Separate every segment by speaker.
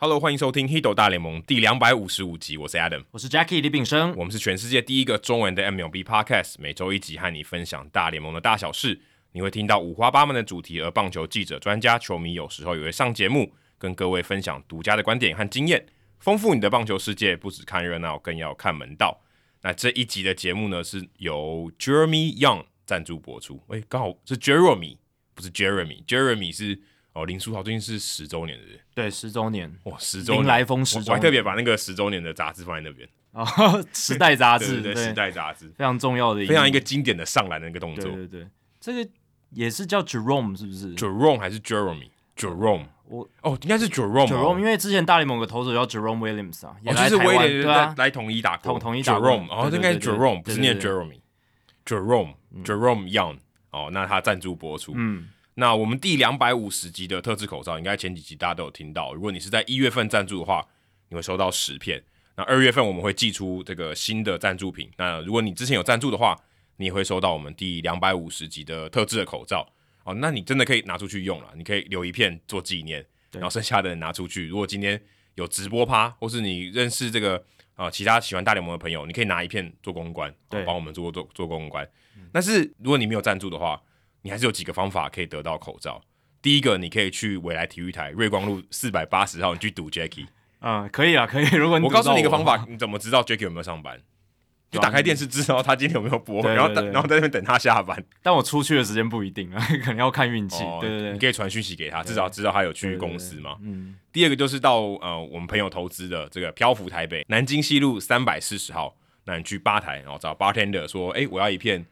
Speaker 1: Hello，欢迎收听《h i d o 大联盟》第两百五十五集，我是 Adam，
Speaker 2: 我是 Jackie 李炳生。
Speaker 1: 我们是全世界第一个中文的 MLB Podcast，每周一集和你分享大联盟的大小事。你会听到五花八门的主题，而棒球记者、专家、球迷有时候也会上节目，跟各位分享独家的观点和经验，丰富你的棒球世界。不只看热闹，更要看门道。那这一集的节目呢，是由 Jeremy Young 赞助播出。哎，刚好是 Jeremy，不是 Jeremy。Jeremy 是哦，林书豪最近是十周年的日，
Speaker 2: 对，十周年
Speaker 1: 哇，十周年
Speaker 2: 林来疯10
Speaker 1: 我
Speaker 2: 周
Speaker 1: 我还特
Speaker 2: 年
Speaker 1: 别把那个十周年的杂志放在那边。
Speaker 2: 啊，《时代》杂
Speaker 1: 对
Speaker 2: 志，
Speaker 1: 对对，时代杂志
Speaker 2: 非常重要的，
Speaker 1: 非常一个，经典的上篮的一个动
Speaker 2: 对
Speaker 1: 作。
Speaker 2: 对对，这个也是叫 Jerome 是不是
Speaker 1: Jerome 还是 Jeremy？Jerome，
Speaker 2: 我
Speaker 1: 哦，应该是 Jerome 哦。
Speaker 2: Jerome？因为之前大联盟有个投手叫 Jerome Williams 啊，也
Speaker 1: 哦，就
Speaker 2: 来
Speaker 1: 是
Speaker 2: 台
Speaker 1: 威
Speaker 2: 湾，
Speaker 1: 廉
Speaker 2: 对啊
Speaker 1: 来，来统一打过，
Speaker 2: 统统一打过
Speaker 1: Jerome，哦，这
Speaker 2: 对对
Speaker 1: 应该是
Speaker 2: 对对
Speaker 1: Jerome，不
Speaker 2: 对
Speaker 1: 是
Speaker 2: 对
Speaker 1: 念
Speaker 2: 对
Speaker 1: Jeremy，Jerome，Jerome Young。哦，那他赞助播出。
Speaker 2: 嗯，
Speaker 1: 那我们第两百五十集的特制口罩，应该前几集大家都有听到。如果你是在一月份赞助的话，你会收到十片。那二月份我们会寄出这个新的赞助品。那如果你之前有赞助的话，你也会收到我们第两百五十集的特制的口罩。哦，那你真的可以拿出去用了，你可以留一片做纪念，
Speaker 2: 对
Speaker 1: 然后剩下的人拿出去。如果今天有直播趴，或是你认识这个啊、呃其他喜欢大联盟的朋友，你可以拿一片做公关，啊
Speaker 2: 对嗯
Speaker 1: 帮我们做做做公关。但是如果你没有赞助的话，你还是有几个方法可以得到口罩。第一个，你可以去未来体育台瑞光路四百八十号，你去赌 Jacky。
Speaker 2: 嗯，可以啊，可以。如果你
Speaker 1: 我告诉你一个
Speaker 2: 堵到
Speaker 1: 方，法，你怎么知道 Jacky 有没有上 班？就打开电视知道他今天有没有播，
Speaker 2: 对对
Speaker 1: 然后
Speaker 2: 对
Speaker 1: 等
Speaker 2: 对
Speaker 1: 然后在那边等他下班。
Speaker 2: 但我出去的时间不一定啊， 可能要看运气。
Speaker 1: 哦
Speaker 2: 对对
Speaker 1: 你
Speaker 2: 对，
Speaker 1: 可以传讯息给他，至少知道他有去
Speaker 2: 对对
Speaker 1: 公司嘛。
Speaker 2: 嗯，
Speaker 1: 第二个就是到呃我们朋友投资的这个漂浮台北南京西路三百四十号，那你去吧台，然后找 bartender 说，哎、我要一片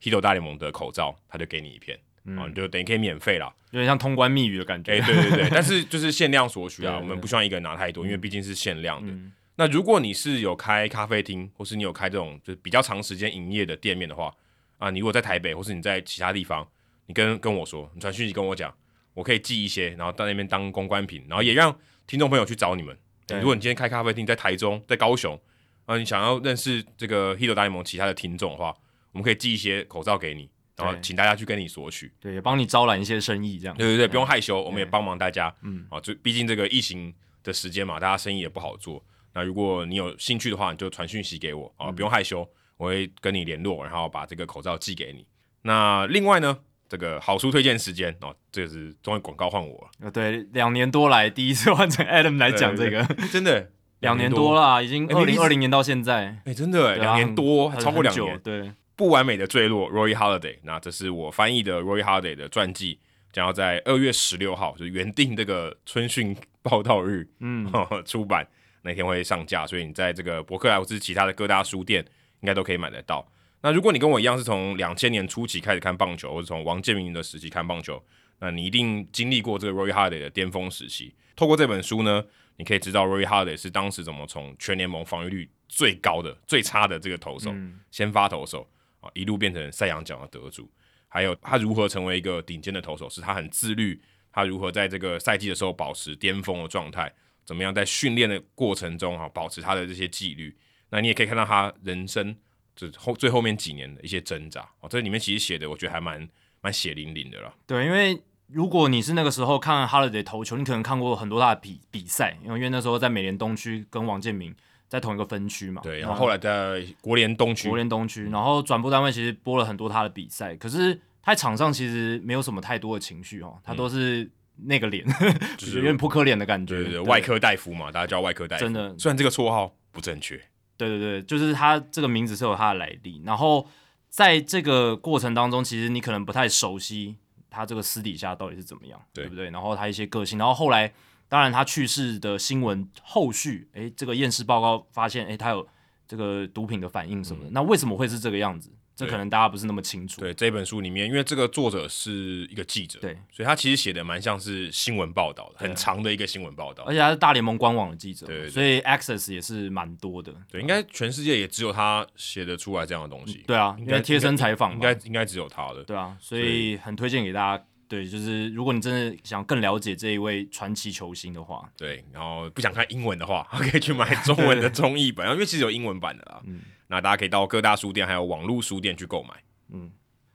Speaker 1: Hito 大联盟的口罩，他就给你一片，哦，你就等于可以免费啦。
Speaker 2: 有点像通关密语的感
Speaker 1: 哎、
Speaker 2: 觉。
Speaker 1: 对对对，但是就是限量索取啊，
Speaker 2: 对对
Speaker 1: 我
Speaker 2: 对嗯
Speaker 1: 们不希望一个人拿太多，因为毕竟是限量的。那如果你是有开咖啡厅，或是你有开这种就是比较长时间营业的店面的话，啊，你如果在台北或是你在其他地方，你跟跟我说，你传讯息跟我讲，我可以寄一些，然后到那边当公关品，然后也让听众朋友去找你们。
Speaker 2: 对
Speaker 1: 如果你今天开咖啡厅在台中、在高雄，啊，你想要认识这个《h i t o 大联盟》其他的听众的话，我们可以寄一些口罩给你，然后
Speaker 2: 对
Speaker 1: 请大家去跟你索取。
Speaker 2: 对，也帮你招揽一些生意这样。
Speaker 1: 对对对，不用害羞，我们也帮忙大家。嗯
Speaker 2: 嗯，
Speaker 1: 啊，就毕竟这个疫情的时间嘛，大家生意也不好做。那如果你有兴趣的话，你就传讯息给我啊，
Speaker 2: 嗯
Speaker 1: 不用害羞，我会跟你联络，然后把这个口罩寄给你。那另外呢，这个好书推荐时间哦，这个是终于广告换我了，
Speaker 2: 呃，对，两年多来第一次换成 Adam 来哎讲这个，
Speaker 1: 真的
Speaker 2: 两年多
Speaker 1: 了，
Speaker 2: 了啊，已经
Speaker 1: 哎
Speaker 2: 二
Speaker 1: 你一
Speaker 2: 零
Speaker 1: 直
Speaker 2: 二零年到现在。
Speaker 1: 哎，真的哎
Speaker 2: 对啊
Speaker 1: 两年多，
Speaker 2: 很
Speaker 1: 超过两
Speaker 2: 很久
Speaker 1: 年。
Speaker 2: 对，
Speaker 1: 不完美的坠落，Roy Holiday。那这是我翻译的 Roy Holiday 的传记，将要在二月十六号，就是原定这个春训报道日，
Speaker 2: 嗯
Speaker 1: 出版那天会上架，所以你在这个博客来或是其他的各大书店应该都可以买得到。那如果你跟我一样是从两千年初期开始看棒球，或者从王建民的时期看棒球，那你一定经历过这个 Roy Holiday 的巅峰时期。透过这本书呢，你可以知道 Roy Holiday 是当时怎么从全联盟防御率最高的、最差的这个投手，
Speaker 2: 嗯
Speaker 1: 先发投手啊，一路变成赛扬奖的得主，还有他如何成为一个顶尖的投手，是他很自律，他如何在这个赛季的时候保持巅峰的状态，怎么样在训练的过程中啊保持他的这些纪律。那你也可以看到他人生这后最后面几年的一些挣扎哦，这里面其实写的我觉得还蛮蛮血淋淋的啦。
Speaker 2: 对，因为如果你是那个时候看 Holiday 投球，你可能看过很多他的比比赛，因为因为那时候在美联东区跟王建民在同一个分区嘛。
Speaker 1: 对，然后后来嗯在国联东区
Speaker 2: 哦国，联东区，然后转播单位其实播了很多他的比赛，可是他在场上其实没有什么太多的情绪哦，他都是那个脸，
Speaker 1: 嗯就
Speaker 2: 有点
Speaker 1: 是
Speaker 2: 扑克脸的感觉。
Speaker 1: 对对对，外科大夫嘛，大家叫外科大夫，
Speaker 2: 真的
Speaker 1: 虽然这个绰号不正确，
Speaker 2: 对对对，就是他这个名字是有他的来历。然后在这个过程当中，其实你可能不太熟悉他这个私底下到底是怎么样，
Speaker 1: 对
Speaker 2: 对不对？然后他一些个性，然后后来当然他去世的新闻后续，诶，这个验尸报告发现，诶，他有这个毒品的反应什么的。那为什么会是这个样子？
Speaker 1: 嗯
Speaker 2: 这
Speaker 1: 对
Speaker 2: 可能大家不是那么清楚。
Speaker 1: 对这本书里面，因为这个作者是一个记者，
Speaker 2: 对，
Speaker 1: 所以他其实写的蛮像是新闻报道的，
Speaker 2: 对啊
Speaker 1: 很长的一个新闻报道
Speaker 2: 而。且他是大联盟官网的记者，
Speaker 1: 对对对
Speaker 2: 所以 access 也是蛮多的。
Speaker 1: 对，应该全世界也只有他写得出来这样的东西。
Speaker 2: 对啊，因
Speaker 1: 应该
Speaker 2: 为贴身采访嘛，
Speaker 1: 应该应该只有他的。
Speaker 2: 对啊，所以很推荐给大家。对，就是如果你真的想更了解这一位传奇球星的话，
Speaker 1: 对，然后不想看英文的话， 可以去买中文 的中译本，因为其实有英文版的啦。
Speaker 2: 嗯
Speaker 1: 那大家可以到各大书店还有网络书店去购买。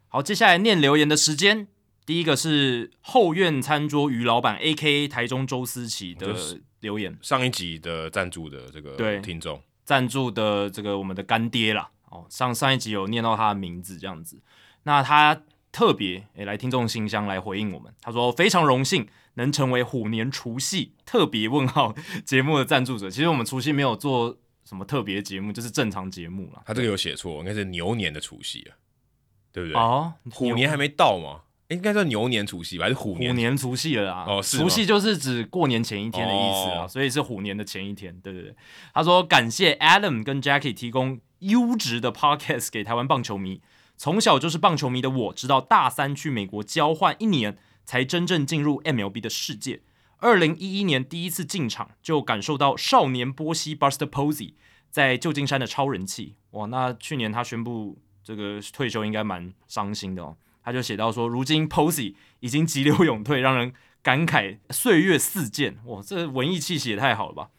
Speaker 2: 好，接下来念留言的时间。第一个是后院餐桌于老板 （A.K.A. 台中周思琪）
Speaker 1: 我
Speaker 2: 的
Speaker 1: 就是
Speaker 2: 留言
Speaker 1: 上一集的赞助的这
Speaker 2: 对
Speaker 1: 个听众，
Speaker 2: 赞助的这个我们的干爹啦。哦，上上一集有念到他的名字这样子，那他特别诶、来听众信箱来回应我们，他说非常荣幸能成为虎年除夕特别问号节目的赞助者。其实我们除夕没有做什么特别节目，就是正常节目啦。
Speaker 1: 他这个有写错，应该是牛年的除夕啊，对不对？
Speaker 2: 哦，
Speaker 1: 虎年还没到嘛，诶应该叫牛年除夕吧，还是虎
Speaker 2: 虎
Speaker 1: 年？
Speaker 2: 年除夕了啦。
Speaker 1: 哦是吗
Speaker 2: 除夕就是指过年前一天的意思啊，
Speaker 1: 哦
Speaker 2: 所以是虎年的前一天。对对对，他说感谢 Adam 跟 Jackie 提供优质的 podcast 给台湾棒球迷。从小就是棒球迷的我，直到大三去美国交换一年，才真正进入 MLB 的世界。二零一一年第一次进场，就感受到少年波西 Buster Posey 在旧金山的超人气。哇，那去年他宣布这个退休，应该蛮伤心的哦。他就写到说，如今 Posey 已经急流勇退，让人感慨岁月似箭。哇，这文艺气息也太好了吧！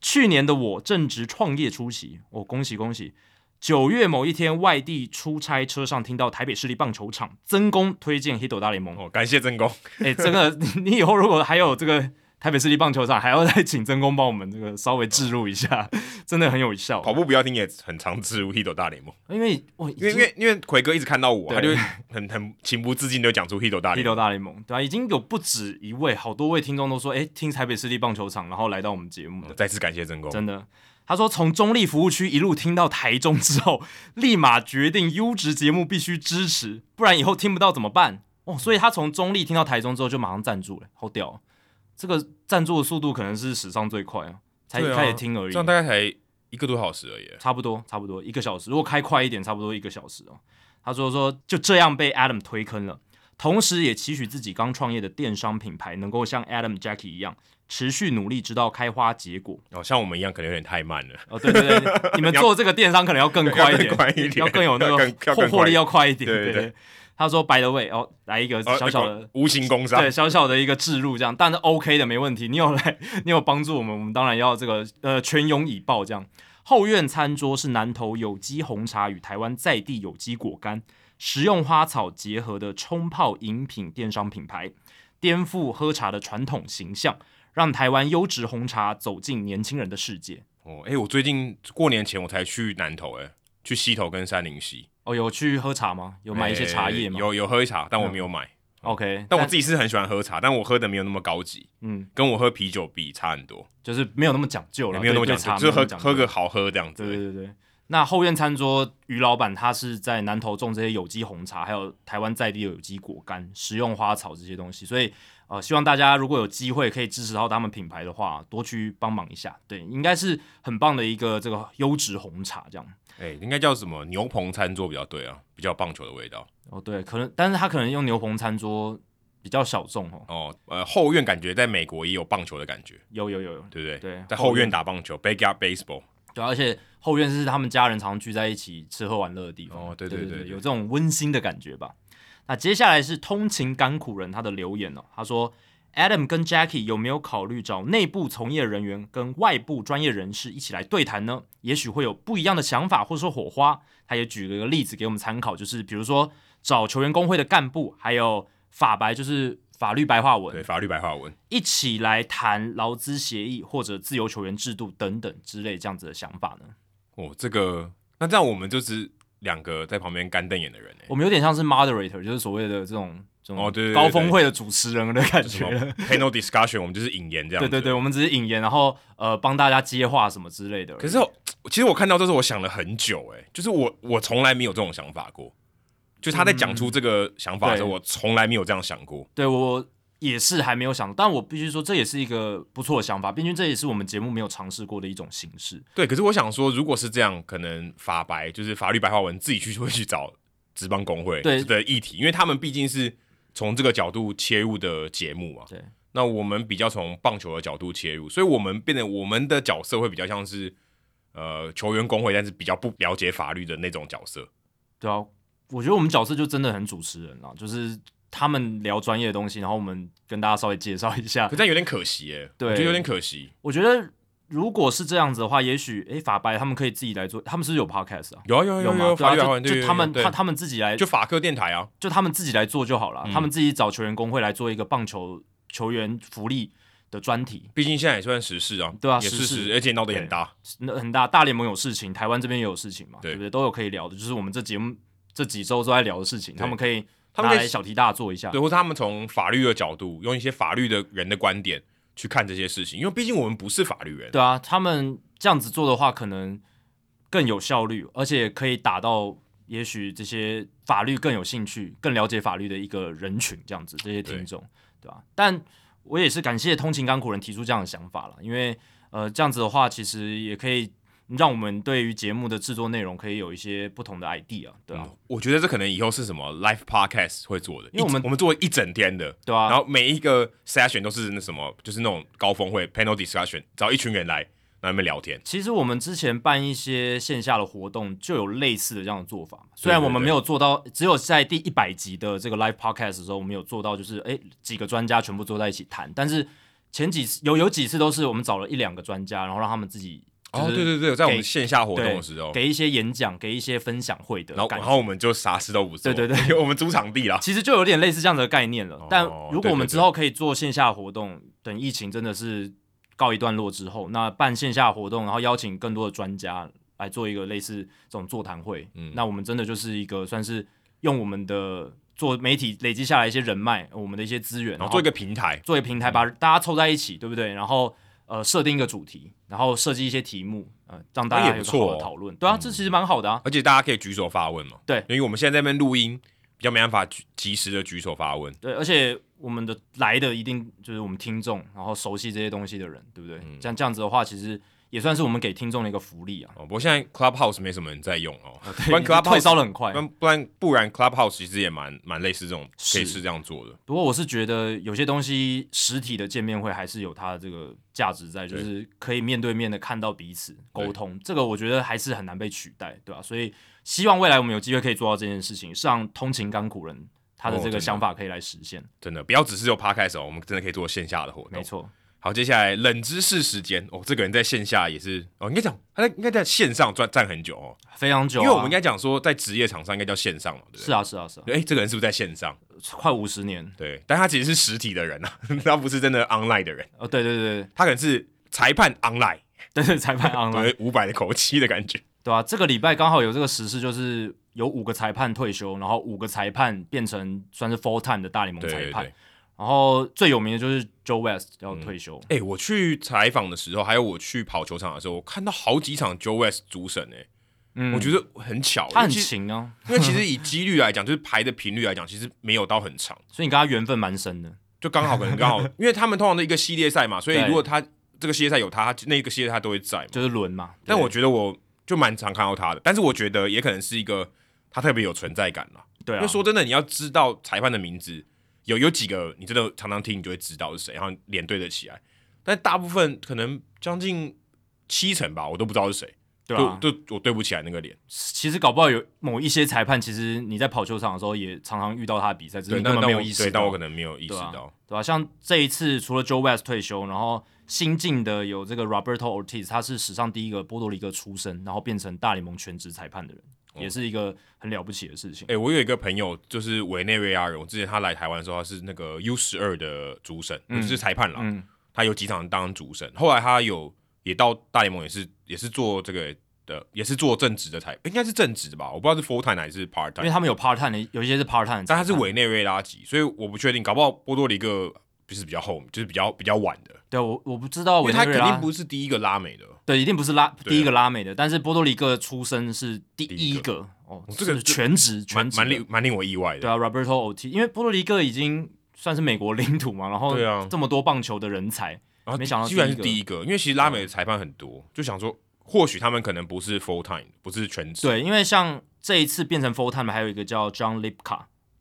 Speaker 2: 去年的我正值创业初期，我、恭喜恭喜！九月某一天外地出差，车上听到台北市立棒球场曾公推荐《黑斗大联盟》
Speaker 1: 哦，感谢真公，
Speaker 2: 哎、这个 你你以后如果还有这个台北市立棒球场，还要再请曾公帮我们这个稍微置入一下，真的很有效。
Speaker 1: 跑步不要停也很常植入 Hito 大联盟，
Speaker 2: 因为我
Speaker 1: 因为因为因为奎哥一直看到我，啊
Speaker 2: 对
Speaker 1: 他就会很很情不自禁的讲出 Hito 大
Speaker 2: 一
Speaker 1: 联
Speaker 2: 流
Speaker 1: 盟。
Speaker 2: 大联盟对啊，已经有不止一位，好多位听众都说，哎、听台北市立棒球场，然后来到我们节目的，
Speaker 1: 再次感谢真公，
Speaker 2: 真的。他说从中立服务区一路听到台中之后，立马决定优质节目必须支持，不然以后听不到怎么办？哦，所以他从中立听到台中之后就马上赞助了，好屌哦、这个赞助的速度可能是史上最快啊，才
Speaker 1: 对啊
Speaker 2: 开始听而已
Speaker 1: 这。样大概才一个多小时而已。
Speaker 2: 差不多，差不多一个小时。如果开快一点，差不多一个小时哦。他说说就这样被 Adam 推坑了，同时也期许自己刚创业的电商品牌能够像 Adam、Jackie 一样持续努力，直到开花结果。
Speaker 1: 哦，像我们一样可能有点太慢了，
Speaker 2: 哦，对对 对，你们做这个电商可能要更快一
Speaker 1: 要更快一
Speaker 2: 点，
Speaker 1: 点
Speaker 2: 要更有那
Speaker 1: 要更
Speaker 2: 个
Speaker 1: 要更
Speaker 2: 获获
Speaker 1: 快
Speaker 2: 利要快一点。
Speaker 1: 对对
Speaker 2: 对
Speaker 1: 对
Speaker 2: 对，他说 By the way，哦，来一个
Speaker 1: 哦
Speaker 2: 小小的。
Speaker 1: 无形工伤
Speaker 2: 对，，小小的一个置入这样，但是 OK 的，没问题。你有来，你有帮助我们，我们当然要这个呃全涌以报这样。后院餐桌是南投有机红茶与台湾在地有机果干、食用花草结合的冲泡饮品电商品牌，颠覆喝茶的传统形象，让台湾优质红茶走进年轻人的世界。
Speaker 1: 哦，哎、我最近过年前我才去南投、诶，哎，去溪头跟三林溪，
Speaker 2: 哦，有去喝茶吗？有买一些茶叶吗、嗯
Speaker 1: 诶有有喝一茶，但我没有买。
Speaker 2: o k
Speaker 1: 但我自己是很喜欢喝茶，但我喝的没有那么高级，
Speaker 2: 嗯，
Speaker 1: 跟我喝啤酒比差很多，
Speaker 2: 就是没有那么讲究
Speaker 1: 也
Speaker 2: 了，
Speaker 1: 没有那么
Speaker 2: 对
Speaker 1: 讲
Speaker 2: 对
Speaker 1: 究，
Speaker 2: 茶没
Speaker 1: 就
Speaker 2: 有
Speaker 1: 是
Speaker 2: 那么
Speaker 1: 喝
Speaker 2: 讲究
Speaker 1: 喝个好喝这样子。
Speaker 2: 对对对。那后院餐桌于老板他是在南投种这些有机红茶，还有台湾在地的有机果干、食用花草这些东西，所以呃，希望大家如果有机会可以支持到他们品牌的话，多去帮忙一下。对，应该是很棒的一个这个优质红茶这样。
Speaker 1: 哎、应该叫什么牛棚餐桌比较对啊，比较有棒球的味道。
Speaker 2: 哦，对，可能但是他可能用牛棚餐桌比较小众哦。
Speaker 1: 哦，呃，后院感觉在美国也有棒球的感觉，
Speaker 2: 有有有有，
Speaker 1: 对不对？
Speaker 2: 对
Speaker 1: 在
Speaker 2: 后院
Speaker 1: 后院打棒球，backyard baseball。
Speaker 2: 对，啊而且后院是他们家人常聚在一起吃喝玩乐的地方。
Speaker 1: 哦对
Speaker 2: 对
Speaker 1: 对对
Speaker 2: 对，
Speaker 1: 对
Speaker 2: 有这种温馨的感觉吧。那接下来是通勤甘苦人他的留言哦，他说：“Adam 跟 Jackie 有没有考虑找内部从业人员跟外部专业人士一起来对谈呢？也许会有不一样的想法，或者说火花。”他也举了一个例子给我们参考，就是比如说找球员工会的干部，还有法白，就是法律白话文，
Speaker 1: 对，法律白话文。
Speaker 2: 一起来谈劳资协议或者自由球员制度等等之类这样子的想法呢？
Speaker 1: 哦，这个，那这样我们就是两个在旁边干瞪眼的人哎、
Speaker 2: 我们有点像是 moderator，就是所谓的这种这种
Speaker 1: 哦对对对
Speaker 2: 高峰会的主持人的感
Speaker 1: 什
Speaker 2: 觉
Speaker 1: 么 panel discussion，我们就是引言这样
Speaker 2: 对
Speaker 1: 子。
Speaker 2: 对对，我们只是引言，然后呃帮大家接话什么之类的而已。
Speaker 1: 可是我其实我看到这是我想了很久、欸，就是我我从来没有这种想法过。就他在讲出这个想法的时候，
Speaker 2: 嗯对
Speaker 1: 我从来没有这样想过。
Speaker 2: 对我也是还没有想到，但我必须说这也是一个不错的想法，毕竟这也是我们节目没有尝试过的一种形式。
Speaker 1: 对，可是我想说，如果是这样，可能法白就是法律白话文自己去会去找职棒工会
Speaker 2: 对
Speaker 1: 的议题，因为他们毕竟是从这个角度切入的节目嘛。
Speaker 2: 对，
Speaker 1: 那我们比较从棒球的角度切入，所以我们变得我们的角色会比较像是呃球员工会，但是比较不了解法律的那种角色。
Speaker 2: 对啊，我觉得我们角色就真的很主持人啦，就是他们聊专业的东西，然后我们跟大家稍微介绍一下
Speaker 1: 可。这样有点可惜耶、
Speaker 2: 对
Speaker 1: 我觉得有点可惜。
Speaker 2: 我觉得如果是这样子的话，也许诶法白他们可以自己来做，他们是不是有 podcast 啊？
Speaker 1: 有啊有啊有啊
Speaker 2: 吗？
Speaker 1: 有啊
Speaker 2: 对啊
Speaker 1: 法律白话文
Speaker 2: 就
Speaker 1: 对
Speaker 2: 就他们
Speaker 1: 对
Speaker 2: 他他们自己来，
Speaker 1: 就
Speaker 2: 就
Speaker 1: 法克电台啊，嗯
Speaker 2: 就他们自己来做就好了。他们自己找球员工会来做一个棒球球员福利的专题，
Speaker 1: 毕竟现在也算时事啊，
Speaker 2: 对啊
Speaker 1: 也是
Speaker 2: 时事
Speaker 1: 时，而且闹得也很大，
Speaker 2: 那很大大联盟有事情，台湾这边也有事情嘛，
Speaker 1: 对
Speaker 2: 对不对？都有可以聊的，就是我们这节目这几周都在聊的事情，他们可以
Speaker 1: 他们
Speaker 2: 拿
Speaker 1: 可以
Speaker 2: 来小题大做一下
Speaker 1: 对，。或者他们从法律的角度，用一些法律的人的观点去看这些事情，因为毕竟我们不是法律人，
Speaker 2: 对啊，他们这样子做的话，可能更有效率，而且可以打到也许这些法律更有兴趣、更了解法律的一个人群，这样子这些听众，对吧、但我也是感谢通勤甘苦人提出这样的想法了，因为呃，这样子的话，其实也可以让我们对于节目的制作内容可以有一些不同的 idea，对吧、啊
Speaker 1: 嗯我觉得这可能以后是什么 live podcast 会做的，
Speaker 2: 因为我们
Speaker 1: 一我们做一整天的，
Speaker 2: 对啊
Speaker 1: 然后每一个 session 都是那什么，就是那种高峰会 panel discussion，找一群人来，然后那边聊天，
Speaker 2: 其实我们之前办一些线下的活动，就有类似的这样的做法嘛。虽然
Speaker 1: 对
Speaker 2: 我们
Speaker 1: 对
Speaker 2: 没有做到，只有在第一百集的这个 live podcast 的时候，我们有做到，就是诶几个专家全部坐在一起谈。但是前几次有有几次都是我们找了一两个专家，然后让他们自己就是
Speaker 1: 哦，对对对，在我
Speaker 2: 给
Speaker 1: 们线下活动
Speaker 2: 对
Speaker 1: 的时候，
Speaker 2: 给一些演讲，给一些分享会的
Speaker 1: 然后
Speaker 2: 感
Speaker 1: 然
Speaker 2: 觉。
Speaker 1: 后我们就啥事都不做，
Speaker 2: 对对对
Speaker 1: 因为我们租场地啦，
Speaker 2: 其实就有点类似这样子的概念了。但如果
Speaker 1: 哦对
Speaker 2: 我们
Speaker 1: 对对
Speaker 2: 之后可以做线下活动，等疫情真的是告一段落之后，那办线下活动，然后邀请更多的专家来做一个类似这种座谈会，
Speaker 1: 嗯
Speaker 2: 那我们真的就是一个算是用我们的做媒体累积下来一些人脉，我们的一些资源，
Speaker 1: 然
Speaker 2: 然
Speaker 1: 后
Speaker 2: 后
Speaker 1: 做一个平台，
Speaker 2: 做一个平台，把大家凑在一起，对不对？然后呃，设定一个主题，然后设计一些题目，呃，让大
Speaker 1: 那也
Speaker 2: 家
Speaker 1: 不
Speaker 2: 有一个
Speaker 1: 错
Speaker 2: 好的
Speaker 1: 哦
Speaker 2: 讨论。对啊，这其实蛮好的啊。
Speaker 1: 而且大家可以举手发问嘛，
Speaker 2: 对
Speaker 1: 因为我们现在在那边录音，比较没办法举及时的举手发问，
Speaker 2: 对，而且我们的来的一定就是我们听众，然后熟悉这些东西的人，对不对？
Speaker 1: 嗯
Speaker 2: 这样这样子的话，其实也算是我们给听众的一个福利啊。
Speaker 1: 哦，不过现在 Clubhouse 没什么人在用哦，不然
Speaker 2: 对退
Speaker 1: Clubhouse
Speaker 2: 烧的很快
Speaker 1: 不。然不然不然 Clubhouse 其实也蛮蛮类似这种，
Speaker 2: 是
Speaker 1: 可以是这样做的。
Speaker 2: 不过我是觉得有些东西实体的见面会还是有它的这个价值在，就
Speaker 1: 对
Speaker 2: 是可以面对面的看到彼此沟通，这个我觉得还是很难被取代，对吧、所以希望未来我们有机会可以做到这件事情，让通勤甘苦人他的
Speaker 1: 哦
Speaker 2: 这
Speaker 1: 真
Speaker 2: 个
Speaker 1: 的
Speaker 2: 想法可以来实现。
Speaker 1: 真的，不要只是有 podcast 哦，我们真的可以做线下的活动。
Speaker 2: 没。错，
Speaker 1: 好，接下来冷知识时间哦，这个人在线下也是哦，应该讲他在应该在线上站站很久哦，
Speaker 2: 非常久、啊，
Speaker 1: 因为我们应该讲说在职业场上应该叫线上嘛，对不对？
Speaker 2: 是啊是啊是啊，
Speaker 1: 哎、这个人是不是在线上？
Speaker 2: 快五十年，
Speaker 1: 对，但他其实是实体的人啊， 他不是真的 online 的人，
Speaker 2: 哦对对对对
Speaker 1: 他可能是裁判 online，
Speaker 2: 对对，裁判 online。
Speaker 1: 对，五百的口气的感觉。
Speaker 2: 对啊，这个礼拜刚好有这个时事，就是有五个裁判退休，然后五个裁判变成算是 full time 的大联盟
Speaker 1: 对
Speaker 2: 裁
Speaker 1: 对
Speaker 2: 判。
Speaker 1: 对。
Speaker 2: 然后最有名的就是 Joe West 要退休，
Speaker 1: 哎、我去采访的时候，还有我去跑球场的时候，我看到好几场 Joe West 主审哎、
Speaker 2: 嗯，
Speaker 1: 我觉得很巧，
Speaker 2: 他很
Speaker 1: 因为其实
Speaker 2: 勤啊，
Speaker 1: 因为其实以几率来讲，就是排的频率来讲，其实没有到很长，
Speaker 2: 所以你跟他缘分蛮深的。
Speaker 1: 就刚好可能刚 好，因为他们通常的一个系列赛嘛，所以
Speaker 2: 对
Speaker 1: 如果他这个系列赛有他，他那个系列赛他都会在嘛。
Speaker 2: 就是轮嘛，
Speaker 1: 但
Speaker 2: 对
Speaker 1: 我觉得我就蛮常看到他的，但是我觉得也可能是一个他特别有存在感啦。
Speaker 2: 对
Speaker 1: 因
Speaker 2: 啊
Speaker 1: 为，说真的，你要知道裁判的名字，有有几个你真的常常听，你就会知道是谁，然后连对得起来。但大部分可能将近七成吧，我都不知道是谁，
Speaker 2: 对啊，
Speaker 1: 就就我对不起来那个脸。
Speaker 2: 其实搞不好有某一些裁判，其实你在跑球场的时候也常常遇到他的比赛，只是
Speaker 1: 对，
Speaker 2: 你
Speaker 1: 但
Speaker 2: 根本
Speaker 1: 但
Speaker 2: 没
Speaker 1: 我
Speaker 2: 有意识
Speaker 1: 对，但
Speaker 2: 到
Speaker 1: 我可。能没有意识
Speaker 2: 对啊
Speaker 1: 到。
Speaker 2: 对吧、像这一次除了 Joe West 退休，然后新进的有这个 Roberto Ortiz，他是史上第一个波多黎各出生，然后变成大联盟全职裁判的人，
Speaker 1: 哦
Speaker 2: 也是一个很了不起的事情
Speaker 1: 哎、。我有一个朋友就是委内瑞拉人，我之前他来台湾的时候，他是那个 U 十二的主审，就是裁判啦。
Speaker 2: 嗯
Speaker 1: 他有几场当主审，后来他有也到大联盟，也是也是做这个的，也是做正职的裁，应该是正职的吧，我不知道是 full time 还是 part
Speaker 2: 因
Speaker 1: time，
Speaker 2: 为他们有 part time 的，有一些是 part time，的
Speaker 1: 但他是
Speaker 2: 裁判
Speaker 1: 委内瑞拉籍，所以我不确定，搞不好波多黎各就是比较后，就是比较比较晚的，
Speaker 2: 对我我不知道
Speaker 1: 因为
Speaker 2: 哦委
Speaker 1: 他
Speaker 2: 内
Speaker 1: 肯
Speaker 2: 瑞拉
Speaker 1: 定不是第一个拉美的。
Speaker 2: 对，一定不是拉
Speaker 1: 啊
Speaker 2: 第一个拉美的，但是波多黎各出生是第
Speaker 1: 第
Speaker 2: 一
Speaker 1: 一
Speaker 2: 个哦，
Speaker 1: 这个
Speaker 2: 是
Speaker 1: 就
Speaker 2: 全职全
Speaker 1: 蛮
Speaker 2: 职
Speaker 1: 蛮
Speaker 2: 的
Speaker 1: 令蛮令我意外的，
Speaker 2: 对啊，Roberto Ortiz，因为波多黎各已经算是美国领土嘛，然后
Speaker 1: 对啊
Speaker 2: 这么多棒球的人才，
Speaker 1: 然后
Speaker 2: 没想到
Speaker 1: 居然是
Speaker 2: 第一个啊
Speaker 1: 第一个，因为其实拉美的裁判很多，就想说或许他们可能不是 full time，不是全职，
Speaker 2: 对，因为像这一次变成 full time 的还有一个叫 John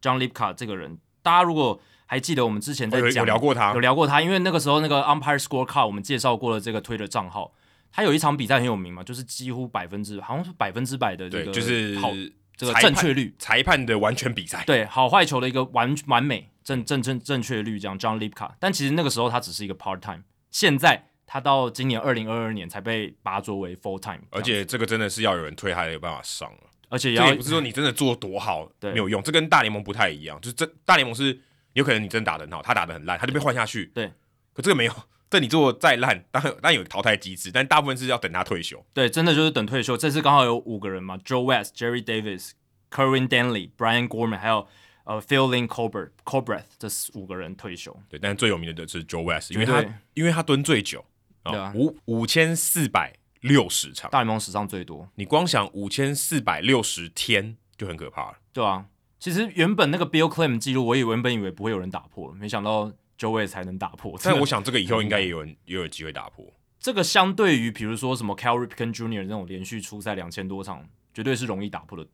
Speaker 2: Lipka，John Lipka 这个人，大家如果还记得我们之前在
Speaker 1: 我有
Speaker 2: 讲、
Speaker 1: 有聊过他
Speaker 2: 有，聊过他，因为那个时候那个 umpire scorecard 我们介绍过了这个推的账号，他有一场比赛很有名嘛，就是几乎百分之好像是百分之百的这
Speaker 1: 对，
Speaker 2: 个
Speaker 1: 就是
Speaker 2: 好这个
Speaker 1: 裁
Speaker 2: 正
Speaker 1: 判
Speaker 2: 确率，
Speaker 1: 裁判的完全比赛，
Speaker 2: 对好坏球的一个完完美正正正正确率这样 John Lipka，但其实那个时候他只是一个 part time，现在他到今年二零二二年才被拔擢为 full time，
Speaker 1: 而且这个真的是要有人推，还有办法上了。
Speaker 2: 而且也
Speaker 1: 这个
Speaker 2: 要
Speaker 1: 也不是说你真的做多好
Speaker 2: 对
Speaker 1: 没有用，这跟大联盟不太一样。就是这大联盟是有可能你真的打得很好，他打得很烂，他就被换下去。
Speaker 2: 对，
Speaker 1: 可这个没有，这你做得再烂，当然当然有淘汰机制，但大部分是要等他退休。
Speaker 2: 对，真的就是等退休。这次刚好有五个人嘛：Joe West、Jerry Davis、c u r r e n Danley、Brian Gorman，还有呃 Phil Lynn Colbert、Colbert 这五个人退休。
Speaker 1: 对，但是最有名的就是 Joe West，因为
Speaker 2: 对
Speaker 1: 他因为他蹲最久，
Speaker 2: 对啊
Speaker 1: 五五千四百六十场，
Speaker 2: 大联盟史上最多，
Speaker 1: 你光想五千四百六十天就很可怕了。
Speaker 2: 对啊。其实原本那个 Bill Clem 记录，我以为原本以为不会有人打破，没想到 Joe West 才能打破。
Speaker 1: 但
Speaker 2: 真的
Speaker 1: 我想这个以后应该也有人也有机会打破。
Speaker 2: 这个相对于比如说什么 Cal Ripken Jr. 那种连续出赛两千多场，绝对是容易打破的，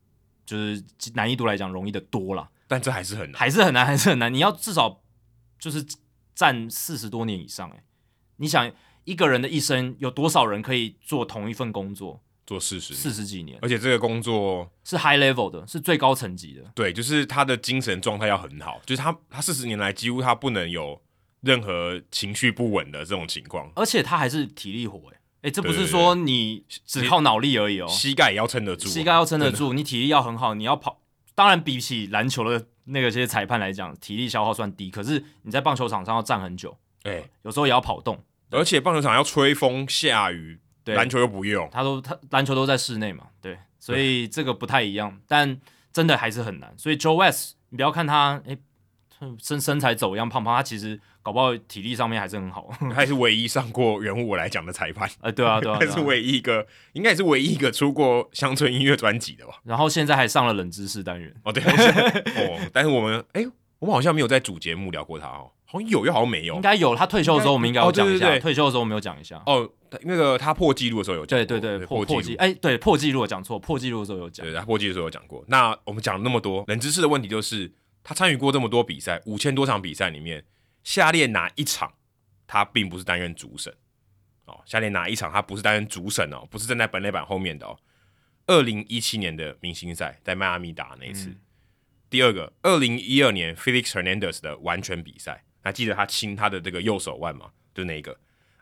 Speaker 2: 就是难易度来讲容易的多啦。
Speaker 1: 但这还是很难。
Speaker 2: 还是很难，还是很难。你要至少就是站四十多年以上、欸，你想一个人的一生有多少人可以做同一份工作
Speaker 1: 做事实，
Speaker 2: 四十几年？
Speaker 1: 而且这个工作，
Speaker 2: 是 high level 的，是最高层级的，
Speaker 1: 对，就是他的精神状态要很好，就是他他四十年来几乎他不能有任何情绪不稳的这种情况，
Speaker 2: 而且他还是体力活、欸，哎、这不
Speaker 1: 对
Speaker 2: 是
Speaker 1: 对
Speaker 2: 说你只靠脑力而已哦、
Speaker 1: 膝盖也要撑得住啊，
Speaker 2: 膝盖要撑得住，你体力要很好，你要跑。当然，比起篮球的那个些裁判来讲，体力消耗算低，可是你在棒球场上要站很久，
Speaker 1: 哎、
Speaker 2: 有时候也要跑动。
Speaker 1: 而且棒球场要吹风下雨，
Speaker 2: 对，
Speaker 1: 篮球又不用，
Speaker 2: 他都他篮球都在室内嘛，对，所以这个不太一样，但真的还是很难。所以 Joe West，你不要看他，诶，身身材走样胖胖，他其实搞不好体力上面还是很好。
Speaker 1: 他也是唯一上过人物我来讲的裁判，
Speaker 2: 呃，对啊，对啊，
Speaker 1: 他
Speaker 2: 对
Speaker 1: 是
Speaker 2: 啊
Speaker 1: 唯一一个，应该也是唯一一个出过乡村音乐专辑的吧？
Speaker 2: 然后现在还上了冷知识单元，
Speaker 1: 哦， 对，哦，但是我们哎、我们好像没有在主节目聊过他哦，好像有又好像没有
Speaker 2: 应，该有他退休的时候，我们应该
Speaker 1: 哦
Speaker 2: 有讲
Speaker 1: 对
Speaker 2: 一
Speaker 1: 对
Speaker 2: 下。
Speaker 1: 对
Speaker 2: 退休的时候我们有讲一下。
Speaker 1: 哦，那个他破纪录的时候有讲
Speaker 2: 对
Speaker 1: 过，
Speaker 2: 对对，破
Speaker 1: 破
Speaker 2: 破
Speaker 1: 纪
Speaker 2: 纪
Speaker 1: 录。
Speaker 2: 哎，对破纪录我讲错，破纪录的时候有讲
Speaker 1: 对，。他破纪录的时候有讲过。那我们讲了那么多冷知识的问题，就是他参与过这么多比赛，五千多场比赛里面，下列哪一场他并不是担任主审？哦，下列哪一场他不是担任主审哦？不是站在本垒板后面的哦。二零一七年的明星赛在迈阿密打的那一次。
Speaker 2: 嗯
Speaker 1: 第二个，二零一二年 Felix Hernandez 的完全比赛，还记得他亲他的这个右手腕吗？就那一个。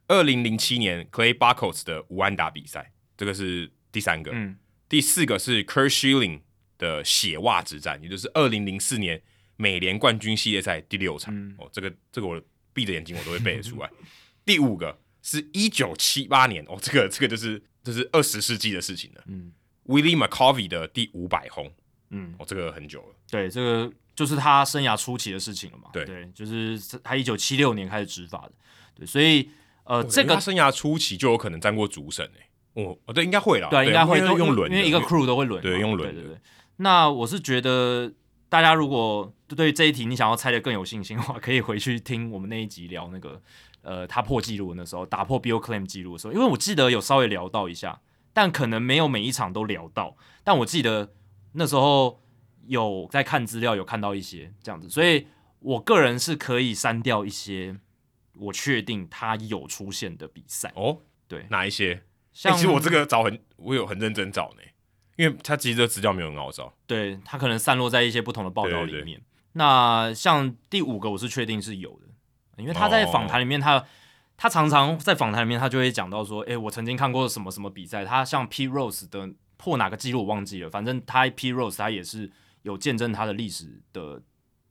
Speaker 1: 二零零七年 Clay Buckles 的无安打比赛，这个是第三个。
Speaker 2: 嗯，
Speaker 1: 第四个是 Kurt Schilling 的血袜之战，也就是二零零四年美联冠军系列赛第六场。
Speaker 2: 嗯
Speaker 1: 哦，这个这个我闭着眼睛我都会背得出来。 第五个是一九七八年，哦，这个这个就是这是二十世纪的事情了。
Speaker 2: 嗯
Speaker 1: Willie McCovey 的第五百轰，
Speaker 2: 嗯，
Speaker 1: 哦，这个很久了。
Speaker 2: 对，这个就是他生涯初期的事情了嘛。
Speaker 1: 对
Speaker 2: 就是他一九七六年开始执法的。对，所以呃，
Speaker 1: 哦
Speaker 2: 这
Speaker 1: 因为
Speaker 2: 个
Speaker 1: 他生涯初期就有可能站过主审诶、哦哦，对，应该会啦，
Speaker 2: 对啊，应该会
Speaker 1: 因为
Speaker 2: 都
Speaker 1: 用轮的，
Speaker 2: 因为一个
Speaker 1: 因
Speaker 2: crew 都会轮嘛，
Speaker 1: 对用轮
Speaker 2: 对对
Speaker 1: 的
Speaker 2: 对。那我是觉得大家如果对这一题你想要猜的更有信心的话，可以回去听我们那一集聊那个呃他破纪录的那时候，打破 Bill Claim 纪录的时候，因为我记得有稍微聊到一下，但可能没有每一场都聊到，但我记得那时候有在看资料，有看到一些这样子，所以我个人是可以删掉一些我确定他有出现的比赛，
Speaker 1: 哦，
Speaker 2: 对
Speaker 1: 哪一些？欸
Speaker 2: 像、
Speaker 1: 其实我这个找很，我有很认真找呢、因为他其实这个资料没有很好找。
Speaker 2: 对，它可能散落在一些不同的报道里
Speaker 1: 对
Speaker 2: 面。
Speaker 1: 对
Speaker 2: 那像第五个，我是确定是有的，因为他在
Speaker 1: 哦
Speaker 2: 访谈里面他，他、常常在访谈里面，他就会讲到说，诶，我曾经看过什么什么比赛，他像 P Rose 的破哪个记录我忘记了，反正他 P Rose 他也是有见证他的历史的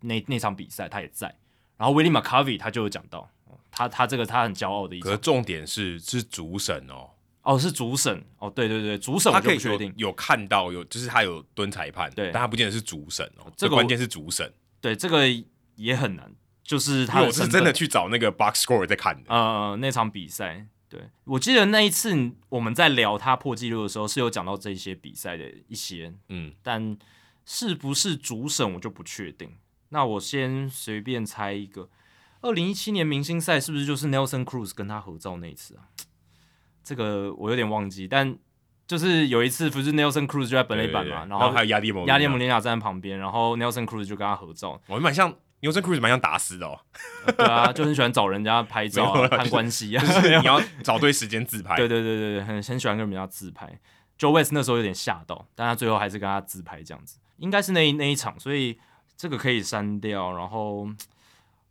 Speaker 2: 那那场比赛，他也在。然后 Willie McCovey 他就有讲到，哦他他这个他很骄傲的一
Speaker 1: 可是
Speaker 2: 场
Speaker 1: 重点是是主审哦，
Speaker 2: 哦，是主审哦，对对对，主审
Speaker 1: 他
Speaker 2: 我就
Speaker 1: 可
Speaker 2: 不
Speaker 1: 以
Speaker 2: 确定
Speaker 1: 有，有看到有，就是他有蹲裁判，
Speaker 2: 对
Speaker 1: 但他不见得是主审哦。
Speaker 2: 这
Speaker 1: 这
Speaker 2: 个我
Speaker 1: 关键是主审，
Speaker 2: 对这个也很难，就是
Speaker 1: 因
Speaker 2: 他
Speaker 1: 为
Speaker 2: 的
Speaker 1: 我是
Speaker 2: 身
Speaker 1: 真的
Speaker 2: 份
Speaker 1: 去找那个 box score 在看的。
Speaker 2: 呃那场比赛，对我记得那一次你我们在聊他破纪录的时候是有讲到这些比赛的一些，
Speaker 1: 嗯，
Speaker 2: 但是不是主审我就不确定。那我先随便猜一个，二零一七年明星赛是不是就是 Nelson Cruz 跟他合照那一次啊？这个我有点忘记，但就是有一次不是 Nelson Cruz 就在本垒板
Speaker 1: 对对
Speaker 2: 嘛，
Speaker 1: 对
Speaker 2: 然
Speaker 1: 然
Speaker 2: 后
Speaker 1: 还有压力摩，
Speaker 2: 亚列姆，连亚站在旁边，然后 Nelson Cruz 就跟他合照，
Speaker 1: 我蛮像 Newton Cruz 蛮像达斯的 哦，
Speaker 2: 呃对啊，就很喜欢找人家拍照
Speaker 1: 没有
Speaker 2: 啊、
Speaker 1: 啦
Speaker 2: 攀关系啊，
Speaker 1: 就是你要找对时间自拍。
Speaker 2: 对对对对对，很很喜欢跟人家自拍。Joe West 那时候有点吓到，但他最后还是跟他自拍这样子，应该是那一那一场，所以这个可以删掉。然后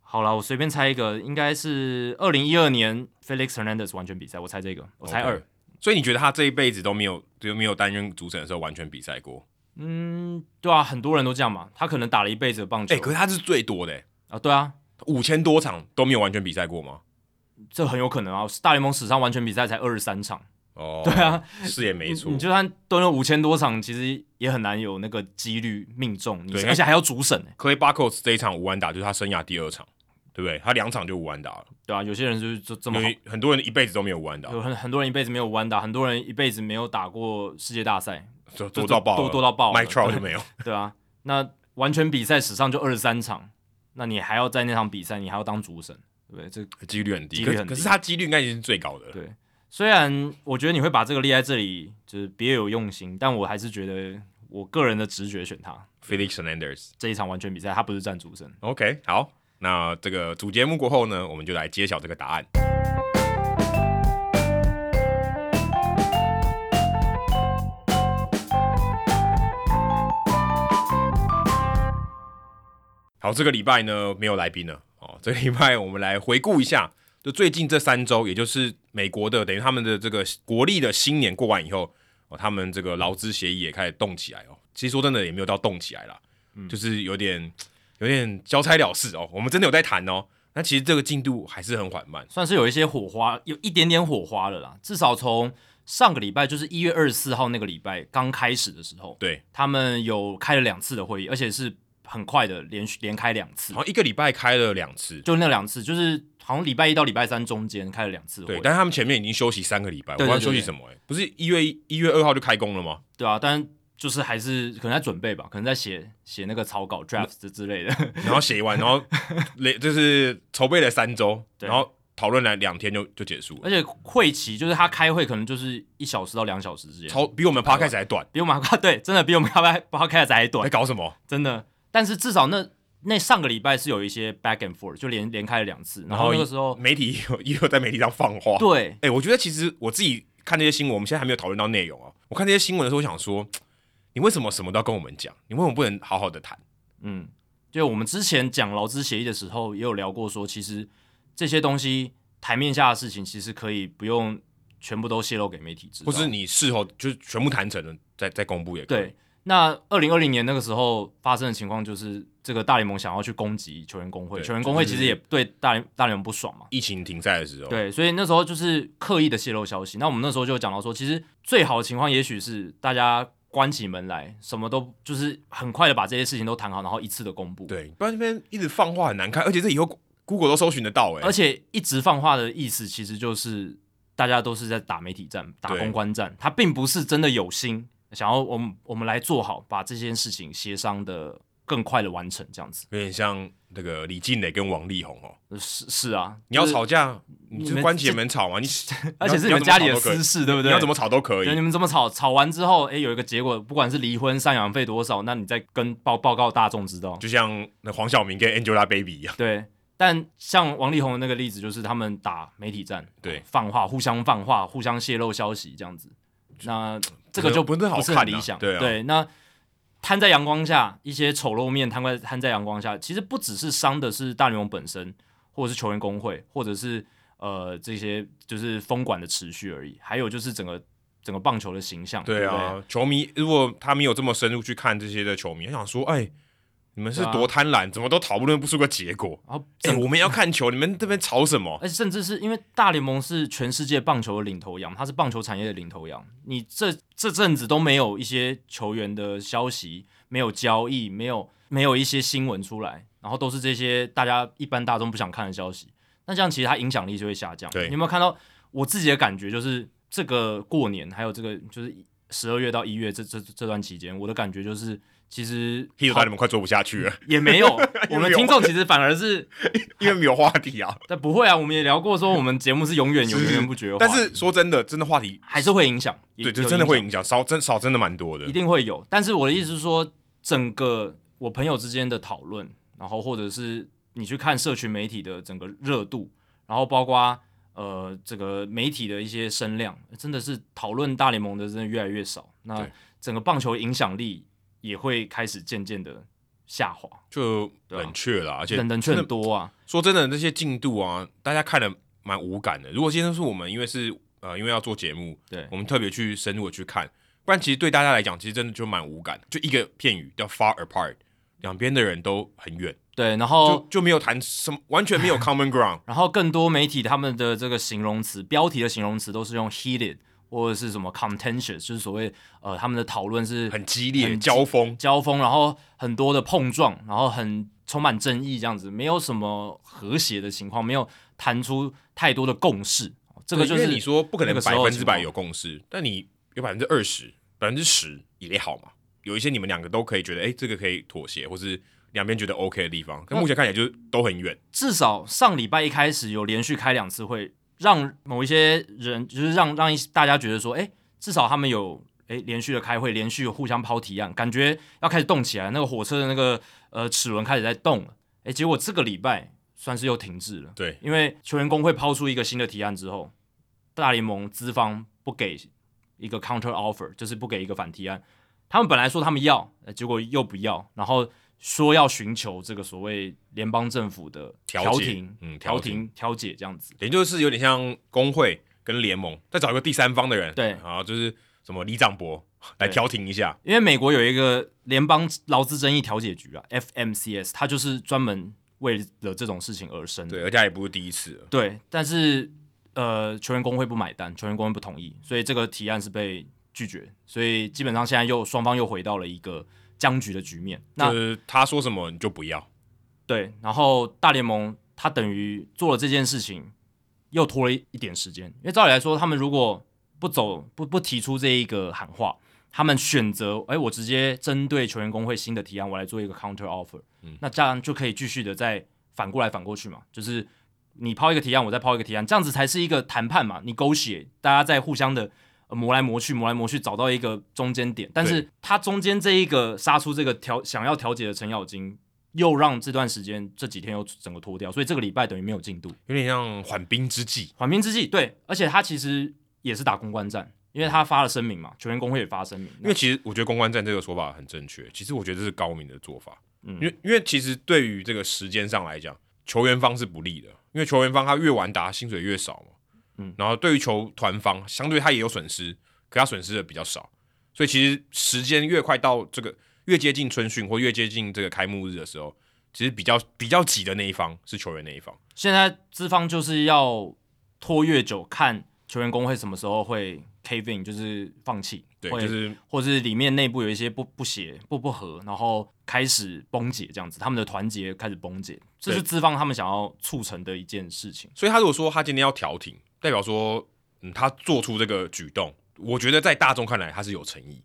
Speaker 2: 好了，我随便猜一个，应该是二零一二年 Felix Hernandez 完全比赛，我猜这个，我猜
Speaker 1: OK
Speaker 2: 二。
Speaker 1: 所以你觉得他这一辈子都没有就没有担任主审的时候完全比赛过？
Speaker 2: 嗯，对啊，很多人都这样嘛，他可能打了一辈子的棒球，
Speaker 1: 哎，可是他是最多的欸，
Speaker 2: 啊，对啊，
Speaker 1: 五千多场都没有完全比赛过吗？
Speaker 2: 这很有可能啊！大联盟史上完全比赛才二十三场，
Speaker 1: 哦，
Speaker 2: 对啊，
Speaker 1: 是也没错
Speaker 2: 你，就算蹲了五千多场，其实也很难有那个几率命中，你
Speaker 1: 对
Speaker 2: 而且还要主审、欸，
Speaker 1: Clay Buckles 这一场无安打就是他生涯第二场，对不对？他两场就无安打了，
Speaker 2: 对啊，有些人就是就这么
Speaker 1: 因
Speaker 2: 好，
Speaker 1: 为很多人一辈子都没有无安打，
Speaker 2: 有很很多人一辈子没有弯打，很多人一辈子没有打过世界大赛，
Speaker 1: 就
Speaker 2: 就
Speaker 1: 多到爆了，
Speaker 2: 多多到爆了
Speaker 1: Mike Trout 就没有，
Speaker 2: 对啊，那完全比赛史上就二十三场，那你还要在那场比赛，你还要当主审，对不对？这
Speaker 1: 几率很低，
Speaker 2: 几
Speaker 1: 可
Speaker 2: 率
Speaker 1: 是
Speaker 2: 很低
Speaker 1: 可是他几率应该已经是最高的了。
Speaker 2: 对，虽然我觉得你会把这个列在这里，就是别有用心，但我还是觉得我个人的直觉选他
Speaker 1: Felix Hernandez。
Speaker 2: 这一场完全比赛，他不是占主审。
Speaker 1: OK，好，那这个主节目过后呢，我们就来揭晓这个答案。好，这个礼拜呢没有来宾了哦。这个礼拜我们来回顾一下，就最近这三周，也就是美国的等于他们的这个国历的新年过完以后，哦，他们这个劳资协议也开始动起来哦。其实说真的，也没有到动起来啦，就是有点有点交差了事哦。我们真的有在谈哦，那其实这个进度还是很缓慢。
Speaker 2: 算是有一些火花，有一点点火花了啦。至少从上个礼拜，就是一月二十四号那个礼拜刚开始的时候，
Speaker 1: 对，
Speaker 2: 他们有开了两次的会议，而且是很快的，连续连开两次
Speaker 1: 好，像一个礼拜开了两次，
Speaker 2: 就那两次，就是好像礼拜一到礼拜三中间开了两次会
Speaker 1: 对，，但是他们前面已经休息三个礼拜，我
Speaker 2: 对对
Speaker 1: 不
Speaker 2: 对
Speaker 1: 知道休息什么、欸，不是一月一月二号就开工了吗？
Speaker 2: 对啊，但就是还是可能在准备吧，可能在写写那个草稿
Speaker 1: 嗯
Speaker 2: draft 之类的，
Speaker 1: 然后写完，然后 累就是筹备了三周，
Speaker 2: 对
Speaker 1: 然后讨论了两天就就结束了
Speaker 2: 而，且会期就是他开会可能就是一小时到两小时之间，
Speaker 1: 超比我们 podcast 还短，
Speaker 2: 比我们对，真的比我们 podcast 还短
Speaker 1: 在。搞什么？
Speaker 2: 真的。但是至少那那上个礼拜是有一些 back and forth，就连连开了两次，然后那个时候
Speaker 1: 媒体也 有也有在媒体上放话，
Speaker 2: 哦对
Speaker 1: 哎、我觉得其实我自己看这些新闻，我们现在还没有讨论到内容啊。我看这些新闻的时候，我想说，你为什么什么都要跟我们讲？你为什么不能好好的谈？
Speaker 2: 嗯，就我们之前讲劳资协议的时候也有聊过说，其实这些东西台面下的事情其实可以不用全部都泄露给媒体知道，
Speaker 1: 或是你事后就是全部谈成了再再公布也可以。
Speaker 2: 对。那二零二零年那个时候发生的情况就是，这个大联盟想要去攻击球员工会，
Speaker 1: 对
Speaker 2: 球员工会
Speaker 1: 就
Speaker 2: 其
Speaker 1: 是
Speaker 2: 实也对大联大联盟不爽嘛，
Speaker 1: 疫情停赛的时候，
Speaker 2: 对，所以那时候就是刻意的泄露消息。那我们那时候就有讲到说，其实最好的情况也许是大家关起门来，什么都就是很快的把这些事情都谈好，然后一次的公布。，
Speaker 1: 对，不然那边一直放话很难看，而且这以后 Google 都搜寻得到哎、
Speaker 2: 而且一直放话的意思其实就是大家都是在打媒体战、打
Speaker 1: 对
Speaker 2: 公关战，他并不是真的有心想要我们我们来做好把这件事情协商的更快的完成这样子。
Speaker 1: 有点像那个李静蕾跟王力宏哦，
Speaker 2: 是是啊，
Speaker 1: 你要
Speaker 2: 就是
Speaker 1: 吵，架，
Speaker 2: 你
Speaker 1: 你就
Speaker 2: 们
Speaker 1: 关起
Speaker 2: 这
Speaker 1: 门吵嘛，你
Speaker 2: 而且是
Speaker 1: 你
Speaker 2: 你
Speaker 1: 要怎
Speaker 2: 们
Speaker 1: 么
Speaker 2: 家里
Speaker 1: 吵都
Speaker 2: 的
Speaker 1: 可以
Speaker 2: 私事，对不
Speaker 1: 你
Speaker 2: 对？
Speaker 1: 要怎么吵都可以
Speaker 2: 对，，你们这么吵，吵完之后，哎、有一个结果，不管是离婚、赡养费多少，那你再跟报报告大众知道。
Speaker 1: 就像那黄晓明跟 Angelababy 一样，
Speaker 2: 对，但像王力宏的那个例子，就是他们打媒体战，
Speaker 1: 对
Speaker 2: 放话，互相放话，互相泄露消息这样子。那这个就
Speaker 1: 不是好
Speaker 2: 不是
Speaker 1: 看啊
Speaker 2: 很理想，
Speaker 1: 对啊
Speaker 2: 那摊在阳光下，一些丑陋面摊在摊在阳光下，其实不只是伤的是大联盟本身，或者是球员工会，或者是呃这些就是风管的持续而已，还有就是整个整个棒球的形象，对
Speaker 1: 对
Speaker 2: 不对
Speaker 1: 啊，球迷如果他没有这么深入去看这些的球迷，他想说，哎，你们是
Speaker 2: 对啊
Speaker 1: 多贪婪，怎么都讨论不出个结果？
Speaker 2: 然后
Speaker 1: 哎、
Speaker 2: 整个，
Speaker 1: 我们要看球，你们这 边吵什么？
Speaker 2: 而且甚至是因为大联盟是全世界棒球的领头羊，它是棒球产业的领头羊。你这这阵子都没有一些球员的消息，没有交易，没有没有一些新闻出来，然后都是这些大家一般大众不想看的消息。那这样其实它影响力就会下降。
Speaker 1: 对
Speaker 2: 你有没有看到我自己的感觉？就是这个过年，还有这个就是十二月到一月这这这段期间，我的感觉就是，其实
Speaker 1: h i 大联盟快做不下去了，
Speaker 2: 也 没有，我们
Speaker 1: 有
Speaker 2: 听众其实反而是
Speaker 1: 因为没有话题啊。
Speaker 2: 但不会啊，我们也聊过说我们节目是永远有
Speaker 1: 是
Speaker 2: 源源不绝的话
Speaker 1: 但是说真的，真的话题，
Speaker 2: 还是会影响，
Speaker 1: 对，
Speaker 2: 就
Speaker 1: 就真的会，影响，少真少真的蛮多的
Speaker 2: 一。定会有。但是我的意思是说，整个我朋友之间的讨论，然后或者是你去看社群媒体的整个热度，然后包括呃这个媒体的一些声量，真的是讨论大联盟的真的越来越少。那
Speaker 1: 对
Speaker 2: 整个棒球影响力也会开始渐渐的下滑，
Speaker 1: 就
Speaker 2: 对啊
Speaker 1: 冷却了，而且
Speaker 2: 等等却
Speaker 1: 真的
Speaker 2: 很多啊。
Speaker 1: 说真的，这些进度啊，大家看的蛮无感的。如果今天是我们，因为是呃，因为要做节目，
Speaker 2: 对
Speaker 1: 我们特别去深入的去看，不然其实对大家来讲，其实真的就蛮无感的。就一个片语叫 far apart，两边的人都很远，
Speaker 2: 对，然后
Speaker 1: 就就没有谈什么，完全没有 common ground。
Speaker 2: 然后更多媒体他们的这个形容词标题的形容词都是用 heated 或者是什么 contentious，就是所谓呃他们的讨论是
Speaker 1: 很激烈，
Speaker 2: 很激
Speaker 1: 交锋，
Speaker 2: 交锋，然后很多的碰撞，然后很充满争议，这样子没有什么和谐的情况，没有谈出太多的共识。这个就
Speaker 1: 对
Speaker 2: 是
Speaker 1: 因为你说不可能
Speaker 2: 那个时
Speaker 1: 百
Speaker 2: 候
Speaker 1: 分
Speaker 2: 的
Speaker 1: 之
Speaker 2: 情
Speaker 1: 百
Speaker 2: 况
Speaker 1: 有共识，但你有百分之二十、百分之十也好嘛。有一些你们两个都可以觉得，哎、这个可以妥协，或是两边觉得 OK 的地方，但目前看起来就是都很远。
Speaker 2: 至少上礼拜一开始有连续开两次会，让某一些人就是让让一大家觉得说，哎、至少他们有哎、诶连续的开会，连续互相抛提案，感觉要开始动起来，那个火车的那个呃齿轮开始在动了。哎、结果这个礼拜算是又停滞了，
Speaker 1: 对，
Speaker 2: 因为球员工会抛出一个新的提案之后，大联盟资方不给一个 counter offer，就是不给一个反提案。他们本来说他们要，呃结果又不要，然后说要寻求这个所谓联邦政府的
Speaker 1: 调解
Speaker 2: 停、
Speaker 1: 嗯调
Speaker 2: 调
Speaker 1: 停
Speaker 2: 停、调解这样子。
Speaker 1: 也就是有点像工会跟联盟再找一个第三方的人，
Speaker 2: 对
Speaker 1: 然后就是什么李长博来
Speaker 2: 对
Speaker 1: 调停一下，
Speaker 2: 因为美国有一个联邦劳资争议调解局啊 （FMCS），它就是专门为了这种事情而生的。
Speaker 1: 对，而且他也不是第一次了，
Speaker 2: 对，但是呃，球员工会不买单，球员工会不同意，所以这个提案是被拒绝，所以基本上现在又双方又回到了一个僵局的局面。那
Speaker 1: 就是他说什么你就不要，
Speaker 2: 对，然后大联盟他等于做了这件事情，又拖了一一点时间，因为照理来说，他们如果不走不不提出这一个喊话，他们选择哎，我直接针对球员工会新的提案，我来做一个 counter offer，、那这样就可以继续的再反过来反过去嘛，就是你抛一个提案，我再抛一个提案，这样子才是一个谈判嘛，你勾血，大家在互相的。呃磨来磨去，磨来磨去，找到一个中间点。但是他中间这一个杀出这个调想要调解的程咬金，又让这段时间这几天又整个拖掉，所以这个礼拜等于没有进度。
Speaker 1: 有点像缓兵之计，
Speaker 2: 缓兵之计，对，而且他其实也是打公关战，因为他发了声明嘛，球员工会也发声明，
Speaker 1: 因为其实我觉得公关战这个说法很正确，其实我觉得这是高明的做法，
Speaker 2: 嗯
Speaker 1: 因为因为其实对于这个时间上来讲，球员方是不利的，因为球员方他越晚打薪水越少嘛，
Speaker 2: 嗯，
Speaker 1: 然后对于球团方相对他也有损失，可他损失的比较少，所以其实时间越快到这个越接近春训或越接近这个开幕日的时候，其实比较比较急的那一方是球员那一方，
Speaker 2: 现在资方就是要拖越久，看球员工会什么时候会 cave in，就是放弃，
Speaker 1: 对，
Speaker 2: 会
Speaker 1: 就是
Speaker 2: 或是里面内部有一些不不协、不不和，然后开始崩解这样子，他们的团结开始崩解，这是
Speaker 1: 对
Speaker 2: 资方他们想要促成的一件事情。
Speaker 1: 所以他如果说他今天要调停，代表说，嗯，他做出这个举动，我觉得在大众看来他是有诚意。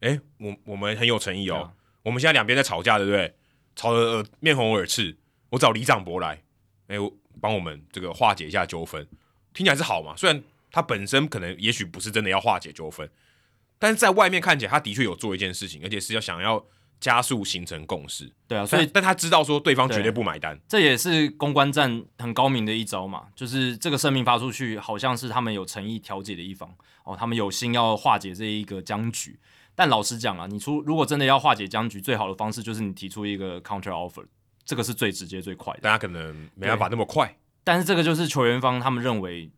Speaker 1: 诶，我我们很有诚意
Speaker 2: 对
Speaker 1: 哦
Speaker 2: 啊。
Speaker 1: 我们现在两边在吵架，对不对？吵得、呃、面红耳赤。我找李长博来，诶，我帮我们这个化解一下纠纷，听起来是好嘛？虽然他本身可能也许不是真的要化解纠纷，但是在外面看起来，他的确有做一件事情，而且是要想要加速形成共识。
Speaker 2: 对啊，所
Speaker 1: 但
Speaker 2: 以
Speaker 1: 但他知道说对方绝对
Speaker 2: 对
Speaker 1: 不买单，
Speaker 2: 这也是公关战很高明的一招嘛，就是这个声明发出去，好像是他们有诚意调解的一方哦，他们有心要化解这一个僵局。但老实讲啊，你出如果真的要化解僵局，最好的方式就是你提出一个 counter offer，这个是最直接最快的。
Speaker 1: 但他可能没办法那么快。
Speaker 2: 但是这个就是球员方他们认为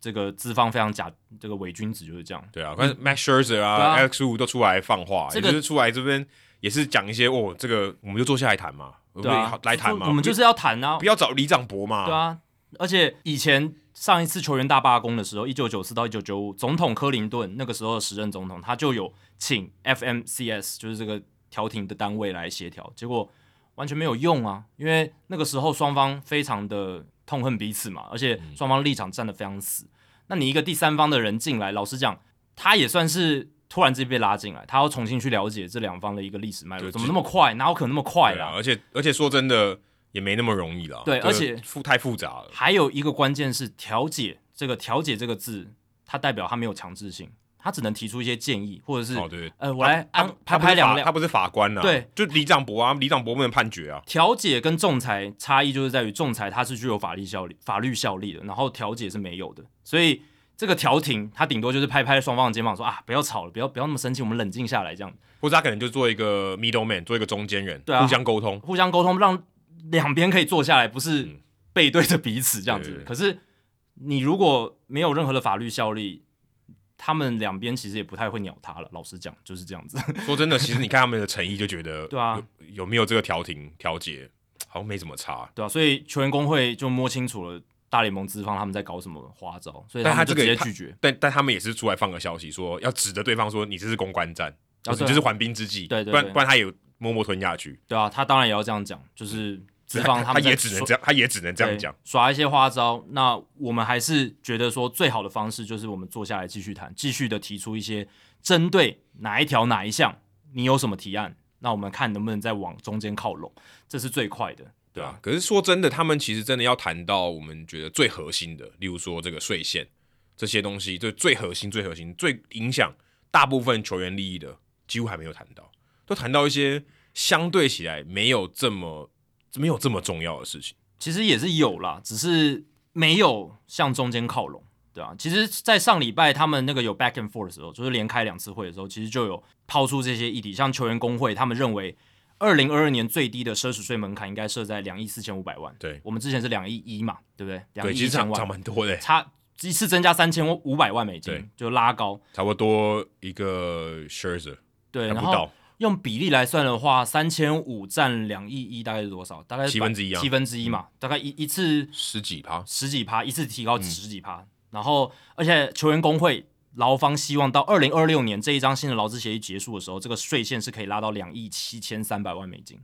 Speaker 2: 这个资方非常假，这个伪君子就是这样。
Speaker 1: 对啊，但是 Max Scherzer 啊
Speaker 2: 对啊
Speaker 1: a l e x Wu 都出来放话，
Speaker 2: 这
Speaker 1: 也
Speaker 2: 个
Speaker 1: 就是出来这边也是讲一些哦，这个我们就坐下来谈嘛，我
Speaker 2: 对
Speaker 1: 们
Speaker 2: 啊，
Speaker 1: 来谈嘛，
Speaker 2: 我们就是要谈啊
Speaker 1: 不，要找李长博嘛，
Speaker 2: 对啊，而且以前上一次球员大罢工的时候，一九九四到一九九五，总统克林顿那个时候的时任总统，他就有请 FMCS，就是这个调停的单位来协调，结果完全没有用啊，因为那个时候双方非常的痛恨彼此嘛，而且双方立场站得非常死。那你一个第三方的人进来，老实讲，他也算是。突然之间被拉进来，他要重新去了解这两方的一个历史脉络，
Speaker 1: 对
Speaker 2: 怎么
Speaker 1: 这
Speaker 2: 那么快？哪有可能那么快
Speaker 1: 对
Speaker 2: 啦
Speaker 1: 啊，？而且而且说真的也没那么容易啦，
Speaker 2: 对
Speaker 1: 这个
Speaker 2: 而且
Speaker 1: 复太复杂了，
Speaker 2: 还有一个关键是调解，这个调解这个字，它代表它没有强制性，它只能提出一些建议，或者是、
Speaker 1: 哦对，
Speaker 2: 呃，我来
Speaker 1: 他
Speaker 2: 安
Speaker 1: 他
Speaker 2: 拍
Speaker 1: 不是
Speaker 2: 拍两
Speaker 1: 法他
Speaker 2: 两。
Speaker 1: 不是法官呐，
Speaker 2: 对，
Speaker 1: 就李长博啊，李长博不能判决啊，
Speaker 2: 调解跟仲裁差异就是在于仲裁它是具有法律效力、法律效力的，然后调解是没有的，所以这个调停它顶多就是拍拍双方的肩膀说啊，不要吵了，不要不要那么生气，我们冷静下来，这样
Speaker 1: 或者他可能就做一个 middle man，做一个中间人，
Speaker 2: 对啊
Speaker 1: 互相沟通，
Speaker 2: 互相沟通，让两边可以坐下来，不是
Speaker 1: 嗯
Speaker 2: 背对着彼此这样子。
Speaker 1: 对对对
Speaker 2: 可是你如果没有任何的法律效力，他们两边其实也不太会鸟他了。老实讲，就是这样子。
Speaker 1: 说真的，其实你看他们的诚意，就觉得
Speaker 2: 对啊
Speaker 1: 有，有没有这个调停调解，好像没怎么差。
Speaker 2: 对啊，所以球员工会就摸清楚了大联盟资方他们在搞什么花招，所以
Speaker 1: 但
Speaker 2: 他
Speaker 1: 他
Speaker 2: 们就
Speaker 1: 这
Speaker 2: 直
Speaker 1: 个
Speaker 2: 接
Speaker 1: 他
Speaker 2: 拒绝。
Speaker 1: 但但他们也是出来放个消息说，要指着对方说你这是公关战，
Speaker 2: 啊
Speaker 1: 你
Speaker 2: 对啊
Speaker 1: 这是缓兵之计，
Speaker 2: 对对对
Speaker 1: 不然不然他也默默吞下去。
Speaker 2: 对啊，他当然也要这样讲，就是资 方
Speaker 1: 他
Speaker 2: 们
Speaker 1: 也
Speaker 2: 在
Speaker 1: 只能
Speaker 2: 说
Speaker 1: 这样，他也只能这样
Speaker 2: 对
Speaker 1: 讲。
Speaker 2: 耍一些花招。那我们还是觉得说，最好的方式就是我们坐下来继续谈，继续的提出一些针对哪一条哪一项，你有什么提案，那我们看能不能再往中间靠拢，这是最快的。
Speaker 1: 对啊，可是说真的，他们其实真的要谈到我们觉得最核心的，例如说这个税线这些东西，就最核心、最核心、最影响大部分球员利益的，几乎还没有谈到，都谈到一些相对起来没有这么没有这么重要的事情。
Speaker 2: 其实也是有啦，只是没有向中间靠拢，对啊，其实，在上礼拜他们那个有 back and forth 的时候，就是连开两次会的时候，其实就有抛出这些议题，像球员工会，他们认为二零二二年最低的奢侈税门槛应该设在两亿四千五百万。
Speaker 1: 对
Speaker 2: 我们之前是两亿一嘛，对不对？两
Speaker 1: 对，
Speaker 2: 亿
Speaker 1: 其
Speaker 2: 一
Speaker 1: 实
Speaker 2: 千
Speaker 1: 涨涨
Speaker 2: 万，
Speaker 1: 蛮多的、欸
Speaker 2: 差一次增加三千五百万美
Speaker 1: 对
Speaker 2: 金，就拉高。
Speaker 1: 差不多一个 Scherzer
Speaker 2: 对，
Speaker 1: 还
Speaker 2: 然
Speaker 1: 不
Speaker 2: 后
Speaker 1: 到，
Speaker 2: 用比例来算的话，三千五占两亿一，大概是多少？大概是
Speaker 1: 七分之一啊
Speaker 2: 七分之一嘛，大概一一次
Speaker 1: 十几趴，
Speaker 2: 十几趴，一次
Speaker 1: 嗯
Speaker 2: 提高十几趴。然后，而且球员工会劳方希望到二零二六年这一张新的劳资协议结束的时候，这个税线是可以拉到两亿七千三百万美金，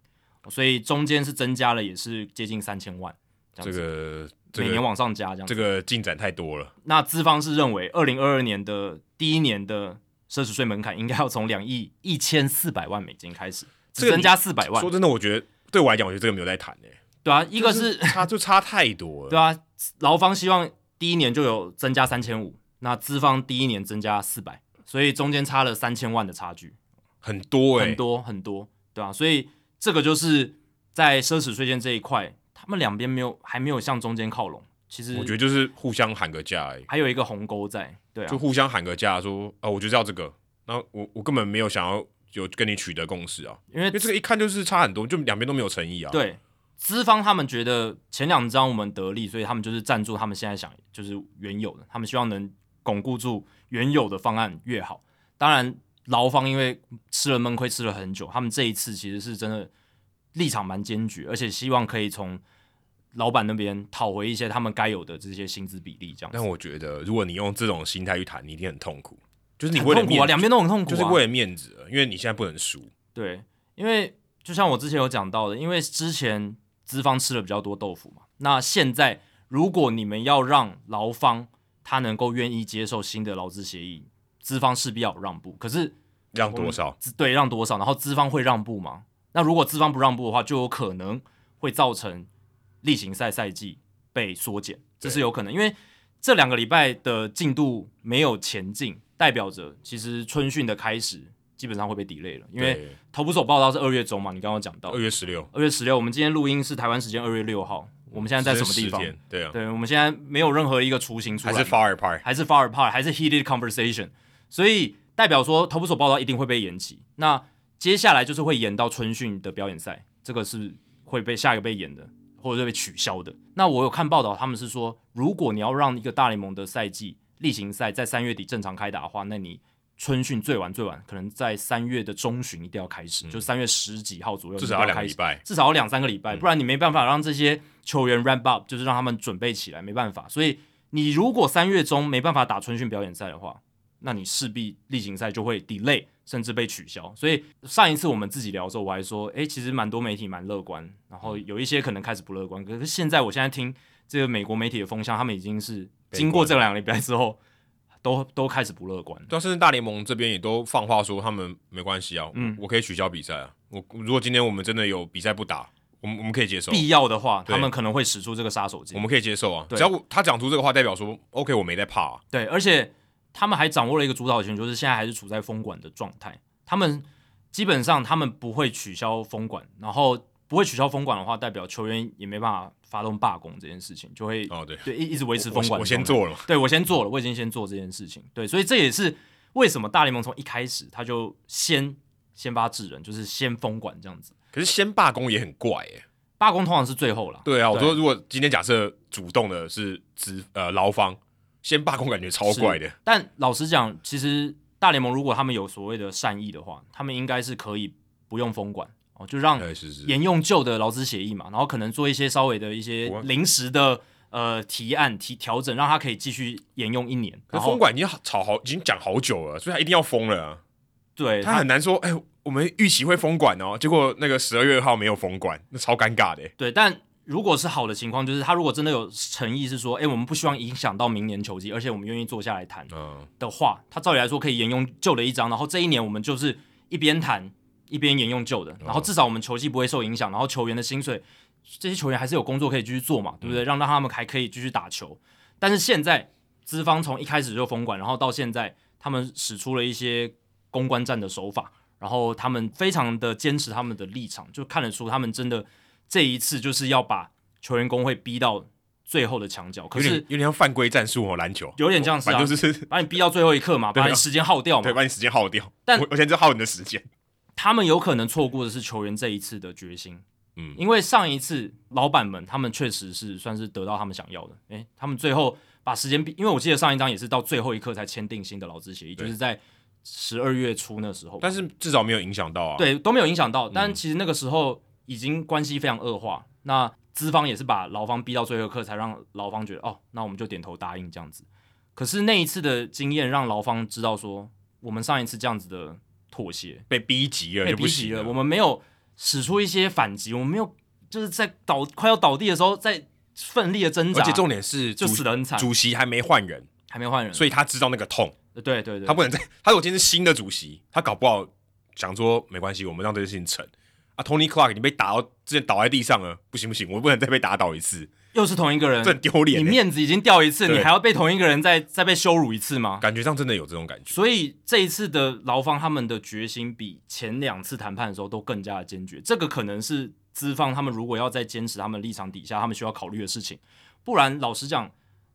Speaker 2: 所以中间是增加了也是接近三千万，这样
Speaker 1: 这
Speaker 2: 子、
Speaker 1: 个这
Speaker 2: 每年
Speaker 1: 个
Speaker 2: 往上加这样子。
Speaker 1: 这个进展太多了。
Speaker 2: 那资方是认为二零二二年的第一年的奢侈税门槛应该要从两亿一千四百万美金开始，
Speaker 1: 这
Speaker 2: 只
Speaker 1: 个
Speaker 2: 增加四百万
Speaker 1: 说，真的，我觉得对我来讲，我觉得这个没有在谈诶、
Speaker 2: 对啊，一个
Speaker 1: 就是差就差太多了。
Speaker 2: 对啊，劳方希望第一年就有增加三千五，那资方第一年增加四百，所以中间差了三千万的差距，
Speaker 1: 很多哎、
Speaker 2: 很多很多，对啊，所以这个就是在奢侈税件这一块，他们两边没有还没有向中间靠拢，其实
Speaker 1: 我觉得就是互相喊个价、欸，
Speaker 2: 还有一个鸿沟在，对
Speaker 1: 就
Speaker 2: 啊，
Speaker 1: 互相喊个价，说啊，我就是要这个，那我我根本没有想要有跟你取得共识啊，
Speaker 2: 因为
Speaker 1: 因为这个一看就是差很多，就两边都没有诚意啊。，
Speaker 2: 对资方他们觉得前两张我们得利，所以他们就是赞助他们现在想就是原有的，他们希望能巩固住原有的方案越好。当然，劳方因为吃了闷亏吃了很久，他们这一次其实是真的立场蛮坚决，而且希望可以从老板那边讨回一些他们该有的这些薪资比例，这样子
Speaker 1: 但。我觉得如果你用这种心态去谈，你一定很痛苦，就是你
Speaker 2: 很
Speaker 1: 为了
Speaker 2: 痛苦
Speaker 1: 面子，
Speaker 2: 啊，两边都很痛苦、啊，
Speaker 1: 就是为了面子了，因为你现在不能输。
Speaker 2: 对，因为就像我之前有讲到的，因为之前资方吃了比较多豆腐嘛，那现在如果你们要让劳方他能够愿意接受新的劳资协议，资方势必要有让步。可是
Speaker 1: 让多少？
Speaker 2: 资对让多少，然后资方会让步吗？那如果资方不让步的话，就有可能会造成例行赛赛季被缩减，这是有可能，因为这两个礼拜的进度没有前进，代表着其实春训的开始基本上会被 delay 了，因为
Speaker 1: 对
Speaker 2: 投捕手报道是二月中嘛，你刚刚讲到
Speaker 1: 二月十六，
Speaker 2: 二月十六，我们今天录音是台湾时间二月六号，我们现在在什么地方
Speaker 1: 时？间？对啊，
Speaker 2: 对，我们现在没有任何一个雏形出
Speaker 1: 还
Speaker 2: 来，
Speaker 1: 是 far apart？
Speaker 2: 还是 far apart，还是 heated conversation，所以代表说投捕手报道一定会被延期。那接下来就是会延到春训的表演赛，这个是会被下一个被延的，或者是被取消的。那我有看报道，他们是说，如果你要让一个大联盟的赛季例行赛在三月底正常开打的话，那你春训最晚最晚可能在三月的中旬一定要开始，就三月十几号左右
Speaker 1: 嗯至
Speaker 2: 你一定
Speaker 1: 少要两
Speaker 2: 开
Speaker 1: 个
Speaker 2: 始
Speaker 1: 礼拜。
Speaker 2: 至少要两三个礼拜，不然你没办法让这些球员 ramp up，就是让他们准备起来，没办法。所以你如果三月中没办法打春训表演赛的话，那你势必例行赛就会 delay，甚至被取消。所以上一次我们自己聊的时候，我还说，诶，其实蛮多媒体蛮乐观，然后有一些可能开始不乐观。可是现在我现在听这个美国媒体的风向，他们已经是经过这两个礼拜之后，都都开始不乐观。
Speaker 1: 对啊，甚至大联盟这边也都放话说他们没关系啊，嗯，我可以取消比赛啊。我如果今天我们真的有比赛不打，我们我们可以接受，
Speaker 2: 必要的话，
Speaker 1: 对
Speaker 2: 他们可能会使出这个杀手锏
Speaker 1: 我。们可以接受啊。
Speaker 2: 对
Speaker 1: 只要我他讲出这个话，代表说 OK，我没在怕、啊。
Speaker 2: 对，而且他们还掌握了一个主导权，就是现在还是处在封管的状态。他们基本上他们不会取消封管，然后不会取消封管的话，代表球员也没办法发动罢工这件事情，就会、
Speaker 1: 哦，对，
Speaker 2: 对一一直维持
Speaker 1: 我
Speaker 2: 封管
Speaker 1: 我
Speaker 2: 的
Speaker 1: 先
Speaker 2: 状态，
Speaker 1: 做了嘛。
Speaker 2: 对我先做了，我已经先做这件事情。对，所以这也是为什么大联盟从一开始他就先先发制人，就是先封管这样子。
Speaker 1: 可是先罢工也很怪哎、
Speaker 2: 罢工通常是最后啦，
Speaker 1: 对啊，我
Speaker 2: 对
Speaker 1: 说如果今天假设主动的是资呃劳方先罢工，感觉超怪的
Speaker 2: 是。但老实讲，其实大联盟如果他们有所谓的善意的话，他们应该是可以不用封管，哦，就让
Speaker 1: 哎是是
Speaker 2: 沿用旧的劳资协议嘛，然后可能做一些稍微的一些
Speaker 1: 我
Speaker 2: 临时的呃提案提调整，让它可以继续沿用一年。
Speaker 1: 可
Speaker 2: 然
Speaker 1: 是
Speaker 2: 后
Speaker 1: 风管已经吵好，已经讲好久了，所以他一定要封了啊。
Speaker 2: 对
Speaker 1: 他很难说，哎、我们预期会封管哦，结果那个十二月二号没有封管，那超尴尬的、欸。
Speaker 2: 对，但如果是好的情况，就是他如果真的有诚意，是说，哎、我们不希望影响到明年球季，而且我们愿意坐下来谈
Speaker 1: 嗯，
Speaker 2: 的话，他照理来说可以沿用旧的一张，然后这一年我们就是一边谈一边沿用旧的，
Speaker 1: 嗯
Speaker 2: 然后至少我们球季不会受影响，然后球员的薪水，这些球员还是有工作可以继续做嘛，
Speaker 1: 嗯
Speaker 2: 对不对？让让他们还可以继续打球。但是现在资方从一开始就封管，然后到现在他们使出了一些公关战的手法，然后他们非常的坚持他们的立场，就看得出他们真的这一次就是要把球员工会逼到最后的墙角，可
Speaker 1: 有点
Speaker 2: 是。
Speaker 1: 有点像犯规战术哦，篮球
Speaker 2: 有点像是
Speaker 1: 反
Speaker 2: 啊，
Speaker 1: 正就是
Speaker 2: 把你逼到最后一刻嘛，
Speaker 1: 对啊
Speaker 2: 把你时间耗掉嘛
Speaker 1: 对，。把你时间耗掉。
Speaker 2: 但
Speaker 1: 我我现在就耗你的时间。
Speaker 2: 他们有可能错过的是球员这一次的决心，
Speaker 1: 嗯
Speaker 2: 因为上一次老板们他们确实是算是得到他们想要的，诶、他们最后把时间逼，因为我记得上一章也是到最后一刻才签订新的劳资协议，
Speaker 1: 对
Speaker 2: 就是在十二月初那时候，
Speaker 1: 但是至少没有影响到啊。，
Speaker 2: 对都没有影响到。
Speaker 1: 嗯
Speaker 2: 但其实那个时候已经关系非常恶化，那资方也是把劳方逼到最后一刻，才让劳方觉得哦，那我们就点头答应这样子。可是那一次的经验让劳方知道说，我们上一次这样子的妥协，
Speaker 1: 被逼急了
Speaker 2: 被
Speaker 1: 就不
Speaker 2: 逼急
Speaker 1: 行啊
Speaker 2: 了，我们没有使出一些反击，我们没有就是在倒快要倒地的时候在奋力的挣扎，
Speaker 1: 而且重点是
Speaker 2: 就
Speaker 1: 主
Speaker 2: 死得很惨，
Speaker 1: 主席还没换人，
Speaker 2: 还没换人，
Speaker 1: 所以他知道那个痛，
Speaker 2: 以对嗯对对，
Speaker 1: 他不能再。他如果今天是新的主席，他搞不好想说没关系，我们让这件事情成。啊，Tony Clark，你被打到之前倒在地上了，不行不行，我不能再被打倒一次，
Speaker 2: 又是同一个人
Speaker 1: 这，很丢脸
Speaker 2: 你
Speaker 1: 欸、
Speaker 2: 嗯面子已经掉一次，
Speaker 1: 对
Speaker 2: 你还要被同一个人再再被羞辱一次吗？
Speaker 1: 感觉上真的有这种感觉。
Speaker 2: 所以这一次的劳方他们的决心比前两次谈判的时候都更加的坚决，这个可能是资方他们如果要在坚持他们立场底下，他们需要考虑的事情。不然，老实讲，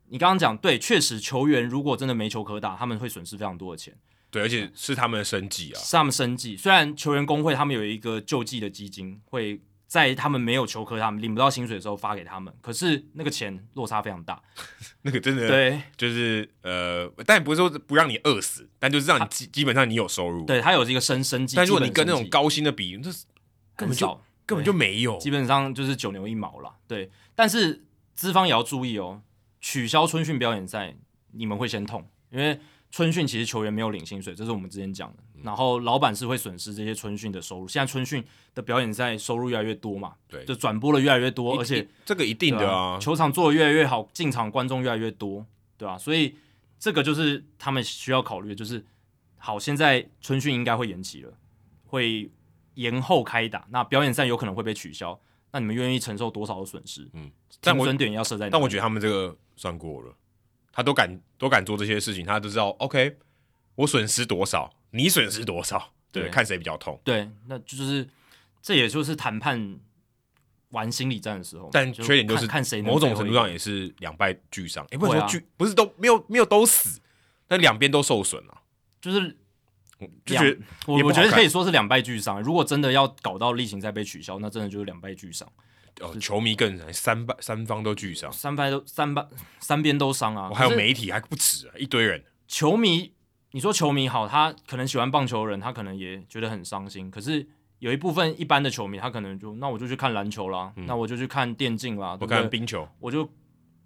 Speaker 2: 你刚刚讲对，确实球员如果真的没球可打，他们会损失非常多的钱。
Speaker 1: 对，而且是他们的生计啊。
Speaker 2: 是他们生计。虽然球员工会他们有一个救济的基金，会在他们没有球科，他们领不到薪水的时候发给他们，可是那个钱落差非常大。
Speaker 1: 那个真的
Speaker 2: 对，
Speaker 1: 就是呃，但不是说不让你饿死，但就是让你基基本上你有收入。，
Speaker 2: 对他有一个生生计，
Speaker 1: 但如果你跟那
Speaker 2: 基
Speaker 1: 种
Speaker 2: 本生计
Speaker 1: 高薪的比，这是根本
Speaker 2: 很
Speaker 1: 就
Speaker 2: 少
Speaker 1: 根本就没有。
Speaker 2: 基本上就是九牛一毛啦。对，但是资方也要注意哦，取消春训表演赛，你们会先痛，因为春训其实球员没有领薪水，这是我们之前讲的。
Speaker 1: 嗯
Speaker 2: 然后老板是会损失这些春训的收入，现在春训的表演赛收入越来越多嘛，
Speaker 1: 对
Speaker 2: 就转播了越来越多，而且
Speaker 1: 这个一定
Speaker 2: 对
Speaker 1: 的啊，
Speaker 2: 球场做的越来越好，进场观众越来越多，对吧、所以这个就是他们需要考虑，的，就是好，现在春训应该会延期了，会延后开打，那表演赛有可能会被取消，那你们愿意承受多少的损失？
Speaker 1: 嗯，但
Speaker 2: 停
Speaker 1: 我
Speaker 2: 损点要设在哪里，
Speaker 1: 但我觉得他们这个算过了，他都敢都敢做这些事情，他都知道 OK，我损失多少，你损失多少，对，
Speaker 2: 对
Speaker 1: 看谁比较痛。
Speaker 2: 对，那就是这也就是谈判玩心理战的时候，
Speaker 1: 但缺点就是
Speaker 2: 看看谁能
Speaker 1: 某种
Speaker 2: 最后
Speaker 1: 程
Speaker 2: 一
Speaker 1: 度
Speaker 2: 个
Speaker 1: 上也是两败俱伤，也不能
Speaker 2: 会
Speaker 1: 说
Speaker 2: 啊
Speaker 1: 俱，不是都没有没有都死，但两边都受损了、啊
Speaker 2: 就是
Speaker 1: 就觉得
Speaker 2: 两我
Speaker 1: 也不
Speaker 2: 我
Speaker 1: 好
Speaker 2: 觉得
Speaker 1: 看
Speaker 2: 可以说是两败俱伤。如果真的要搞到例行赛被取消，那真的就是两败俱伤。
Speaker 1: 哦，球迷更难，三败三方都俱伤，
Speaker 2: 哦三败都三败三边都伤啊！
Speaker 1: 我还有
Speaker 2: 可是
Speaker 1: 媒体还不止、啊，一堆人。
Speaker 2: 球迷，你说球迷好，他可能喜欢棒球的人，他可能也觉得很伤心。可是有一部分一般的球迷，他可能就那我就去看篮球啦，那我就去看电竞啦，
Speaker 1: 嗯我
Speaker 2: 对不
Speaker 1: 看
Speaker 2: 对？
Speaker 1: 冰球，
Speaker 2: 我就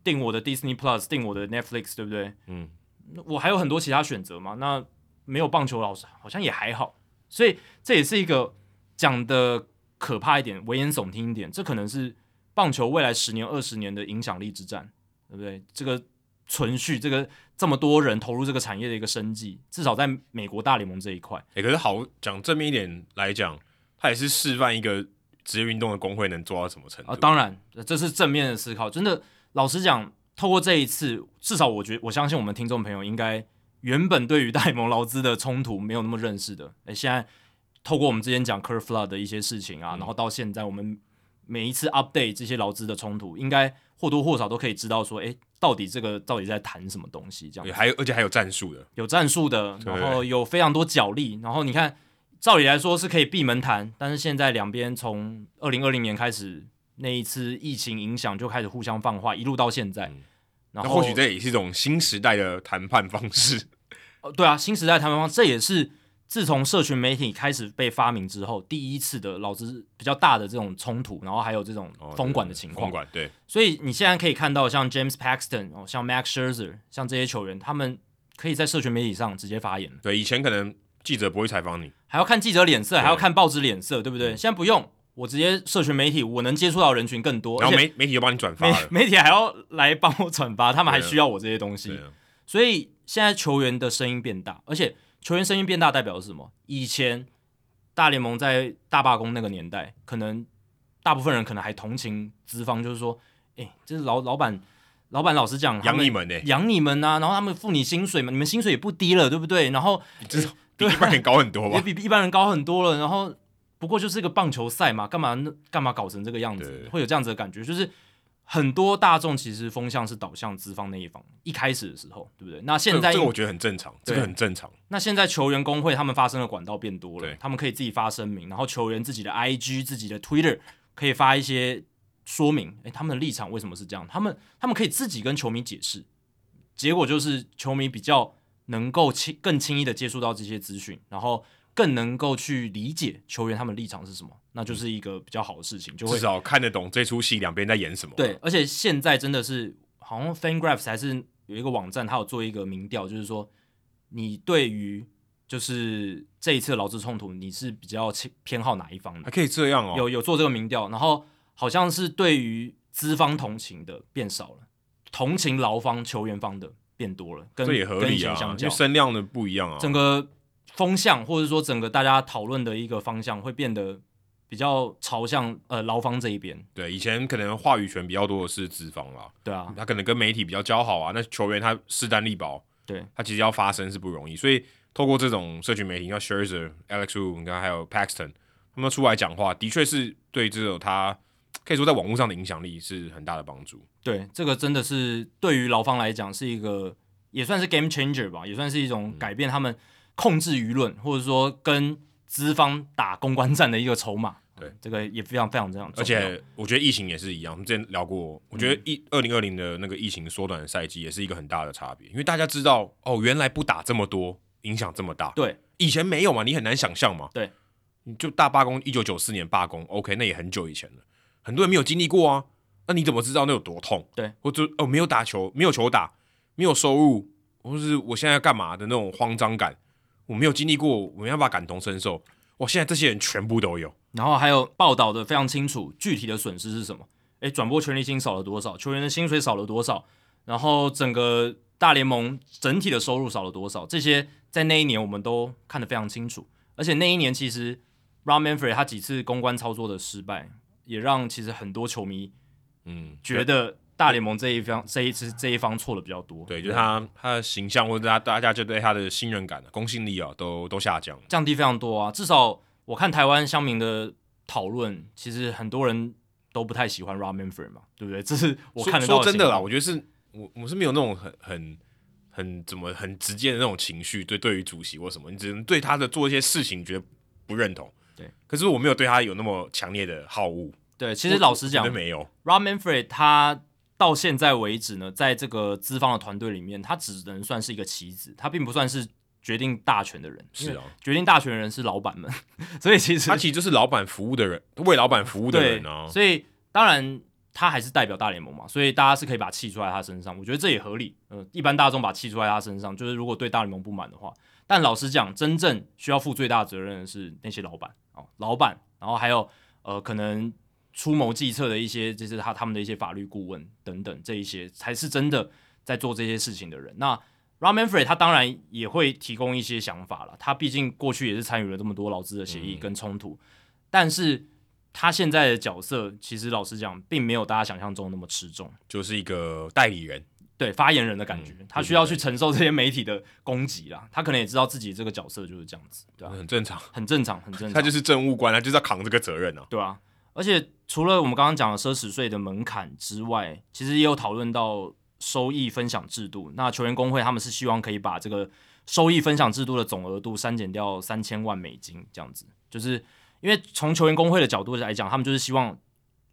Speaker 2: 订我的 Disney Plus，订我的 Netflix，对不对？
Speaker 1: 嗯，
Speaker 2: 那我还有很多其他选择嘛。那没有棒球老师好像也还好，所以这也是一个讲的可怕一点、危言耸听一点，这可能是棒球未来十年、二十年的影响力之战，对不对？这个存续，这个这么多人投入这个产业的一个生计，至少在美国大联盟这一块，
Speaker 1: 哎、可是好讲正面一点来讲，他也是示范一个职业运动的工会能做到什么程度。
Speaker 2: 啊，当然，呃这是正面的思考。真的，老实讲，透过这一次，至少我觉我相信我们听众朋友应该原本对于大联盟劳资的冲突没有那么认识的。诶，现在透过我们之前讲 Curve Flood 的一些事情
Speaker 1: 嗯
Speaker 2: 啊，然后到现在我们每一次 update 这些劳资的冲突，应该或多或少都可以知道说，诶，到底这个到底在谈什么东西这样
Speaker 1: 也
Speaker 2: 子。
Speaker 1: 还有，而且还有战术的，
Speaker 2: 有战术的，
Speaker 1: 对
Speaker 2: 然后有非常多角力，然后你看，照理来说是可以闭门谈，但是现在两边从二零二零年开始那一次疫情影响就开始互相放话，一路到现在，
Speaker 1: 嗯
Speaker 2: 然
Speaker 1: 那
Speaker 2: 后
Speaker 1: 或许这也是一种新时代的谈判方式。
Speaker 2: 呃对啊，新时代谈判方这也是自从社群媒体开始被发明之后，第一次的劳资比较大的这种冲突，然后还有这种
Speaker 1: 哦
Speaker 2: 封管的
Speaker 1: 对
Speaker 2: 情
Speaker 1: 封
Speaker 2: 况，
Speaker 1: 管对，
Speaker 2: 所以你现在可以看到，像 James Paxton 哦，像 Max Scherzer，像这些球员，他们可以在社群媒体上直接发言了，
Speaker 1: 对，以前可能记者不会采访你，
Speaker 2: 还要看记者脸色，还要
Speaker 1: 对嗯
Speaker 2: 看报纸脸色，对不对？现在不用，我直接社群媒体，我能接触到人群更多，
Speaker 1: 然后
Speaker 2: 而且
Speaker 1: 媒媒体就帮你转发
Speaker 2: 媒
Speaker 1: 了。
Speaker 2: 媒体还要来帮我转发，他们还
Speaker 1: 对啊
Speaker 2: 需要我这些东西
Speaker 1: 对，啊，
Speaker 2: 所以现在球员的声音变大，而且球员声音变大代表的是什么？以前大联盟在大罢工那个年代，可能大部分人可能还同情资方，就是说，哎、这是老老板，老板老实讲，他
Speaker 1: 养
Speaker 2: 们
Speaker 1: 你们呢，
Speaker 2: 养你们啊，然后他们付你薪水嘛，你们薪水也不低了，对不对？然后
Speaker 1: 这是比一般人高很多
Speaker 2: 也
Speaker 1: 吧？
Speaker 2: 比一般人高很多了，然后不过就是个棒球赛嘛，干嘛那干嘛搞成这个样子
Speaker 1: 对？
Speaker 2: 会有这样子的感觉，就是很多大众其实风向是导向资方那一方，一开始的时候，对不对？那现
Speaker 1: 这
Speaker 2: 在
Speaker 1: 个这个我觉得很正常，这
Speaker 2: 对
Speaker 1: 个很正常。
Speaker 2: 那现在球员工会他们发声的管道变多了
Speaker 1: 对，
Speaker 2: 他们可以自己发声明，然后球员自己的 IG、自己的 Twitter 可以发一些说明，诶，他们的立场为什么是这样？他们他们可以自己跟球迷解释，结果就是球迷比较能够轻更轻易的接触到这些资讯，然后更能够去理解球员他们立场是什么，那就是一个比较好的事情，就会
Speaker 1: 至少看得懂这出戏两边在演什么。啊
Speaker 2: 对，，而且现在真的是好像 FanGraphs 还是有一个网站，它有做一个民调，就是说你对于就是这一次的劳资冲突，你是比较倾偏好哪一方
Speaker 1: 还
Speaker 2: 的？
Speaker 1: 可以这样哦。
Speaker 2: 有有做这个民调，然后好像是对于资方同情的变少了，同情劳方、球员方的变多了，跟
Speaker 1: 这也合
Speaker 2: 跟以
Speaker 1: 理
Speaker 2: 前
Speaker 1: 啊
Speaker 2: 相，
Speaker 1: 因
Speaker 2: 较
Speaker 1: 为，声量的不一样啊。
Speaker 2: 整个风向或者说整个大家讨论的一个方向会变得比较朝向呃劳方这一边，
Speaker 1: 对，以前可能话语权比较多的是资方啦，
Speaker 2: 对啊，
Speaker 1: 他可能跟媒体比较交好啊，那球员他势单力薄，
Speaker 2: 对，
Speaker 1: 他其实要发声是不容易，所以透过这种社群媒体，像 Scherzer、Alex Wu，你看还有 Paxton，他们出来讲话，的确是对这种他可以说在网络上的影响力是很大的帮助。
Speaker 2: 对，这个真的是对于劳方来讲是一个也算是 game changer 吧，也算是一
Speaker 1: 嗯
Speaker 2: 种改变他们控制舆论或者说跟资方打公关战的一个筹码。
Speaker 1: 对，
Speaker 2: 这个也非常非常这样。
Speaker 1: 而且我觉得疫情也是一样，我们之前聊过，我
Speaker 2: 嗯
Speaker 1: 觉得一二零二零的那个疫情缩短的赛季也是一个很大的差别，因为大家知道哦，原来不打这么多，影响这么大。
Speaker 2: 对，
Speaker 1: 以前没有嘛，你很难想象嘛。
Speaker 2: 对，
Speaker 1: 你就大罢工，一九九四年罢工，OK，那也很久以前了，很多人没有经历过啊。那你怎么知道那有多痛？
Speaker 2: 对，
Speaker 1: 或者哦，没有打球，没有球打，没有收入，或是我现在要干嘛的那种慌张感，我没有经历过，我没办法感同身受。哇，现在这些人全部都有，
Speaker 2: 然后还有报道的非常清楚，具体的损失是什么？诶，转播权利金少了多少？球员的薪水少了多少？然后整个大联盟整体的收入少了多少？这些在那一年我们都看得非常清楚。而且那一年其实 Ron Manfred 他几次公关操作的失败，也让其实很多球迷
Speaker 1: 嗯，
Speaker 2: 觉得大联盟这一方这一次这一方错的比较多。
Speaker 1: 对，就是他他的形象或者他大家就对他的信任感、公信力啊，都都下降了。
Speaker 2: 降低非常多啊。至少我看台湾乡民的讨论，其实很多人都不太喜欢 Rob Manfred 嘛，对不对？这是我
Speaker 1: 说
Speaker 2: 看得到
Speaker 1: 说真
Speaker 2: 的
Speaker 1: 的
Speaker 2: 情
Speaker 1: 啦，
Speaker 2: 况
Speaker 1: 我觉得是我我是没有那种很很很怎么很直接的那种情绪，对对于主席或什么，你只能对他的做一些事情觉得不认同。
Speaker 2: 对，
Speaker 1: 可是我没有对他有那么强烈的好恶。
Speaker 2: 对，其实老实讲
Speaker 1: 真的没有。
Speaker 2: ，Rob Manfred 他到现在为止呢，在这个资方的团队里面，他只能算是一个棋子，他并不算是决定大权的人。
Speaker 1: 是，啊，
Speaker 2: 决定大权的人是老板们， 所以其实
Speaker 1: 他其实就是老板服务的人，为老板服务的
Speaker 2: 对
Speaker 1: 人啊。
Speaker 2: 所以当然他还是代表大联盟嘛，所以大家是可以把气出在他身上，我觉得这也合理。呃，一般大众把气出在他身上，就是如果对大联盟不满的话，但老实讲，真正需要负最大责任的是那些老板哦，老板，然后还有呃可能。出谋计策的一些，就是他他们的一些法律顾问等等，这一些才是真的在做这些事情的人。那 r a m a n f r e d 他当然也会提供一些想法了，他毕竟过去也是参与了这么多劳资的协议
Speaker 1: 嗯
Speaker 2: 跟冲突，但是他现在的角色，其实老实讲，并没有大家想象中那么吃重。
Speaker 1: 就是一个代理人，
Speaker 2: 对发言人的感觉，
Speaker 1: 嗯
Speaker 2: 他需要去承受这些媒体的攻击啦。他可能也知道自己这个角色就是这样子，对啊？
Speaker 1: 很正常。
Speaker 2: 很正常，很正常。
Speaker 1: 他就是政务官，他就是要扛这个责任啊。
Speaker 2: 对啊，而且除了我们刚刚讲的奢侈税的门槛之外，其实也有讨论到收益分享制度。那球员工会他们是希望可以把这个收益分享制度的总额度删减掉三千万美金，这样子，就是因为从球员工会的角度来讲，他们就是希望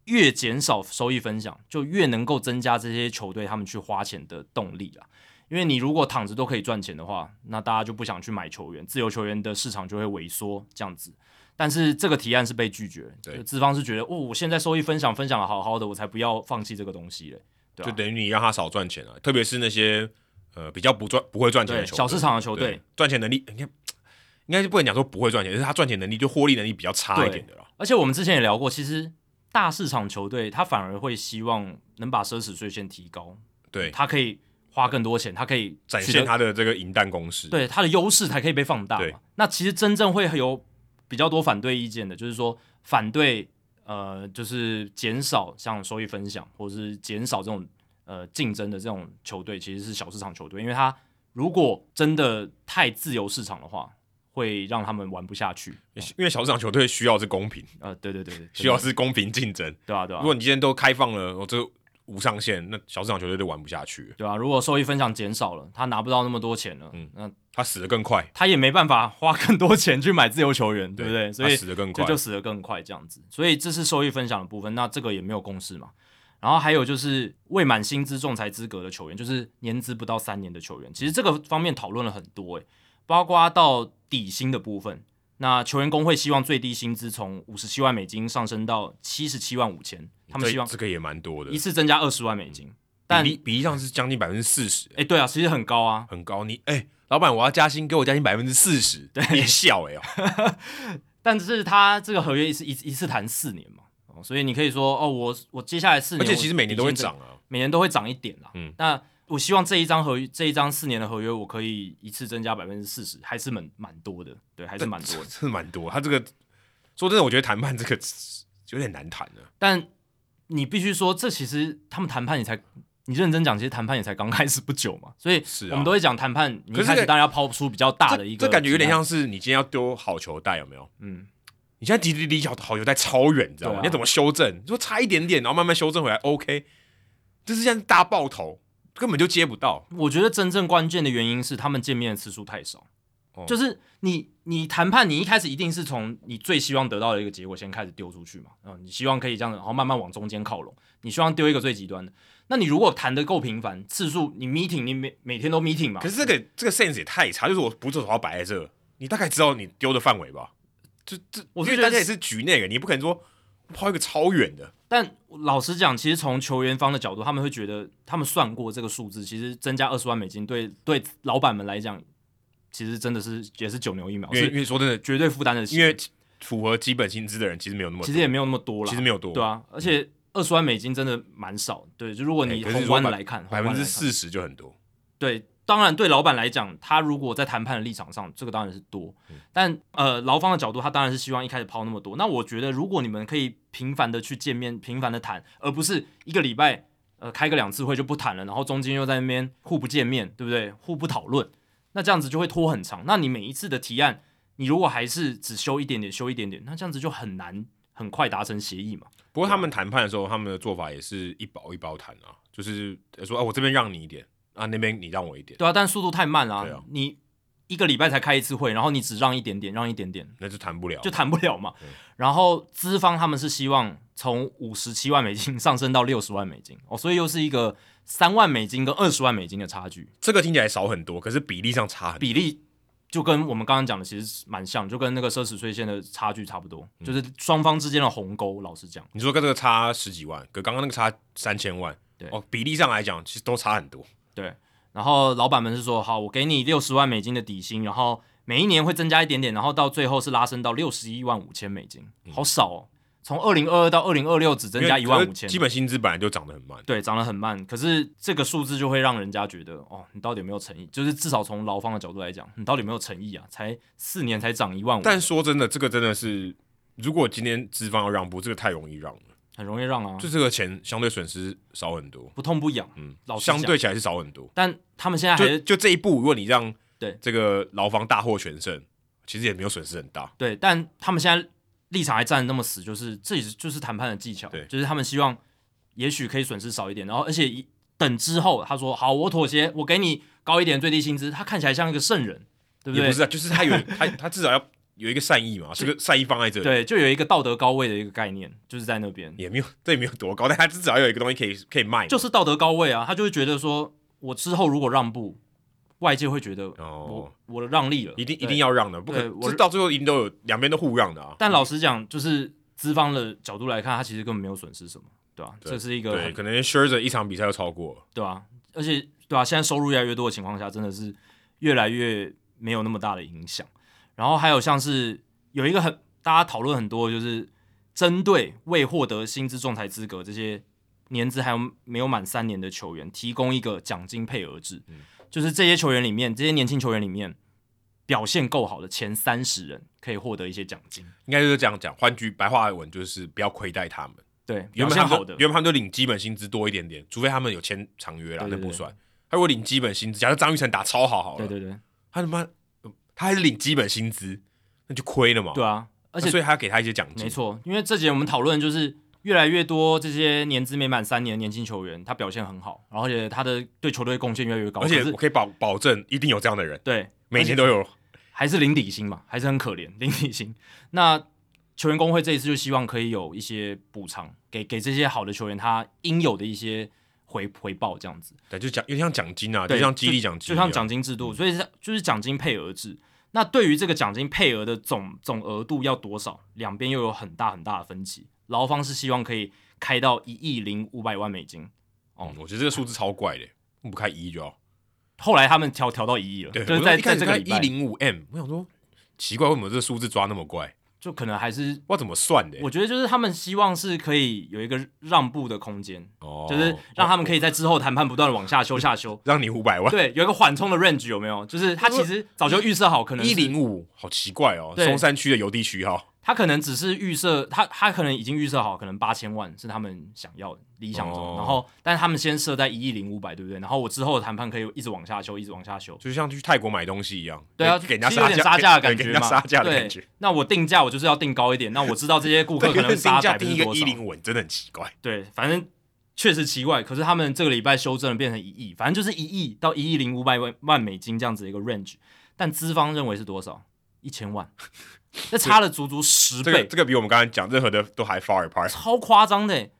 Speaker 2: 越减少收益分享，就越能够增加这些球队他们去花钱的动力啊。因为你如果躺着都可以赚钱的话，那大家就不想去买球员，自由球员的市场就会萎缩这样子。但是这个提案是被拒绝，
Speaker 1: 对
Speaker 2: 就资方是觉得哦，我现在收益分享分享的好好的，我才不要放弃这个东西嘞。对啊
Speaker 1: 就等于你让他少赚钱啊，特别是那些呃比较不赚不会赚钱的
Speaker 2: 对，
Speaker 1: 球队
Speaker 2: 小市场的球队
Speaker 1: 哦对，赚钱能力，你看应该是不能讲说不会赚钱，就是他赚钱能力就获利能力比较差一点的啦。
Speaker 2: 而且我们之前也聊过，其实大市场球队他反而会希望能把奢侈税先提高，
Speaker 1: 对，
Speaker 2: 他可以花更多钱，他可以
Speaker 1: 展
Speaker 2: 取
Speaker 1: 现
Speaker 2: 得
Speaker 1: 他的这个银弹攻势。
Speaker 2: 对他的优势才可以被放大
Speaker 1: 对
Speaker 2: 嘛。那其实真正会有比较多反对意见的，就是说反对呃，就是减少像收益分享或者是减少这种呃竞争的这种球队，其实是小市场球队，因为他如果真的太自由市场的话，会让他们玩不下去。
Speaker 1: 因为小市场球队需要是公平，
Speaker 2: 呃，对对对 对，
Speaker 1: 需要是公平竞争。
Speaker 2: 对啊对啊
Speaker 1: 如。果你今天都开放了，哦我、这无上限，那小市场球队就玩不下去了，
Speaker 2: 对啊，如果收益分享减少了，他拿不到那么多钱了，嗯，那
Speaker 1: 他死得更快，
Speaker 2: 他也没办法花更多钱去买自由球员，对不对？所以
Speaker 1: 他死得更
Speaker 2: 就
Speaker 1: 快。
Speaker 2: 就死得更快这样子。所以这是收益分享的部分，那这个也没有共识嘛。然后还有就是未满薪资仲裁资格的球员，就是年资不到三年的球员，其实这个方面讨论了很多诶、包括到底薪的部分。那球员工会希望最低薪资从五十七万美金上升到七十七万五千，他们
Speaker 1: 这
Speaker 2: 希望
Speaker 1: 这个也蛮多的
Speaker 2: 一，次增加二十万美金。但
Speaker 1: 比例比例上是将近百分之四十，
Speaker 2: 诶，对啊，其实很高啊，
Speaker 1: 很高。你哎、老板，我要加薪，给我加薪百分之四十，别笑哎、哦。
Speaker 2: 但是他这个合约是一次一次谈四年嘛，哦，所以你可以说哦，我我接下来四
Speaker 1: 而
Speaker 2: 年，
Speaker 1: 且其实每年都会涨
Speaker 2: 我，
Speaker 1: 啊，
Speaker 2: 每年都会涨一点啦。
Speaker 1: 嗯
Speaker 2: 嗯，那我希望这一张合约，这一张四年的合约，我可以一次增加百分之四十，还是蛮蛮多的，对，还是蛮多的。
Speaker 1: 真的蛮多。他这个说真的，我觉得谈判这个有点难谈啊。
Speaker 2: 但你必须说，这其实他们谈判也才，你认真讲，其实谈判也才刚开始不久嘛，所以
Speaker 1: 是啊
Speaker 2: 我们都会讲谈判，你
Speaker 1: 可
Speaker 2: 一
Speaker 1: 是
Speaker 2: 开
Speaker 1: 这
Speaker 2: 始当然要抛出比较大的一个
Speaker 1: 这感觉有点
Speaker 2: 提案，
Speaker 1: 像是你今天要丢好球带，有没有？
Speaker 2: 嗯，
Speaker 1: 你现在离离离好好球带超远，你知道吗？
Speaker 2: 对啊
Speaker 1: 你要怎么修正？你说差一点点，然后慢慢修正回来，OK。这是像大爆头，根本就接不到。
Speaker 2: 我觉得真正关键的原因是他们见面的次数太少。
Speaker 1: 哦
Speaker 2: 就是你你谈判，你一开始一定是从你最希望得到的一个结果先开始丢出去嘛，嗯，你希望可以这样子，然后慢慢往中间靠拢，你希望丢一个最极端的。那你如果谈的够频繁，次数你 meeting 你每每天都 meeting 嘛，
Speaker 1: 可是这个这个 sense 也太差，就是我不做手要摆在这，你大概知道你丢的范围吧？就这，
Speaker 2: 我
Speaker 1: 因
Speaker 2: 是
Speaker 1: 为
Speaker 2: 觉得
Speaker 1: 大家也是局内的，你不可能说抛一个超远的，
Speaker 2: 但老实讲，其实从球员方的角度，他们会觉得他们算过这个数字，其实增加二十万美金对对老板们来讲，其实真的是也是九牛一毛，
Speaker 1: 因为因
Speaker 2: 是
Speaker 1: 为说真的，
Speaker 2: 绝对负担得起
Speaker 1: 因为符合基本薪资的人其实没有那么多，
Speaker 2: 其实也没有那么多了，
Speaker 1: 其实没有多，嗯
Speaker 2: 对啊，而且二十万美金真的蛮少，对，就如果
Speaker 1: 哎
Speaker 2: 你
Speaker 1: 可是
Speaker 2: 宏
Speaker 1: 如果
Speaker 2: 观的来看，
Speaker 1: 百
Speaker 2: 宏
Speaker 1: 分
Speaker 2: 观
Speaker 1: 之
Speaker 2: 来看
Speaker 1: 四十就很多。
Speaker 2: 对，当然对老板来讲，他如果在谈判的立场上，这个当然是多，
Speaker 1: 嗯
Speaker 2: 但呃，劳方的角度，他当然是希望一开始抛那么多。那我觉得，如果你们可以频繁的去见面，频繁的谈，而不是一个礼拜呃开个两次会就不谈了，然后中间又在那边互不见面，对不对？互不讨论，那这样子就会拖很长。那你每一次的提案，你如果还是只修一点点，修一点点，那这样子就很难很快达成协议嘛。
Speaker 1: 不过他们谈判的时候，他们的做法也是一包一包谈啊，就是说，啊，我这边让你一点，啊，那边你让我一点，
Speaker 2: 对啊，但速度太慢了、
Speaker 1: 对啊
Speaker 2: 你一个礼拜才开一次会，然后你只让一点点，让一点点，
Speaker 1: 那就谈不了。
Speaker 2: 就谈不了嘛。 然后资方他们是希望从五十七万美金上升到六十万美金哦，所以又是一个三万美金跟二十万美金的差距，
Speaker 1: 这个听起来少很多，可是比例上差很多。
Speaker 2: 比例就跟我们刚刚讲的其实蛮像，就跟那个奢侈税线的差距差不多，
Speaker 1: 嗯
Speaker 2: 就是双方之间的鸿沟。老实讲，
Speaker 1: 你说跟这个差十几万，跟刚刚那个差三千万，
Speaker 2: 对
Speaker 1: 哦，比例上来讲，其实都差很多。
Speaker 2: 对。然后老板们是说，好，我给你六十万美金的底薪，然后每一年会增加一点点，然后到最后是拉升到六十一万五千美金，好少哦。从二零二二到二零二六只增加
Speaker 1: 嗯
Speaker 2: 一
Speaker 1: 因为
Speaker 2: 万
Speaker 1: 可
Speaker 2: 五
Speaker 1: 是
Speaker 2: 千，
Speaker 1: 基本薪资本来就涨得很慢。
Speaker 2: 对，涨得很慢。可是这个数字就会让人家觉得，哦，你到底有没有诚意？就是至少从劳方的角度来讲，你到底有没有诚意啊？才四年才涨一万五，
Speaker 1: 但说真的，这个真的是，如果今天资方要让步，这个太容易让了，
Speaker 2: 很容易让啊，
Speaker 1: 就这个钱相对损失少很多，
Speaker 2: 不痛不痒。
Speaker 1: 嗯，
Speaker 2: 老实讲
Speaker 1: 相对起来是少很多。
Speaker 2: 但他们现在还
Speaker 1: 哎就是就这一步，如果你让
Speaker 2: 对
Speaker 1: 这个劳方大获全胜，其实也没有损失很大。
Speaker 2: 对，但他们现在立场还站得那么死，就是这也是就是谈判的技巧
Speaker 1: 对，
Speaker 2: 就是他们希望也许可以损失少一点，然后而且一等之后他说好，我妥协，我给你高一点最低薪资，他看起来像一个圣人，对
Speaker 1: 也
Speaker 2: 对
Speaker 1: 不？是啊，就是 他有他他至少要有一个善意嘛，这个善意放在这里，
Speaker 2: 对，就有一个道德高位的一个概念，就是在那边。
Speaker 1: 也没有这也没有多高，但他至少要有一个东西可以可以卖嘛，
Speaker 2: 就是道德高位啊，他就会觉得说，我之后如果让步，外界会觉得
Speaker 1: 哦
Speaker 2: 我我让利了，
Speaker 1: 一定一
Speaker 2: 对
Speaker 1: 定。要让的，不可
Speaker 2: 对
Speaker 1: 这
Speaker 2: 我
Speaker 1: 到最后一定都有两边都互让的啊。
Speaker 2: 但老实讲，就是资方的角度来看，他其实根本没有损失什么，对啊吧、这是一个
Speaker 1: 对，
Speaker 2: 很
Speaker 1: 可能 s h i r t 一场比赛就超过了，
Speaker 2: 对啊，而且对啊，现在收入越来越多的情况下，真的是越来越没有那么大的影响。然后还有像是有一个很大家讨论很多，就是针对未获得薪资仲裁资格这些年资还有没有满三年的球员，提供一个奖金配额制，
Speaker 1: 嗯
Speaker 2: 就是这些球员里面，这些年轻球员里面表现够好的前三十人可以获得一些奖金。
Speaker 1: 应该就是这样讲。换句白话文就是不要亏待他们。
Speaker 2: 对，
Speaker 1: 原
Speaker 2: 表
Speaker 1: 本
Speaker 2: 现
Speaker 1: 他们
Speaker 2: 好
Speaker 1: 都
Speaker 2: 的，
Speaker 1: 原本他们都领基本薪资多一点点，除非他们有签长约啦，
Speaker 2: 对
Speaker 1: 那
Speaker 2: 对
Speaker 1: 不
Speaker 2: 对
Speaker 1: 算。他如果领基本薪资，假如张玉成打超好好了，哦
Speaker 2: 对对对，
Speaker 1: 他他妈呃他还是领基本薪资，那就亏了嘛。
Speaker 2: 对
Speaker 1: 啊，
Speaker 2: 啊，而且
Speaker 1: 所以他给他一些奖金，
Speaker 2: 没错，因为这节我们讨论就是越来越多这些年资没满三年的年轻球员，他表现很好，然后而且他的对球队贡献越来越高，
Speaker 1: 而且
Speaker 2: 可
Speaker 1: 我
Speaker 2: 是
Speaker 1: 可以保保证，一定有这样的人，
Speaker 2: 对
Speaker 1: 每年都有。
Speaker 2: 还是零底薪嘛，还是很可怜零底薪。那球员工会这一次就希望可以有一些补偿，给给这些好的球员他应有的一些回回报，这样子。
Speaker 1: 对，就奖，有点像奖金啊，就
Speaker 2: 对，
Speaker 1: 像激励奖金
Speaker 2: 就
Speaker 1: 一
Speaker 2: 像
Speaker 1: 样，嗯
Speaker 2: 奖金制度，所以是就是奖金配额制。那对于这个奖金配额的总总额度要多少，两边又有很大很大的分歧。劳方是希望可以开到一亿零五百万美金，
Speaker 1: 嗯我觉得这个数字超怪的，我们不开一就好。
Speaker 2: 后来他们调调到一亿了，
Speaker 1: 对，
Speaker 2: 就
Speaker 1: 我
Speaker 2: 是
Speaker 1: 说
Speaker 2: 在
Speaker 1: 一开始
Speaker 2: 在这个礼
Speaker 1: 一
Speaker 2: 拜，
Speaker 1: 零五 M，我想说奇怪，为什么这个数字抓那么怪？
Speaker 2: 就可能还是
Speaker 1: 我怎么算的？
Speaker 2: 我觉得就是他们希望是可以有一个让步的空间，
Speaker 1: 哦。
Speaker 2: 就是让他们可以在之后谈判不断的往下修下修
Speaker 1: 让你五百万，
Speaker 2: 对，有一个缓冲的 range 有没有？就是他其实早就预设好，可能是
Speaker 1: 一零五好奇怪哦，
Speaker 2: 对
Speaker 1: 松山区的邮地区哈。
Speaker 2: 他可能只是预设，他他可能已经预设好，可能八千万是他们想要的理想中，
Speaker 1: 哦
Speaker 2: 然后但是他们先设在一亿零五百，对不对？然后我之后的谈判可以一直往下修，一直往下修，
Speaker 1: 就像去泰国买东西一样，
Speaker 2: 对啊，
Speaker 1: 给给人家
Speaker 2: 其实有
Speaker 1: 杀
Speaker 2: 点
Speaker 1: 价，
Speaker 2: 杀价的感
Speaker 1: 对给
Speaker 2: 觉
Speaker 1: 人
Speaker 2: 嘛，
Speaker 1: 家杀价的感
Speaker 2: 对
Speaker 1: 觉。。
Speaker 2: 那我定价我就是要定高一点，那我知道这些顾客可
Speaker 1: 因为
Speaker 2: 能杀
Speaker 1: 定价
Speaker 2: 百
Speaker 1: 定
Speaker 2: 分
Speaker 1: 一个
Speaker 2: 之多
Speaker 1: 一
Speaker 2: 少，
Speaker 1: 零五，真的很奇怪。
Speaker 2: 对，反正确实奇怪。可是他们这个礼拜修正了，变成一亿，反正就是一亿到一亿零五百万万美金这样子的一个 range，但资方认为是多少？一千万，那差了足足十
Speaker 1: 这
Speaker 2: 倍
Speaker 1: 个。这个比我们刚才讲任何的都还 far apart。
Speaker 2: 超夸张的欸，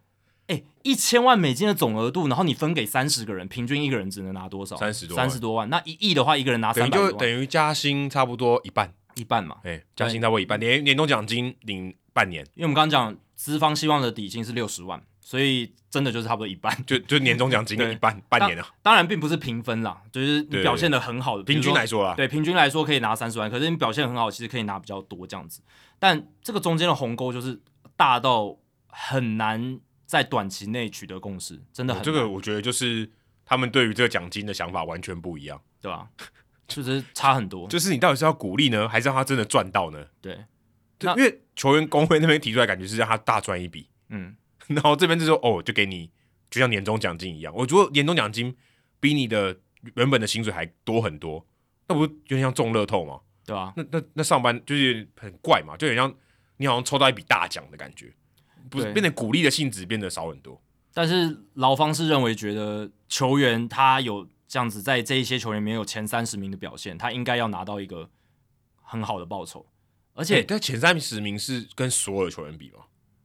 Speaker 2: 哎，一千万美金的总额度，然后你分给三十个人，平均一个人只能拿多少？
Speaker 1: 30多万
Speaker 2: 三十多万。那一亿的话，一个人拿
Speaker 1: 等
Speaker 2: 啊三
Speaker 1: 于
Speaker 2: 百
Speaker 1: 就
Speaker 2: 多万，
Speaker 1: 等于加薪差不多一半，
Speaker 2: 一半嘛。
Speaker 1: 哎、加薪差不多一半，年年终奖金领半年，
Speaker 2: 因为我们刚刚讲资方希望的底薪是六十万，所以真的就是差不多一半。
Speaker 1: 就就年终奖金
Speaker 2: 对
Speaker 1: 一半半年啊，
Speaker 2: 当然并不是平分啦，就是你
Speaker 1: 对
Speaker 2: 表现的很好的，
Speaker 1: 平均来
Speaker 2: 说，
Speaker 1: 说啊啦，
Speaker 2: 对平均来说可以拿三十万，可是你表现很好，其实可以拿比较多这样子。但这个中间的鸿沟就是大到很难在短期内取得共识，真的很
Speaker 1: 哦这
Speaker 2: 难
Speaker 1: 个我觉得就是他们对于这个奖金的想法完全不一样，
Speaker 2: 对吧？就是差很多，
Speaker 1: 就是你到底是要鼓励呢，还是让他真的赚到呢？
Speaker 2: 对，
Speaker 1: 对，
Speaker 2: 那
Speaker 1: 因为球员工会那边提出来，感觉是让他大赚一笔，
Speaker 2: 嗯，
Speaker 1: 然后这边就说哦，就给你就像年终奖金一样，我如果年终奖金比你的原本的薪水还多很多，那不是有点像中乐透吗？
Speaker 2: 对啊吧、
Speaker 1: 那那那上班就是很怪嘛，就有点像你好像抽到一笔大奖的感觉，不是
Speaker 2: 对
Speaker 1: 变得鼓励的性质变得少很多。
Speaker 2: 但是劳方是认为觉得球员他有这样子在这一些球员里面有前三十名的表现，他应该要拿到一个很好的报酬，而且、
Speaker 1: 对，但前三十名是跟所有球员比嘛，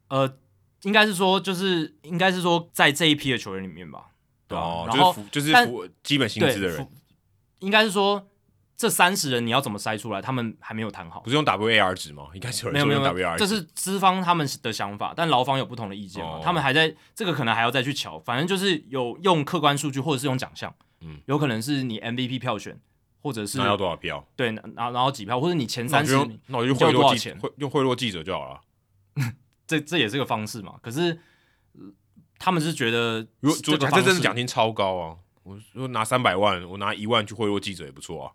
Speaker 2: 呃，应该是说就是应该是说在这一批的球员里面吧，对吧、啊
Speaker 1: 哦，
Speaker 2: 然后
Speaker 1: 就是服就是
Speaker 2: 但
Speaker 1: 服基本薪
Speaker 2: 对
Speaker 1: 资的人
Speaker 2: 服，应该是说这三十人你要怎么筛出来，他们还没有谈好
Speaker 1: 不。是用 WAR 值吗？应该是有
Speaker 2: 没
Speaker 1: 人
Speaker 2: 有
Speaker 1: 说
Speaker 2: 没
Speaker 1: 用
Speaker 2: 有，没
Speaker 1: WAR
Speaker 2: 有
Speaker 1: 值
Speaker 2: 这是资方他们的想法，但劳方有不同的意见嘛？
Speaker 1: 哦
Speaker 2: 他们还在这个可能还要再去瞧，反正就是有用客观数据或者是用奖项，
Speaker 1: 嗯
Speaker 2: 有可能是你 MVP 票选，或者是
Speaker 1: 那要多少票？
Speaker 2: 对拿拿拿到几票，或者你前
Speaker 1: 那我
Speaker 2: 三
Speaker 1: 就
Speaker 2: 十
Speaker 1: 用
Speaker 2: 名，
Speaker 1: 那我就
Speaker 2: 交
Speaker 1: 贿
Speaker 2: 多少
Speaker 1: 赂记
Speaker 2: 钱
Speaker 1: 贿用贿赂记者就好了。
Speaker 2: 这这也是个方式嘛。可是、呃他们是觉得
Speaker 1: 如果这
Speaker 2: 这个
Speaker 1: 这
Speaker 2: 方
Speaker 1: 真
Speaker 2: 式
Speaker 1: 的奖金超高啊！我说拿三百万，我拿一万去贿赂记者也不错啊。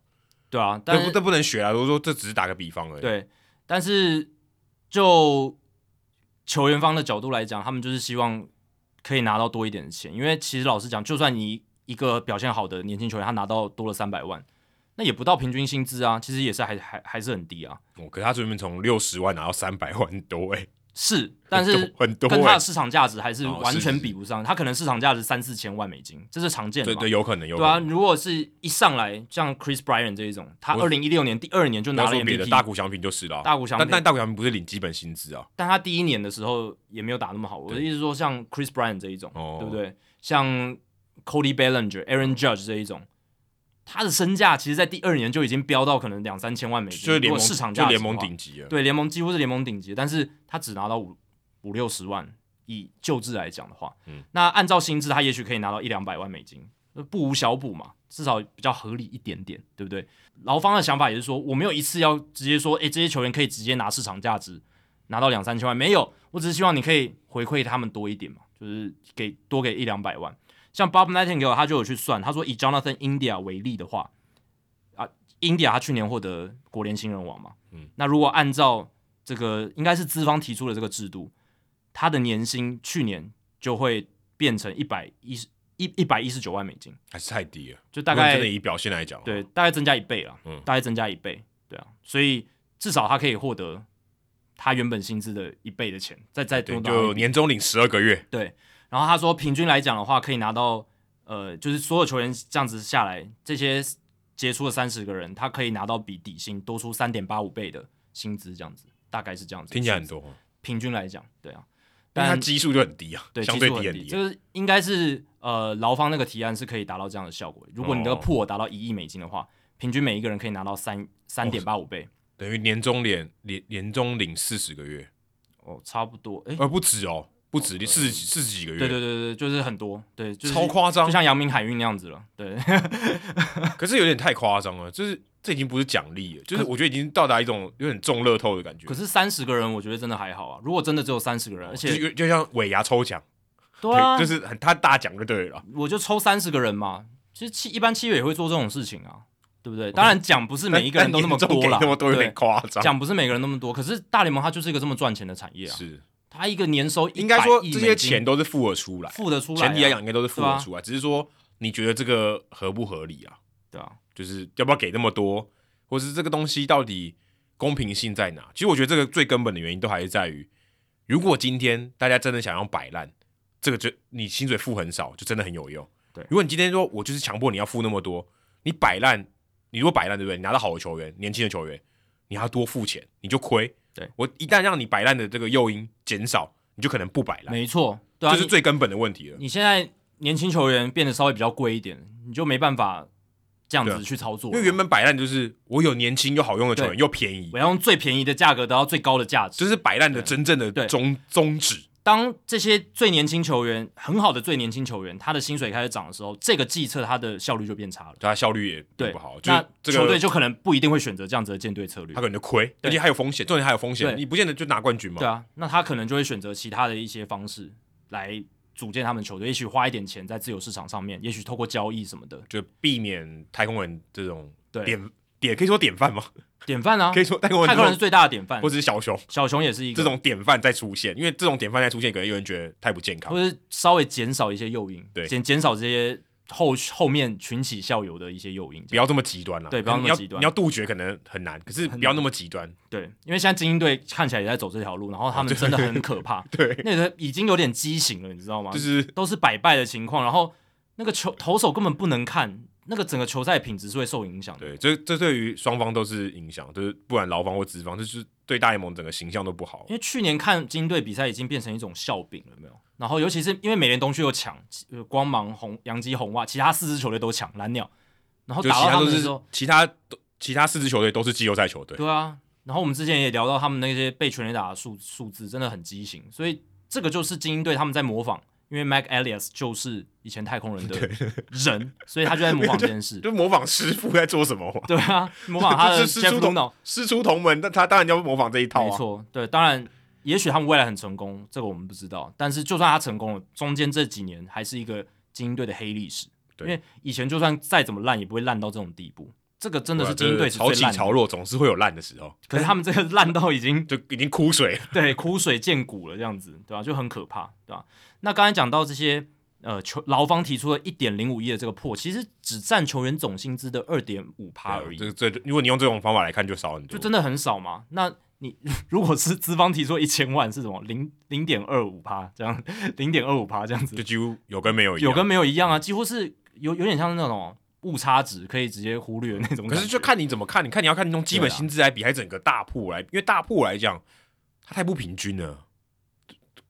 Speaker 2: 对啊，但
Speaker 1: 但
Speaker 2: 是
Speaker 1: 不这不能学啊！我说这只是打个比方而已。
Speaker 2: 对，但是就球员方的角度来讲，他们就是希望可以拿到多一点的钱，因为其实老实讲，就算你一个表现好的年轻球员，他拿到多了三百万，那也不到平均薪资啊，其实也是还还还是很低啊。
Speaker 1: 哦，可是他这边从六十万拿到三百万多哎、
Speaker 2: 是，但
Speaker 1: 很
Speaker 2: 是
Speaker 1: 多很多
Speaker 2: 跟他
Speaker 1: 欸
Speaker 2: 的市场价值还是
Speaker 1: 哦
Speaker 2: 完
Speaker 1: 是
Speaker 2: 全
Speaker 1: 是
Speaker 2: 比不上，他可能市场价值三四千万美金，这是常见的
Speaker 1: 对
Speaker 2: 嘛。
Speaker 1: 对，有可能有可
Speaker 2: 对啊，
Speaker 1: 能。
Speaker 2: 如果是一上来像 Chris Bryan 这一种，他
Speaker 1: 我
Speaker 2: 二零一六年第二年就
Speaker 1: 不
Speaker 2: 拿
Speaker 1: 要
Speaker 2: 了
Speaker 1: 说别的，
Speaker 2: MVP，
Speaker 1: 大谷翔平就是了。
Speaker 2: 大谷翔
Speaker 1: 但
Speaker 2: 平
Speaker 1: 但大谷翔平不是领基本薪资啊，
Speaker 2: 但他第一年的时候也没有打那么好。我的
Speaker 1: 对
Speaker 2: 意思是说，像 Chris Bryan 这一种，
Speaker 1: 哦
Speaker 2: 对不对？像 Cody Bellinger、Aaron Judge 这一种，他的身价其实，在第二年就已经飙到可能两三千万美金，
Speaker 1: 就是联
Speaker 2: 如果
Speaker 1: 盟
Speaker 2: 市场价
Speaker 1: 就
Speaker 2: 值
Speaker 1: 联
Speaker 2: 的
Speaker 1: 盟
Speaker 2: 话
Speaker 1: 顶级了。
Speaker 2: 对联盟几乎是联盟顶级，但是他只拿到五五六十万，以旧制来讲的话，
Speaker 1: 嗯
Speaker 2: 那按照薪资，他也许可以拿到一两百万美金，呃不无小补嘛，至少比较合理一点点，对不对？劳方的想法也是说，我没有一次要直接说，诶，这些球员可以直接拿市场价值拿到两三千万，没有，我只是希望你可以回馈他们多一点嘛，就是给多给一两百万。像 Bob Nightingale 他就有去算，他说以 Jonathan India 为例的话，啊，India 他去年获得国联新人王嘛，
Speaker 1: 嗯，
Speaker 2: 那如果按照这个应该是资方提出的这个制度，他的年薪去年就会变成一百一十一一百一十九万美金，
Speaker 1: 还是太低了。
Speaker 2: 就大
Speaker 1: 如果
Speaker 2: 概
Speaker 1: 真的以表现来讲，啊
Speaker 2: 对，，大概增加一倍了，
Speaker 1: 嗯
Speaker 2: 大概增加一倍，对啊，所以至少他可以获得他原本薪资的一倍的钱，再再多
Speaker 1: 对，
Speaker 2: 拿一
Speaker 1: 就
Speaker 2: 笔
Speaker 1: 年终领十二个月，
Speaker 2: 对。然后他说，平均来讲的话，可以拿到呃，就是所有球员这样子下来，这些杰出的三十个人，他可以拿到比底薪多出三点八五倍的薪资，这样子，大概是这样子。
Speaker 1: 听起来很，多哦，
Speaker 2: 平均来讲，对啊，
Speaker 1: 但它
Speaker 2: 但
Speaker 1: 基数就很低啊，
Speaker 2: 对，
Speaker 1: 相对
Speaker 2: 技术
Speaker 1: 低
Speaker 2: 很
Speaker 1: 很低啊。
Speaker 2: 就是应该是呃劳方那个提案是可以达到这样的效果。如果你的
Speaker 1: 哦
Speaker 2: 破达到一亿美金的话，平均每一个人可以拿到三三点八五倍，
Speaker 1: 等于年终领年年终领四十个月，
Speaker 2: 哦，差不多，哎、
Speaker 1: 呃，不止哦，不止四十几四十几个月，
Speaker 2: 对对对对，就是很多，对，就是、
Speaker 1: 超夸张
Speaker 2: 就像阳明海运那样子了，对，
Speaker 1: 可是有点太夸张了，就是这已经不是奖励了，就是我觉得已经到达一种有点中乐透的感觉
Speaker 2: 可，是三十个人我觉得真的还好啊，如果真的只有三十个人，而
Speaker 1: 哦就是
Speaker 2: 且
Speaker 1: 有就像尾牙抽奖，
Speaker 2: 对啊，
Speaker 1: 就是很他大奖就对了啦，
Speaker 2: 我就抽三十个人嘛，其实七一般七月也会做这种事情啊，对不对？当然奖不是每一个人都那么
Speaker 1: 但但
Speaker 2: 多
Speaker 1: 年终
Speaker 2: 啦，
Speaker 1: 哦给那么多有点
Speaker 2: 对，
Speaker 1: 夸张，
Speaker 2: 奖不是每个人那么多，可是大联盟它就是一个这么赚钱的产业啊，
Speaker 1: 是
Speaker 2: 它一个年收100
Speaker 1: 应该说
Speaker 2: 亿
Speaker 1: 这
Speaker 2: 美
Speaker 1: 些
Speaker 2: 金
Speaker 1: 钱都是付了出来，
Speaker 2: 付得出来、啊，
Speaker 1: 前提来讲应该都是付
Speaker 2: 对啊
Speaker 1: 了出来，只是说你觉得这个合不合理啊？
Speaker 2: 对啊，
Speaker 1: 就是要不要给那么多，或是这个东西到底公平性在哪？其实我觉得这个最根本的原因都还是在于，如果今天大家真的想要摆烂，这个就你薪水付很少，就真的很有用。
Speaker 2: 对
Speaker 1: 如果你今天说我就是强迫你要付那么多，你摆烂，你如果摆烂对不对？你拿到好的球员，年轻的球员，你还要多付钱，你就亏。
Speaker 2: 对
Speaker 1: 我一旦让你摆烂的这个诱因减少，你就可能不摆烂，
Speaker 2: 没错，对啊，
Speaker 1: 这是最根本的问题了。
Speaker 2: 你你现在年轻球员变得稍微比较贵一点，你就没办法这样
Speaker 1: 对
Speaker 2: 子
Speaker 1: 啊
Speaker 2: 去操作了，
Speaker 1: 因为原本摆烂就是我有年轻又好用的球员，
Speaker 2: 对
Speaker 1: 又便宜
Speaker 2: 我，要用最便宜的价格得到最高的价值，
Speaker 1: 这是摆烂的真正的
Speaker 2: 对
Speaker 1: 宗宗旨。
Speaker 2: 当这些最年轻球员很好的最年轻球员，他的薪水开始涨的时候，这个计策他的效率就变差了。
Speaker 1: 他效率也
Speaker 2: 对
Speaker 1: 并不好，，就
Speaker 2: 那
Speaker 1: 是这
Speaker 2: 球
Speaker 1: 个
Speaker 2: 队就可能不一定会选择这样子的舰队策略
Speaker 1: 他。可能就亏，而且还有风险，重点还有风险，
Speaker 2: 对
Speaker 1: 你不见得就拿冠军嘛
Speaker 2: 对。啊，那他可能就会选择其他的一些方式来组建他们球队，也许花一点钱在自由市场上面，也许透过交易什么的，
Speaker 1: 就避免太空人这种
Speaker 2: 对
Speaker 1: 典典可以说典范吗？
Speaker 2: 典范啊
Speaker 1: 可，以说太空人
Speaker 2: 太
Speaker 1: 这
Speaker 2: 空
Speaker 1: 种
Speaker 2: 人是最大的典范
Speaker 1: 或，者是小熊
Speaker 2: 小熊也是一个
Speaker 1: 这，种典范再出现，因为这种典范再出现，可能有人觉得太不健康
Speaker 2: 或。者稍微减少一些诱因，
Speaker 1: 对
Speaker 2: 减减少这些后后面群起效尤的一些诱因，
Speaker 1: 不要这么极端啦，啊
Speaker 2: 对不要那么
Speaker 1: 你要
Speaker 2: 极端
Speaker 1: 你要杜绝可能很难，可是不要那么极端。
Speaker 2: 对，因为现在精英队看起来也在走这条路，然后他们真的很可怕，
Speaker 1: 哦 对，
Speaker 2: 那个已经有点畸形了，你知道吗？
Speaker 1: 就是
Speaker 2: 都是百败的情况，然后那个球投手根本不能看，那个整个球赛品质是会受影响的。
Speaker 1: 对，这这对于双方都是影响，就是不管劳方或资方，这就是对大联盟整个形象都不好
Speaker 2: 因。为去年看金队比赛已经变成一种笑柄了，有没有？然后尤其是因为美联东区又抢，呃光芒红、洋基红袜，其他四支球队都抢蓝鸟，然后
Speaker 1: 就
Speaker 2: 打
Speaker 1: 其
Speaker 2: 到
Speaker 1: 他都
Speaker 2: 们的
Speaker 1: 是
Speaker 2: 时候，
Speaker 1: 其他都其他四支球队都是季后赛球队，
Speaker 2: 对啊。然后我们之前也聊到他们那些被全垒打的数数字真的很畸形，所以这个就是精英队他们在模仿，因为 Mac Elias 就是以前太空 人的人，所以他就在模仿这件事。
Speaker 1: 就模仿师傅在做什么嘛。
Speaker 2: 对啊， 模仿 他的
Speaker 1: 这是
Speaker 2: Jeff
Speaker 1: 师
Speaker 2: l
Speaker 1: 出
Speaker 2: u n o
Speaker 1: 师出同门，那他当然要模仿这一套
Speaker 2: 没
Speaker 1: 啊。
Speaker 2: 错，对，当然，也许他们未来很成功，这个我们不知道。但是就算他成功了，中间这几年还是一个精英队的黑历史，因
Speaker 1: 对
Speaker 2: 为以前就算再怎么烂，也不会烂到这种地步。这个真的
Speaker 1: 对啊
Speaker 2: 是精英队
Speaker 1: 就是潮
Speaker 2: 最
Speaker 1: 起
Speaker 2: 烂的，
Speaker 1: 潮落，总是会有烂的时候，
Speaker 2: 可是他们这个烂到已经
Speaker 1: 就已经枯水了。
Speaker 2: 对，枯水见骨了，这样子，对吧、就很可怕，对吧、那刚才讲到这些，呃，球劳方提出了一点零五亿的这个破，其实只占球员总薪资的二点五趴而已，
Speaker 1: 这个这啊如果你用这种方法来看，就少很多。
Speaker 2: 就真的很少嘛。那你 如果是资方提出一千万是什么零零点二五趴这样，零点二五趴这样
Speaker 1: 就
Speaker 2: 子，
Speaker 1: 几乎有跟没有一样。
Speaker 2: 有跟没有一样啊，几乎是有有点像那种误差值可以直接忽略的那种
Speaker 1: 可
Speaker 2: 感觉。
Speaker 1: 是就看你怎么看，你看你要看你用基本
Speaker 2: 啊
Speaker 1: 薪资来比，还是整个大铺来，因为大铺来讲，它太不平均了。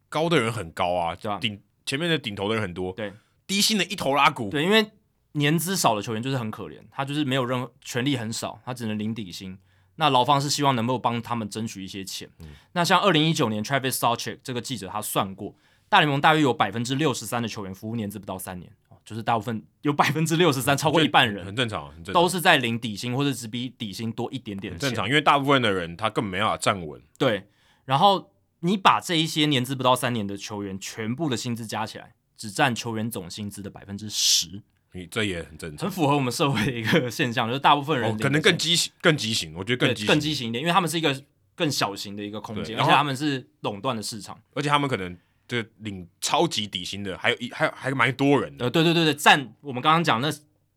Speaker 1: 高的人很高啊
Speaker 2: 对啊，
Speaker 1: 顶前面的顶头的人很多，
Speaker 2: 对，
Speaker 1: 低薪的一头拉骨。
Speaker 2: 对，因为年资少的球员就是很可怜，他就是没有任何权利很少，他只能领底薪。那劳方是希望能够帮他们争取一些钱。
Speaker 1: 嗯
Speaker 2: 那像二零一九年 Travis s a w c h e k 这个记者他算过，大联盟大约有百分之六十三的球员服务年资不到三年，哦就是大部分有百分之六十三，超过一半人
Speaker 1: 很正常，很正常
Speaker 2: 都是在领底薪或者只比底薪多一点点
Speaker 1: 很
Speaker 2: 钱
Speaker 1: 正。常，因为大部分的人他根本没办法站稳。
Speaker 2: 对，然后你把这一些年资不到三年的球员全部的薪资加起来，只占球员总薪资的百分之十，
Speaker 1: 你这也很正常，
Speaker 2: 很符合我们社会的一个 现象，就是大部分人
Speaker 1: 哦
Speaker 2: 领、，
Speaker 1: 可能更畸形，更畸形，我觉得
Speaker 2: 对
Speaker 1: 更
Speaker 2: 更
Speaker 1: 畸形，
Speaker 2: 畸形一点，因为他们是一个更小型的一个空
Speaker 1: 对
Speaker 2: 间，
Speaker 1: 然
Speaker 2: 而
Speaker 1: 后
Speaker 2: 且他们是垄断的市场。
Speaker 1: 而且他们可能就领超级底薪的，还有一还有还蛮多人的，
Speaker 2: 呃，对对对对，占我们刚刚讲那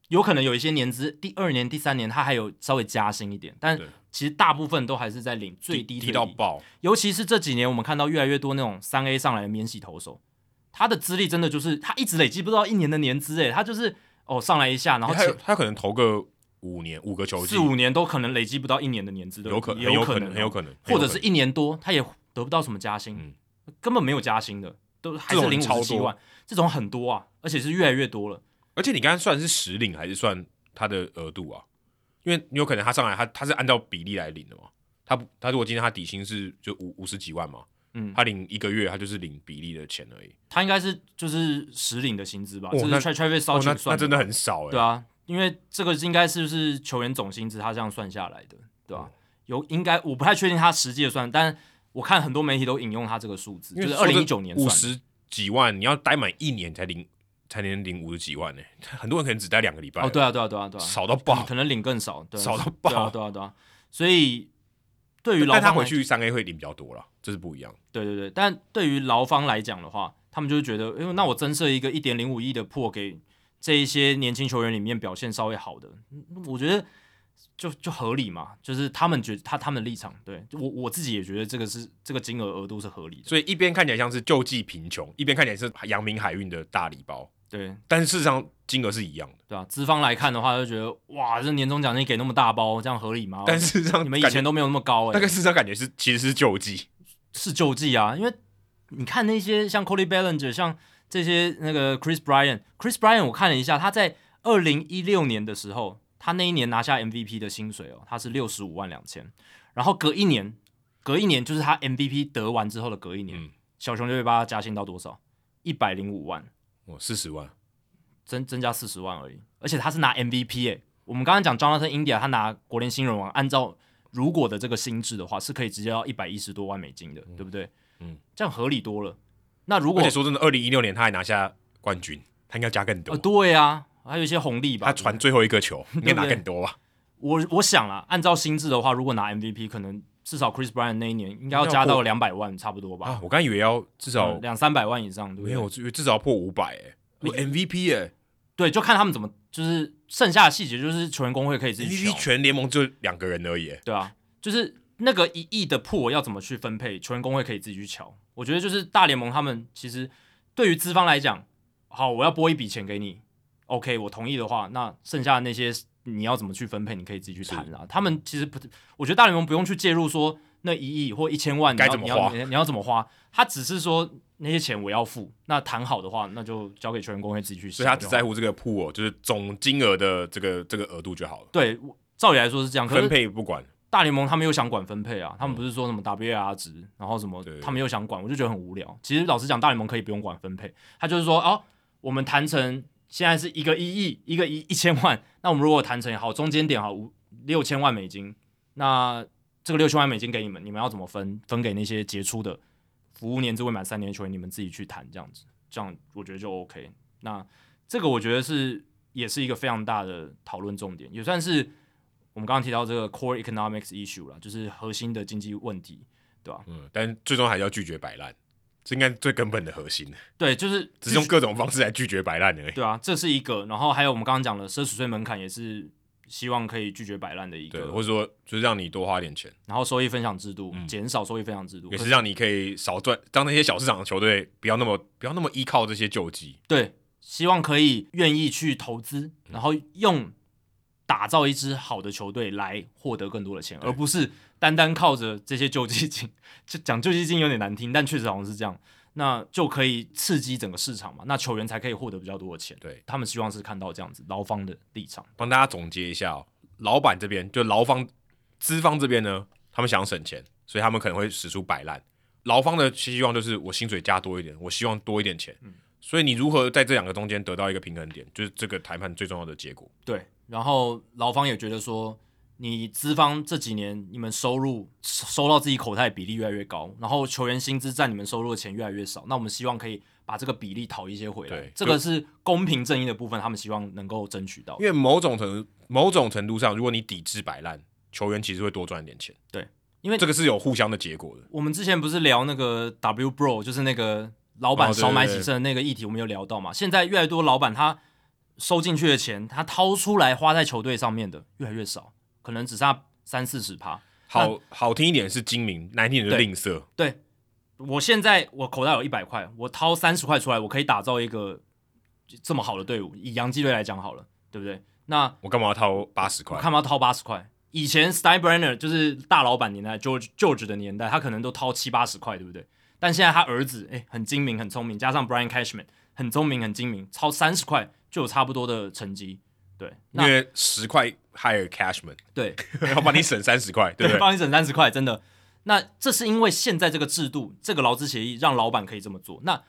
Speaker 2: 有可能有一些年资，第二年、第三年他还有稍微加薪一点，但
Speaker 1: 对
Speaker 2: 其实大部分都还是在领最低
Speaker 1: 低
Speaker 2: 最
Speaker 1: 到爆。
Speaker 2: 尤其是这几年，我们看到越来越多那种三 A 上来的免洗投手，他的资历真的就是他一直累积不到一年的年资，诶，他就是哦上来一下，然后
Speaker 1: 他
Speaker 2: 前
Speaker 1: 他可能投个五年五个球季
Speaker 2: 四，五年都可能累积不到一年的年资，对不
Speaker 1: 有可
Speaker 2: 对
Speaker 1: 很
Speaker 2: 也
Speaker 1: 有
Speaker 2: 可
Speaker 1: 能，很有
Speaker 2: 哦
Speaker 1: 可能，
Speaker 2: 或者
Speaker 1: 很有可
Speaker 2: 是
Speaker 1: 能
Speaker 2: 一年多他也得不到什么加薪，根本没有加薪的，都还
Speaker 1: 这
Speaker 2: 是
Speaker 1: 种
Speaker 2: 零
Speaker 1: 超
Speaker 2: 五七
Speaker 1: 多
Speaker 2: 万，这种很多啊，而且是越来越多了。
Speaker 1: 而且你刚刚算是实领还是算他的额度啊？因为有可能他上来他他是按照比例来领的嘛。他不他如果今天他底薪是就五五十几万嘛，
Speaker 2: 嗯
Speaker 1: 他领一个月他就是领比例的钱而已。
Speaker 2: 他应该是就是实领的薪资吧，
Speaker 1: 哦
Speaker 2: 这是
Speaker 1: 那
Speaker 2: Tra- Travis
Speaker 1: 哦，那
Speaker 2: Sarge
Speaker 1: 那
Speaker 2: 算
Speaker 1: 真的很少哎、
Speaker 2: 对啊，因为这个应该是不是球员总薪资，他这样算下来的，对吧、有应该我不太确定他实际的算，但我看很多媒体都引用他这个数
Speaker 1: 欸
Speaker 2: 字，就是二零一九年
Speaker 1: 五
Speaker 2: 算的。
Speaker 1: 十几万，你要待满一年才领才能领五十几万呢、欸 很多人可能只待两个礼拜
Speaker 2: 哦，对啊，对啊，对啊，对啊，
Speaker 1: 少到爆。
Speaker 2: 可能领更少，对啊，
Speaker 1: 少到
Speaker 2: 对啊
Speaker 1: 爆
Speaker 2: 对啊，对啊。所以对于劳
Speaker 1: 但他
Speaker 2: 方
Speaker 1: 回
Speaker 2: 来
Speaker 1: 去三 A 会领比较多了，这是不一样。
Speaker 2: 对对对，但对于劳方来讲的话，他们就会觉得，因为那我增设一个一点零五亿的破给这一些年轻球员里面表现稍微好的，嗯我觉得就就合理嘛，就是他们觉他他们的立场，对我我自己也觉得这个是这个金额额度是合理的，
Speaker 1: 所以一边看起来像是救济贫穷，一边看起来是阳明海运的大礼包，
Speaker 2: 对
Speaker 1: 但是事实上金额是一样的。
Speaker 2: 对啊，资方来看的话，就觉得哇，这年终奖金给那么大包，这样合理吗？
Speaker 1: 但事实上
Speaker 2: 哦你们以
Speaker 1: 感觉
Speaker 2: 前都没有那么高哎、
Speaker 1: 那个事实上感觉是其实是救济，
Speaker 2: 是救济啊，因为你看那些像 Cody Bellinger，像这些那个 Chris Bryan，Chris Bryan 我看了一下，他在二零一六年的时候，他那一年拿下 MVP 的薪水哦，他是六十五万两千，然后隔一年，隔一年就是他 MVP 得完之后的隔一年，
Speaker 1: 嗯
Speaker 2: 小熊就会把他加薪到多少？一百零五万，
Speaker 1: 哦，四十万，
Speaker 2: 增增加四十万而已，而且他是拿 MVP 哎、我们刚刚讲 Jonathan India，他拿国联新人王，按照如果的这个薪制的话，是可以直接到一百一十多万美金的，对不对？
Speaker 1: 嗯，
Speaker 2: 这样合理多了。那如
Speaker 1: 而
Speaker 2: 果
Speaker 1: 且说真的，二零一六年他还拿下冠军，他应该加更多。
Speaker 2: 呃对啊，还有一些红利吧。
Speaker 1: 他传最后一个 球，应该拿
Speaker 2: 对不对
Speaker 1: 更多吧？
Speaker 2: 我我想啦，按照薪制的话，如果拿 MVP，可能至少 Chris Bryant 那一年应该要加到两百万差不多吧，
Speaker 1: 啊，我刚以为要至少
Speaker 2: 嗯两三百万以上，对不
Speaker 1: 没
Speaker 2: 对？
Speaker 1: 有，至至少破五百哎，我 MVP 哎
Speaker 2: 对，就看他们怎么，就是剩下的细节就是球员工会可以自己
Speaker 1: ，MVP
Speaker 2: 调。
Speaker 1: 全联盟就两个人而已欸，
Speaker 2: 对啊，就是那个一亿的破要怎么去分配，球员工会可以自己去瞧。我觉得就是大联盟他们其实对于资方来讲，好，我要拨一笔钱给你，OK，我同意的话，那剩下的那些你要怎么去分配，你可以自己去谈啊啦。他们其实不，我觉得大联盟不用去介入说那一亿或一千万你要
Speaker 1: 该怎么
Speaker 2: 你要
Speaker 1: 花
Speaker 2: 你要你要怎么花，他只是说那些钱我要付，那谈好的话，那就交给球员工会自己去想
Speaker 1: 所
Speaker 2: 就
Speaker 1: 以
Speaker 2: 好。
Speaker 1: 他只在乎这个 pool，哦就是总金额的这个这个额度就好了，
Speaker 2: 对，我照理来说是这样，可是
Speaker 1: 分配不管。
Speaker 2: 大联盟他们又想管分配啊，他们不是说什么 WAR 值，然后什么
Speaker 1: 对，
Speaker 2: 他们又想管，我就觉得很无聊。其实老实讲，大联盟可以不用管分配，他就是说，哦，我们谈成现在是一个一亿，一个一一千万，那我们如果谈成好中间点好五六千万美金，那这个六千万美金给你们，你们要怎么分？分给那些杰出的服务年资未满三年的球员，你们自己去谈，这样子，这样我觉得就 OK。那这个我觉得是也是一个非常大的讨论重点，也算是我们刚刚提到这个 core economics issue 啦，就是核心的经济问题，对吧、
Speaker 1: 嗯，但最终还是要拒绝摆烂，这应该是最根本的核心，
Speaker 2: 对，就是
Speaker 1: 只是用各种方式来拒绝摆烂而已。
Speaker 2: 对啊，这是一个。然后还有我们刚刚讲的奢侈税门槛，也是希望可以拒绝摆烂的一
Speaker 1: 对，
Speaker 2: 个。
Speaker 1: 或者说就是让你多花点钱，
Speaker 2: 然后收益分享制度，减少收益分享制度
Speaker 1: 也，
Speaker 2: 可
Speaker 1: 是让你可以少赚，让那些小市场的球队不要那么不要那么依靠这些救济。
Speaker 2: 对，希望可以愿意去投资，然后用打造一支好的球队来获得更多的钱，而 不是单单靠着这些救济金。就讲救济金有点难听，但确实好像是这样。那就可以刺激整个市场嘛，那球员才可以获得比较多的钱。
Speaker 1: 对
Speaker 2: 他们希望是看到这样子劳方的立场。
Speaker 1: 帮大家总结一下哦，老板这边就劳方、资方这边呢，他们想省钱，所以他们可能会使出摆烂。劳方的希望就是我薪水加多一点，我希望多一点钱。
Speaker 2: 嗯
Speaker 1: 所以你如何在这两个中间得到一个平衡点，就是这个谈判最重要的结果。
Speaker 2: 对，然后劳方也觉得说，你资方这几年你们收入收到自己口袋的比例越来越高，然后球员薪资占你们收入的钱越来越少，那我们希望可以把这个比例讨一些回来
Speaker 1: 对，
Speaker 2: 这个是公平正义的部分，他们希望能够争取到
Speaker 1: 因。为某种程度某种程度上，如果你抵制摆烂，球员其实会多赚一点钱。
Speaker 2: 对，因为
Speaker 1: 这个是有互相的结果的。
Speaker 2: 我们之前不是聊那个 W Bro，就是那个老板
Speaker 1: 哦对
Speaker 2: 少买
Speaker 1: 对
Speaker 2: 几
Speaker 1: 对
Speaker 2: 胜的那个议题，我们有聊到嘛？现在越来越多老板他收进去的钱，他掏出来花在球队上面的越来越少，可能只剩下三四十趴。
Speaker 1: 好好听一点是精明，难听一点是
Speaker 2: 对
Speaker 1: 吝啬。
Speaker 2: 对我现在我口袋有一百块，我掏三十块出来，我可以打造一个这么好的队伍。以洋基队来讲好了，对不对？那
Speaker 1: 我干嘛要掏八十
Speaker 2: 我
Speaker 1: 块？
Speaker 2: 看嘛掏八十块。以前 Steinbrenner 就是大老板年代，George George 的年代，他可能都掏七八十块，对不对？但现在他儿子哎、很精明很聪明，加上 Brian Cashman 很聪明很精明，超三十块就有差不多的成绩。对，
Speaker 1: 因
Speaker 2: 那
Speaker 1: 为十块 hire Cashman，
Speaker 2: 对
Speaker 1: 然后帮你省三十块，对不对？
Speaker 2: 帮你省三十块，真的。那这是因为现在这个制度，这个劳资协议让老板可以这么做。那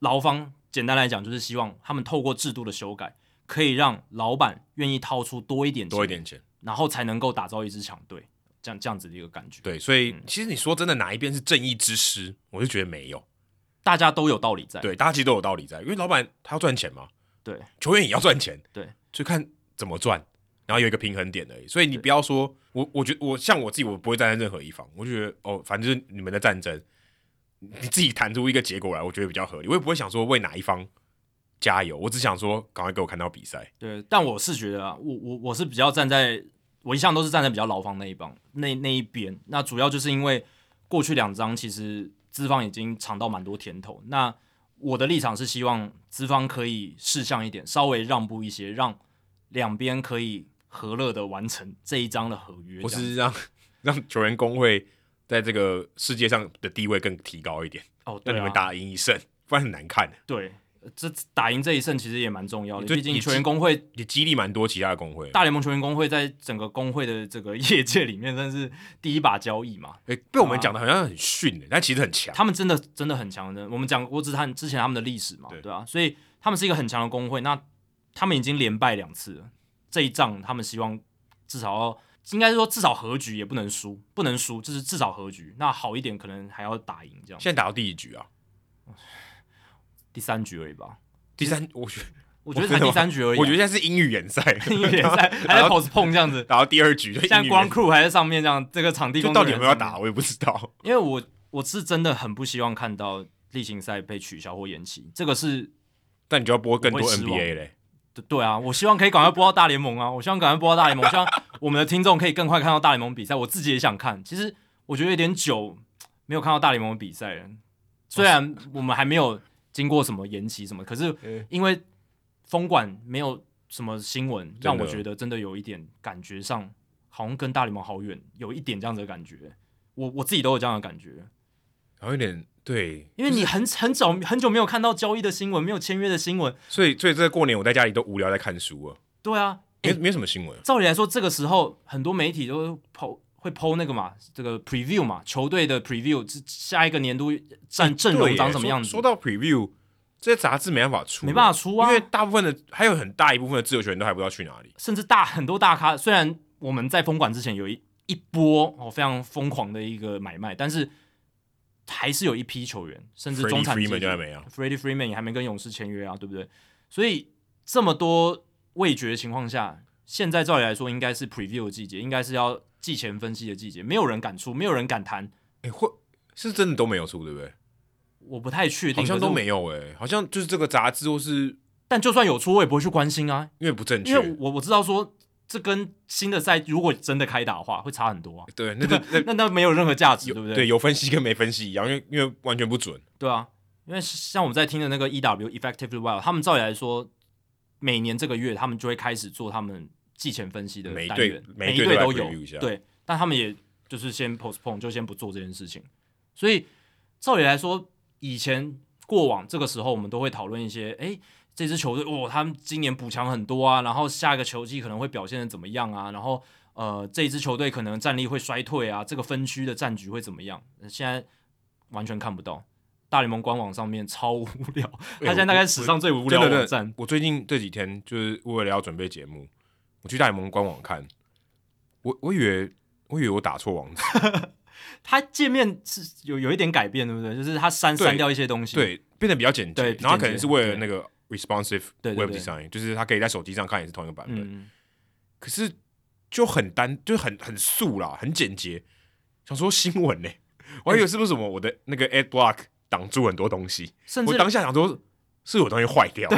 Speaker 2: 劳方简单来讲，就是希望他们透过制度的修改，可以让老板愿意掏出多一点钱，
Speaker 1: 多一，点钱。
Speaker 2: 然后才能够打造一支强队，这样这样子的一个感觉。，
Speaker 1: 对，所
Speaker 2: 嗯
Speaker 1: 以其实你说真的，哪一边是正义之师，我就觉得没有。
Speaker 2: 大家都有道理在。
Speaker 1: 对，大家其实都有道理在，因为老板他要赚钱嘛，
Speaker 2: 对
Speaker 1: 球员也要赚钱，
Speaker 2: 对，
Speaker 1: 就看怎么赚，然后有一个平衡点而已。所以你不要说我，我觉得我像我自己，我不会站在任何一方，我就觉得哦，反正就是你们的战争，你自己谈出一个结果来，我觉得比较合理。我也不会想说为哪一方加油，我只想说赶快给我看到比赛。
Speaker 2: 对，但我是觉得啊，我我我是比较站在，我一向都是站在比较劳方那一帮那那一边。那主要就是因为过去两张其实资方已经尝到蛮多甜头。那我的立场是希望资方可以适向一点，稍微让步一些，让两边可以和乐的完成这一张的合约。
Speaker 1: 我
Speaker 2: 这样
Speaker 1: 是让 让球员工会在这个世界上的地位更提高一点，
Speaker 2: 哦，
Speaker 1: 让
Speaker 2: 对
Speaker 1: 你们
Speaker 2: 啊，
Speaker 1: 打赢一胜，不然很难看。
Speaker 2: 对这打赢这一胜其实也蛮重要的，
Speaker 1: 对
Speaker 2: 毕竟
Speaker 1: 也
Speaker 2: 球
Speaker 1: 是
Speaker 2: 员工会
Speaker 1: 也激励蛮多其他的工会的，
Speaker 2: 大联盟球员工会在整个工会的这个 业界里面算是第一把交椅嘛。
Speaker 1: 诶被我们讲的好像很逊的，但其实很强。
Speaker 2: 他们真的真的很强的。我们讲过之他之前他们的历史嘛，
Speaker 1: 对
Speaker 2: 对啊，所以他们是一个很强的工会。那他们已经连败两次了，这一仗他们希望至少要，应该是说至少和局也不能输，不能输，就是至少和局。那好一点可能还要打赢这样，
Speaker 1: 现在打到第几局啊？
Speaker 2: 第三局而已吧。
Speaker 1: 第
Speaker 2: 嗯
Speaker 1: 三，我觉得
Speaker 2: 我觉得
Speaker 1: 真的
Speaker 2: 才第
Speaker 1: 吗
Speaker 2: 三局而已啊、
Speaker 1: 我觉得现在是英语联赛，
Speaker 2: 英语联赛还在 pos 碰这样 子，
Speaker 1: 打到第二局就英语
Speaker 2: 现在光
Speaker 1: 联赛
Speaker 2: crew 还在上面这样，这个场地
Speaker 1: 就
Speaker 2: 工
Speaker 1: 到
Speaker 2: 作
Speaker 1: 底有
Speaker 2: 人
Speaker 1: 没有要
Speaker 2: 员上面
Speaker 1: 打，我也不知道。
Speaker 2: 因为我我是真的很不希望看到例行赛被取消或延期，这个是
Speaker 1: 但你就要播更多
Speaker 2: 我会失望
Speaker 1: NBA 嘞，
Speaker 2: 对对啊，我希望可以赶快播到大联盟啊！我希望赶快播到大联盟，我希望我们的听众可以更快看到大联盟比赛。我自己也想看，其实我觉得有点久没有看到大联盟比赛了。虽然我们还没有经过什么延期什么，可是
Speaker 1: 嗯
Speaker 2: 因为封馆没有什么新闻，
Speaker 1: 的
Speaker 2: 让我觉得真的有一点感觉上好像跟大联盟好远，有一点这样子的感觉。我我自己都有这样的感觉，
Speaker 1: 然后有点对，
Speaker 2: 因为你很很早很久没有看到交易的新闻，没有签约的新闻。
Speaker 1: 所以所以这过年我在家里都无聊在看书啊，
Speaker 2: 对啊，
Speaker 1: 没没什么新闻。
Speaker 2: 照理来说，这个时候很多媒体都抛会抛那个嘛，这个 preview 嘛，球队的 preview，这下一个年度战
Speaker 1: 哎
Speaker 2: 阵
Speaker 1: 对
Speaker 2: 容
Speaker 1: 耶
Speaker 2: 长什么样子，
Speaker 1: 说说到 preview，这些杂志没办法出，
Speaker 2: 没办法出啊
Speaker 1: 因为大部分的还有很大一部分的自由球员都还不知道去哪里。
Speaker 2: 甚至大很多大咖，虽然我们在封馆之前有一一波哦非常疯狂的一个买卖，但是还是有一批球员，甚至
Speaker 1: Freddie
Speaker 2: 中产阶级
Speaker 1: Freeman 就还没啊
Speaker 2: f r e d d y Freeman 也还没跟勇士签约啊，对不对？所以这么多味觉的情况下，现在照理来说应该是 preview 的季节，应该是要季前分析的季节，没有人敢出，没有人敢谈。
Speaker 1: 哎，会是真的都没有出，对不对？
Speaker 2: 我不太确定，
Speaker 1: 好像都
Speaker 2: 可是
Speaker 1: 没有哎，好像就是这个杂志或是
Speaker 2: 但就算有出，我也不会去关心啊，
Speaker 1: 因为不正确
Speaker 2: 因，为我我知道说这跟新的赛如果真的开打的话，会差很多啊。
Speaker 1: 对，那就那
Speaker 2: 那那没有任何价值，
Speaker 1: 有
Speaker 2: 对 不对？
Speaker 1: 有分析跟没分析一样，因为因为完全不准。
Speaker 2: 对啊，因为像我们在听的那个 E EW Effectively Wild，他们照理来说，每年这个月他们就会开始做他们季前分析的
Speaker 1: 每一
Speaker 2: 单
Speaker 1: 队
Speaker 2: 元，
Speaker 1: 每一
Speaker 2: 每
Speaker 1: 队
Speaker 2: 队
Speaker 1: 都来
Speaker 2: 都有
Speaker 1: preview 一下
Speaker 2: 对，但他们也就是先 postpone，就先不做这件事情。所以照理来说，以前过往这个时候我们都会讨论一些，诶，这支球队哦，他们今年补强很多啊，然后下个球季可能会表现的怎么样啊，然后呃，这支球队可能战力会衰退啊，这个分区的战局会怎么样？呃现在完全看不到。大联盟官网上面超无聊，他现在大概史上最无
Speaker 1: 哎真
Speaker 2: 聊
Speaker 1: 的
Speaker 2: 的网
Speaker 1: 真
Speaker 2: 站
Speaker 1: 的，我最近这几天就是为了要准备节目，我去大联盟官网看，我我以为我以为我打错 网址，
Speaker 2: 它界面是有有一点改变，对不对？就是它删
Speaker 1: 对
Speaker 2: 删掉一些东西，
Speaker 1: 对，变得比较简洁
Speaker 2: 对，
Speaker 1: 然后
Speaker 2: 简洁
Speaker 1: 可能是为了
Speaker 2: 对
Speaker 1: 那个 responsive
Speaker 2: 对对
Speaker 1: web
Speaker 2: 对
Speaker 1: design，就是它可以在手机上看也是同一个版本，
Speaker 2: 嗯，
Speaker 1: 可是就很单，就很很素啦，很简洁。想说新闻呢、 我
Speaker 2: 哎
Speaker 1: 还以为是不是什么我的那个 ad block 挡住很多东西，
Speaker 2: 甚
Speaker 1: 我
Speaker 2: 至
Speaker 1: 当下想说是有东西坏掉，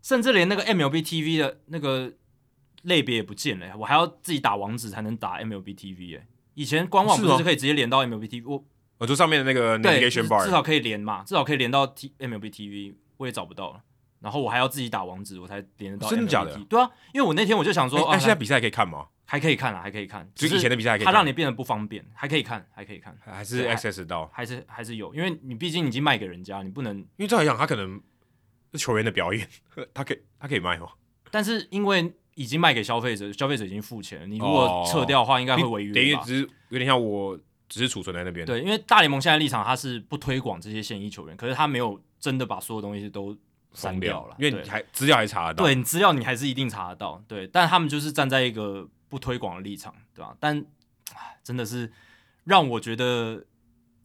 Speaker 2: 甚至连那个 MLB TV 的那个类别也不见了、我还要自己打网址才能打 MLB TV 哎、以前官网
Speaker 1: 是
Speaker 2: 不
Speaker 1: 哦
Speaker 2: 是可以直接连到 MLB TV，我
Speaker 1: 我就上面的那个
Speaker 2: 对，就是
Speaker 1: navigation
Speaker 2: 至
Speaker 1: bar，
Speaker 2: 少可以连嘛，至少可以连到 T MLB TV，我也找不到了。然后我还要自己打网址，我才连得到 MLB TV。
Speaker 1: 真的假的
Speaker 2: 对啊，因为我那天我就想说，
Speaker 1: 哎
Speaker 2: 哦，
Speaker 1: 哎，现在
Speaker 2: 还
Speaker 1: 比赛可以看吗？
Speaker 2: 还可以看啊，还可以看，
Speaker 1: 就
Speaker 2: 只
Speaker 1: 以前
Speaker 2: 是
Speaker 1: 的比赛还可以
Speaker 2: 它
Speaker 1: 看，
Speaker 2: 让你变得不方便，还可以看，还可以看，
Speaker 1: 还是
Speaker 2: 对还
Speaker 1: access 得到，
Speaker 2: 还是还是有，因为你毕竟已经卖给人家，你不能
Speaker 1: 因为照理讲他可能是球员的表演，他可以他可以卖吗？
Speaker 2: 但是因为已经卖给消费者，消费者已经付钱了，你如果撤掉的话，应该会违
Speaker 1: 哦等
Speaker 2: 约
Speaker 1: 于
Speaker 2: 吧？
Speaker 1: 只是有点像我只是储存在那边，
Speaker 2: 对，因为大联盟现在立场，它是不推广这些现役球员，可是他没有真的把所有东西都删
Speaker 1: 疯掉
Speaker 2: 掉了，
Speaker 1: 因为
Speaker 2: 对
Speaker 1: 你还资料还查得到，
Speaker 2: 对你资料你还是一定查得到，对，但他们就是站在一个不推广的立场，对吧、但唉真的是让我觉得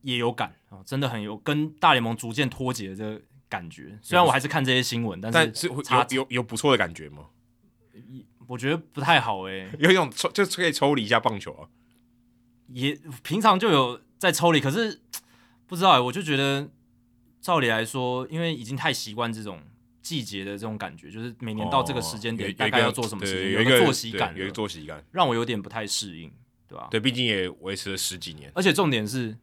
Speaker 2: 也有感啊、哦真的很有跟大联盟逐渐脱节的这个感觉。虽然我还是看这些新闻，但
Speaker 1: 但
Speaker 2: 是
Speaker 1: 是会
Speaker 2: 查
Speaker 1: 有有有不错的感觉吗？
Speaker 2: 我觉得不太好欸诶、
Speaker 1: 有一种抽就是可以抽离一下棒球啊。
Speaker 2: 也平常就有在抽离，可是不知道哎、我就觉得照理来说，因为已经太习惯这种季节的这种感觉，就是每年到这个时间
Speaker 1: 哦有
Speaker 2: 点
Speaker 1: 有
Speaker 2: 大
Speaker 1: 一
Speaker 2: 概
Speaker 1: 个
Speaker 2: 要做什么事
Speaker 1: 对
Speaker 2: 情，
Speaker 1: 有一
Speaker 2: 个
Speaker 1: 个
Speaker 2: 作息感
Speaker 1: 对有一
Speaker 2: 了
Speaker 1: 个，作息感。
Speaker 2: 让我有点不太适应，对吧、
Speaker 1: 对，毕竟也维持了十几年。
Speaker 2: 而且重点是，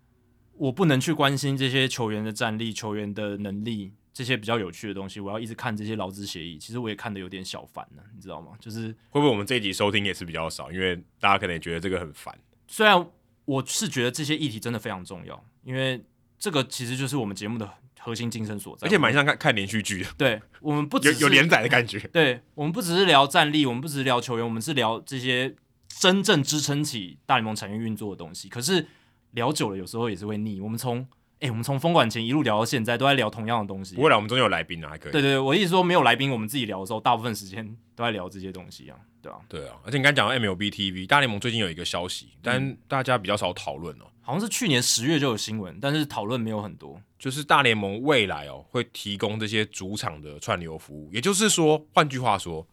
Speaker 2: 我不能去关心这些球员的战力、球员的能力这些比较有趣的东西，我要一直看这些劳资协议，其实我也看的有点小烦了，你知道吗？就是
Speaker 1: 会不会我们这一集收听也是比较少？因为大家可能也觉得这个很烦。
Speaker 2: 虽然我是觉得这些议题真的非常重要，因为这个其实就是我们节目的核心精神所在。
Speaker 1: 而且蛮像看看连续剧的，
Speaker 2: 对我们哦不只
Speaker 1: 有
Speaker 2: 是
Speaker 1: 有连载的感觉。
Speaker 2: 对我们不只是聊战力，我们不只是聊球员，我们是聊这些真正支撑起大联盟产业运作的东西。可是聊久了，有时候也是会腻。我们从哎、我们从封管前一路聊到现在，都在聊同样的东西。
Speaker 1: 不过来我们中间有来宾啊，还可以。
Speaker 2: 对对对，我意思说，没有来宾，我们自己聊的时候，大部分时间都在聊这些东西啊，对啊，
Speaker 1: 对啊，而且你刚才讲到 MLB TV，大联盟最近有一个消息，
Speaker 2: 嗯
Speaker 1: 但大家比较少讨论哦，
Speaker 2: 好像是去年十月就有新闻，但是讨论没有很多。
Speaker 1: 就是大联盟未来哦会提供这些主场的串流服务，也就是说，换句话说，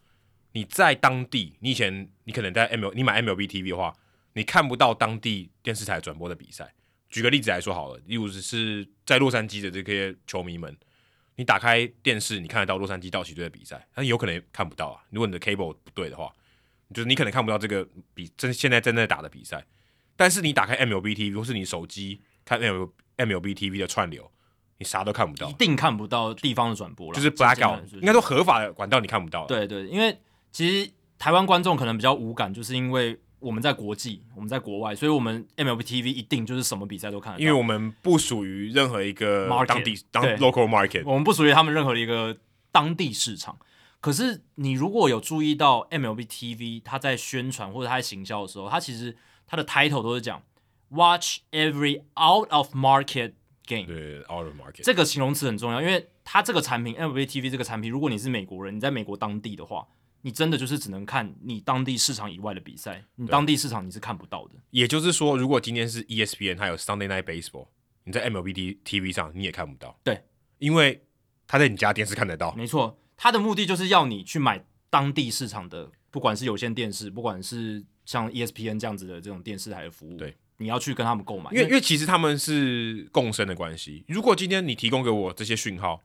Speaker 1: 你在当地，你以前你可能在 ML 你买 MLB TV 的话，你看不到当地电视台转播的比赛。举个例子来说好了，例如只是在洛杉矶的这些球迷们，你打开电视，你看得到洛杉矶道奇队的比赛，但有可能看不到啊。如果你的 cable 不对的话，就是你可能看不到这个比真现在正在打的比赛。但是你打开 MLB TV 或是你手机看 ML MLB TV 的串流，你啥都看不
Speaker 2: 一
Speaker 1: 到，
Speaker 2: 定看不到地方的转播了，
Speaker 1: 就是
Speaker 2: 这
Speaker 1: blackout，应该
Speaker 2: 都
Speaker 1: 说合法的管道你看不到。，
Speaker 2: 对对，因为其实台湾观众可能比较无感，就是因为我们在国际，我们在国外，所以我们 MLB TV 一定就是什么比赛都看得到，
Speaker 1: 因为我们不属于任何一个
Speaker 2: 啊 Market，
Speaker 1: 当地当
Speaker 2: 对哦
Speaker 1: local market，
Speaker 2: 我们不属于他们任何的一个当地市场。可是你如果有注意到 MLB TV，它在宣传或者它在行销的时候，它其实它的 title 都是讲 Watch every out of market game。
Speaker 1: 对 out of market。
Speaker 2: 这个形容词很重要，因为它这个产品 MLB TV 这个产品，如果你是美国人，你在美国当地的话，你真的就是只能看你当地市场以外的比赛，你当地市场你是看不到的。
Speaker 1: 也就是说，如果今天是 E ESPN 它有 Sunday Night Baseball，你在 MLB TV 上你也看不到。
Speaker 2: 对，
Speaker 1: 因为他在你家电视看得到。
Speaker 2: 没错，它的目的就是要你去买当地市场的，不管是有线电视，不管是像 E ESPN 这样子的这种电视台的服务，
Speaker 1: 对，
Speaker 2: 你要去跟他们购买，
Speaker 1: 因为因为其实他们是共生的关系。如果今天你提供给我这些讯号，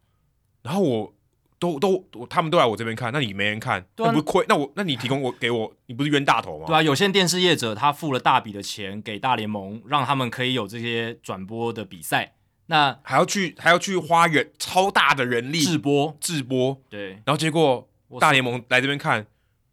Speaker 1: 然后我都都我他们都来我这边看，那你没人看，
Speaker 2: 对
Speaker 1: 那
Speaker 2: 啊
Speaker 1: 不是亏？那我那你提供我给我，你不是冤大头吗？
Speaker 2: 对啊，有线电视业者他付了大笔的钱给大联盟，让他们可以有这些转播的比赛，那
Speaker 1: 还要去还要去花人超大的人力
Speaker 2: 直播，
Speaker 1: 直播，
Speaker 2: 对，
Speaker 1: 然后结果
Speaker 2: 我
Speaker 1: 大联盟来这边看，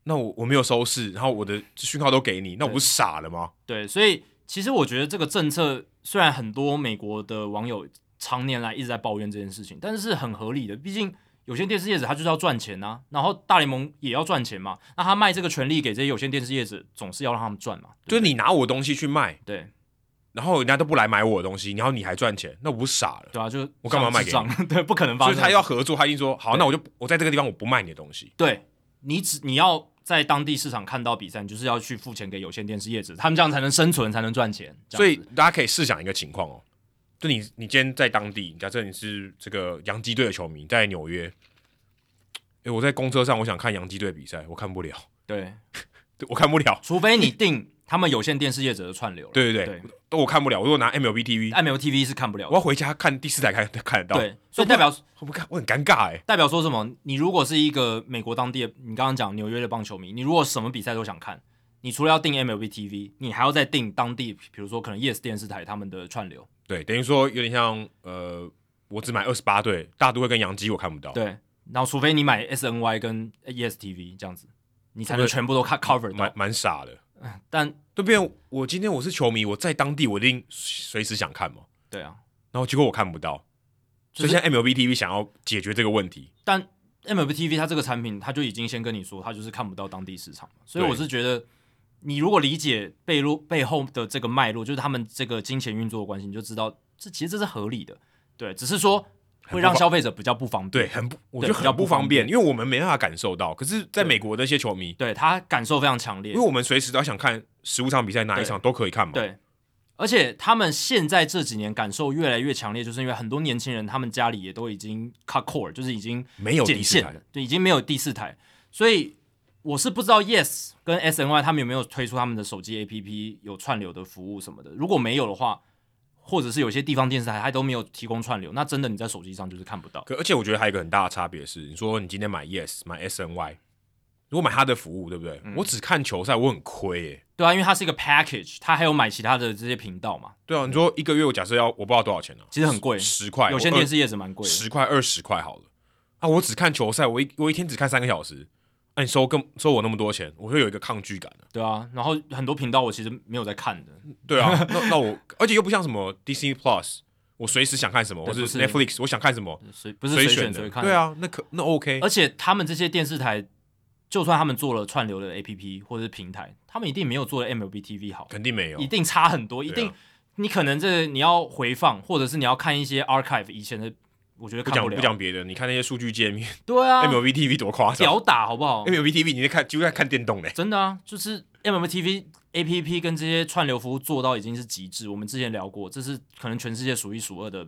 Speaker 1: 那我我没有收视，然后我的讯号都给你，那我不是傻了吗？
Speaker 2: 对，所以其实我觉得这个政策虽然很多美国的网友常年来一直在抱怨这件事情，但是是很合理的，毕竟有线电视业者他就是要赚钱呐、然后大联盟也要赚钱嘛，那他卖这个权利给这些有线电视业者，总是要让他们赚嘛，
Speaker 1: 就
Speaker 2: 对
Speaker 1: 是你拿我东西去卖，
Speaker 2: 对
Speaker 1: 然后人家都不来买我的东西，然后你还赚钱，那我不是傻了？
Speaker 2: 对啊，就是
Speaker 1: 我干嘛卖给
Speaker 2: 像智障？对，不可能发
Speaker 1: 所以
Speaker 2: 生的事情，
Speaker 1: 他要合作，他一定说好，
Speaker 2: 对
Speaker 1: 那我就我在这个地方我不卖你的东西。
Speaker 2: 对你只你要在当地市场看到比赛，你就是要去付钱给有线电视业者，他们这样才能生存，才能赚钱。这
Speaker 1: 所
Speaker 2: 样
Speaker 1: 以
Speaker 2: 子
Speaker 1: 大家可以试想一个情况哦，就你你今天在当地，假设你是这个洋基队的球迷，在纽约，诶，我在公车上，我想看洋基队比赛，我看不了，
Speaker 2: 对，
Speaker 1: 对我看不了，
Speaker 2: 除非你定他们有线电视业者的串流了，
Speaker 1: 对对对，都我看不了。我如果拿 MLB TV，
Speaker 2: ，ML TV 是看不了
Speaker 1: 我
Speaker 2: 的。
Speaker 1: 要回家看第四台看看得到，
Speaker 2: 哎对，所以代表
Speaker 1: 我不看，我很尴尬哎。
Speaker 2: 代表说什么？你如果是一个美国当地的，你刚刚讲纽约的棒球迷，你如果什么比赛都想看，你除了要订 MLB TV，你还要再订当地，比如说可能，E Yes 电视台他们的串流。
Speaker 1: 对，等于说有点像呃，我只买二十八队，大都会跟洋基我看不到，
Speaker 2: 对，然后除非你买 SNY 跟 E Yes TV 这样子，你才能
Speaker 1: 对
Speaker 2: 全部都看 cover
Speaker 1: 蛮
Speaker 2: 到。
Speaker 1: 蛮傻的。
Speaker 2: 但
Speaker 1: 对变成我今天我是球迷，我在当地我一定随时想看嘛，
Speaker 2: 对啊，
Speaker 1: 然后结果我看不到，
Speaker 2: 就是
Speaker 1: 所以现在 MLB TV 想要解决这个问题，
Speaker 2: 但 MLB TV 它这个产品，它就已经先跟你说，它就是看不到当地市场嘛所以
Speaker 1: 对
Speaker 2: 我是觉得，你如果理解背路背后的这个脉络，就是他们这个金钱运作的关系，你就知道这其实这是合理的，对，只是说会让
Speaker 1: 很不方
Speaker 2: 消费者比较不方便，
Speaker 1: 对，很不，我
Speaker 2: 对
Speaker 1: 觉得
Speaker 2: 比较
Speaker 1: 很
Speaker 2: 不
Speaker 1: 不方
Speaker 2: 方
Speaker 1: 便，因为我们没办法感受到。可是，在
Speaker 2: 对
Speaker 1: 美国那些球迷，
Speaker 2: 对，他感受非常强烈
Speaker 1: 因为，我们随时都要想看十五场比赛哪一
Speaker 2: 对
Speaker 1: 场都可以看嘛，
Speaker 2: 对。而且他们现在这几年感受越来越强烈，就是因为很多年轻人他们家里也都已经 cut cord，就是已经
Speaker 1: 没有
Speaker 2: 剪
Speaker 1: 第四
Speaker 2: 线
Speaker 1: 台
Speaker 2: 了，，对，已经没有第四台，所以我是不知道 Yes 跟 SNY 他们有没有推出他们的手机 APP 有串流的服务什么的。如果没有的话，或者是有些地方电视台它都没有提供串流，那真的你在手机上就是看不到。
Speaker 1: 可而且我觉得还有一个很大的差别是，你说你今天买 Yes 买 SNY，如果买他的服务，对不对？
Speaker 2: 嗯
Speaker 1: 我只看球赛，我很亏耶、
Speaker 2: 对啊，因为它是一个 package，它还有买其他的这些频道嘛，
Speaker 1: 对啊，你说一个月我假设要我不知道多少钱呢、啊？
Speaker 2: 其实很贵
Speaker 1: 十块，
Speaker 2: 有线电视业者蛮贵的。
Speaker 1: 十块二十块好了。啊，我只看球赛，我一我一天只看三个小时，那、你收更收我那么多钱，我会有一个抗拒感的、
Speaker 2: 对啊，然后很多频道我其实没有在看的，
Speaker 1: 对啊，那那我而且又不像什么 Disney Plus，我随时想看什么，或
Speaker 2: 对
Speaker 1: 是
Speaker 2: 不是
Speaker 1: Netflix，我想看什么
Speaker 2: 所以不是随
Speaker 1: 选
Speaker 2: 随
Speaker 1: 的。
Speaker 2: 看。
Speaker 1: 对，啊，那可那 OK，
Speaker 2: 而且他们这些电视台，就算他们做了串流的 APP 或者是平台，他们一定没有做的 MLB TV 好。
Speaker 1: 肯定没有
Speaker 2: 一。定差很多，一
Speaker 1: 啊
Speaker 2: 定、你可能这你要回放，或者是你要看一些 archive 以前的，我觉得
Speaker 1: 不
Speaker 2: 看
Speaker 1: 讲
Speaker 2: 了。
Speaker 1: 不讲别的，你看那些数据界面、
Speaker 2: 对啊
Speaker 1: m l b TV 多夸张
Speaker 2: 屌打好不好？
Speaker 1: ，MLB TV 你在看就在看电动嘞。
Speaker 2: 真的啊，就是 MMTV APP 跟这些串流服务做到已经是极致。我们之前聊过，这是可能全世界数一数二的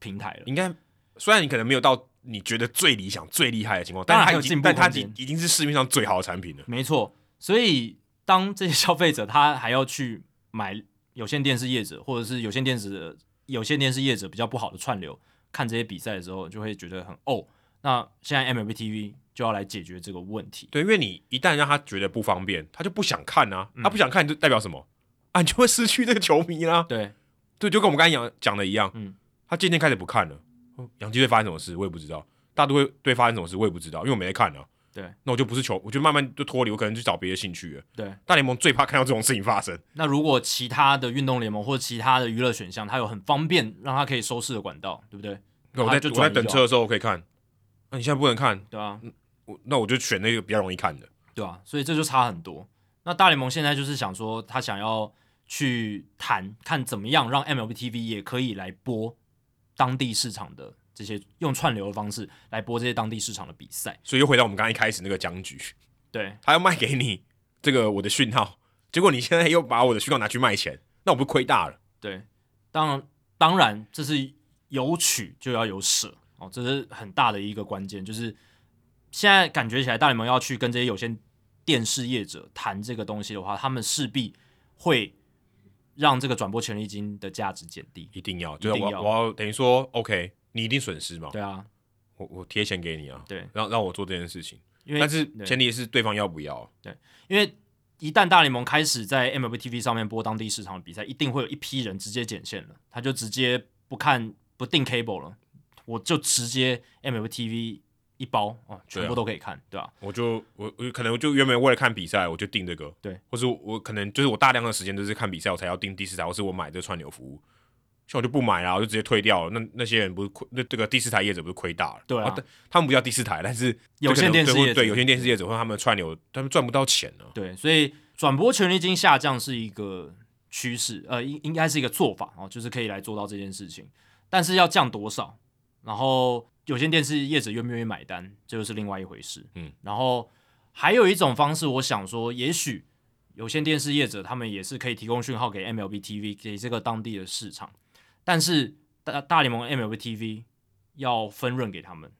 Speaker 2: 平台了。
Speaker 1: 应该虽然你可能没有到你觉得最理想、最厉害的情况，
Speaker 2: 当
Speaker 1: 但
Speaker 2: 然
Speaker 1: 它
Speaker 2: 还有
Speaker 1: 已经
Speaker 2: 进步
Speaker 1: 但它
Speaker 2: 空
Speaker 1: 已
Speaker 2: 间
Speaker 1: 已经是市面上最好的产品了。
Speaker 2: 没错，所以当这些消费者他还要去买有线电视业者，或者是有线电视的有线电视业者比较不好的串流看这些比赛的时候，就会觉得很哦。那现在 MLB TV 就要来解决这个问题。
Speaker 1: 对，因为你一旦让他觉得不方便，他就不想看啊，
Speaker 2: 嗯
Speaker 1: 他不想看就代表什么 啊？你就会失去这个球迷啦。
Speaker 2: 对，
Speaker 1: 对，就跟我们刚才讲讲的一样，
Speaker 2: 嗯
Speaker 1: 他渐渐开始不看了。哦洋基队发生什么事我也不知道，大都会队发生什么事我也不知道，因为我没在看啊。
Speaker 2: 对，
Speaker 1: 那我就不是球，我就慢慢就脱离，我可能去找别的兴趣了。
Speaker 2: 对，
Speaker 1: 大联盟最怕看到这种事情发生。
Speaker 2: 那如果其他的运动联盟或者其他的娱乐选项，它有很方便让它可以收视的管道，对不对？
Speaker 1: 对我
Speaker 2: 他
Speaker 1: 在
Speaker 2: 就
Speaker 1: 我
Speaker 2: 转
Speaker 1: 在
Speaker 2: 移
Speaker 1: 等
Speaker 2: 就
Speaker 1: 车的时候我可以看，那、你现在不能看，
Speaker 2: 对啊，
Speaker 1: 我那我就选那个比较容易看的。
Speaker 2: 对啊，所以这就差很多。那大联盟现在就是想说，他想要去谈看怎么样让 MLB TV 也可以来播当地市场的这些用串流的方式来播这些当地市场的比赛。
Speaker 1: 所以又回到我们刚刚一开始那个僵局，
Speaker 2: 对，
Speaker 1: 他要卖给你这个我的讯号，结果你现在又把我的讯号拿去卖钱，那我不亏大了？
Speaker 2: 对，当然，当然，这是有取就要有舍哦，这是很大的一个关键。就是现在感觉起来，大联盟要去跟这些有线电视业者谈这个东西的话，他们势必会让这个转播权利金的价值减低。
Speaker 1: 一定要，就是
Speaker 2: 定
Speaker 1: 我
Speaker 2: 要
Speaker 1: 我要等于说，OK，你一定损失嘛，
Speaker 2: 对啊，
Speaker 1: 我我贴钱给你啊，
Speaker 2: 对，
Speaker 1: 让让我做这件事情，
Speaker 2: 因为
Speaker 1: 但是
Speaker 2: 对
Speaker 1: 前提是对方要不啊要，
Speaker 2: 因为一旦大联盟开始在 MLB TV 上面播当地市场的比赛，一定会有一批人直接剪线了，他就直接不看不订 cable 了，我就直接 MLB TV 一包哦，全
Speaker 1: 对
Speaker 2: 部
Speaker 1: 啊
Speaker 2: 都可以看，对吧、
Speaker 1: 我就我我可能我就原本为了看比赛，我就订这个，
Speaker 2: 对，
Speaker 1: 或是我可能就是我大量的时间都是看比赛，我才要订第四台，或是我买这个串流服务，像我就不买啦，我就直接退掉了。那那些人不是亏，那这个第四台业者不是亏大了？
Speaker 2: 对啊
Speaker 1: 但他们不叫第四台，但是
Speaker 2: 有线电视
Speaker 1: 对或
Speaker 2: 业者
Speaker 1: 对有线电视业者或他们串流，他们赚不到钱啊呢、
Speaker 2: 对，所以转播权利金下降是一个趋势，呃，应应该是一个做法哦，就是可以来做到这件事情，但是要降多少，然后有线电视业者愿不愿意买单，这就是另外一回事。
Speaker 1: 嗯，
Speaker 2: 然后还有一种方式，我想说，也许有线电视业者他们也是可以提供讯号给 MLB TV 给这个当地的市场，但是大大联盟 MLB TV 要分润给他们。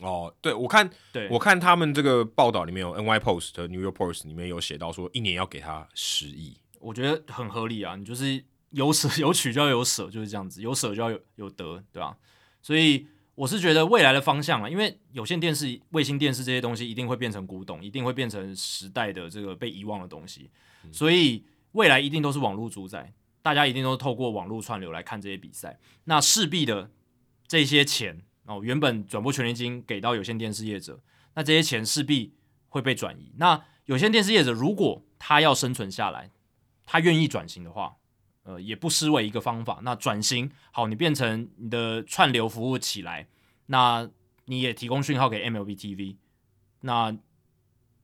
Speaker 1: 哦，对，我看
Speaker 2: 对，
Speaker 1: 我看他们这个报道里面有 NY Post 和 New York Post 里面有写到说，一年要给他十亿。
Speaker 2: 我觉得很合理啊，你就是有舍 有取就要有舍，就是这样子，有舍就要有有得，对吧、所以我是觉得未来的方向啊，因为有线电视、卫星电视这些东西一定会变成古董，一定会变成时代的这个被遗忘的东西，所以未来一定都是网络主宰，大家一定都是透过网络串流来看这些比赛，那势必的这些钱哦，原本转播权利金给到有线电视业者，那这些钱势必会被转移。那有线电视业者如果他要生存下来，他愿意转型的话，呃，也不失为一个方法。那转型好，你变成你的串流服务起来，那你也提供讯号给 MLB TV，那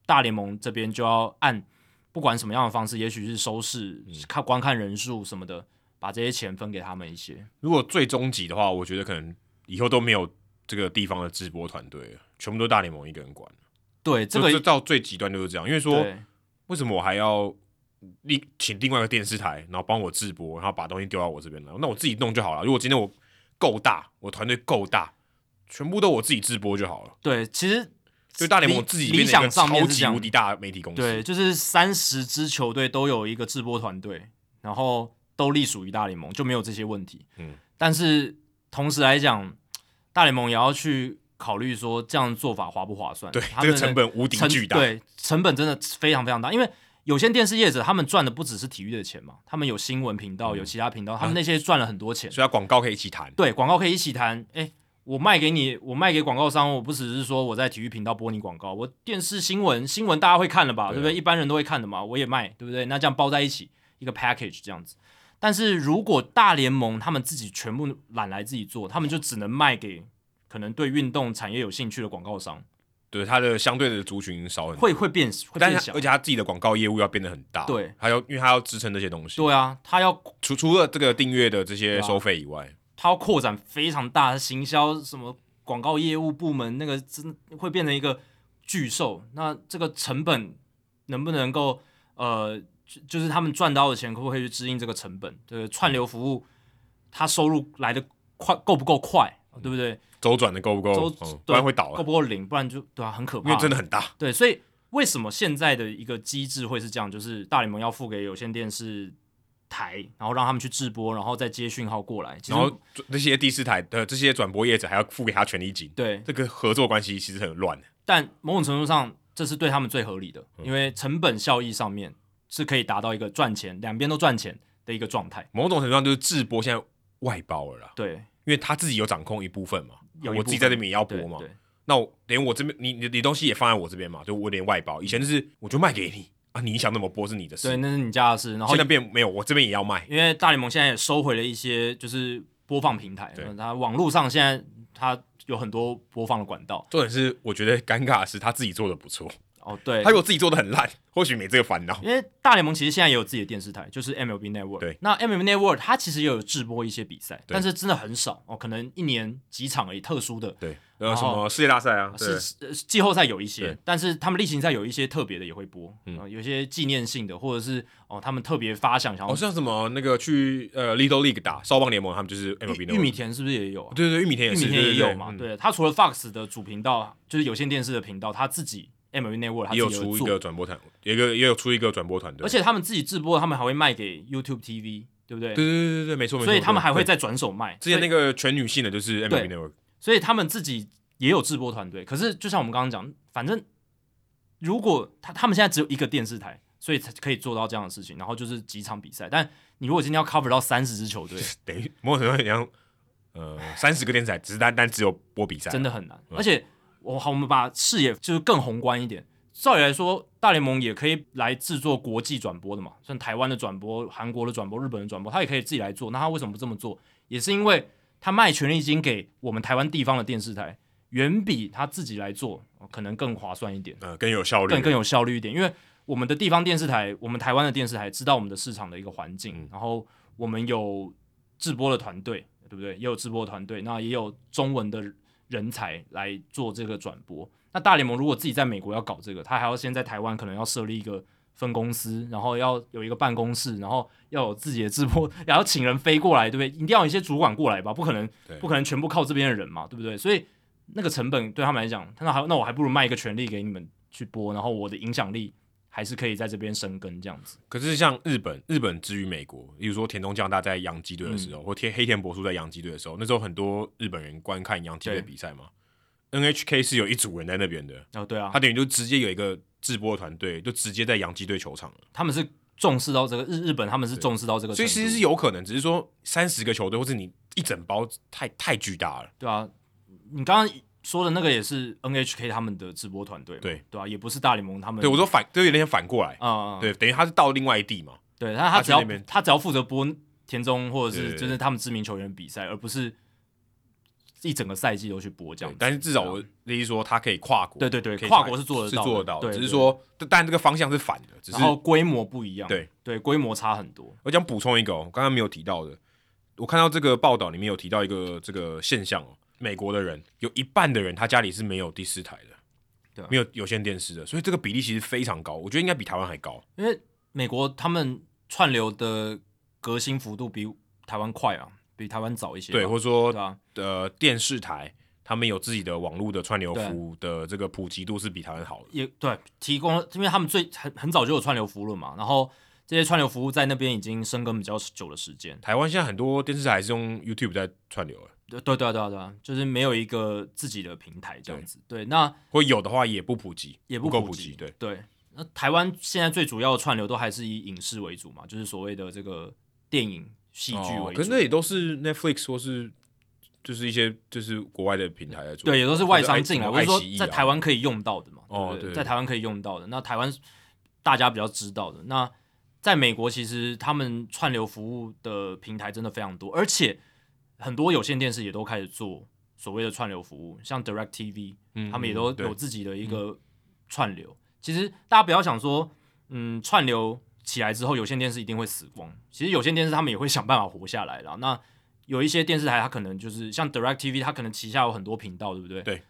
Speaker 2: 大联盟这边就要按不管什么样的方式，也许是收视、
Speaker 1: 嗯
Speaker 2: 看观看人数什么的，把这些钱分给他们一些。
Speaker 1: 如果最终极的话，我觉得可能以后都没有这个地方的直播团队了，全部都大联盟一个人管。
Speaker 2: 对，这
Speaker 1: 这
Speaker 2: 个
Speaker 1: 这到最极端就是这样，因为说
Speaker 2: 对
Speaker 1: 为什么我还要另请另外一个电视台，然后帮我直播，然后把东西丢到我这边来？那我自己弄就好了。如果今天我够大，我团队够大，全部都我自己直播就好 了。
Speaker 2: 对，其实
Speaker 1: 就大联盟
Speaker 2: 理
Speaker 1: 自己
Speaker 2: 理
Speaker 1: 变成一
Speaker 2: 想
Speaker 1: 个
Speaker 2: 上
Speaker 1: 超
Speaker 2: 面是这
Speaker 1: 级
Speaker 2: 样
Speaker 1: 无敌大的媒体公司，
Speaker 2: 对，就是三十支球队都有一个制播团队，然后都隶属于大联盟，就没有这些问题。
Speaker 1: 嗯，
Speaker 2: 但是同时来讲，大联盟也要去考虑说这样做法划不划算。
Speaker 1: 对
Speaker 2: 他
Speaker 1: 这
Speaker 2: 们
Speaker 1: 个成本无敌
Speaker 2: 成
Speaker 1: 巨大。
Speaker 2: 对，成本真的非常非常大，因为。有线电视业者他们赚的不只是体育的钱嘛，他们有新闻频
Speaker 1: 嗯
Speaker 2: 道，有其他频道，他们那些赚了很多钱。
Speaker 1: 所以它广告可以一起谈。
Speaker 2: 对，广告可以一起谈。哎、我卖给你，我卖给广告商，我不只是说我在体育频道播你广告，我电视新闻新闻大家会看的吧，
Speaker 1: 对啊
Speaker 2: 对不对？一般人都会看的嘛，我也卖，对不对？那这样包在一起一个 package 这样子。但是如果大联盟他们自己全部揽来自己做，他们就只能卖给可能对运动产业有兴趣的广告商，
Speaker 1: 对，它的相对的族群少很多，
Speaker 2: 会会变会
Speaker 1: 但
Speaker 2: 变
Speaker 1: 是它
Speaker 2: 小
Speaker 1: 而。且它自己的广告业务要变得很大。
Speaker 2: 对，
Speaker 1: 还要因为它要支撑这些东西。
Speaker 2: 对啊，他要
Speaker 1: 除除了这个订阅的这些
Speaker 2: 对啊
Speaker 1: 收费以外，
Speaker 2: 他要扩展非常大的行销什么广告业务部门，那个真会变成一个巨兽。那这个成本能不能够呃，就就是他们赚到的钱可不可以去支应这个成本？这个串流服务它收入来的快够不够快，对不对？
Speaker 1: 周转的够不够？
Speaker 2: 周
Speaker 1: 嗯不
Speaker 2: 对
Speaker 1: 然会倒
Speaker 2: 够
Speaker 1: 了，
Speaker 2: 不够零？不然就对啊，很可
Speaker 1: 因
Speaker 2: 怕。
Speaker 1: 为真的很大。
Speaker 2: 对，所以为什么现在的一个机制会是这样？就是大联盟要付给有线电视台，然后让他们去直播，然后再接讯号过来。其实
Speaker 1: 然后这些第四台的这些转播业者还要付给他权利金，
Speaker 2: 对，
Speaker 1: 这个合作关系其实很乱的。
Speaker 2: 但某种程度上，这是对他们最合理的，
Speaker 1: 嗯
Speaker 2: 因为成本效益上面是可以达到一个赚钱，两边都赚钱的一个状态。
Speaker 1: 某种程度上就是智播现在外包了啦，
Speaker 2: 对，
Speaker 1: 因为他自己有掌控一部分嘛，
Speaker 2: 有一
Speaker 1: 我
Speaker 2: 部
Speaker 1: 自己在
Speaker 2: 分
Speaker 1: 这边也要播
Speaker 2: 对
Speaker 1: 嘛，
Speaker 2: 对
Speaker 1: 那我连我这边你你你东西也放在我这边嘛，就我连外包。以前就是我就卖给你啊，你想怎么播是你的事
Speaker 2: 对，，那是你家的事。然后
Speaker 1: 现在变没有，我这边也要卖。
Speaker 2: 因为大联盟现在也收回了一些就是播放平台
Speaker 1: 对，
Speaker 2: 它网络上现在它有很多播放的管道。
Speaker 1: 重点是，我觉得尴尬的是他自己做的不错，
Speaker 2: 哦，对
Speaker 1: 他，如果自己做的很烂，或许没这个烦恼。
Speaker 2: 因为大联盟其实现在也有自己的电视台，就是 MLB Network。
Speaker 1: 对，
Speaker 2: 那 MLB Network 它其实也有直播一些比赛，
Speaker 1: 对
Speaker 2: 但是真的很少哦，可能一年几场而已，特殊的。
Speaker 1: 对，呃，
Speaker 2: 然
Speaker 1: 什
Speaker 2: 后
Speaker 1: 么世界大赛啊，对
Speaker 2: 哦是是呃季后赛有一些
Speaker 1: 对，
Speaker 2: 但是他们例行赛有一些特别的也会播，嗯、有一些纪念性的，或者是哦他们特别发想想要
Speaker 1: 哦，像什么那个去呃 Little League 打少棒联盟，他们就是 MLB
Speaker 2: 玉
Speaker 1: 的
Speaker 2: 玉米，田是不是也有啊、
Speaker 1: 对对对，玉米田也
Speaker 2: 玉
Speaker 1: 是，
Speaker 2: 米田
Speaker 1: 对嗯
Speaker 2: 也有嘛？，
Speaker 1: 对
Speaker 2: 对，他除了 Fox 的主频道，就是有线电视的频道，他自己 MLB Network 他
Speaker 1: 嗯也
Speaker 2: 自己
Speaker 1: 有出一
Speaker 2: 做
Speaker 1: 个转播团，有一个也有出一个转播团队，
Speaker 2: 而且他们自己直播，他们还会卖给 YouTube TV，对不对？
Speaker 1: 对对对对对，没错没错，
Speaker 2: 所以他们还会
Speaker 1: 对
Speaker 2: 再转手卖。
Speaker 1: 之前那
Speaker 2: 所以
Speaker 1: 个全女性的就是 MLB
Speaker 2: 对
Speaker 1: Network，
Speaker 2: 所以他们自己也有直播团队。可是就像我们刚刚讲，反正如果他他们现在只有一个电视台，所以才可以做到这样的事情，然后就是几场比赛。但你如果今天要 cover 到三十支球队，
Speaker 1: 等于某种程度上像呃三十个电视台，只是单单只有播比赛，
Speaker 2: 真的很难。而且我好，我们把视野就是更宏观一点。照理来说，大联盟也可以来制作国际转播的嘛，像台湾的转播、韩国的转播、日本的转播，他也可以自己来做。那他为什么不这么做？也是因为他卖权利金给我们台湾地方的电视台，远比他自己来做呃可能更划算一点，
Speaker 1: 呃，更有效率，
Speaker 2: 更更有效率一点。因为我们的地方电视台，我们台湾的电视台知道我们的市场的一个环境，
Speaker 1: 嗯
Speaker 2: 然后我们有制播的团队，对不对？也有制播的团队，那也有中文的人才来做这个转播。那大联盟如果自己在美国要搞这个，他还要先在台湾可能要设立一个分公司，然后要有一个办公室，然后要有自己的直播， 然后请人飞过来，对不对？一定要有一些主管过来吧，不可能
Speaker 1: 对
Speaker 2: 不可能全部靠这边的人嘛，对不对？所以那个成本对他们来讲，那还那我还不如卖一个权利给你们去播，然后我的影响力还是可以在这边生根这样子。
Speaker 1: 可是像日本，日本之于美国，例如说田中将大在洋基队的
Speaker 2: 嗯
Speaker 1: 时候，或天黑田博树在洋基队的时候，那时候很多日本人观看洋基队
Speaker 2: 对
Speaker 1: 比赛嘛。NHK 是有一组人在那边的，
Speaker 2: 哦，对啊
Speaker 1: 他，等于就直接有一个直播团队，就直接在洋基队球场了。
Speaker 2: 他们是重视到这个日日本，他们是重视到这个
Speaker 1: 所
Speaker 2: 程
Speaker 1: 以
Speaker 2: 度，
Speaker 1: 其实是有可能，只是说三十个球队或是你一整包太太巨大了。
Speaker 2: 对啊，你刚刚说的那个也是 NHK 他们的直播团队嘛，
Speaker 1: 对
Speaker 2: 对啊，也不是大联盟他们。
Speaker 1: 对我说反，就有点反过来，
Speaker 2: 啊、嗯，
Speaker 1: 对，等于他是到另外一地嘛。
Speaker 2: 对，他
Speaker 1: 他
Speaker 2: 他
Speaker 1: 去
Speaker 2: 只要
Speaker 1: 那边
Speaker 2: 他只要负责播田中或者
Speaker 1: 对
Speaker 2: 是
Speaker 1: 对
Speaker 2: 就是他们知名球员比赛，而不是一整个赛季都去播这
Speaker 1: 对
Speaker 2: 样，子。啊
Speaker 1: 但是至少我的意思说，他可以跨国，
Speaker 2: 对对对
Speaker 1: 可以
Speaker 2: 跨
Speaker 1: 跨
Speaker 2: 国是做得
Speaker 1: 是
Speaker 2: 到的
Speaker 1: 做得到的，
Speaker 2: 对
Speaker 1: 只是
Speaker 2: 对
Speaker 1: 说，但但这个方向是反的，只是
Speaker 2: 然后规模不一样，
Speaker 1: 对
Speaker 2: 对，规模差很多。
Speaker 1: 我想补充一个、哦，刚刚没有提到的，我看到这个报道里面有提到一个这个现象哦，美国的人有一半的人他家里是没有第四台的，
Speaker 2: 对啊
Speaker 1: 没有有线电视的，所以这个比例其实非常高，我觉得应该比台湾还高。
Speaker 2: 因为美国他们串流的革新幅度比台湾快啊，比台湾早一些吧，
Speaker 1: 对，或者说
Speaker 2: 对啊，
Speaker 1: 呃电视台他们有自己的网络的串流服务的这个普及度是比台湾好的。
Speaker 2: 也对，提供，因为他们最很很早就有串流服务了嘛，然后这些串流服务在那边已经生根比较久的时间。
Speaker 1: 台湾现在很多电视台是用 YouTube 在串流的，
Speaker 2: 对对对啊对啊对啊，就是没有一个自己的平台这样子。对，那
Speaker 1: 或有的话也不普及，
Speaker 2: 也
Speaker 1: 不
Speaker 2: 普
Speaker 1: 够
Speaker 2: 及。
Speaker 1: 及。对，
Speaker 2: 对，那台湾现在最主要的串流都还是以影视为主嘛，就是所谓的这个电影、戏剧
Speaker 1: 哦
Speaker 2: 为主。
Speaker 1: 可是那也都是 Netflix 或是就是一些就是国外的平台在做，
Speaker 2: 对，也都是外商进来，
Speaker 1: 或
Speaker 2: 我
Speaker 1: 者
Speaker 2: 是
Speaker 1: 爱
Speaker 2: 说
Speaker 1: 奇艺啊
Speaker 2: 在台湾可以用到的嘛，
Speaker 1: 哦
Speaker 2: 对不
Speaker 1: 对
Speaker 2: 在台湾可以用到的，那台湾大家比较知道的。那在美国，其实他们串流服务的平台真的非常多，而且很多有线电视也都开始做所谓的串流服务，像 DirecTV，
Speaker 1: 嗯
Speaker 2: 他们也都
Speaker 1: 对嗯
Speaker 2: 有自己的一个串流。其实大家不要想说，嗯，串流起来之后，有线电视一定会死光。其实有线电视他们也会想办法活下来啦。那有一些电视台，它可能就是像 DirecTV，它可能旗下有很多频道，对不对？
Speaker 1: 对。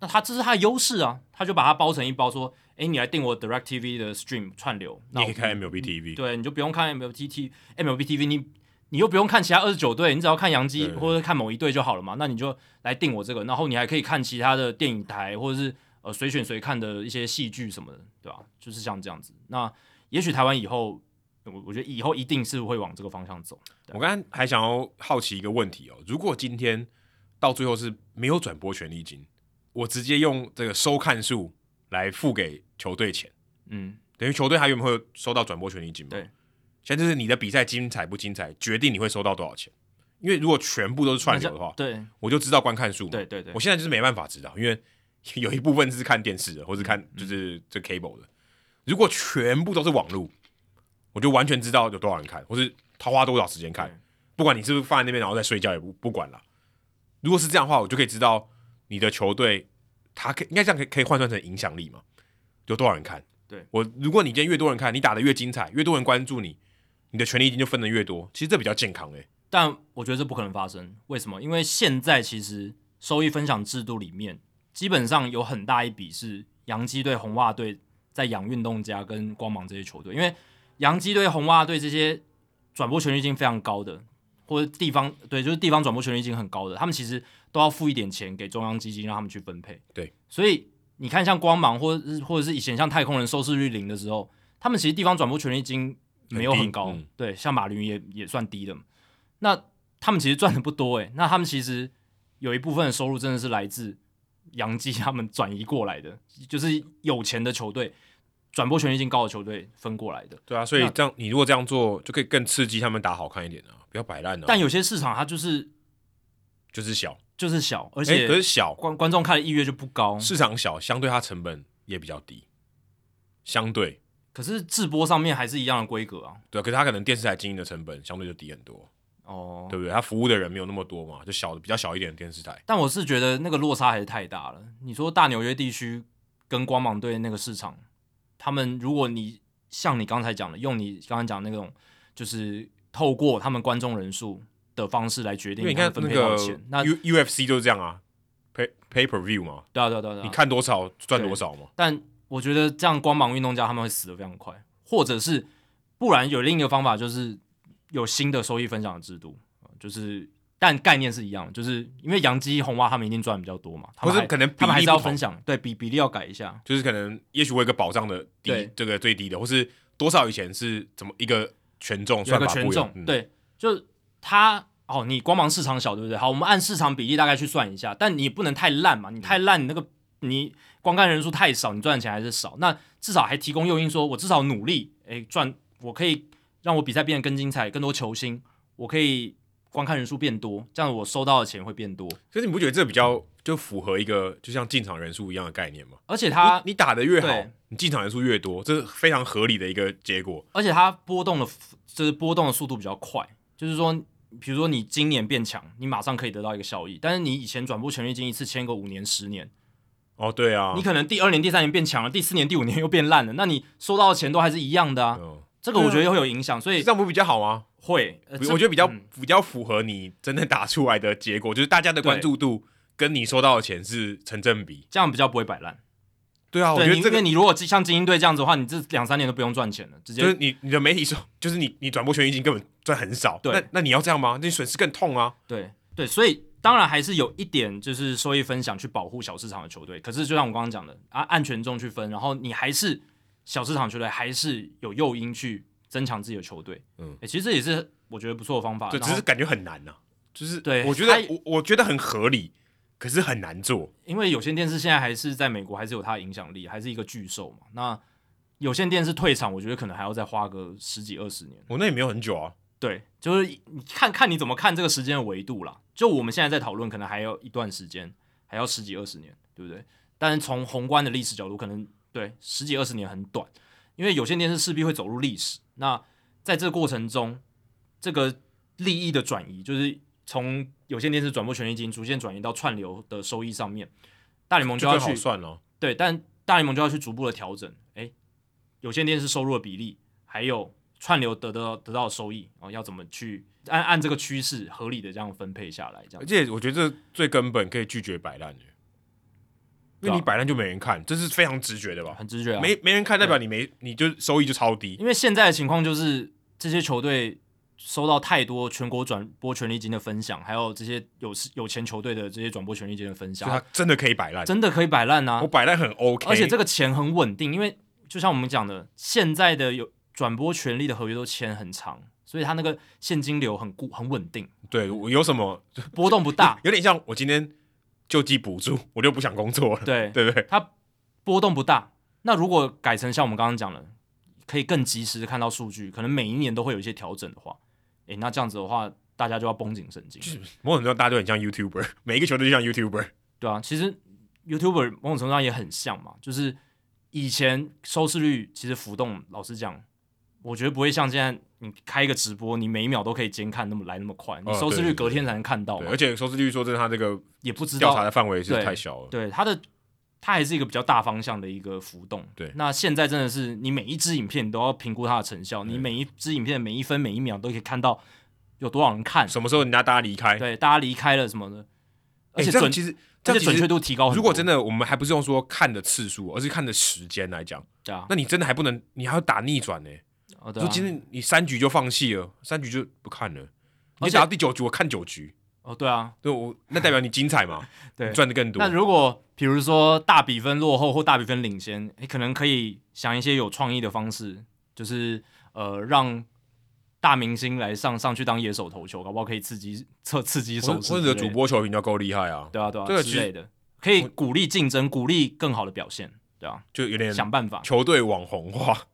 Speaker 2: 那它这是它的优势啊，它就把它包成一包，说，哎，你来订我 DirecTV 的 stream 串流，
Speaker 1: 你
Speaker 2: 那
Speaker 1: 也
Speaker 2: 我
Speaker 1: 可以看 MLB TV，
Speaker 2: 嗯对，你就不用看 MLB T 哎 MLB TV，你你又不用看其他二十九队，你只要看洋基
Speaker 1: 对
Speaker 2: 或者看某一队就好了嘛。那你就来定我这个，然后你还可以看其他的电影台或者是呃随选随看的一些戏剧什么的，对吧、就是像这样子。那也许台湾以后，我我觉得以后一定是会往这个方向走。
Speaker 1: 我刚才还想要好奇一个问题哦，如果今天到最后是没有转播权利金，我直接用这个收看数来付给球队钱，
Speaker 2: 嗯，
Speaker 1: 等于球队还原本会有收到转播权利金嘛？
Speaker 2: 对。
Speaker 1: 现在就是你的比赛精彩不精彩，决定你会收到多少钱。因为如果全部都是串流的话，
Speaker 2: 对
Speaker 1: 我就知道观看数嘛。
Speaker 2: 对对对
Speaker 1: 我，现在就是没办法知道，因为 有一部分是看电视的，或是
Speaker 2: 嗯
Speaker 1: 看就是这 cable 的。如果全部都是网路，我就完全知道有多少人看，或是他花多少时间
Speaker 2: 对
Speaker 1: 看。不管你是不是放在那边然后再睡觉，也不不管了。如果是这样的话，我就可以知道你的球队，他可应该这样可以可以换算成影响力嘛？有多少人看？
Speaker 2: 对
Speaker 1: 我，如果你今天越多人看，你打的越精彩，越多人关注你，你的权利金就分的越多。其实这比较健康欸诶、
Speaker 2: 但我觉得这不可能发生。为什么？因为现在其实收益分享制度里面，基本上有很大一笔是洋基队、红袜队在养运动家跟光芒这些球队，因为洋基队、红袜队这些转播权利金非常高的，或者地方对，就是地方转播权利金很高的，他们其实都要付一点钱给中央基金，让他们去分配。
Speaker 1: 对，
Speaker 2: 所以你看，像光芒或者是或者是以前像太空人收视率零的时候，他们其实地方转播权利金没有
Speaker 1: 很低
Speaker 2: 很高，
Speaker 1: 嗯
Speaker 2: 对，像马林也也算低的嘛。那他们其实赚的不多诶、那他们其实有一部分的收入真的是来自洋基他们转移过来的，就是有钱的球队转播权利金高的球队分过来的。
Speaker 1: 对啊，所以
Speaker 2: 那
Speaker 1: 这样你如果这样做，就可以更刺激他们打好看一点啊，不要摆烂啊。
Speaker 2: 但有些市场它就是
Speaker 1: 就是小，
Speaker 2: 就是小，而
Speaker 1: 而
Speaker 2: 且、
Speaker 1: 可是小
Speaker 2: 观观众看的意愿就不高。
Speaker 1: 市场小，相对它成本也比较低。相对
Speaker 2: 可是直播上面还是一样的规格啊。
Speaker 1: 对啊，可是他可能电视台经营的成本相对就低很多，
Speaker 2: 哦，
Speaker 1: 对不对？他服务的人没有那么多嘛，就小的比较小一点的电视台，
Speaker 2: 但我是觉得那个落差还是太大了。你说大纽约地区跟光芒队那个市场，他们如果你像你刚才讲的，用你刚才讲的那种，就是透过他们观众人数的方式来决
Speaker 1: 因
Speaker 2: 定
Speaker 1: 为你
Speaker 2: 他
Speaker 1: 看那
Speaker 2: 们分配多少
Speaker 1: 个
Speaker 2: 钱，那
Speaker 1: U U F C 就是这样啊，pay pay per view 嘛，
Speaker 2: 对啊对啊对啊，对啊
Speaker 1: 你看多少赚多少嘛。
Speaker 2: 但我觉得这样光芒运动家他们会死的非常快，或者是不然有另一个方法就是有新的收益分享的制度，呃就是但概念是一样的，就是因为洋基、红袜他们一定赚比较多嘛，他
Speaker 1: 或
Speaker 2: 们
Speaker 1: 是
Speaker 2: 还
Speaker 1: 可能比
Speaker 2: 他们还
Speaker 1: 例
Speaker 2: 是要
Speaker 1: 不同
Speaker 2: 分享，对比比例要改一下，
Speaker 1: 就是可能也许我有一个保障的低
Speaker 2: 对，
Speaker 1: 这个最低的，或是多少以前是怎么一个权重
Speaker 2: 有一
Speaker 1: 算
Speaker 2: 个
Speaker 1: 法
Speaker 2: 权
Speaker 1: 不一样
Speaker 2: 重，，
Speaker 1: 嗯，
Speaker 2: 对，就他哦，你光芒市场小对不对？好，我们按市场比例大概去算一下，但你不能太烂嘛，你太烂，你那个你观看人数太少，你赚的钱还是少。那至少还提供诱因说，我至少努力，诶，赚，我可以让我比赛变得更精彩，更多球星，我可以观看人数变多，这样我收到的钱会变多，
Speaker 1: 可是你不觉得这比较就符合一个就像进场人数一样的概念吗？
Speaker 2: 而且它
Speaker 1: 你你打的越好
Speaker 2: 啊对，
Speaker 1: 你进场人数越多，这是非常合理的一个结果。
Speaker 2: 而且它波动的，就是波动的速度比较快，就是说，比如说你今年变强，你马上可以得到一个效益，但是你以前转播权利金一次签个五年、十年，
Speaker 1: 哦，对啊，
Speaker 2: 你可能第二年、第三年变强了，第四年、第五年又变烂了，那你收到的钱都还是一样的啊，
Speaker 1: 嗯，
Speaker 2: 这个我觉得会有影响，所以
Speaker 1: 这样不比较好吗？
Speaker 2: 会，呃
Speaker 1: 比
Speaker 2: 这
Speaker 1: 啊我觉得比较、
Speaker 2: 嗯
Speaker 1: 比较符合你真的打出来的结果，就是大家的关注度跟你收到的钱是成正比。
Speaker 2: 这样比较不会摆烂。
Speaker 1: 对啊，我
Speaker 2: 对，
Speaker 1: 觉
Speaker 2: 你
Speaker 1: 得这
Speaker 2: 因为
Speaker 1: 个
Speaker 2: 你如果像精英队这样子的话，你这两三年都不用赚钱了，直接
Speaker 1: 就是你你的媒体收，就是你你转播权益金根本赚很少。
Speaker 2: 对
Speaker 1: 那那你要这样吗？那你损失更痛啊。
Speaker 2: 对对，所以当然还是有一点就是收益分享去保护小市场的球队。可是就像我刚刚讲的，啊，按权重去分，然后你还是小市场球队还是有诱因去增强自己的球队。
Speaker 1: 嗯
Speaker 2: 嗯、其实这也是我觉得不错的方法。
Speaker 1: 对，
Speaker 2: 啊然
Speaker 1: 只
Speaker 2: 后
Speaker 1: 是感觉很难呐、就是
Speaker 2: 对
Speaker 1: 我觉得
Speaker 2: 他
Speaker 1: 我我觉得很合理，可是很难做。
Speaker 2: 因为有线电视现在还是在美国还是有它的影响力，还是一个巨兽嘛。那有线电视退场，我觉得可能还要再花个十几二十年。
Speaker 1: 我那也没有很久啊，
Speaker 2: 对，就是你看看你怎么看这个时间的维度啦。就我们现在在讨论，可能还有一段时间，还要十几二十年，对不对？但是从宏观的历史角度，可能对十几二十年很短，因为有线电视势必会走入历史。那在这个过程中，这个利益的转移，就是从有线电视转播权利金逐渐转移到串流的收益上面，大联盟
Speaker 1: 就
Speaker 2: 要
Speaker 1: 更
Speaker 2: 去
Speaker 1: 好算了。
Speaker 2: 对，但大联盟就要去逐步的调整，诶，有线电视收入的比例，还有串流得到得到的收益，哦，要怎么去按按这个趋势合理的这样分配下来，这
Speaker 1: 而
Speaker 2: 样
Speaker 1: 且我觉得这最根本可以拒绝摆烂的，因
Speaker 2: 对
Speaker 1: 为
Speaker 2: 啊
Speaker 1: 你摆烂就没人看，这是非常直觉的吧？
Speaker 2: 很直觉啊。
Speaker 1: 没没人看，代表你没你就收益就超低。
Speaker 2: 因为现在的情况就是这些球队收到太多全国转播权利金的分享，还有这些有有钱球队的这些转播权利金的分
Speaker 1: 就
Speaker 2: 享，
Speaker 1: 他真的可以摆烂，
Speaker 2: 真的可以摆烂啊
Speaker 1: 我！摆烂很 OK，
Speaker 2: 而且这
Speaker 1: 个
Speaker 2: 个钱很稳定，因为就像我们讲的，现在的有转播权利的合约都签很长，所以它那个现金流很固很稳定。
Speaker 1: 对我有什么，
Speaker 2: 波动不大
Speaker 1: 有点像我今天救济补助， 我就不想工作了，
Speaker 2: 对，
Speaker 1: 对不对？
Speaker 2: 它波动不大。那如果改成像我们刚刚讲的，可以更及时地看到数据，可能每一年都会有一些调整的话，诶，那这样子的话，大家就要绷紧神经，
Speaker 1: 某种程度上大家都很像 YouTuber，每一 个球队就像 YouTuber，
Speaker 2: 对啊，其实 YouTuber 某种程度上也很像嘛，就是以前收视率其实浮动，老实讲，我觉得不会像现在你开一个直播，你每一秒都可以监看那么来那么快，你
Speaker 1: 哦
Speaker 2: 收视
Speaker 1: 对
Speaker 2: 率
Speaker 1: 对
Speaker 2: 隔天才能看到
Speaker 1: 对，
Speaker 2: 嘛，
Speaker 1: 而且收视率说真的，他这个
Speaker 2: 也不哦知道
Speaker 1: 调查的范围是
Speaker 2: 对
Speaker 1: 太小了。
Speaker 2: 对它的它还是一个比较大方向的一个浮动。
Speaker 1: 对
Speaker 2: 那现在真的是你每一支影片你都要评估它的成效，你每一支影片的每一分每一秒都可以看到有多少人看，
Speaker 1: 什么时候人家大家离开？
Speaker 2: 对，大家离开了什么的，而
Speaker 1: 欸
Speaker 2: 且
Speaker 1: 这
Speaker 2: 准、
Speaker 1: 样其实这
Speaker 2: 而
Speaker 1: 样
Speaker 2: 且
Speaker 1: 其
Speaker 2: 准
Speaker 1: 实
Speaker 2: 确度提高很多。
Speaker 1: 如果真
Speaker 2: 的
Speaker 1: 的我们还不是用说看的次数，而是看的时间来讲，
Speaker 2: 对啊，
Speaker 1: 那你真的还不能，你还要打逆转呢、
Speaker 2: 哦对
Speaker 1: 就
Speaker 2: 啊
Speaker 1: 今天你三局就放弃了，三局就不看了，你
Speaker 2: 而且
Speaker 1: 打到第九局我看九局，
Speaker 2: 哦对啊，
Speaker 1: 对我那代表你精彩嘛，
Speaker 2: 对
Speaker 1: 你赚的更多
Speaker 2: 那。如果比如说大比分落后或大比分领先，你可能可以想一些有创意的方式，就是呃让大明星来上上去当野手投球，搞不好可以刺激刺刺激
Speaker 1: 或
Speaker 2: 手势
Speaker 1: 或
Speaker 2: 之类
Speaker 1: 者
Speaker 2: 的
Speaker 1: 主播球评就够厉害啊，
Speaker 2: 对啊对啊
Speaker 1: 这个其
Speaker 2: 之
Speaker 1: 实
Speaker 2: 类的，可以鼓励竞争，鼓励更好的表现，对啊，
Speaker 1: 就有点
Speaker 2: 想办法，
Speaker 1: 球队网红化。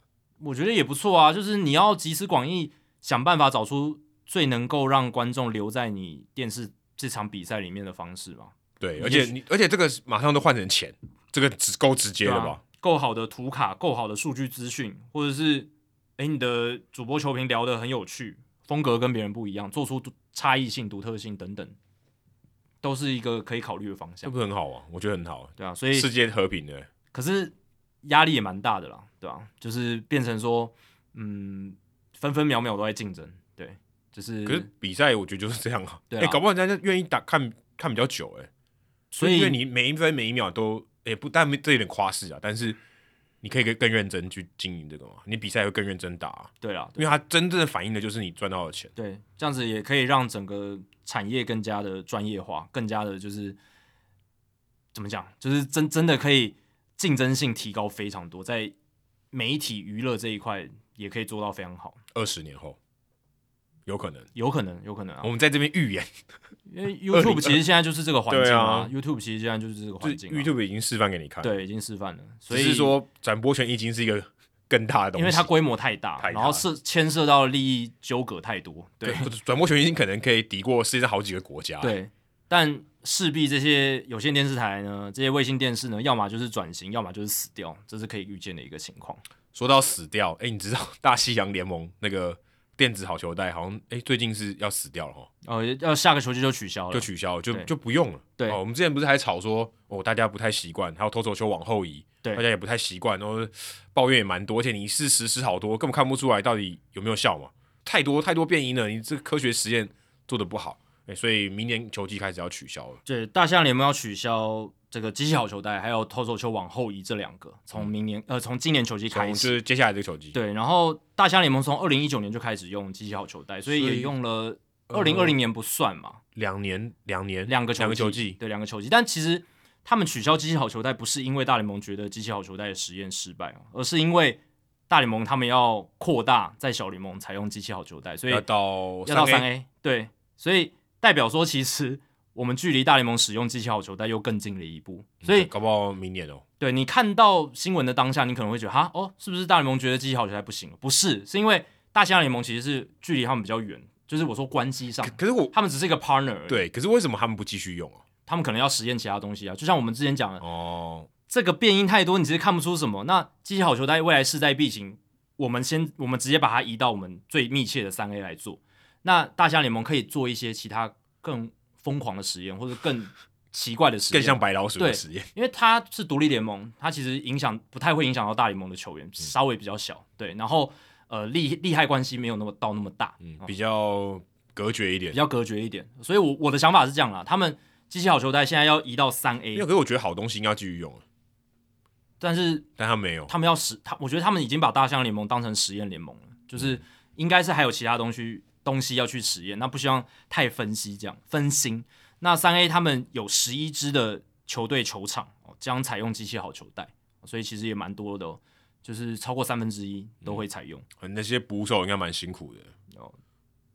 Speaker 2: 我觉得也不错啊，就是你要集思广益，想办法找出最能够让观众留在你电视这场比赛里面的方式嘛，
Speaker 1: 对，
Speaker 2: 也
Speaker 1: 而且
Speaker 2: 许
Speaker 1: 你而且这个马上都换成钱，这个只够直接
Speaker 2: 对
Speaker 1: 了
Speaker 2: 啊
Speaker 1: 吧？
Speaker 2: 够好的图卡、够好的数据资讯，或者是诶你的主播球评聊得很有趣，风格跟别人不一样，做出独差异性、独特性等等，都是一个可以考虑的方
Speaker 1: 这
Speaker 2: 向
Speaker 1: 不。是很好啊？我觉得很好，
Speaker 2: 对啊，所以
Speaker 1: 世界和平的，
Speaker 2: 可是压力也蛮大的啦，对吧、就是变成说，嗯，分分秒秒都在竞争，对，就是
Speaker 1: 可是比赛我觉得就是这样啊。
Speaker 2: 对啊
Speaker 1: 哎，搞不好人家愿意打看看比较久，哎，
Speaker 2: 所
Speaker 1: 因为
Speaker 2: 以
Speaker 1: 你每一分每一秒都，也不但这有点夸饰啊，但是你可以更更认真去经营这个嘛，你比赛会更认真打啊、
Speaker 2: 对啦，
Speaker 1: 因为它真正的反映的就是你赚到的钱。
Speaker 2: 对，这样子也可以让整个产业更加的专业化，更加的就是怎么讲，就是真真的可以竞争性提高非常多，在媒体娱乐这一块也可以做到非常好，
Speaker 1: 二十年后有可能，
Speaker 2: 有可能，有可能啊
Speaker 1: 我，们在这边预言，
Speaker 2: 因为 YouTube 其实现在就是这个环境
Speaker 1: 对啊
Speaker 2: ，YouTube 其实现在就是这个
Speaker 1: 就是
Speaker 2: 环境、啊、
Speaker 1: YouTube 已经示范给你看，，
Speaker 2: 对已经示范了，所以
Speaker 1: 只是说转播权已经是一个更大的东西，
Speaker 2: 因为它规模太大，
Speaker 1: 太大
Speaker 2: 然后涉牵涉到利益纠葛太多，对
Speaker 1: 对转播权已经可能可以敌过世界上好几个国家，，
Speaker 2: 对，但势必这些有线电视台呢，这些卫星电视呢，要么就是转型，要么就是死掉，这是可以预见的一个情况。
Speaker 1: 说到死掉，哎、你知道 大西洋联盟那个电子好球带好像哎、最近是要死掉了哦，
Speaker 2: 呃，要下个球季就取消了，
Speaker 1: 就取消了，就
Speaker 2: 对
Speaker 1: 就不用了。
Speaker 2: 对
Speaker 1: 哦，我们之前不是还吵说哦，大家不太习惯，还有投手球往后移，
Speaker 2: 对
Speaker 1: 大家也不太习惯，然后抱怨也蛮多，而且你一试实施好多，根本看不出来到底有没有效嘛，太多太多变因了，你这个科学实验做的不好，哎，所以明年球季开始要取消了。
Speaker 2: 对大象联盟要取消这个机器好球带，还有投手球往后移这两个，从明年、呃从今年球季
Speaker 1: 从
Speaker 2: 开
Speaker 1: 就
Speaker 2: 始。
Speaker 1: 是接下来这个球季，
Speaker 2: 对，然后大象联盟从二零一九年就开始用机器好球带，所以
Speaker 1: 所以呃
Speaker 2: 也用了二零二零年不算嘛，
Speaker 1: 两年两年
Speaker 2: 两个球
Speaker 1: 两个球季，
Speaker 2: 季，对，两个球季。但其实他们取消机器好球带，不是因为大联盟觉得机器好球带的实验失败哦，而是因为大联盟他们要扩大在小联盟采用机器好球带，所以
Speaker 1: 要到
Speaker 2: 要到三
Speaker 1: A，
Speaker 2: A，对，所以代表说其实我们距离大联盟使用机器好球带又更近了一步。所以
Speaker 1: 搞不好明年哦，
Speaker 2: 对你看到新闻的当下，你可能会觉得哈哦，是不是大联盟觉得机器好球带不行了？不是，是因为大西洋联盟其实是距离他们比较远，就是我说关系上
Speaker 1: 可，可是我
Speaker 2: 他们只是一个 partner 而已。
Speaker 1: 对，可是为什么他们不继续用啊？
Speaker 2: 他们可能要实验其他东西啊。就像我们之前讲的，
Speaker 1: 哦，
Speaker 2: 这个变音太多，你其实看不出什么。那机器好球带未来势在必行，我们先我们直接把它移到我们最密切的三 A 来做。那大象联盟可以做一些其他更疯狂的实验，或者更奇怪的实验，
Speaker 1: 更像白老鼠的
Speaker 2: 对
Speaker 1: 实验，
Speaker 2: 因为它是独立联盟，它其实影响不太会影响到大联盟的球
Speaker 1: 嗯
Speaker 2: 员，稍微比较小，对，然后呃利利害关系没有那么到那么大，
Speaker 1: 嗯，比较隔绝一点
Speaker 2: 比。较隔绝一点。所以我我的想法是这样啦，他们机器好球带现在要移到三
Speaker 1: 因为
Speaker 2: A，
Speaker 1: 可是我觉得好东西应该要继续用，
Speaker 2: 但是
Speaker 1: 但他没有。
Speaker 2: 他们要实，他我觉得他们已经把大象联盟当成实验联盟了，就是应该是还有其他东西东西要去实验，那不希望太分析这样分心。那三 A 他们有十一支的球队球场哦，将采用机器好球带，哦所以其实也蛮多的、哦，就是超过三分之一都会采用。
Speaker 1: 那些捕手应该蛮辛苦的。
Speaker 2: 哦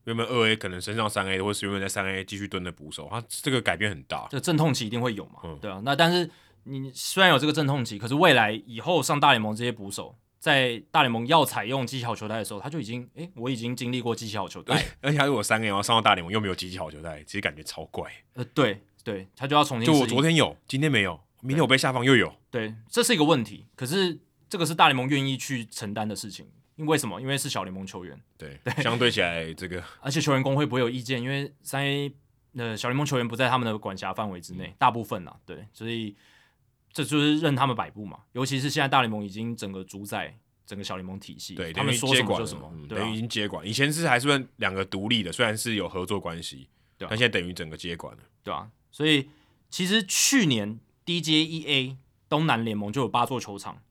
Speaker 1: 原本二 A 可能升上三 A，或是原本在三 A 继续蹲的捕手，他这个改变很大。
Speaker 2: 这个阵痛期一定会有嘛，
Speaker 1: 嗯
Speaker 2: 对啊。那但是你虽然有这个阵痛期，可是未来以后上大联盟这些捕手。在大联盟要采用机器好球带的时候，他就已经，诶、我已经经历过机器好球带了，
Speaker 1: 而且他如果三 A 然后上到大联盟又没有积极好球带，其实感觉超怪。
Speaker 2: 呃，对对，他就要重新
Speaker 1: 就
Speaker 2: 适
Speaker 1: 我
Speaker 2: 应
Speaker 1: 昨天有，今天没有，明天我被下放又有，
Speaker 2: 对，这是一个问题。可是这个是大联盟愿意去承担的事情，因为什么？因为是小联盟球员，
Speaker 1: 对，相对起来这 个
Speaker 2: 而且球员工会不会有意见？因为三 A 呃小联盟球员不在他们的管辖范围之内，大部分啦，对，所以这就是任他们摆布嘛。尤其是现在大联盟已经整个主宰整个小联盟体系，
Speaker 1: 对，
Speaker 2: 他
Speaker 1: 等于
Speaker 2: 们说什
Speaker 1: 接
Speaker 2: 么
Speaker 1: 管
Speaker 2: 就
Speaker 1: 了
Speaker 2: 什么，
Speaker 1: 嗯
Speaker 2: 对
Speaker 1: 等于已
Speaker 2: 啊，
Speaker 1: 经接管。以前是还算两个独立的，虽然是有合作关系，
Speaker 2: 对啊
Speaker 1: 但现在等于整个接管了。
Speaker 2: 对啊。所以其实去年 DJEA 东南联盟就有八座球场，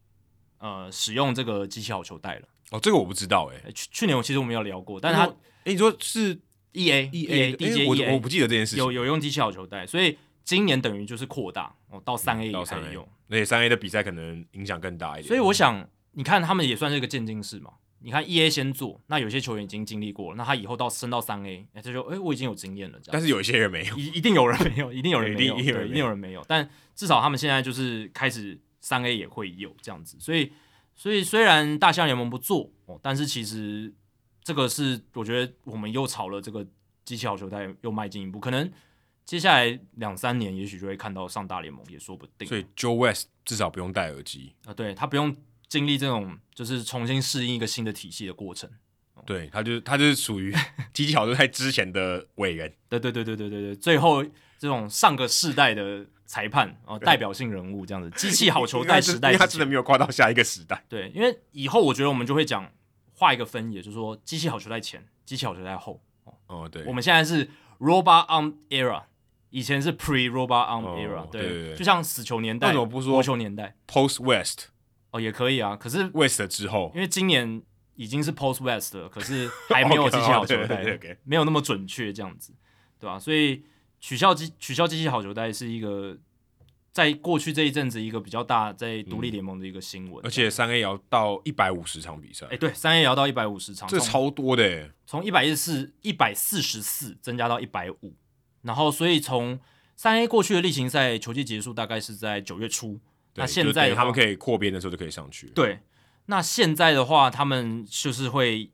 Speaker 2: 呃，使用这个机器好球带了。
Speaker 1: 哦，这个我不知道哎、
Speaker 2: 欸去去年我其实我们有聊过，但是他
Speaker 1: 哎、你说是
Speaker 2: E A
Speaker 1: E A
Speaker 2: DJ
Speaker 1: 我
Speaker 2: E
Speaker 1: 我
Speaker 2: A
Speaker 1: 不记得这件事情
Speaker 2: 有。有用机器好球带，所以今年等于就是扩大哦到三 A
Speaker 1: 嗯到
Speaker 2: 也
Speaker 1: 三
Speaker 2: 可
Speaker 1: A
Speaker 2: 以用，
Speaker 1: 而且三 A 的比赛可能影响更大一点。
Speaker 2: 所以我想你看他们也算是一个渐进式嘛。你看 E A 先做，那有些球员已经经历过了，那他以后到升到三 A，他就说，哎、我已经有经验了，这样。
Speaker 1: 但是有一些人没有，
Speaker 2: 一一定有人没有，一定有人没有，
Speaker 1: 一定一定有人
Speaker 2: 对
Speaker 1: 没有
Speaker 2: 一定有人没有。但至少他们现在就是开始三 A 也会有这样子，所以所以虽然大象联盟不做，哦，但是其实这个是我觉得我们又朝了这个机器好球带又迈进一步，可能接下来两三年也许就会看到上大联盟也说不定。
Speaker 1: 所以 Joe West 至少不用戴耳机，
Speaker 2: 啊，对他不用经历这种就是重新适应一个新的体系的过程。
Speaker 1: 对他就是他就是属于 机器好队赛之前的伟人，
Speaker 2: 对对对对对对对，最后这种上个世代的裁判哦，代表性人物这样子，机器好球
Speaker 1: 因为他
Speaker 2: 带
Speaker 1: 真
Speaker 2: 时代
Speaker 1: 因为他
Speaker 2: 之
Speaker 1: 真的
Speaker 2: 前，
Speaker 1: 没有跨到下一个时代。
Speaker 2: 对，因为以后我觉得我们就会讲画一个分野，就是说机器好球带前，机器好球带后。
Speaker 1: 哦，对，
Speaker 2: 我们现在是 robot arm era，以前是 pre robot arm
Speaker 1: 哦
Speaker 2: era，、
Speaker 1: 对对对
Speaker 2: 就像死球年
Speaker 1: 为
Speaker 2: 代、
Speaker 1: 什么不说
Speaker 2: 活球年代
Speaker 1: Post West
Speaker 2: 哦也可以啊，可是
Speaker 1: West 之后
Speaker 2: 因，为今年已经是 Post West 了，可 是还没有
Speaker 1: OK，
Speaker 2: 机器好球
Speaker 1: 哦对对
Speaker 2: 带
Speaker 1: 对，OK，
Speaker 2: 没有那么准确这样子，对吧、所以取消机取消机器好球带是一个在过去这一阵子一个比较大在独立联盟的一个新闻，
Speaker 1: 嗯
Speaker 2: 啊
Speaker 1: 而且三 A 也要到一百五十场比赛
Speaker 2: 哎、，对，三 A 也要到一百五十场，
Speaker 1: 这
Speaker 2: 从
Speaker 1: 超多的欸耶，
Speaker 2: 从一百一十四一百四十四增加到一百五，然后所以从三 A 过去的例行赛球季结束大概是在九月初，
Speaker 1: 对
Speaker 2: 那现
Speaker 1: 就
Speaker 2: 在
Speaker 1: 等于
Speaker 2: 的
Speaker 1: 他们
Speaker 2: 话
Speaker 1: 可以扩编的时候就可以上去。
Speaker 2: 对，那现在的话，他们就是会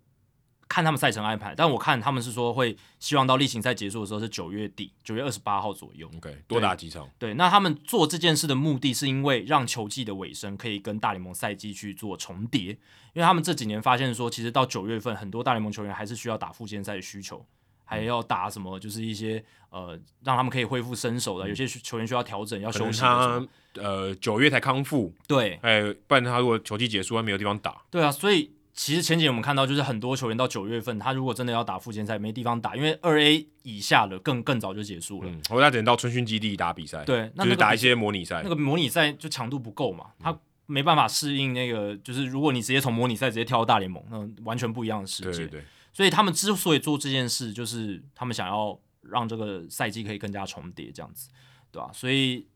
Speaker 2: 看他们赛程安排，但我看他们是说会希望到例行赛结束的时候是九月底，九月二十八号左右。
Speaker 1: ，OK，多打几场，
Speaker 2: 对，那他们做这件事的目的是因为让球季的尾声可以跟大联盟赛季去做重叠，因为他们这几年发现说，其实到九月份，很多大联盟球员还是需要打附件赛的需求，还要打什么，就是一些呃让他们可以恢复身手的，有些球员需要调整，要
Speaker 1: 嗯可
Speaker 2: 休
Speaker 1: 能
Speaker 2: 息的时候。
Speaker 1: 他呃九月才康复，
Speaker 2: 对，
Speaker 1: 哎，不然他如果球季结束，他没有地方打，
Speaker 2: 对啊，所以其实前几年我们看到，就是很多球员到九月份，他如果真的要打附件赛，没地方打，因为二 A 以下的更更早就结束了。
Speaker 1: 嗯，或者他只能到春训基地打比赛，，
Speaker 2: 对，
Speaker 1: 就
Speaker 2: 那那
Speaker 1: 是
Speaker 2: 个
Speaker 1: 打
Speaker 2: 比
Speaker 1: 一些嗯模拟赛
Speaker 2: 那。个模拟赛就强度不够嘛，他没办法适应那个，就是如果你直接从模拟赛直接跳到大联盟，那完全不一样的世
Speaker 1: 对
Speaker 2: 界。
Speaker 1: 对对，
Speaker 2: 所以他们之所以做这件事，就是他们想要让这个赛季可以更加重叠，这样子，对吧、所以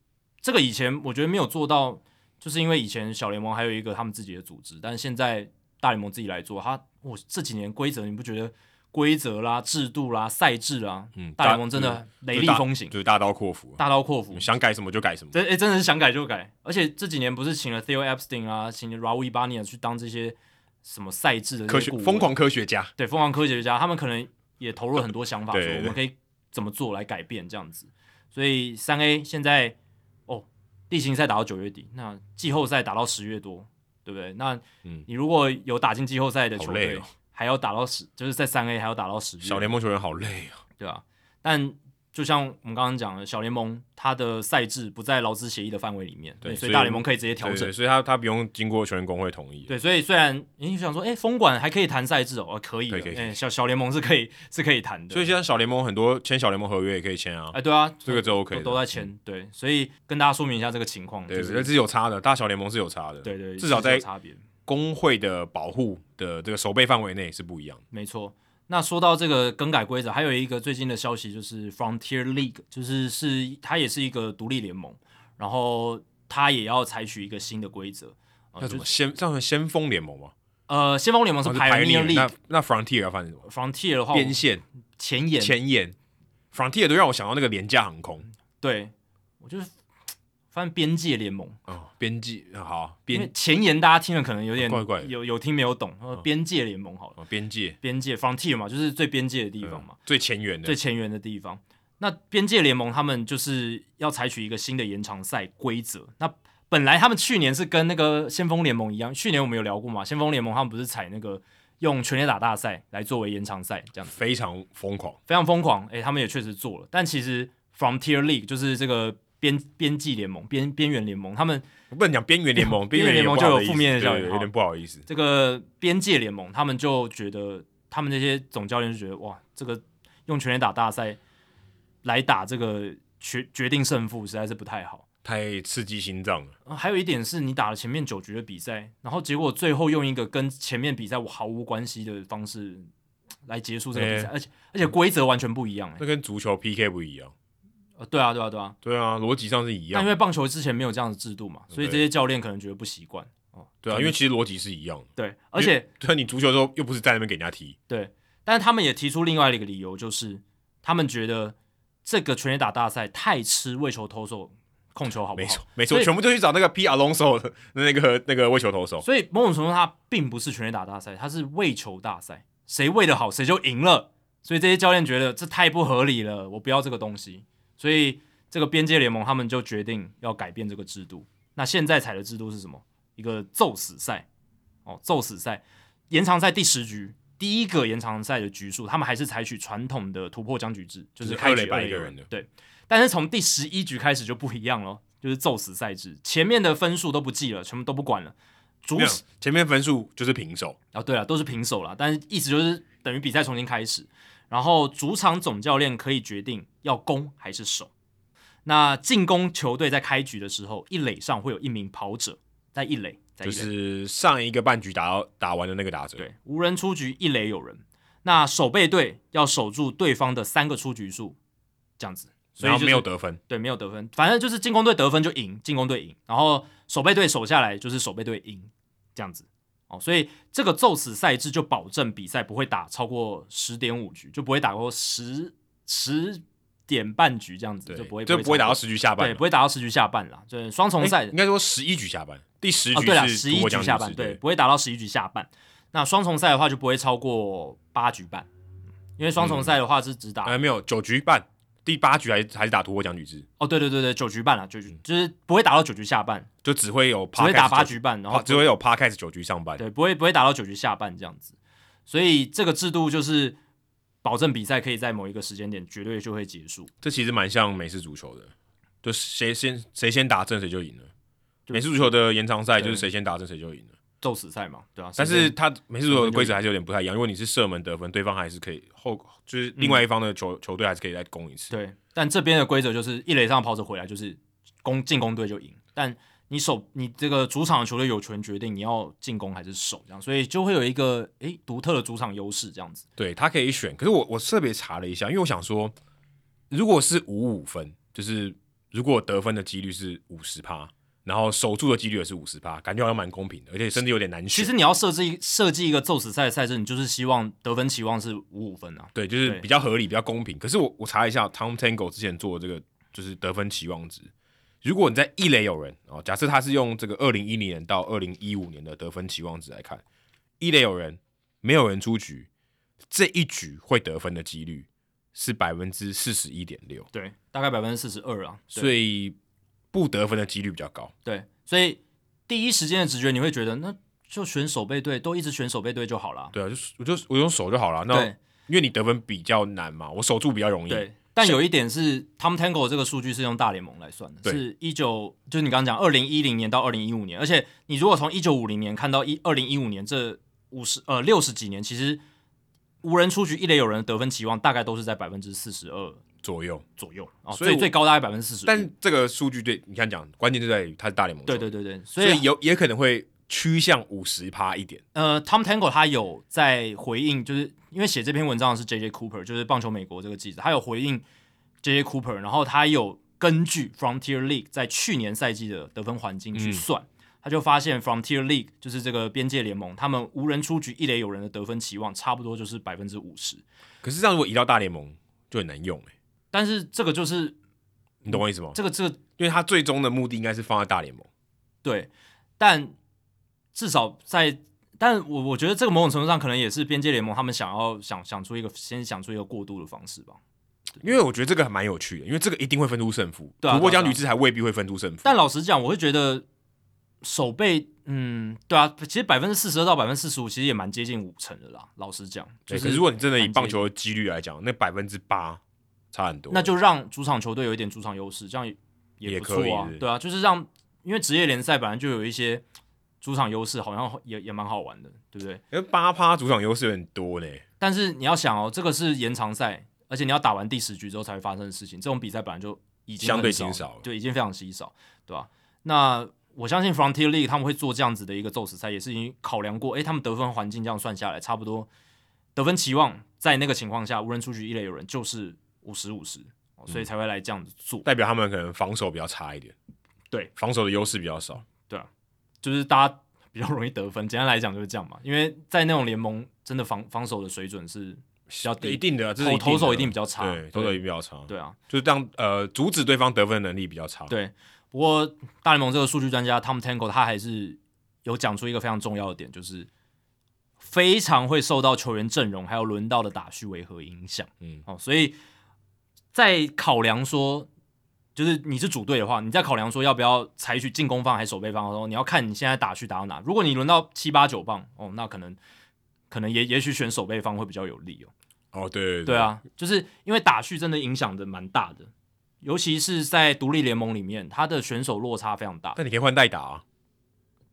Speaker 2: 这个以前我觉得没有做到，就是因为以前小联盟还有一个他们自己的组织，但是现在大联盟自己来做，他我这几年规则你不觉得规则啦、制度啦、赛制啦，
Speaker 1: 嗯
Speaker 2: 大联盟真的雷厉风行，
Speaker 1: 就是大刀阔斧，啊
Speaker 2: 大刀阔斧，
Speaker 1: 想改什么就改什么。
Speaker 2: 真诶、真的是想改就改，而且这几年不是请了 Theo Epstein 啊，请了 Raul Ibanez 去当这些什么赛制的这
Speaker 1: 科
Speaker 2: 些
Speaker 1: 学
Speaker 2: 顾问
Speaker 1: 疯狂科学家，
Speaker 2: 对疯狂科学家，他们可能也投入了很多想法，
Speaker 1: 呃对
Speaker 2: 说我
Speaker 1: 对
Speaker 2: 们可以怎么做来改变这样子。所以三 A 现在哦，例行赛打到九月底，那季后赛打到十月多，对不对？那
Speaker 1: 嗯
Speaker 2: 你如果有打进季后赛的
Speaker 1: 好
Speaker 2: 球
Speaker 1: 累
Speaker 2: 队，
Speaker 1: 哦
Speaker 2: 还要打到十，就是在三 A 还要打到十月，
Speaker 1: 小联盟球员好累啊。
Speaker 2: 对啊。但就像我们刚刚讲的，小联盟它的赛制不在劳资协议的范围里面，
Speaker 1: 对
Speaker 2: 所
Speaker 1: 所
Speaker 2: 以
Speaker 1: 以
Speaker 2: 大联盟可以直接调
Speaker 1: 对
Speaker 2: 整
Speaker 1: 对，。所以他他不用经过球员工会同意。
Speaker 2: 对，所以虽然你想说，哎、风管还可以谈赛制哦，呃可以
Speaker 1: 可
Speaker 2: 的，
Speaker 1: 以可以可以
Speaker 2: 哎小小联盟是可以是可以谈的，
Speaker 1: 所以现在小联盟很多签小联盟合约也可以签啊
Speaker 2: 哎、，对啊，
Speaker 1: 这个就 OK
Speaker 2: 都
Speaker 1: 的。嗯
Speaker 2: 都在签、对，所以跟大家说明一下这个情况，
Speaker 1: 对，
Speaker 2: 就是
Speaker 1: 这是有差的，大小联盟是有差的。
Speaker 2: 对对，
Speaker 1: 至少
Speaker 2: 是有
Speaker 1: 在
Speaker 2: 差别，
Speaker 1: 工会的保护的这个守备范围内是不一样的。
Speaker 2: 没错。那说到这个更改规则，还有一个最近的消息就是 Frontier League，就是是它也是一个独立联盟，然后它也要采取一个新的规则，
Speaker 1: 那
Speaker 2: 呃
Speaker 1: 怎
Speaker 2: 就
Speaker 1: 么先叫成先锋联盟吗？
Speaker 2: 呃，先锋联盟是
Speaker 1: 哦
Speaker 2: Pioneer
Speaker 1: Pioneer，那
Speaker 2: League。哦
Speaker 1: 那 Frontier 要发生什么？
Speaker 2: Frontier 的话，
Speaker 1: 边线
Speaker 2: 前沿
Speaker 1: 前沿 Frontier 都让我想到那个廉价航空
Speaker 2: 对，我就是反正边界联盟，
Speaker 1: 哦，边际啊好
Speaker 2: 因为
Speaker 1: 边
Speaker 2: 前沿大家听了可能有点
Speaker 1: 怪怪的
Speaker 2: 有有听没有懂，呃边界联盟好了，
Speaker 1: 哦边界
Speaker 2: 边界 Frontier 嘛，就是最边界的地方嘛，
Speaker 1: 嗯最前沿的
Speaker 2: 最前沿的地方。那边界联盟他们就是要采取一个新的延长赛规则。那本来他们去年是跟那个先锋联盟一样，去年我们有聊过嘛，先锋联盟他们不是采那个用全垒打大赛来作为延长赛这样子。
Speaker 1: 非常疯狂。
Speaker 2: 非常疯狂，诶、他们也确实做了。但其实 Frontier League 就是这个边边际联盟、边边缘联盟，他们
Speaker 1: 我不能讲边缘联盟，
Speaker 2: 边缘
Speaker 1: 缘
Speaker 2: 联盟
Speaker 1: 也不好
Speaker 2: 就有
Speaker 1: 意思
Speaker 2: 负面的效应
Speaker 1: 对
Speaker 2: 好
Speaker 1: 有点不好意思。
Speaker 2: 这个边界联盟，他们就觉得，他们那些总教练就觉得，哇，这个用全垒打大赛来打这个决决定胜负，实在是不太好。
Speaker 1: 太刺激心脏了。
Speaker 2: 呃还有一点是你打了前面九局的比赛，然后结果最后用一个跟前面比赛我毫无关系的方式来结束这个比赛，而且而且规则完全不一样、诶
Speaker 1: 那跟足球 PK 不一样。
Speaker 2: 呃，对啊，对啊，对啊，
Speaker 1: 对啊，逻辑上是一
Speaker 2: 那因
Speaker 1: 样。
Speaker 2: 为棒球之前没有这样的制度嘛，所以这些教练可能觉得不习惯哦。
Speaker 1: 对啊，因为其实逻辑是一样的。
Speaker 2: 对，而且
Speaker 1: 对啊，你足球的时候又不是在那边给人家踢，
Speaker 2: 对，但是他们也提出另外一个理由，就是他们觉得这个全垒打大赛太吃为球投手控球好不
Speaker 1: 没
Speaker 2: 好
Speaker 1: 错？没
Speaker 2: 哦所
Speaker 1: 错，
Speaker 2: 以
Speaker 1: 全部都去找那个 P Alonso 的 那个那个位球投手。
Speaker 2: 所以某种程度它并不是全垒打大赛，它是为球大赛，谁喂的好谁就赢了。所以这些教练觉得这太不合理了，我不要这个东西。所以这个边界联盟他们就决定要改变这个制度。那现在采的制度是什么？一个揍死赛哦，揍死赛，延长赛第十局第一个延长赛的局数，他们还是采取传统的突破僵局制，就是
Speaker 1: 就是
Speaker 2: 开
Speaker 1: 二垒
Speaker 2: 局
Speaker 1: 板
Speaker 2: 二
Speaker 1: 一个
Speaker 2: 垒
Speaker 1: 人的
Speaker 2: 对。但是从第十一局开始就不一样了， 就是揍死赛制，前面的分数都不计了，全部都不管了。主
Speaker 1: 没有前面分数就是平手，
Speaker 2: 啊，对了，都是平手了，但是意思就是等于比赛重新开始，然后主场总教练可以决定要攻还是守。那进攻球队在开局的时候，一垒上会有一名跑者，在一垒，在一
Speaker 1: 就
Speaker 2: 垒、
Speaker 1: 是上一个半局打到打完的那个打者，
Speaker 2: 对，无人出局，一垒有人。那守备队要守住对方的三个出局数，这样子，所以
Speaker 1: 然后
Speaker 2: 就是
Speaker 1: 没有得分，
Speaker 2: 对，没有得分，反正就是进攻队得分就赢，进攻队赢，然后守备队守下来就是守备队赢，这样子哦。所以这个宙死赛制就保证比赛不会打超过十点五局，就不会打过十十点半局这样子，
Speaker 1: 对，
Speaker 2: 就不会
Speaker 1: 就不会打到
Speaker 2: 超
Speaker 1: 十局下
Speaker 2: 过
Speaker 1: 半
Speaker 2: 对，
Speaker 1: 嘛，
Speaker 2: 不会打到十局下半啦。就是双重
Speaker 1: 诶
Speaker 2: 赛的
Speaker 1: 应该说十一局下半，第十
Speaker 2: 哦，
Speaker 1: 局
Speaker 2: 对了，
Speaker 1: 是
Speaker 2: 十
Speaker 1: 突
Speaker 2: 一
Speaker 1: 破
Speaker 2: 局
Speaker 1: 僵
Speaker 2: 下
Speaker 1: 制
Speaker 2: 半，对，
Speaker 1: 对，
Speaker 2: 不会打到十一局下半。那双重赛的话就不会超过八局半，因为双
Speaker 1: 嗯
Speaker 2: 重赛的话是只打
Speaker 1: 哎没有九局半，第八局还是还是打突破僵局制，
Speaker 2: 哦，对对对对，九局半啦，九
Speaker 1: 嗯
Speaker 2: 局就是不会打到九局下半，
Speaker 1: 就只会有
Speaker 2: 只会打
Speaker 1: podcast 啊
Speaker 2: 八
Speaker 1: 九，
Speaker 2: 局半，然
Speaker 1: 趴
Speaker 2: 后
Speaker 1: 只会有 p a 开始九局上半，
Speaker 2: 对，不会不会打到九局下半这样子。所以这个制度就是保证比赛可以在某一个时间点绝对就会结束。
Speaker 1: 这其实蛮像美式足球的，就谁先谁先打正谁就赢了。
Speaker 2: 就
Speaker 1: 美式足球的延长赛就
Speaker 2: 对
Speaker 1: 是谁先打正谁就赢了，
Speaker 2: 斗死赛嘛，对吧、啊？
Speaker 1: 但是它美式足球的
Speaker 2: 就
Speaker 1: 规则还是有点不太一样。如果你是射门得分，对方还是可以后，就是另外一方的球、球队还是可以再攻一次。
Speaker 2: 对，但这边的规则就是一垒上跑者回来就是攻进攻队就赢，但你守你这个主场的球队有权决定你要进攻还是守这样，所以就会有一个诶独特的主场优势这样子。
Speaker 1: 对，他可以选。可是我我特别查了一下，因为我想说，如果是五五分，就是如果得分的几率是五十趴，然后守住的几率也是五十趴，感觉好像蛮公平的，而且甚至有点难
Speaker 2: 其
Speaker 1: 选。
Speaker 2: 实你要设置一设计一个宙死赛的赛制，你就是希望得分期望是五五分啊。
Speaker 1: 对，就是
Speaker 2: 对
Speaker 1: 比较合理，比较公平。可是我我查了一下，Tom Tango 之前做的这个就是得分期望值，如果你在一垒有人哦，假设他是用这个二零一零年到二零一五年的得分期望值来看，一垒有人没有人出局，这一局会得分的几率是百分之四十一点六，
Speaker 2: 对，大概百分之四十二啊。对
Speaker 1: 所以不得分的几率比较高。
Speaker 2: 对，所以第一时间的直觉你会觉得，那就选守备队，都一直选守备队就好了。
Speaker 1: 对啊，就是我就我用手就好了。那
Speaker 2: 对
Speaker 1: 因为你得分比较难嘛，我守住比较容易。
Speaker 2: 对，但有一点是 Tom Tango 这个数据是用大联盟来算的，
Speaker 1: 对
Speaker 2: 是一九，就是你刚刚讲二零一零年到二零一五年，而且你如果从一九五零年看到一二零一五年这五十呃六十几年，其实无人出局一垒有人的得分期望大概都是在百分之四十二
Speaker 1: 左右。
Speaker 2: 左右，哦，
Speaker 1: 所以
Speaker 2: 最
Speaker 1: 我
Speaker 2: 最高大概百分之四十，
Speaker 1: 但这个数据对你看讲，关键就在于它是大联盟。
Speaker 2: 对对对对，
Speaker 1: 所
Speaker 2: 所
Speaker 1: 以有也可能会趋向五十趴一点。
Speaker 2: 呃，Tom Tango 他有在回应，就是因为写这篇文章的是 J J Cooper，就是棒球美国这个记者，他有回应 J J Cooper，然后他有根据 Frontier League 在去年赛季的得分环境去算，他就发现 Frontier League 就是这个边界联盟，他们无人出局一垒有人的得分期望差不多就是百分之五十，
Speaker 1: 可是这样如果移到大联盟就很难用、欸、
Speaker 2: 但是这个就是
Speaker 1: 你懂我意思吗？
Speaker 2: 这个这个
Speaker 1: 因为它最终的目的应该是放在大联盟。
Speaker 2: 对，但至少在，但我我觉得这个某种程度上可能也是边界联盟他们想要想想出一个先想出一个过渡的方式吧。
Speaker 1: 因为我觉得这个还蛮有趣的，因为这个一定会分出胜负，
Speaker 2: 对啊
Speaker 1: 不过
Speaker 2: 对啊
Speaker 1: 僵局制还未必会分出胜负。
Speaker 2: 但老实讲，我会觉得手背，嗯，对啊，其实百分之四十二到百分之四十五，其实也蛮接近五成的啦。老实讲，就
Speaker 1: 对
Speaker 2: 是
Speaker 1: 可是如果你真的以
Speaker 2: 蛮接
Speaker 1: 棒球的几率来讲，那百分之八差很多。
Speaker 2: 那就让主场球队有一点主场优势，这样也也
Speaker 1: 也
Speaker 2: 不
Speaker 1: 可以
Speaker 2: 错啊
Speaker 1: 是。
Speaker 2: 对啊，就是让因为职业联赛本来就有一些主场优势，好像也也蛮好玩的，对不对？
Speaker 1: 因为八趴主场优势有点多呢、
Speaker 2: 但是你要想哦，这个是延长赛，而且你要打完第十局之后才会发生的事情，这种比赛本来就已经
Speaker 1: 相对稀
Speaker 2: 很
Speaker 1: 少了
Speaker 2: 对，已经非常稀少，对吧、那我相信 Frontier League 他们会做这样子的一个宙斯赛，也是已经考量过，诶，他们得分环境这样算下来，差不多得分期望在那个情况下，无人出局一垒有人就是五十五十，哦所以才会来这样子做，
Speaker 1: 代表他们可能防守比较差一点，
Speaker 2: 对，
Speaker 1: 防守的优势比较少。
Speaker 2: 就是大家比较容易得分。简单来讲就是这样嘛，因为在那种联盟，真的防防守的水准是比较
Speaker 1: 一
Speaker 2: 低，
Speaker 1: 定的啊，这是
Speaker 2: 投
Speaker 1: 的
Speaker 2: 投手一定比较差，
Speaker 1: 对，投手一定比较差，
Speaker 2: 对啊。
Speaker 1: 就是让呃阻止对方得分的能力比较差。
Speaker 2: 对，不过大联盟这个数据专家 Tom Tango 他还是有讲出一个非常重要的点，就是非常会受到球员阵容还有轮到的打序为何影响。
Speaker 1: 嗯
Speaker 2: 哦，所以在考量说，就是你是主队的话，你在考量说要不要采取进攻方还是守备方的时候，你要看你现在打去打到哪。如果你轮到七八九棒，哦，那可能可能也也许选守备方会比较有利哦。
Speaker 1: 哦，对对
Speaker 2: 对，啊，就是因为打序真的影响的蛮大的，尤其是在独立联盟里面，他的选手落差非常大。
Speaker 1: 但你可以换代打啊，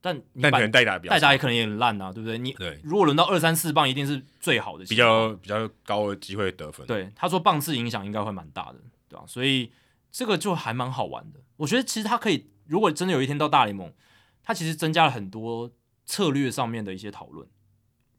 Speaker 2: 但你
Speaker 1: 但
Speaker 2: 把
Speaker 1: 可能代打比较
Speaker 2: 代打也可能也很烂啊，对不对？你
Speaker 1: 对
Speaker 2: 如果轮到二三四棒，一定是最好的情
Speaker 1: 比
Speaker 2: 况，
Speaker 1: 较比较高的机会得分。
Speaker 2: 对，他说棒次影响应该会蛮大的，对吧、所以这个就还蛮好玩的。我觉得其实他可以，如果真的有一天到大联盟，他其实增加了很多策略上面的一些讨论。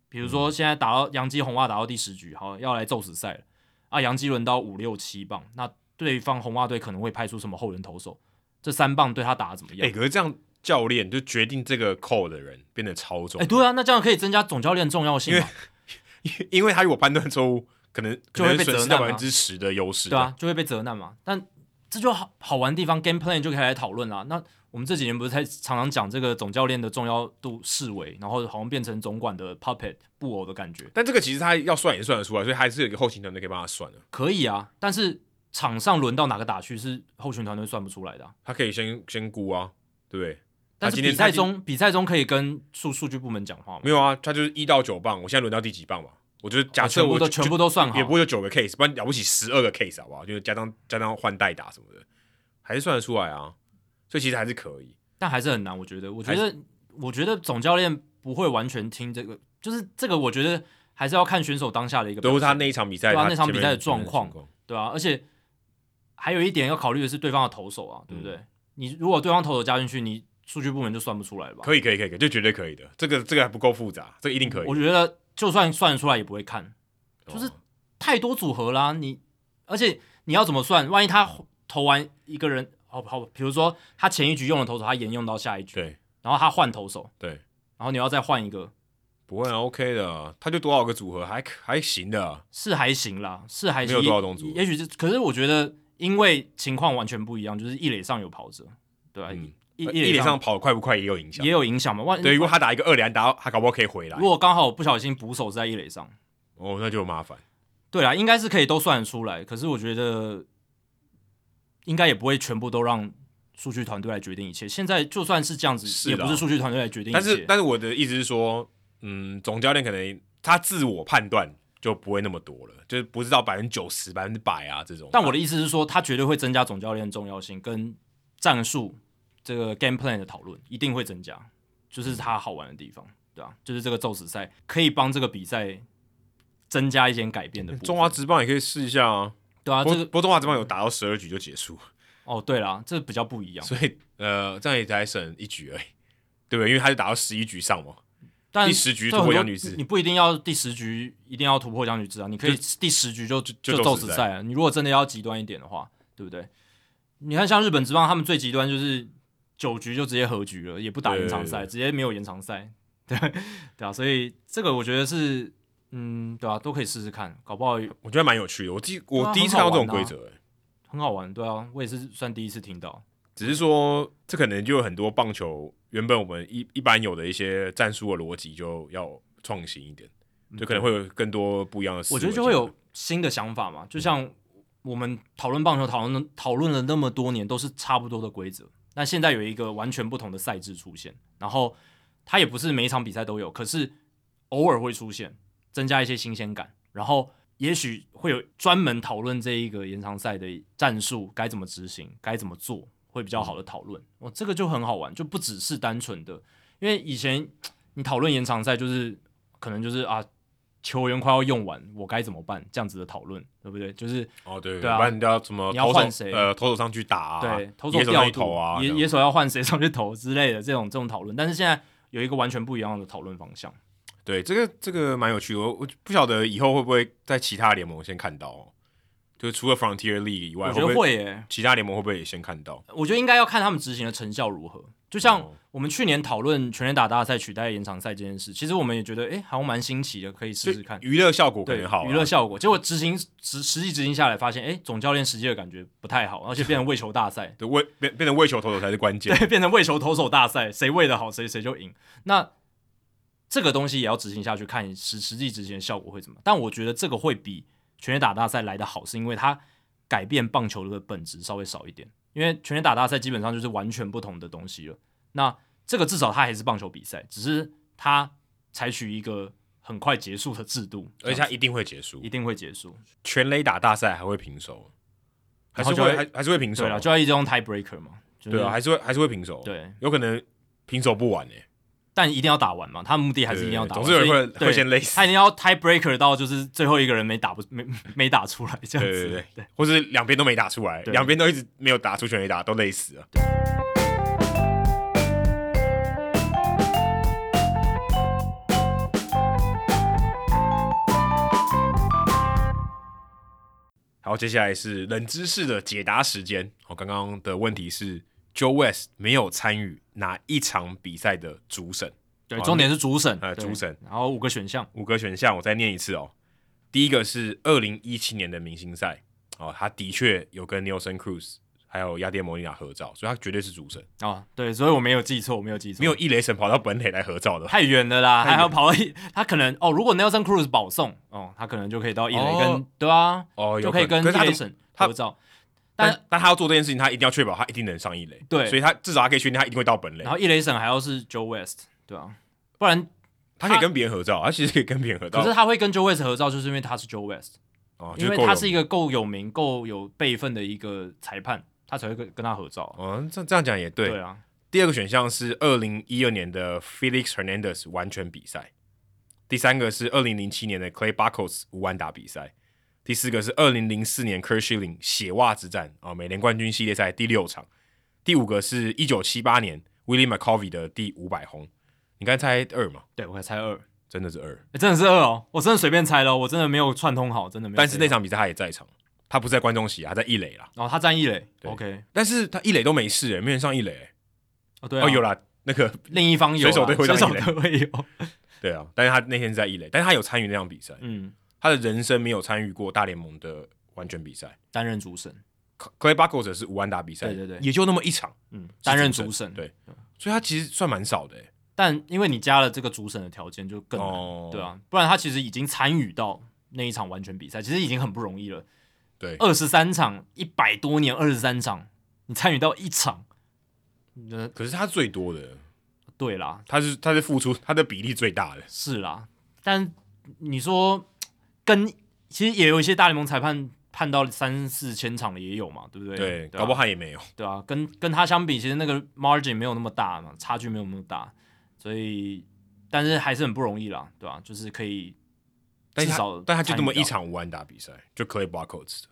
Speaker 2: 比如说，现在打到杨基红袜打到第十局，好要来宙死赛了啊！杨基轮到五六七棒，那对方红袜队可能会派出什么后援投手？这三棒对他打的怎么样？
Speaker 1: 哎，可是这样教练就决定这个扣的人变得超重
Speaker 2: 哎、，对啊，那这样可以增加总教练重要性嘛？
Speaker 1: 因为他如果判断错误，可能
Speaker 2: 就会
Speaker 1: 可能
Speaker 2: 被
Speaker 1: 损失
Speaker 2: 责
Speaker 1: 掉
Speaker 2: 难
Speaker 1: 百
Speaker 2: 啊
Speaker 1: 分之十的优势。
Speaker 2: 对啊，就会被责难嘛。但这就好好玩的地方，game plan 就可以来讨论啦。那我们这几年不是在常常讲这个总教练的重要度视为，然后好像变成总管的 puppet 布偶的感觉，
Speaker 1: 但这个其实他要算也算得出来，所以还是有一个后勤团队可以帮他算的。
Speaker 2: 可以啊。但是场上轮到哪个打去是后勤团队算不出来的啊、
Speaker 1: 他可以先先估啊，对不对？
Speaker 2: 但
Speaker 1: 他
Speaker 2: 是
Speaker 1: 今天
Speaker 2: 比赛中比赛中可以跟数数据部门讲话嘛？
Speaker 1: 没有啊，他就是一到九棒，我现在轮到第几棒嘛？我就是假设
Speaker 2: 啊哦全部
Speaker 1: 我
Speaker 2: 都
Speaker 1: 就
Speaker 2: 全部
Speaker 1: 就
Speaker 2: 都算好
Speaker 1: 也不会有九个 case，不然了不起十二个 case 好不好？就是加上加上换代打什么的，还是算得出来啊。所以其实还是可以。
Speaker 2: 但还是很难。我觉得，我觉
Speaker 1: 还
Speaker 2: 得，我觉得总教练不会完全听这个，就是这个，我觉得还是要看选手当下的一个表
Speaker 1: 都
Speaker 2: 现。
Speaker 1: 是他那一场比赛，
Speaker 2: 对啊
Speaker 1: 他
Speaker 2: 那场
Speaker 1: 前面
Speaker 2: 比赛的状
Speaker 1: 前面
Speaker 2: 况对啊，而且还有一点要考虑的是对方的投手啊，对不对？
Speaker 1: 嗯
Speaker 2: 你如果对方投手加进去，你数据部门就算不出来了吧？
Speaker 1: 可以，可以，可以，可以，这绝对可以的。这个这个还不够复杂，这个一定可以。
Speaker 2: 我觉得就算算得出来也不会看，就是
Speaker 1: 哦
Speaker 2: 太多组合啦。你而且你要怎么算？万一他投完一个人，好好，比如说他前一局用的投手，他沿用到下一局，
Speaker 1: 对
Speaker 2: 然后他换投手，
Speaker 1: 对，
Speaker 2: 然后你要再换一个，
Speaker 1: 不会啊，OK 的。他就多少个组合，还可还行的。
Speaker 2: 是还行啦，是还行，
Speaker 1: 没有多少种组
Speaker 2: 也也许是，可是我觉得因为情况完全不一样，就是一垒上有跑者，对吧、
Speaker 1: 嗯
Speaker 2: 一
Speaker 1: 一
Speaker 2: 垒
Speaker 1: 脸上跑得快不快也有影响
Speaker 2: 也。有影响嘛？万
Speaker 1: 对，如果他打一个二连打到，他搞不好可以回来
Speaker 2: 如。果刚好不小心捕手是在一垒上，
Speaker 1: 哦，那就麻烦。
Speaker 2: 对啦，应该是可以都算得出来。可是我觉得应该也不会全部都让数据团队来决定一切。现在就算是这样子，
Speaker 1: 是啦
Speaker 2: 也不是数据团队来决定一切。
Speaker 1: 但是，但是我的意思是说，嗯，总教练可能他自我判断就不会那么多了，就是不知道百分之九十、百分之百啊这种。
Speaker 2: 但我的意思是说，他绝对会增加总教练的重要性跟战术这个 game plan 的讨论，一定会增加，就是他好玩的地方，对吧、啊就是这个宙斯赛可以帮这个比赛增加一些改变的部分。
Speaker 1: 中华职棒也可以试一下啊。
Speaker 2: 对啊，
Speaker 1: 不
Speaker 2: 这
Speaker 1: 过
Speaker 2: 个
Speaker 1: 不过中华职棒有打到十二局就结束，
Speaker 2: 哦，对啦，这比较不一样。
Speaker 1: 所以呃，这样也才省一局而已，对不对？因为他就打到十一局上嘛，
Speaker 2: 但
Speaker 1: 第十局
Speaker 2: 对
Speaker 1: 突破
Speaker 2: 很多
Speaker 1: 僵局制
Speaker 2: 你不一定要第十局一定要突破僵局制啊，你可以第十局就就
Speaker 1: 就
Speaker 2: 就
Speaker 1: 斗
Speaker 2: 死
Speaker 1: 死赛
Speaker 2: 赛啊。你如果真的要极端一点的话，对不对？你看像日本职棒，他们最极端就是九局就直接和局了，也不打
Speaker 1: 对
Speaker 2: 延长赛，
Speaker 1: 对
Speaker 2: 直接没有延长赛，对对啊。所以这个我觉得是，嗯，对啊，都可以试试看，搞不好
Speaker 1: 我觉得蛮有趣的。我第
Speaker 2: 对
Speaker 1: 我
Speaker 2: 啊
Speaker 1: 第一次看到这种
Speaker 2: 很好玩
Speaker 1: 规
Speaker 2: 啊
Speaker 1: 则、欸
Speaker 2: 很好玩。对啊，我也是算第一次听到。
Speaker 1: 只是说这可能就有很多棒球原本我们一一般有的一些战术的逻辑就要创新一点，就可能会有更多不一样的嗯思维
Speaker 2: 嗯我
Speaker 1: 进来。
Speaker 2: 觉得就会有新的想法嘛。就像我们讨论棒球，讨论讨论了那么多年，都是差不多的规则。那现在有一个完全不同的赛制出现，然后它也不是每一场比赛都有，可是偶尔会出现，增加一些新鲜感。然后也许会有专门讨论这一个延长赛的战术该怎么执行，该怎么做，会比较好的讨论。哦，这个就很好玩，就不只是单纯的，因为以前你讨论延长赛就是可能就是啊，球员快要用完，我该怎么办这样子的讨论，对不对？就是
Speaker 1: 哦，对，
Speaker 2: 对啊
Speaker 1: 不然你要什么
Speaker 2: 你要
Speaker 1: 投手
Speaker 2: 换谁
Speaker 1: 呃，投手上去打、啊，
Speaker 2: 对，投手
Speaker 1: 野手上
Speaker 2: 调
Speaker 1: 去
Speaker 2: 度
Speaker 1: 投啊，这
Speaker 2: 野
Speaker 1: 样
Speaker 2: 野手要换谁上去投之类的这种这种讨论，但是现在有一个完全不一样的讨论方向。
Speaker 1: 对，这个这个蛮有趣的。我我不晓得以后会不会在其他联盟先看到、哦，就是除了 Frontier League 以外，
Speaker 2: 我觉得
Speaker 1: 不会
Speaker 2: 会耶，
Speaker 1: 其他联盟会不会也先看到？
Speaker 2: 我觉得应该要看他们执行的成效如何。就像
Speaker 1: 哦
Speaker 2: 我们去年讨论全垒打大赛取代延长赛这件事，其实我们也觉得，诶，好像蛮新奇的，可以试试看。
Speaker 1: 娱乐效果可
Speaker 2: 对
Speaker 1: 能好啊，
Speaker 2: 娱乐效果，结果执行实实际执行下来，发现诶，总教练实际的感觉不太 好，而且变成为球大赛，
Speaker 1: 对为变变成为球投手才是关键。
Speaker 2: 对，变成喂球投手大赛，谁喂的好，谁谁就赢。那这个东西也要执行下去，看实实际执行的效果会怎么样。但我觉得这个会比全垒打大赛来的好，是因为它改变棒球的本质稍微少一点，因为全垒打大赛基本上就是完全不同的东西了。那这个至少它还是棒球比赛，只是它采取一个很快结束的制度，
Speaker 1: 而且它一定会结束
Speaker 2: 一。定会结束。
Speaker 1: 全垒打大赛还会平手，还
Speaker 2: 然
Speaker 1: 是
Speaker 2: 后就
Speaker 1: 会
Speaker 2: 会
Speaker 1: 还还是会平手
Speaker 2: 对
Speaker 1: 啊
Speaker 2: 了，，就要一直用 tie breaker 嘛，就是、
Speaker 1: 对啊，还是会还是会平手，，
Speaker 2: 对，
Speaker 1: 有可能平手不欸完诶。
Speaker 2: 但一定要打完嘛，他的目的还是一定要打完，
Speaker 1: 对对对
Speaker 2: 所
Speaker 1: 总是
Speaker 2: 以
Speaker 1: 有人会会先累死
Speaker 2: 他一定要 tie breaker 到就是最后一个人没打不没没打出来这样
Speaker 1: 对
Speaker 2: 子，
Speaker 1: 对对，对或是两边都没打出来，
Speaker 2: 对
Speaker 1: 两边都一直没有打出全垒打，都累死了。好，接下来是冷知识的解答时间。我刚刚的问题是，Joe West 没有参与哪一场比赛的主审？
Speaker 2: 对
Speaker 1: 好
Speaker 2: 重点是主审，
Speaker 1: 呃
Speaker 2: 对
Speaker 1: 主审，
Speaker 2: 然后五个选项，
Speaker 1: 五个选项，我再念一次哦。第一个是二零一七年的明星赛，哦，他的确有跟 Nelson Cruz 还有亚典摩尼亚合照，所以他绝对是主审，
Speaker 2: 啊，对，所以我没有记错，我没有记错，
Speaker 1: 没有一雷神跑到本垒来合照的。
Speaker 2: 太远了啦，
Speaker 1: 太远
Speaker 2: 还要跑到一，他可能哦，如果 Nelson Cruz 保送哦，他可能就可以到一垒跟、
Speaker 1: 哦
Speaker 2: 对啊，
Speaker 1: 哦，有
Speaker 2: 就可以跟
Speaker 1: 可是他
Speaker 2: j
Speaker 1: 怎
Speaker 2: a
Speaker 1: 么
Speaker 2: s
Speaker 1: 他
Speaker 2: 合照，
Speaker 1: 但但他要做这件事情，他一定要确保他一定能上一垒，
Speaker 2: 对
Speaker 1: 所以他至少他可以确定他一定会到本垒
Speaker 2: 然，后一垒审还要是 Joe West，对啊，不然
Speaker 1: 他可以跟别人合照，他其实可以跟别人合照，
Speaker 2: 可是他会跟 Joe West 合照，就是因为他是 Joe West，
Speaker 1: 哦，就
Speaker 2: 因为
Speaker 1: 够
Speaker 2: 他
Speaker 1: 有
Speaker 2: 是一个够有名、够有辈分的一个裁判，他才会跟跟他合照啊、
Speaker 1: 哦，这这样讲也对。
Speaker 2: 对啊，
Speaker 1: 第二个选项是二零一二年的 Felix Hernandez 完全比赛，第三个是二零零七年的 Clay Buckles 无安打比赛，第四个是二零零四年 k e r s h i l i n 血袜之战啊、美联冠军系列赛第六场，第五个是一九七八年 Willie McCovey 的第五百轰，你刚才猜二嘛？
Speaker 2: 对我才猜二、
Speaker 1: 真的是二，
Speaker 2: 欸真的是二哦，我真的随便猜了，我真的没有串通好，真的没有。
Speaker 1: 但是那，场比赛他也在场，他不是在观众席啊，他在一垒啦，
Speaker 2: 哦，他站一垒
Speaker 1: 对
Speaker 2: ，OK，
Speaker 1: 但是他一垒都没事、欸，没人上一垒欸、
Speaker 2: 哦对啊、
Speaker 1: 哦，有啦，那个
Speaker 2: 另一方有
Speaker 1: 水
Speaker 2: 啊，
Speaker 1: 手队会上
Speaker 2: 水手
Speaker 1: 一垒
Speaker 2: 队会 有，
Speaker 1: 对啊，但是他那天是在一垒，但是他有参与那场比赛，
Speaker 2: 嗯，
Speaker 1: 他的人生没有参与过大联盟的完全比赛。
Speaker 2: 担任主审，
Speaker 1: Clay Buckles 是五安打比赛，
Speaker 2: 对对对
Speaker 1: 也就那么一场，
Speaker 2: 嗯，
Speaker 1: 是
Speaker 2: 担任主审，
Speaker 1: 对，所以他其实算蛮少的、欸。
Speaker 2: 但因为你加了这个主审的条件，就更难，
Speaker 1: 哦
Speaker 2: 对啊，不然他其实已经参与到那一场完全比赛，其实已经很不容易了。
Speaker 1: 对
Speaker 2: 二十三场，一百多年，二十三场，你参与到一场，呃，
Speaker 1: 可是他最多的，
Speaker 2: 对啦，
Speaker 1: 他是他是付出他的比例最大的，
Speaker 2: 是啦，但你说跟其实也有一些大联盟裁判判到三四千场的也有嘛，对不对？
Speaker 1: 对，
Speaker 2: 啊
Speaker 1: 搞不好他也没有。
Speaker 2: 对啊，跟跟他相比，其实那个 margin 没有那么大嘛，差距没有那么大，所以但是还是很不容易啦，对吧、就是可以
Speaker 1: 但
Speaker 2: 至
Speaker 1: 是
Speaker 2: 少
Speaker 1: 他但他就那么
Speaker 2: 参与到
Speaker 1: 一场五安打比赛，就 Clay Buckles 的，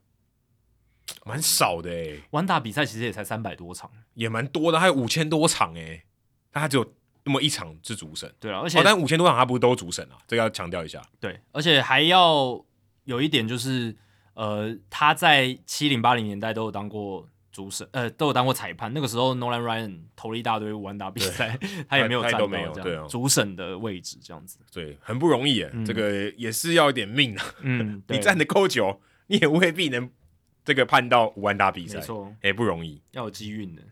Speaker 1: 蛮少的、欸，
Speaker 2: 完打比赛，其实也才三百多场，
Speaker 1: 也蛮多的，还有五千多场哎、欸，但他只有那么一场是主审。
Speaker 2: 对啊，而且、
Speaker 1: 哦，但五千多场他不是都主审啊，这个要强调一下。
Speaker 2: 对，而且还要有一点就是，呃，他在七零八零年代都有当过主审，呃，都有当过裁判。那个时候，Nolan Ryan 投了一大堆完打比赛，他也没有
Speaker 1: 他他
Speaker 2: 站到
Speaker 1: 都没有
Speaker 2: 这
Speaker 1: 对
Speaker 2: 样、
Speaker 1: 啊
Speaker 2: 主审的位置，这样 子。
Speaker 1: 对，很不容易耶，
Speaker 2: 嗯
Speaker 1: 这个也是要一点命啊。
Speaker 2: 嗯，
Speaker 1: 你
Speaker 2: 对
Speaker 1: 站的够久， 你也未必能这个判到五安打比赛，
Speaker 2: 没错，
Speaker 1: 也不容易。
Speaker 2: 要有机运的。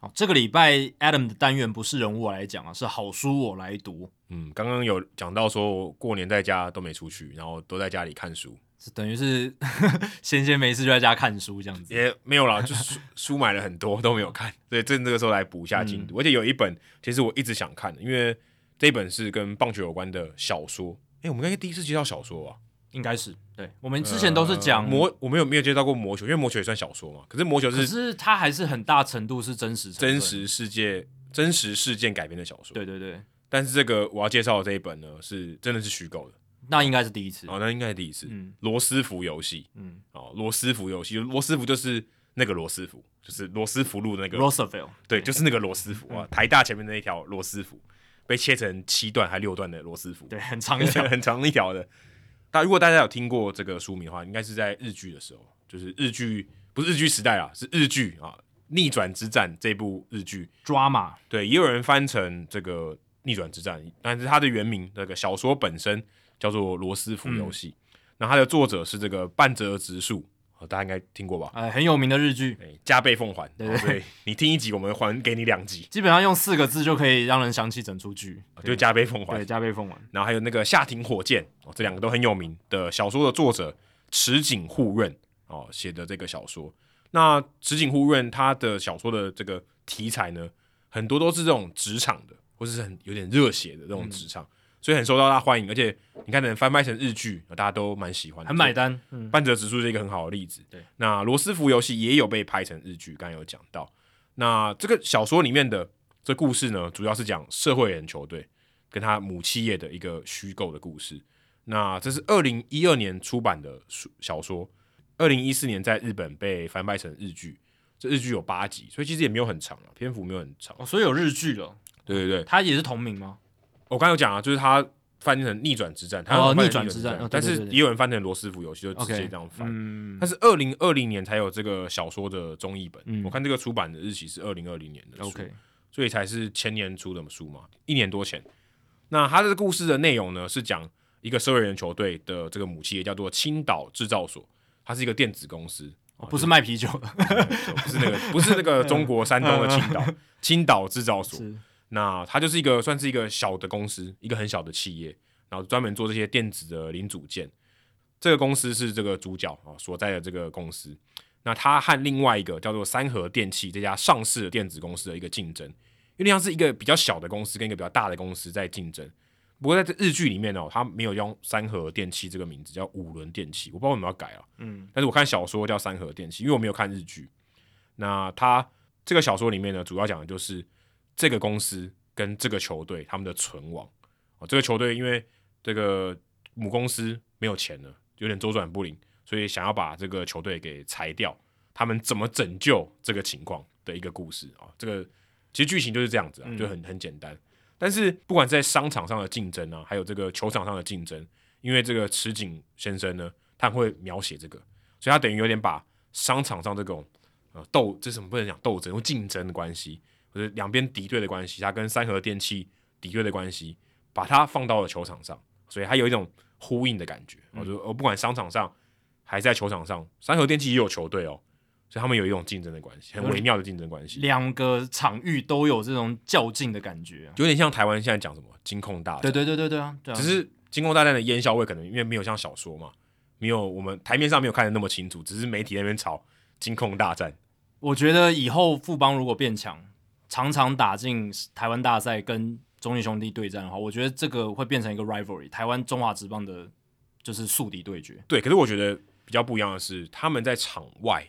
Speaker 2: 好，这个礼拜 Adam 的单元不是人物我来讲啊，是好书我来读，
Speaker 1: 嗯，刚刚有讲到说过年在家都没出去，然后都在家里看书，
Speaker 2: 是等于是 闲闲没事就在家看书这样子。
Speaker 1: 也没有啦，就是 书书买了很多都没有看，所以趁这个时候来补一下进
Speaker 2: 嗯
Speaker 1: 度。而且有一本其实我一直想看的，因为这本是跟棒球有关的小说。哎、我们应该第一次介绍小说吧？
Speaker 2: 应该是对，我们之前都是讲
Speaker 1: 呃魔，我们有没有介绍过魔球？因为魔球也算小说嘛，可是魔球
Speaker 2: 可
Speaker 1: 是
Speaker 2: 是它还是很大程度是真实成分
Speaker 1: 真。实世界、真实事件改编的小说。
Speaker 2: 对对对，
Speaker 1: 但是这个我要介绍的这一本呢，是真的是虚构的。
Speaker 2: 那应该是第一次。
Speaker 1: 哦，那应该是第一次。
Speaker 2: 嗯
Speaker 1: 罗斯福游戏
Speaker 2: 嗯
Speaker 1: 哦，罗斯福游戏，罗斯福就是那个罗斯福，就是罗斯福路的那个，
Speaker 2: ，Roosevelt
Speaker 1: 对，就是那个罗斯
Speaker 2: 嗯
Speaker 1: 福啊，台大前面那一条罗斯福，被切成七段还六段的罗斯福，。
Speaker 2: 对，很长一条
Speaker 1: 很长一条的。但如果大家有听过这个书名的话，应该是在日剧的时候，就是日剧不是日剧时代啊，是日剧啊，《逆转之战》这部日剧，
Speaker 2: drama
Speaker 1: 对，也有人翻成这个《逆转之战》，但是它的原名那个小说本身叫做《罗斯福游戏》，那它的作者是这个半泽直树，哦大家应该听过吧？
Speaker 2: 呃很有名的日剧，
Speaker 1: 对，加倍奉还，
Speaker 2: 对对
Speaker 1: 哦所以你听一集，我们还给你两集，
Speaker 2: 基本上用四个字就可以让人想起整出剧，
Speaker 1: 就加倍奉还
Speaker 2: 对。加倍奉还。
Speaker 1: 然后还有那个《夏庭火箭》，哦，这两个都很有名的小说的作者池井户润，哦写的这个小说。那石井户润他的小说的这个题材呢，很多都是这种职场的，或者是很有点热血的这
Speaker 2: 嗯
Speaker 1: 种职场，所以很受到大家欢迎。而且你看，能翻拍成日剧，大家都蛮喜欢的，
Speaker 2: 很买单。嗯，
Speaker 1: 半泽直树是一个很好的例子。
Speaker 2: 对，
Speaker 1: 那罗斯福游戏也有被拍成日剧，刚刚有讲到。那这个小说里面的这故事呢，主要是讲社会人球队跟他母企业的一个虚构的故事。那这是二零一二年出版的书小说，二零一四年在日本被翻拍成日剧。这日剧有八集，所以其实也没有很长啊，篇幅没有很长。
Speaker 2: 哦，所以有日剧了，
Speaker 1: 对对对，
Speaker 2: 它也是同名吗？
Speaker 1: 我刚刚有讲啊，就是他翻成逆转之战，他
Speaker 2: 哦
Speaker 1: 翻成
Speaker 2: 逆转之战哦对
Speaker 1: 但
Speaker 2: 对
Speaker 1: 是
Speaker 2: 对对
Speaker 1: 也有人翻成罗斯福游戏，就直接
Speaker 2: OK，
Speaker 1: 这样翻。
Speaker 2: 嗯
Speaker 1: 它，是二零二零年才有这个小说的中译本，
Speaker 2: 嗯
Speaker 1: 我看这个出版的日期是二零二零年的书
Speaker 2: OK，
Speaker 1: 所以才是前年出的书嘛，一年多前。那它的故事的内容呢，是讲一个社会人球队的这个母企业叫做青岛制造所，它是一个电子公司，
Speaker 2: 哦不是卖 啤酒的，
Speaker 1: 不是那个不是那个中国山东的青
Speaker 2: 嗯
Speaker 1: 岛，青岛制造所。那它就是一个算是一个小的公司，一个很小的企业，然后专门做这些电子的零组件。这个公司是这个主角啊所在的这个公司。那它和另外一个叫做三和电器这家上市的电子公司的一个竞争，有点像是一个比较小的公司跟一个比较大的公司在竞争。不过在这日剧里面哦，它没有用三和电器这个名字，叫五轮电器，我不知道为什么要改啊。
Speaker 2: 嗯，
Speaker 1: 但是我看小说叫《三河电器》，因为我没有看日剧。那他这个小说里面呢，主要讲的就是这个公司跟这个球队他们的存亡。哦，这个球队因为这个母公司没有钱了，有点周转不灵，所以想要把这个球队给裁掉。他们怎么拯救这个情况的一个故事啊、这个其实剧情就是这样子啊，
Speaker 2: 嗯
Speaker 1: 就很很简单。但是不管在商场上的竞争啊，还有这个球场上的竞争，因为这个池井先生呢，他会描写这个，所以他等于有点把商场上这种呃斗，这是什么不能讲斗争，或竞争的关系，或者两边敌对的关系，他跟三和电器敌对的关系，把它放到了球场上，所以它有一种呼应的感觉。我、就呃不管商场上还是在球场上，三和电器也有球队哦，所以他们有一种竞争的关系，很微妙的竞争关系，
Speaker 2: 两个场域都有这种较劲的感觉。啊
Speaker 1: 有点像台湾现在讲什么金控大战
Speaker 2: 对对对对对啊，对啊，
Speaker 1: 只是金控大战的烟硝味可能因为没有像小说嘛，没有我们台面上没有看的那么清楚，只是媒体那边炒金控大战。
Speaker 2: 我觉得以后富邦如果变强，常常打进台湾大赛跟中信兄弟对战的话，我觉得这个会变成一个 rivalry，台湾中华职棒的就是宿敌对决。
Speaker 1: 对，可是我觉得比较不一样的是，他们在场外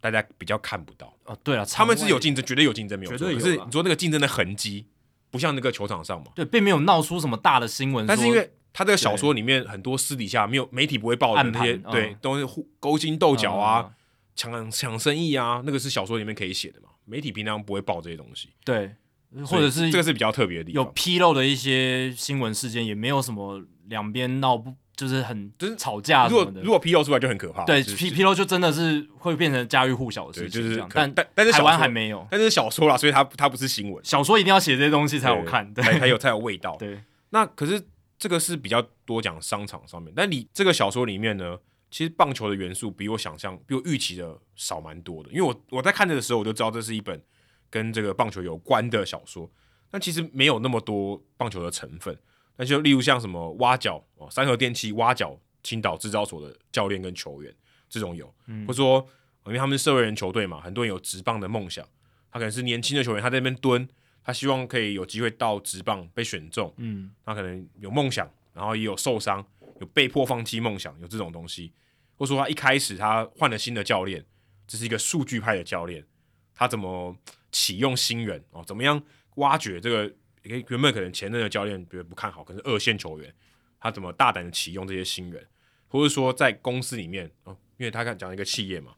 Speaker 1: 大家比较看不到，
Speaker 2: 哦，对了，
Speaker 1: 他们
Speaker 2: 场
Speaker 1: 是
Speaker 2: 外
Speaker 1: 有竞争，绝对有竞争没有错。
Speaker 2: 绝对有啊
Speaker 1: 可
Speaker 2: 啦
Speaker 1: 是你说那个竞争的痕迹，不像那个球场上嘛。
Speaker 2: 对，并没有闹出什么大的新闻说，
Speaker 1: 但是因为他这个小说里面很多私底下没有媒体不会报的
Speaker 2: 暗
Speaker 1: 那
Speaker 2: 盘
Speaker 1: 些，
Speaker 2: 嗯
Speaker 1: 对，都是互勾心斗角
Speaker 2: 嗯
Speaker 1: 啊、抢抢生意啊，那个是小说里面可以写的嘛。媒体平常不会报这些东西，
Speaker 2: 对，或
Speaker 1: 所
Speaker 2: 者
Speaker 1: 以
Speaker 2: 是
Speaker 1: 这个是比较特别的地
Speaker 2: 有
Speaker 1: 方。
Speaker 2: 披露的一些新闻事件，也没有什么两边闹不就是很
Speaker 1: 就是
Speaker 2: 吵架啊什
Speaker 1: 如果
Speaker 2: 么的。
Speaker 1: 如果披露出来就很可怕，
Speaker 2: 对
Speaker 1: 就是
Speaker 2: 披披露就真的是会变成家喻户晓的
Speaker 1: 对，
Speaker 2: 事
Speaker 1: 就
Speaker 2: 情，这
Speaker 1: 是
Speaker 2: 样
Speaker 1: 可
Speaker 2: 但
Speaker 1: 但但是
Speaker 2: 台湾
Speaker 1: 小说
Speaker 2: 还没有。
Speaker 1: 但是小说啦，所以它它不是新闻，
Speaker 2: 小说一定要写这些东西才好看， 对
Speaker 1: 才才有才有味道。
Speaker 2: 对，
Speaker 1: 那可是这个是比较多讲商场上面，但你这个小说里面呢，其实棒球的元素比我想象、比我预期的少蛮多的。因为我我在看的时候，我就知道这是一本跟这个棒球有关的小说，但其实没有那么多棒球的成分。那就例如像什么挖角哦，三和电器挖角青岛制造所的教练跟球员这种有，或者说呃因为他们是社会人球队嘛，很多人有职棒的梦想，他可能是年轻的球员，他在那边蹲，他希望可以有机会到职棒被选中，
Speaker 2: 嗯，
Speaker 1: 他可能有梦想，然后也有受伤，有被迫放弃梦想，有这种东西，或者说他一开始他换了新的教练，这是一个数据派的教练，他怎么启用新人哦，怎么样挖掘这个诶原本可能前任的教练觉得不看好，可能是二线球员，他怎么大胆的启用这些新人，或者说在公司里面哦，因为他刚讲一个企业嘛，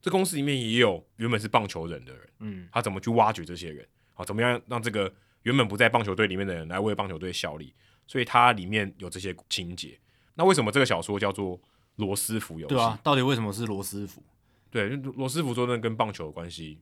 Speaker 1: 这公司里面也有原本是棒球人的人，
Speaker 2: 嗯，
Speaker 1: 他怎么去挖掘这些人，好，怎么样让这个原本不在棒球队里面的人来为棒球队效力，所以它里面有这些情节。那为什么这个小说叫做罗斯福游戏？
Speaker 2: 对啊，到底为什么是罗斯福？
Speaker 1: 对，就罗斯福说那跟棒球的关系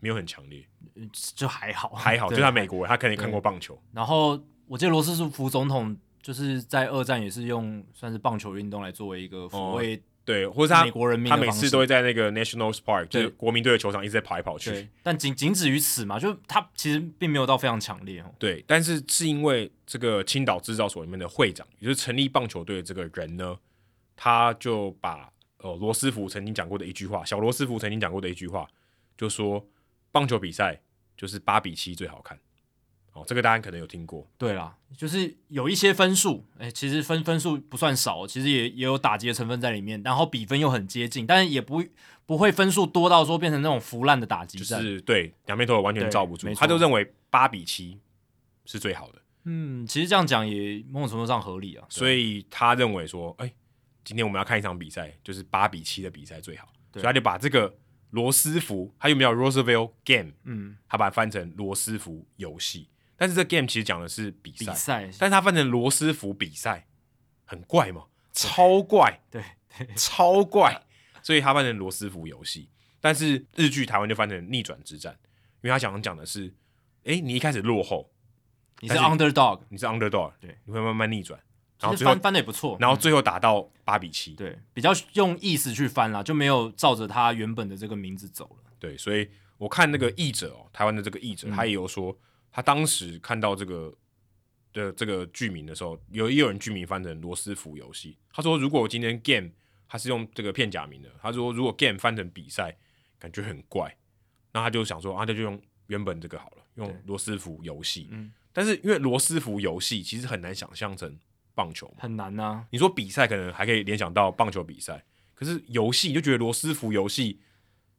Speaker 1: 没有很强烈，
Speaker 2: 嗯就还好，
Speaker 1: 还好，就
Speaker 2: 啊对
Speaker 1: 他美国人，他可能也看过棒球，
Speaker 2: 然后我记得罗斯福总统就是在二战也是用算是棒球运动来作为一
Speaker 1: 哦
Speaker 2: 个抚慰
Speaker 1: 对，或者他
Speaker 2: 美国人民
Speaker 1: 他
Speaker 2: 的
Speaker 1: 每
Speaker 2: 方式
Speaker 1: 次都会在那个 National Park，就是
Speaker 2: 对
Speaker 1: 国民队的球场一直在跑来跑去，
Speaker 2: 对，但仅仅止于此嘛，就他其实并没有到非常强烈哦。
Speaker 1: 对，但是是因为这个青岛制造所里面的会长，也就是成立棒球队的这个人呢，他就把呃罗斯福曾经讲过的一句话，小罗斯福曾经讲过的一句话，就说棒球比赛就是八比七最好看。哦，这个大家可能有听过，
Speaker 2: 对啦，就是有一些分数，哎、其实分分数不算少，其实也也有打击的成分在里面，然后比分又很接近，但是也不不会分数多到说变成那种腐烂的打击
Speaker 1: 就
Speaker 2: 战。
Speaker 1: 是对两边投手完全
Speaker 2: 对
Speaker 1: 罩不住
Speaker 2: 没，错
Speaker 1: 他就认为八比七是最好的，
Speaker 2: 嗯，其实这样讲也某种程度上合理啊。
Speaker 1: 所以他认为说，哎、今天我们要看一场比赛，就是八比七的比赛最好，所
Speaker 2: 对
Speaker 1: 以他就把这个罗斯福，他有没有 Roosevelt Game，
Speaker 2: 嗯，
Speaker 1: 他把它翻成罗斯福游戏，但是这 game 其实讲的是比
Speaker 2: 比
Speaker 1: 赛，
Speaker 2: 赛
Speaker 1: 但是它翻成罗斯福比赛，很怪嘛，超怪，
Speaker 2: 对
Speaker 1: 超怪，所以它翻成罗斯福游戏。但是日剧台湾就翻成逆转之战，因为他想讲的是，诶，你一开始落后，
Speaker 2: 你是
Speaker 1: 但是
Speaker 2: underdog，
Speaker 1: 你是 underdog，
Speaker 2: 对，
Speaker 1: 你会慢慢逆转，然
Speaker 2: 其
Speaker 1: 后
Speaker 2: 实
Speaker 1: 最后
Speaker 2: 翻，翻的也不错。
Speaker 1: 然后最后打到八比七，
Speaker 2: 对，比较用意思去翻啦，就没有照着他原本的这个名字走了。
Speaker 1: 对，所以我看那个
Speaker 2: 嗯
Speaker 1: 译者哦，台湾的这个译者，他也有说，他当时看到这个的这个剧名的时候，有也有人剧名翻成罗斯福游戏。他说，如果我今天 game 他是用这个片假名的，他说如果 game 翻成比赛，感觉很怪，那他就想说啊，那就用原本这个好了，用
Speaker 2: 对
Speaker 1: 罗斯福游戏。
Speaker 2: 嗯
Speaker 1: 但是因为罗斯福游戏其实很难想象成棒球嘛，
Speaker 2: 很难啊呐、
Speaker 1: 你说比赛可能还可以联想到棒球比赛，可是游戏你就觉得罗斯福游戏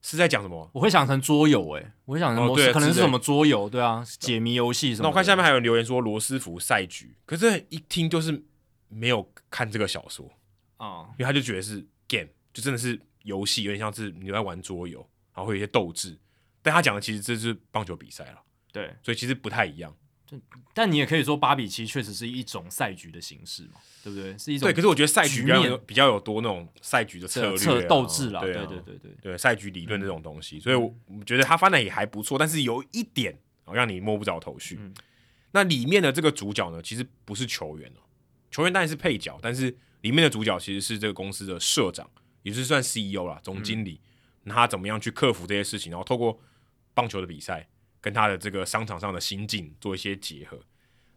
Speaker 1: 是在讲什么？
Speaker 2: 我会想成桌游、欸，我会想成
Speaker 1: 哦
Speaker 2: 模
Speaker 1: 对
Speaker 2: 式，
Speaker 1: 啊
Speaker 2: 可能是
Speaker 1: 之类
Speaker 2: 什么桌游，对啊，解谜游戏什么的。
Speaker 1: 那我看下面还有人留言说罗斯福赛局，可是一听就是没有看这个小说，
Speaker 2: 啊、
Speaker 1: 因为他就觉得是 game，就真的是游戏，有点像是你在玩桌游，然后会有一些斗志。但他讲的其实这是棒球比赛了，
Speaker 2: 对，
Speaker 1: 所以其实不太一样。
Speaker 2: 但你也可以说八比七确实是一种赛局的形式嘛，对不对？是一种
Speaker 1: 对，可是我觉得赛局比
Speaker 2: 局
Speaker 1: 较
Speaker 2: 面
Speaker 1: 有比较有多那种赛局的策略、
Speaker 2: 策
Speaker 1: 啊、
Speaker 2: 策斗志啦，
Speaker 1: 对
Speaker 2: 对
Speaker 1: 啊
Speaker 2: 对对对，
Speaker 1: 对赛局理论这种东西，所以我我觉得他翻的也还不错，但是有一点哦让你摸不着头绪。
Speaker 2: 嗯
Speaker 1: 那里面的这个主角呢，其实不是球员哦，球员当然是配角，但是里面的主角其实是这个公司的社长，也就是算 CEO 啦，总经理。那他怎么样去克服这些事情，然后透过棒球的比赛跟他的这个商场上的心境做一些结合。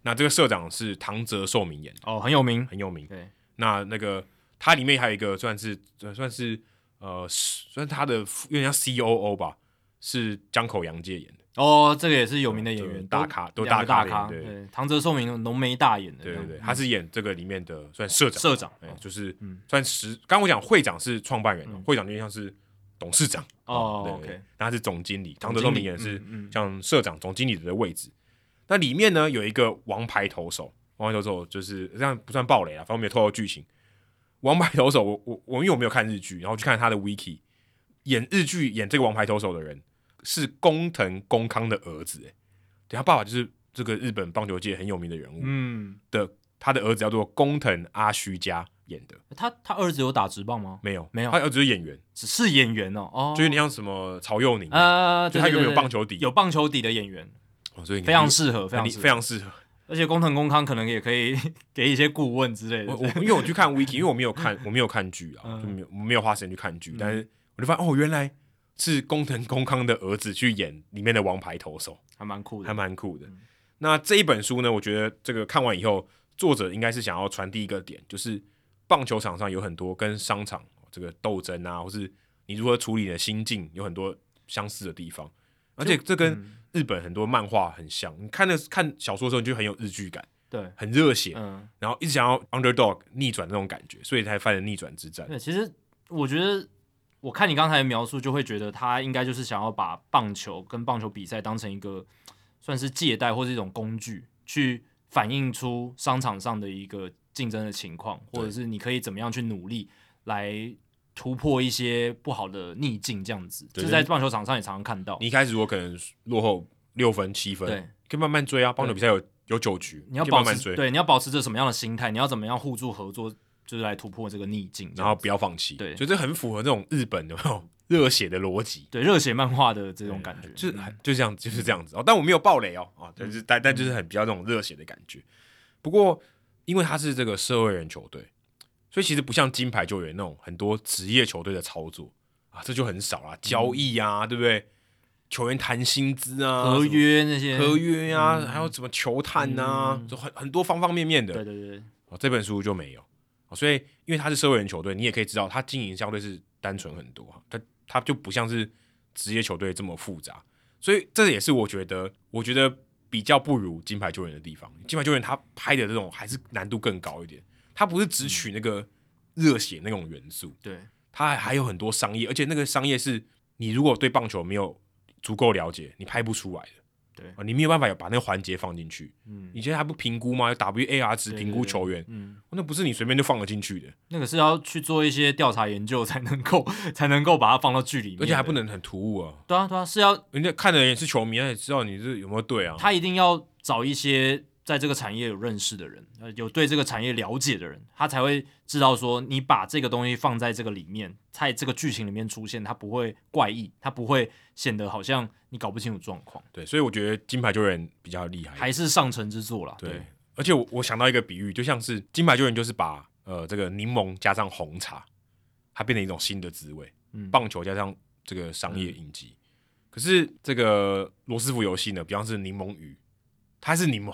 Speaker 1: 那这个社长是唐泽寿明演的，
Speaker 2: 哦，很有名，
Speaker 1: 很有名。
Speaker 2: 对，
Speaker 1: 那那个它里面还有一个算是算是呃，是算是他的副有点像 COO 吧，是江口洋介演的。
Speaker 2: 哦，这个也是有名的演
Speaker 1: 对
Speaker 2: 员，
Speaker 1: 大咖都
Speaker 2: 都
Speaker 1: 大
Speaker 2: 两个
Speaker 1: 咖
Speaker 2: 大
Speaker 1: 的
Speaker 2: 咖，
Speaker 1: 演员
Speaker 2: 对，唐泽寿明浓眉大眼的这
Speaker 1: 对
Speaker 2: 样，
Speaker 1: 对对，他是演这个里面的算社长，
Speaker 2: 嗯社长
Speaker 1: 哎
Speaker 2: 哦
Speaker 1: 就是
Speaker 2: 嗯
Speaker 1: 算实。刚刚我讲会长是创办人哦，
Speaker 2: 嗯
Speaker 1: 会长就像是董事长
Speaker 2: 哦
Speaker 1: 对
Speaker 2: OK
Speaker 1: 那他是总经理，唐
Speaker 2: 总
Speaker 1: 德寿明
Speaker 2: 经理
Speaker 1: 演的是
Speaker 2: 嗯嗯
Speaker 1: 像社长、总经理的位置。那里面呢有一个王牌投手，王牌投手就是这样不算暴雷啊，反正我没有透露剧情。王牌投手，我我我因为我没有看日剧，然后去看他的 wiki，演日剧演这个王牌投手的人是工藤公康的儿子、欸，对他爸爸就是这个日本棒球界很有名的人物，
Speaker 2: 嗯，
Speaker 1: 的他的儿子叫做工藤阿须加演的，
Speaker 2: 他他儿子有打直棒吗？
Speaker 1: 没有
Speaker 2: 没有
Speaker 1: 他儿子是演员，
Speaker 2: 只是演员哦，哦，
Speaker 1: 就有点像什么曹佑宁，啊
Speaker 2: 呃，
Speaker 1: 就
Speaker 2: 对
Speaker 1: 他
Speaker 2: 对
Speaker 1: 有没有
Speaker 2: 对
Speaker 1: 棒球底
Speaker 2: 有棒球底的演员，
Speaker 1: 哦所以你
Speaker 2: 非常适合，非
Speaker 1: 那
Speaker 2: 常
Speaker 1: 你
Speaker 2: 适合
Speaker 1: 非常适合。
Speaker 2: 而且工藤公康可能也可以 给一些顾问之类
Speaker 1: 我
Speaker 2: 的。
Speaker 1: 我因为我去看 wiki，因为我没有看我没有看剧啊，
Speaker 2: 嗯
Speaker 1: 就没有我没有花时间去看剧，但是我就发现哦，原来是工藤公康的儿子去演里面的王牌投手，
Speaker 2: 还蛮酷
Speaker 1: 还
Speaker 2: 的。
Speaker 1: 蛮酷
Speaker 2: 嗯
Speaker 1: 的。那这一本书呢，我觉得这个看完以后，作者应该是想要传递一个点，就是棒球场上有很多跟商场这个斗争啊，或是你如何处理你的心境，有很多相似的地方。而且这跟
Speaker 2: 嗯
Speaker 1: 日本很多漫画很像，你看的看小说的时候，你就很有日剧感，
Speaker 2: 对，
Speaker 1: 很热血，
Speaker 2: 嗯，
Speaker 1: 然后一直想要 underdog 逆转那种感觉，所以才翻了逆转之战。
Speaker 2: 对，其实我觉得，我看你刚才的描述，就会觉得他应该就是想要把棒球跟棒球比赛当成一个算是借贷或是一种工具，去反映出商场上的一个竞争的情况，
Speaker 1: 对
Speaker 2: 或者是你可以怎么样去努力来。突破一些不好的逆境，这样子，
Speaker 1: 对
Speaker 2: 这在棒球场上也常常看到。
Speaker 1: 你一开始如果可能落后六分、七分，
Speaker 2: 对，
Speaker 1: 可以慢慢追啊。棒球比赛有有九局，
Speaker 2: 你要
Speaker 1: 可以
Speaker 2: 保
Speaker 1: 慢
Speaker 2: 持
Speaker 1: 慢追，
Speaker 2: 对，你要保持着什么样的心态？你要怎么样互助合作，就是来突破这个逆境这样子。
Speaker 1: 然后不要放弃，
Speaker 2: 对
Speaker 1: 就这很符合那种日本的那种热血的逻辑，
Speaker 2: 对热血漫画的这种感觉，
Speaker 1: 就是
Speaker 2: 嗯
Speaker 1: 很就这样，就是这样子哦。但我没有暴雷哦，啊，但是但但就是很比较那种热血的感觉。不过因为他是这个社会人球队，所以其实不像金牌球员那种很多职业球队的操作啊，这就很少啦，交易啊，对不对？球员谈薪资啊，
Speaker 2: 嗯合、约嗯那些
Speaker 1: 合，约啊，
Speaker 2: 嗯
Speaker 1: 还有什么球探啊，就很很多方方面面的。
Speaker 2: 对对对，
Speaker 1: 哦，这本书就没有。哦所以因为他是社会人球队，你也可以知道他经营相对是单纯很多，他他就不像是职业球队这么复杂，所以这也是我觉得我觉得比较不如金牌球员的地方。金牌球员他拍的这种还是难度更高一点，他不是只取那个热血那种元素，
Speaker 2: 对，
Speaker 1: 它还还有很多商业，而且那个商业是你如果对棒球没有足够了解，你拍不出来的。
Speaker 2: 对
Speaker 1: 啊，你没有办法有把那个环节放进去。
Speaker 2: 嗯，
Speaker 1: 你现在还不评估吗？有 WAR 值
Speaker 2: 对
Speaker 1: 评估球员，哦
Speaker 2: 嗯，
Speaker 1: 那不是你随便就放得进去的，
Speaker 2: 那个是要去做一些调查研究才能够 才能够把它放到剧里面的，
Speaker 1: 而且还不能很突兀啊。
Speaker 2: 对啊对啊，是要
Speaker 1: 人家看的人也是球迷，他也知道你是有没有对啊。
Speaker 2: 他一定要找一些在这个产业有认识的人，呃，有对这个产业了解的人，他才会知道说你把这个东西放在这个里面，在这个剧情里面出现，它不会怪异，它不会显得好像你搞不清楚状况，
Speaker 1: 对，所以我觉得金牌球员比较厉害一点。
Speaker 2: 还是上乘之作啦。
Speaker 1: 对，而且我我想到一个比喻，就像是金牌球员就是把呃这个柠檬加上红茶，它变成一种新的滋味。
Speaker 2: 嗯
Speaker 1: 棒球加上这个商业印记，可是这个罗斯福游戏呢，比方是柠檬鱼，它是柠檬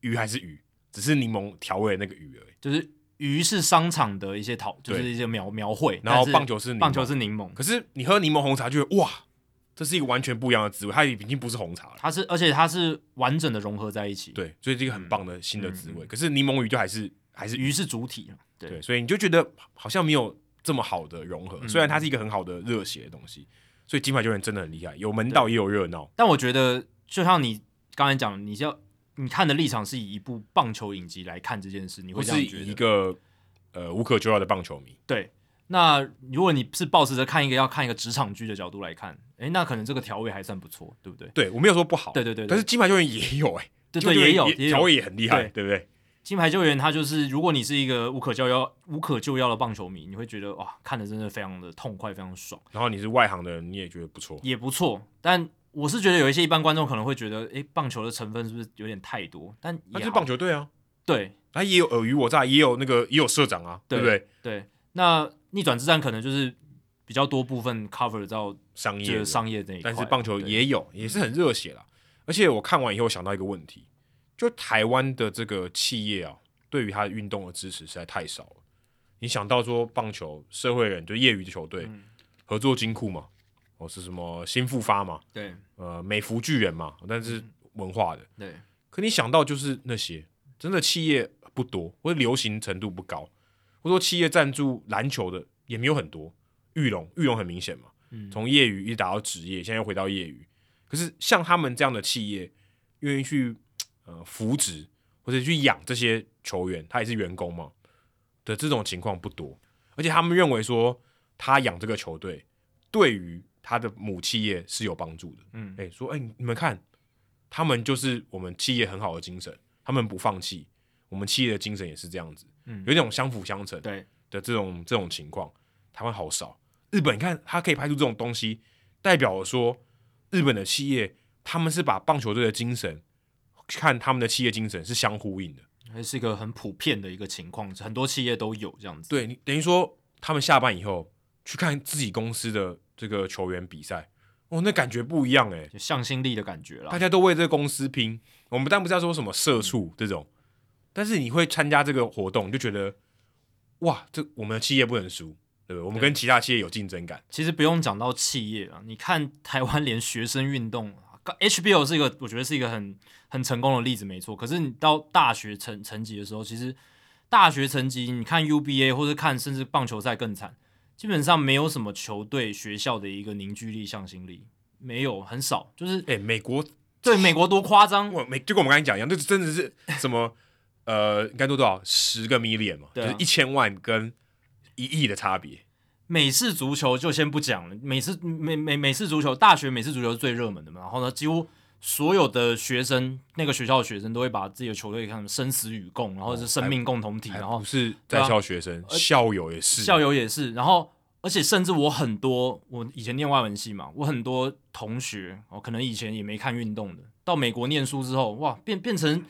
Speaker 1: 鱼还是鱼，只是柠檬调味的那个鱼而已。
Speaker 2: 就是鱼是商场的一些讨，就是
Speaker 1: 对
Speaker 2: 一些描描绘，
Speaker 1: 然后
Speaker 2: 但是
Speaker 1: 棒球是柠檬
Speaker 2: 棒球是柠檬，
Speaker 1: 可是你喝柠檬红茶，就会哇，这是一个完全不一样的滋味，它已经不是红茶了。
Speaker 2: 它是而且它是完整的融合在一起，，
Speaker 1: 对，所以这个很棒
Speaker 2: 嗯
Speaker 1: 的新的滋味。可是柠檬鱼就还是还是鱼。
Speaker 2: 鱼是主体，啊对
Speaker 1: 对，所以你就觉得好像没有这么好的融合。
Speaker 2: 嗯
Speaker 1: 虽然它是一个很好的热血的东西，所以金牌球员真的很厉害，有门道也有热闹。
Speaker 2: 但我觉得，就像你刚才讲，你是要你看的立场是以一部棒球影集来看这件事，你
Speaker 1: 我
Speaker 2: 会这
Speaker 1: 是
Speaker 2: 样觉
Speaker 1: 以一
Speaker 2: 得？
Speaker 1: 个呃无可救药的棒球迷，
Speaker 2: 对。那如果你是抱持着看一个要看一个职场剧的角度来看，诶，那可能这个调味还算不错，对不对？
Speaker 1: 对我没有说不好，
Speaker 2: 对对对对
Speaker 1: 但是金牌球员也有哎、
Speaker 2: 对
Speaker 1: 金牌
Speaker 2: 对，
Speaker 1: 球员
Speaker 2: 也有也
Speaker 1: 调
Speaker 2: 有。
Speaker 1: 味也很厉害，对不对？
Speaker 2: 金牌救援它就是，如果你是一个无可救药、无可救药的棒球迷，你会觉得哇，看的真的非常的痛快，非常爽，
Speaker 1: 然后你是外行的人，你也觉得不错，
Speaker 2: 也不错。但我是觉得有一些一般观众可能会觉得，诶，棒球的成分是不是有点太多？但也
Speaker 1: 那就是
Speaker 2: 好
Speaker 1: 棒球队啊，
Speaker 2: 对
Speaker 1: 他也有尔虞我诈，也有那个也有社长啊，对
Speaker 2: 对
Speaker 1: 不对？
Speaker 2: 对，那逆转之战可能就是比较多部分 cover 到
Speaker 1: 商
Speaker 2: 这
Speaker 1: 业
Speaker 2: 个
Speaker 1: 的
Speaker 2: 商业这一块，
Speaker 1: 但是棒球
Speaker 2: 对
Speaker 1: 也有，也是很热血啦。而且我看完以后想到一个问题，就台湾的这个企业啊，对于它的运动的支持实在太少了。你想到说棒球社会人就业余的球队、
Speaker 2: 嗯
Speaker 1: 合作金库嘛，哦是什么新复发嘛，
Speaker 2: 对
Speaker 1: 呃美孚巨人嘛，但是
Speaker 2: 嗯
Speaker 1: 文化的。
Speaker 2: 对
Speaker 1: 可你想到就是那些真的企业不多，或者流行程度不高，或者说企业赞助篮球的也没有很多。玉龙，玉龙很明显嘛，
Speaker 2: 嗯
Speaker 1: 从业余一直打到职业，现在又回到业余。可是像他们这样的企业，愿意去呃扶植或者去养这些球员，他也是员工嘛的这种情况不多，而且他们认为说他养这个球队对于他的母企业是有帮助的。
Speaker 2: 嗯
Speaker 1: 哎、说哎、你们看，他们就是我们企业很好的精神，他们不放弃，我们企业的精神也是这样子，
Speaker 2: 嗯
Speaker 1: 有一种相辅相成的
Speaker 2: 对
Speaker 1: 这种这种情况，台湾好少。日本你看，它可以拍出这种东西，代表说日本的企业他们是把棒球队的精神看他们的企业精神是相呼应的。
Speaker 2: 还是一个很普遍的一个情况，很多企业都有这样子。
Speaker 1: 对你等于说，他们下班以后去看自己公司的这个球员比赛，哦，那感觉不一样哎、
Speaker 2: 就向心力的感觉啦
Speaker 1: 大，家都为这个公司拼。我们当然不是要说什么社畜这种，但是你会参加这个活动，你就觉得哇，这我们的企业不能输，对不对？我们跟其他企业有竞争感。
Speaker 2: 其实不用讲到企业啊，你看台湾连学生运动啊 刚，HBO 是一个我觉得是一个很很成功的例子，没错。可是你到大学层层级的时候，其实大学层级你看 UBA 或者看甚至棒球赛更惨，基本上没有什么球队学校的一个凝聚力、向心力，没有很少。就是
Speaker 1: 哎、美国，
Speaker 2: 对美国多夸张，
Speaker 1: 我美就跟我们刚才讲一样，这真的是什么 呃，应该多多少十个 million 嘛，
Speaker 2: 对啊
Speaker 1: 就是一千万跟一亿的差别。
Speaker 2: 美式足球就先不讲了，美式美美美式足球，大学美式足球是最热门的嘛。然后呢，几乎所有的学生，那个学校的学生都会把自己的球队看成生死与共，然后是生命共同体，
Speaker 1: 哦还
Speaker 2: 然
Speaker 1: 不
Speaker 2: 后
Speaker 1: 是
Speaker 2: 对
Speaker 1: 在
Speaker 2: 啊
Speaker 1: 校学生，校友也是
Speaker 2: 校友也是，然后而且甚至我很多，我以前念外文系嘛，我很多同学，哦，可能以前也没看运动的，到美国念书之后，哇，变变成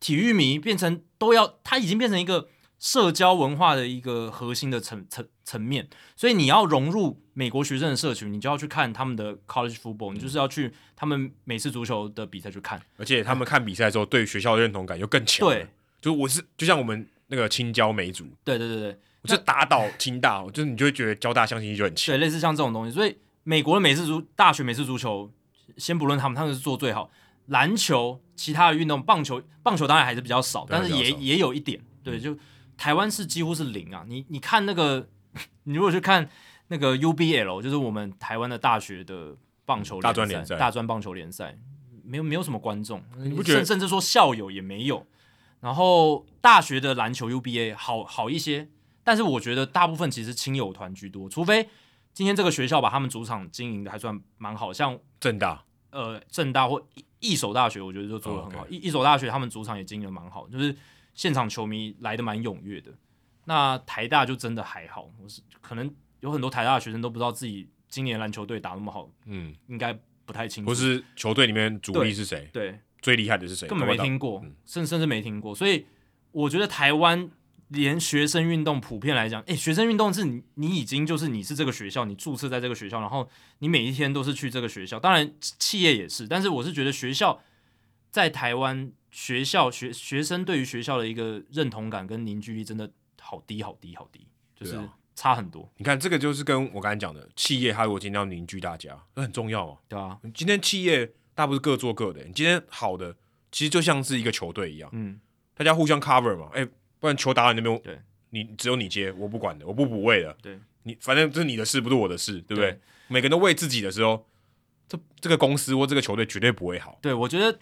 Speaker 2: 体育迷，变成都要，他已经变成一个社交文化的一个核心的层层层面，所以你要融入美国学生的社群，你就要去看他们的 college football，你就是要去他们美式足球的比赛去看，
Speaker 1: 而且他们看比赛的时候，对学校的认同感又更强了。
Speaker 2: 对
Speaker 1: 就是我是就像我们那个青椒梅族，
Speaker 2: 对对对对
Speaker 1: 我就打倒清大，就是你就会觉得交大相信心就很强。
Speaker 2: 对，类似像这种东西。所以美国的美式足大学美式足球，先不论他们，他们是做最好。篮球、其他的运动，棒球棒球当然还是比较少，
Speaker 1: 对
Speaker 2: 但是
Speaker 1: 比较
Speaker 2: 也
Speaker 1: 少嗯
Speaker 2: 也有一点。对，就台湾是几乎是零啊。你你看那个， 你如果去看那个 UBL，就是我们台湾的大学的棒球
Speaker 1: 嗯大专
Speaker 2: 联
Speaker 1: 联赛
Speaker 2: 大专棒球联赛，没有没有什么观众，你
Speaker 1: 不觉得
Speaker 2: 甚至说校友也没有。然后大学的篮球 UBA 好好一些，但是我觉得大部分其实亲友团居多，除非今天这个学校把他们主场经营的还算蛮好，像
Speaker 1: 正大
Speaker 2: 呃正大或一一手大学，我觉得就做的很好。
Speaker 1: 哦 OK
Speaker 2: 一一手大学他们主场也经营的蛮好，就是现场球迷来的蛮踊跃的。那台大就真的还好，我是可能有很多台大的学生都不知道自己今年篮球队打那么好，
Speaker 1: 嗯，
Speaker 2: 应该不太清楚，
Speaker 1: 或是球队里面主力是谁，
Speaker 2: 对，
Speaker 1: 最厉害的是谁，
Speaker 2: 嗯根本没听过，
Speaker 1: 嗯
Speaker 2: 甚甚至没听过。所以我觉得台湾连学生运动普遍来讲，诶，学生运动是你你已经就是你是这个学校，你注册在这个学校，然后你每一天都是去这个学校。当然企业也是，但是我是觉得学校在台湾学校学学生对于学校的一个认同感跟凝聚力真的好低好低好低，就是
Speaker 1: 对啊
Speaker 2: 差很多，
Speaker 1: 你看这个就是跟我刚才讲的，企业它如果今天要凝聚大家，那很重要哦。
Speaker 2: 对啊，
Speaker 1: 今天企业大不是各做各的，你今天好的其实就像是一个球队一样，
Speaker 2: 嗯，
Speaker 1: 大家互相 cover 嘛，哎、不然球打到你那边，
Speaker 2: 对，
Speaker 1: 你只有你接，我不管的，我不补位的，
Speaker 2: 对，
Speaker 1: 你反正这是你的事，不是我的事，对不对？
Speaker 2: 对
Speaker 1: 每个人都为自己的时候，这这个公司或这个球队绝对不会好。
Speaker 2: 对，我觉得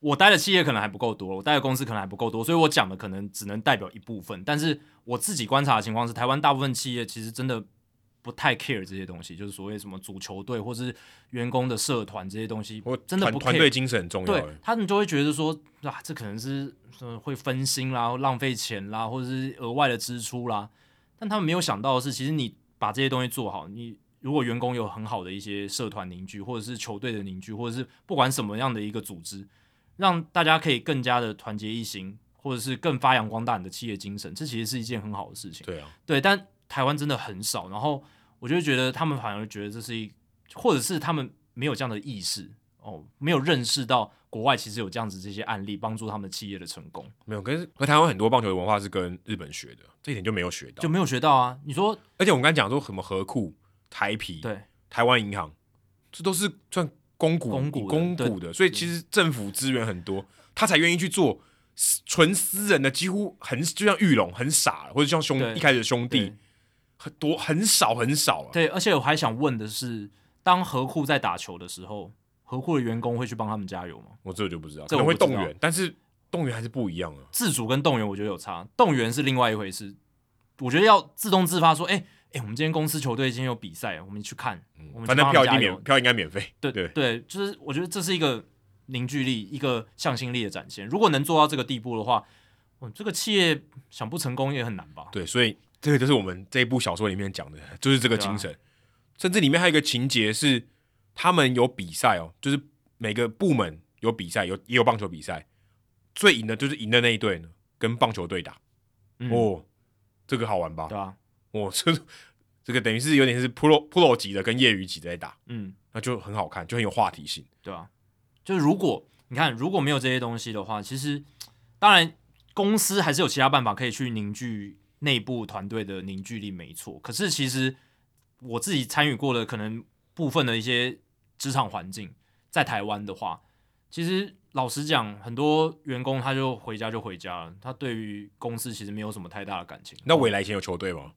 Speaker 2: 我待的企业可能还不够多，我待的公司可能还不够多，所以我讲的可能只能代表一部分。但是我自己观察的情况是，台湾大部分企业其实真的不太 care 这些东西，就是所谓什么足球队或是员工的社团这些东西
Speaker 1: 我，
Speaker 2: 真的
Speaker 1: 团
Speaker 2: 不
Speaker 1: 团队
Speaker 2: care。
Speaker 1: 精神很重要
Speaker 2: 对
Speaker 1: 欸，
Speaker 2: 他们就会觉得说，啊，这可能是呃会分心啦，浪费钱啦，或者是额外的支出啦。但他们没有想到的是，其实你把这些东西做好，你如果员工有很好的一些社团凝聚，或者是球队的凝聚，或者是不管什么样的一个组织，让大家可以更加的团结一心，或者是更发扬光大你的企业精神，这其实是一件很好的事情。
Speaker 1: 对啊，
Speaker 2: 对，但台湾真的很少。然后我就觉得他们反而觉得这是一，或者是他们没有这样的意识哦，没有认识到国外其实有这样子这些案例帮助他们的企业的成功，
Speaker 1: 没有跟和台湾很多棒球的文化是跟日本学的，这一点就没有学到
Speaker 2: 就。没有学到啊。你说
Speaker 1: 而且我们刚才讲说什么和库、台啤、
Speaker 2: 对
Speaker 1: 台湾银行，这都是算公股、
Speaker 2: 公股的
Speaker 1: 公股的，所以其实政府资源很多，他才愿意去做。私纯私人的几乎很，就像玉龙很傻了，或者像兄
Speaker 2: 对
Speaker 1: 一开始的兄弟
Speaker 2: 对，
Speaker 1: 很多很少很少啊。
Speaker 2: 对，而且我还想问的是，当何库在打球的时候，何库的员工会去帮他们加油吗？
Speaker 1: 我这我就不知道，
Speaker 2: 这
Speaker 1: 可
Speaker 2: 我
Speaker 1: 能
Speaker 2: 不
Speaker 1: 会
Speaker 2: 知
Speaker 1: 动
Speaker 2: 道
Speaker 1: 员，但是动员还是不一样啊。
Speaker 2: 自主跟动员我觉得有差，动员是另外一回事。我觉得要自动自发说，哎、哎、我们今天公司球队今天有比赛，我们去看，我
Speaker 1: 嗯
Speaker 2: 们去
Speaker 1: 反正
Speaker 2: 帮
Speaker 1: 票
Speaker 2: 他们
Speaker 1: 一
Speaker 2: 加
Speaker 1: 定
Speaker 2: 油
Speaker 1: 免，票应该免费。
Speaker 2: 对
Speaker 1: 对
Speaker 2: 就是我觉得这是一个凝聚力、一个向心力的展现。如果能做到这个地步的话，哇这个企业想不成功也很难吧？
Speaker 1: 对，所以这个就是我们这一部小说里面讲的，就是这个
Speaker 2: 啊
Speaker 1: 精神。甚至里面还有一个情节是，他们有比赛哦，就是每个部门有比赛，有也有棒球比赛，最赢的就是赢的那一队呢，跟棒球队打。
Speaker 2: 嗯
Speaker 1: 哦，这个好玩吧
Speaker 2: 对？啊吧、
Speaker 1: 哦，这这个等于是有点是 pro pro 级的跟业余级的在打，
Speaker 2: 嗯，
Speaker 1: 那就很好看，就很有话题性。
Speaker 2: 对啊，就是如果你看如果没有这些东西的话，其实当然公司还是有其他办法可以去凝聚内部团队的凝聚力，没错。可是其实我自己参与过的可能部分的一些职场环境，在台湾的话，其实老实讲，很多员工他就回家就回家了，他对于公司其实没有什么太大的感情。
Speaker 1: 那未来以前有球队吗？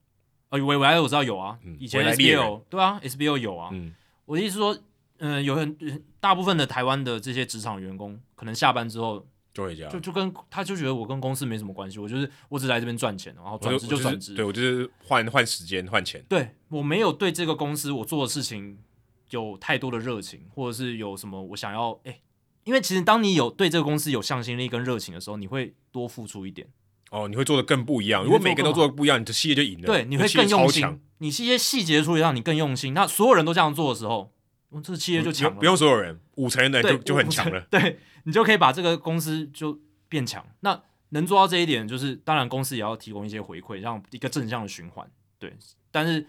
Speaker 2: 呃，维维埃我知道有啊，
Speaker 1: 嗯
Speaker 2: 以前
Speaker 1: 维莱猎人
Speaker 2: SBO 对啊，SBO 有啊，
Speaker 1: 嗯，
Speaker 2: 我的意思说，嗯、有很大部分的台湾的这些职场员工，可能下班之后
Speaker 1: 就回家。
Speaker 2: 就就跟他就觉得我跟公司没什么关系，我就是我只来这边赚钱，然后
Speaker 1: 我
Speaker 2: 转职
Speaker 1: 我是
Speaker 2: 转职。
Speaker 1: 对我就是换换时间换钱。
Speaker 2: 对我没有对这个公司我做的事情有太多的热情，或者是有什么我想要哎、因为其实当你有对这个公司有向心力跟热情的时候，你会多付出一点，
Speaker 1: 哦，你会做的更不一样。
Speaker 2: 你
Speaker 1: 如
Speaker 2: 会
Speaker 1: 果每个人都做的不一样，你的企业就赢了。
Speaker 2: 对，你会
Speaker 1: 企业
Speaker 2: 更用
Speaker 1: 超强
Speaker 2: 心，你是一些细节处理让你更用心。那所有人都这样做的时候，嗯这个企业就
Speaker 1: 不
Speaker 2: 强
Speaker 1: 用
Speaker 2: 了
Speaker 1: 不。用所有人，五成人的人
Speaker 2: 对，
Speaker 1: 哎就就很强了。。
Speaker 2: 对你就可以把这个公司就变强。那能做到这一点，就是当然公司也要提供一些回馈，让一个正向的循环。对，但是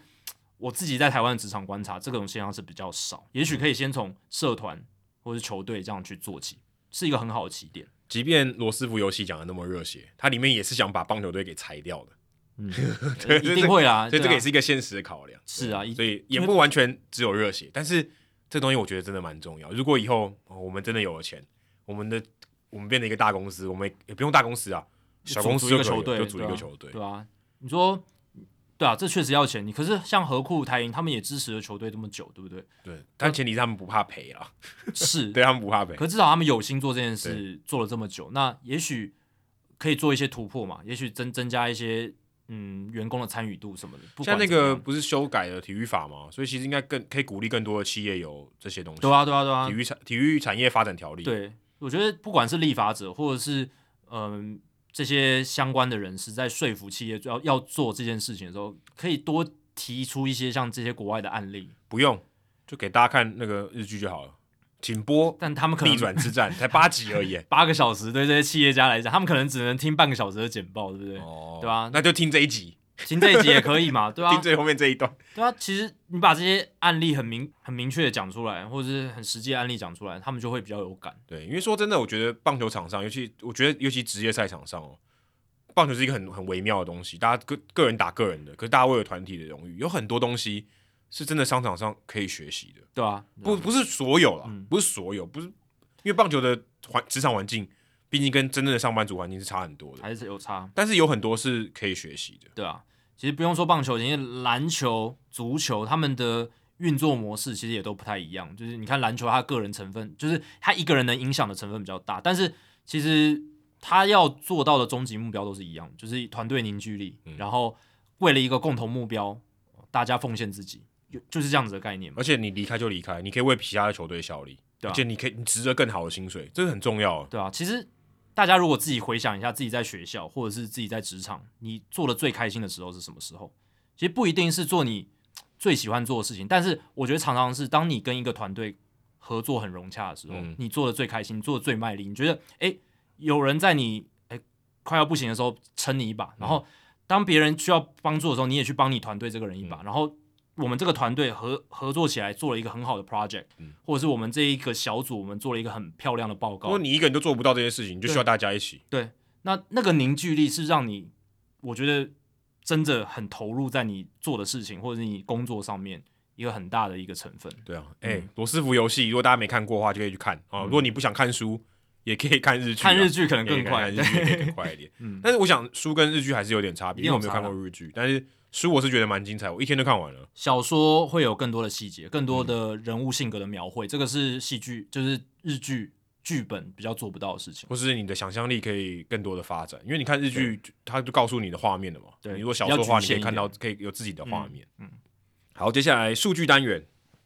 Speaker 2: 我自己在台湾的职场观察，这种现象是比较
Speaker 1: 嗯
Speaker 2: 少。也许可以先从社团或是球队这样去做起，是一个很好的起点。
Speaker 1: 即便罗斯福游戏讲的那么热血，他里面也是想把棒球队给裁掉的，
Speaker 2: 呃一定会啦，
Speaker 1: 所以这个
Speaker 2: 对啊
Speaker 1: 也是一个现实的考量。
Speaker 2: 是啊，一
Speaker 1: 所以也不完全只有热血，但是这东西我觉得真的蛮重要。如果以后、哦我们真的有了钱，我们的我们变成一个大公司，我们也不用大公司啊，小公司
Speaker 2: 组
Speaker 1: 就
Speaker 2: 一个
Speaker 1: 可以
Speaker 2: 球
Speaker 1: 了
Speaker 2: 队
Speaker 1: 就组一
Speaker 2: 对
Speaker 1: 个
Speaker 2: 啊
Speaker 1: 球队。
Speaker 2: 对啊，你说对啊，这确实要钱。你可是像何库、台银他们也支持了球队这么久，对不对？
Speaker 1: 对，但前提是他们不怕赔啊，
Speaker 2: 是，
Speaker 1: 对他们不怕赔。
Speaker 2: 可至少他们有心做这件事，做了这么久，那也许可以做一些突破嘛，也许增增加一些嗯员工的参与度什么的。不
Speaker 1: 像
Speaker 2: 管
Speaker 1: 那
Speaker 2: 怎么
Speaker 1: 个
Speaker 2: 样
Speaker 1: 不是修改了体育法嘛，所以其实应该更可以鼓励更多的企业有这些东西。
Speaker 2: 对啊，对啊，对啊
Speaker 1: 体，育产体育产业发展条例。，
Speaker 2: 对，我觉得不管是立法者或者是嗯、这些相关的人士，在说服企业要要做这件事情的时候，可以多提出一些像这些国外的案例，
Speaker 1: 不用就给大家看那个日剧就好了，请播
Speaker 2: 但他们可
Speaker 1: 逆
Speaker 2: 能
Speaker 1: 转之战，才八集而已。
Speaker 2: 八个小时对这些企业家来讲，他们可能只能听半个小时的简报，对不 对？
Speaker 1: 哦
Speaker 2: 对啊
Speaker 1: 那就听这一集，
Speaker 2: 听这一集也可以嘛，对啊
Speaker 1: 听，最后面这一段。
Speaker 2: 对啊。其实你把这些案例很明很明确的讲出来，或者是很实际的案例讲出来，他们就会比较有感。
Speaker 1: 对，因为说真的，我觉得棒球场上，尤其我觉得尤其职业赛场上哦，棒球是一个很很微妙的东西，大家个个人打个人的，可是大家为了团体的荣誉，有很多东西是真的商场上可以学习的，
Speaker 2: 对啊，
Speaker 1: 不不是所有啦，
Speaker 2: 嗯
Speaker 1: 不是所有，不是因为棒球的环职场环境，毕竟跟真正的上班族环境是差很多的，
Speaker 2: 还是有差。
Speaker 1: 但是有很多是可以学习的。
Speaker 2: 对啊，其实不用说棒球，因为篮球、足球他们的运作模式其实也都不太一样。就是你看篮球，他个人成分就是他一个人能影响的成分比较大，但是其实他要做到的终极目标都是一样，就是团队凝聚力，然后为了一个共同目标，大家奉献自己，就就是这样子的概念嘛。
Speaker 1: 而且你离开就离开，你可以为其他的球队效力，
Speaker 2: 对啊
Speaker 1: 而且你可以你值得更好的薪水，这是很重要的。
Speaker 2: 对啊，其实大家如果自己回想一下，自己在学校或者是自己在职场，你做的最开心的时候是什么时候？其实不一定是做你最喜欢做的事情，但是我觉得常常是当你跟一个团队合作很融洽的时候，
Speaker 1: 嗯
Speaker 2: 你做的最开心，你做的最卖力，你觉得诶有人在你诶快要不行的时候撑你一把，
Speaker 1: 嗯
Speaker 2: 然后当别人需要帮助的时候，你也去帮你团队这个人一把，
Speaker 1: 嗯
Speaker 2: 然后。我们这个团队合合作起来做了一个很好的 project，、
Speaker 1: 嗯
Speaker 2: 或者是我们这一个小组，我们做了一个很漂亮的报告。
Speaker 1: 如果你一个人都做不到这些事情，你就需要大家一起。
Speaker 2: 啊对，那那个凝聚力是让你，我觉得真的很投入在你做的事情或者是你工作上面一个很大的一个成分。
Speaker 1: 对啊，哎、
Speaker 2: 嗯
Speaker 1: 罗斯福游戏，如果大家没看过的话，就可以去看哦。如果你不想看书，也可以看日剧啊，
Speaker 2: 看日剧可能更
Speaker 1: 哎
Speaker 2: 快，
Speaker 1: 看日剧也可 以更快一点。
Speaker 2: 嗯
Speaker 1: 但是我想书跟日剧还是有点差别，
Speaker 2: 一
Speaker 1: 因为
Speaker 2: 定有
Speaker 1: 我没有
Speaker 2: 差
Speaker 1: 看
Speaker 2: 的
Speaker 1: 过日剧，但是书我是觉得蛮精彩，我一天就看完了。
Speaker 2: 小说会有更多的细节，更
Speaker 1: 嗯
Speaker 2: 多的人物性格的描绘，这个是戏剧，就是日剧剧本比较做不到的事情。
Speaker 1: 或是你的想象力可以更多的发展，因为你看日剧，它就告诉你的画面了嘛。
Speaker 2: 对
Speaker 1: 你如果小说的话，
Speaker 2: 比
Speaker 1: 你可
Speaker 2: 较局限
Speaker 1: 以
Speaker 2: 一
Speaker 1: 看
Speaker 2: 点
Speaker 1: 到可以有自己的画面。
Speaker 2: 嗯嗯
Speaker 1: 好，接下来数据单元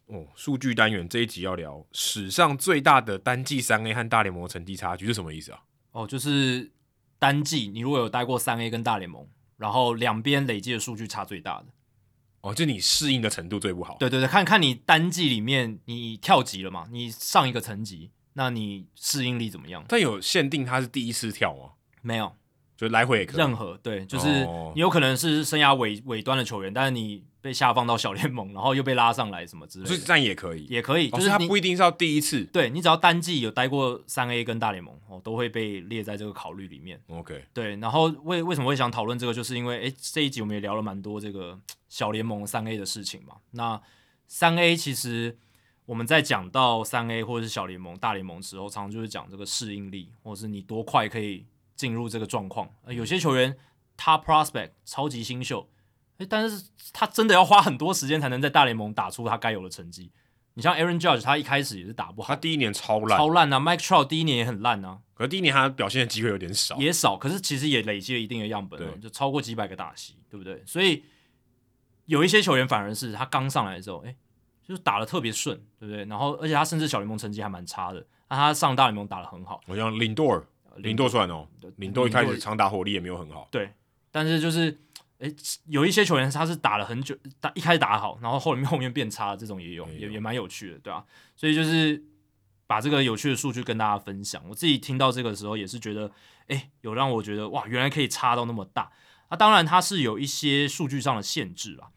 Speaker 1: 哦，数据单元这一集要聊史上最大的单季三 A 和大联盟成绩差距是什么意思啊？
Speaker 2: 哦，就是单季，你如果有待过三 A 跟大联盟，然后两边累积的数据差最大的。
Speaker 1: 哦，就你适应的程度最不好。
Speaker 2: 对对对，看看你单季里面你跳级了嘛，你上一个层级，那你适应力怎么样？
Speaker 1: 但有限定它是第一次跳吗？
Speaker 2: 没有
Speaker 1: 就来回也可以。
Speaker 2: 任何对，就是
Speaker 1: 哦
Speaker 2: 你有可能是生涯尾尾端的球员，但是你被下放到小联盟，然后又被拉上来什么之类
Speaker 1: 所以
Speaker 2: 的，
Speaker 1: 这样也可以。
Speaker 2: 也可以，
Speaker 1: 哦
Speaker 2: 就
Speaker 1: 所以
Speaker 2: 是
Speaker 1: 它
Speaker 2: 你、
Speaker 1: 不一定是要第一次。
Speaker 2: 对你只要单季有待过三 A 跟大联盟哦，都会被列在这个考虑里面。
Speaker 1: OK，
Speaker 2: 对，然后为为什么会想讨论这个，就是因为诶这一集我们也聊了蛮多这个小联盟三 A 的事情嘛。那三 A 其实我们在讲到三 A 或者是小联盟、大联盟之后，常常就是讲这个适应力，或者是你多快可以进入这个状况。呃有
Speaker 1: 嗯
Speaker 2: 些球员他 prospect 超级新秀，诶，但是他真的要花很多时间才能在大联盟打出他该有的成绩。你像 Aaron Judge，他一开始也是打不
Speaker 1: 他
Speaker 2: 好，
Speaker 1: 第一年超烂，
Speaker 2: 超烂啊。Mike Trout 第一年也很烂啊。
Speaker 1: 可是第一年他表现的机会有点少。
Speaker 2: 也少，可是其实也累积了一定的样本了
Speaker 1: 对，
Speaker 2: 就超过几百个打席，对不对？所以有一些球员反而是他刚上来的时候，哎，就是打的特别顺，对不对？然后而且他甚至小联盟成绩还蛮差的，那他上大联盟打的很好，
Speaker 1: 我像领舵，领舵算哦，领舵一开始长打火力也没有很好，
Speaker 2: 对，但是就是哎，有一些球员他是打了很久，打一开始打得好，然后后面后面变差，这种也有，
Speaker 1: 也
Speaker 2: 也
Speaker 1: 有
Speaker 2: 也蛮有趣的，对吧、所以就是把这个有趣的数据跟大家分享。我自己听到这个时候也是觉得，哎，有让我觉得哇，原来可以差到那么大。那、当然它是有一些数据上的限制啦。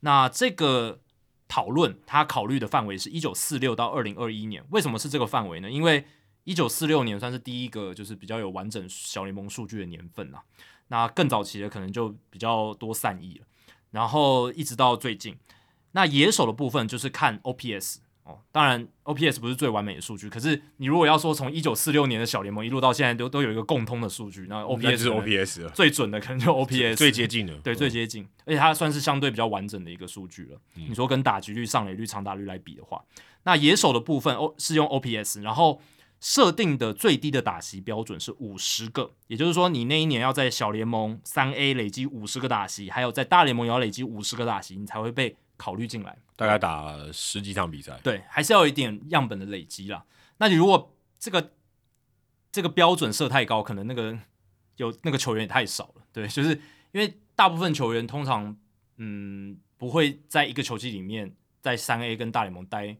Speaker 2: 那这个讨论它考虑的范围是一九四六到二零二一年，为什么是这个范围呢？因为一九四六年算是第一个就是比较有完整小联盟数据的年份啦。那更早期的可能就比较多散役了，然后一直到最近，那野手的部分就是看 OPS 哦。当然 OPS 不是最完美的数据，可是你如果要说从一九四六年的小联盟一路到现在都都有一个共通的数据，那
Speaker 1: 那
Speaker 2: OPS
Speaker 1: 就是
Speaker 2: 可能
Speaker 1: OPS 了，
Speaker 2: 最准的可能就 OPS
Speaker 1: 最接近的，
Speaker 2: 对，最接近，而且它算是相对比较完整的一个数据了。你说跟打击率、上垒率、长打率来比的话，那野手的部分哦是用 OPS，然后设定的最低的打席标准是五十个，也就是说你那一年要在小联盟三 A 累积五十个打席，还有在大联盟也要累积五十个打席，你才会被考虑进来。
Speaker 1: 大概打十几场比赛，
Speaker 2: 对，还是要有一点样本的累积啦。那你如果这个这个标准设太高，可能那个有那个球员也太少了。对，就是因为大部分球员通常嗯不会在一个球季里面在三 A 跟大联盟待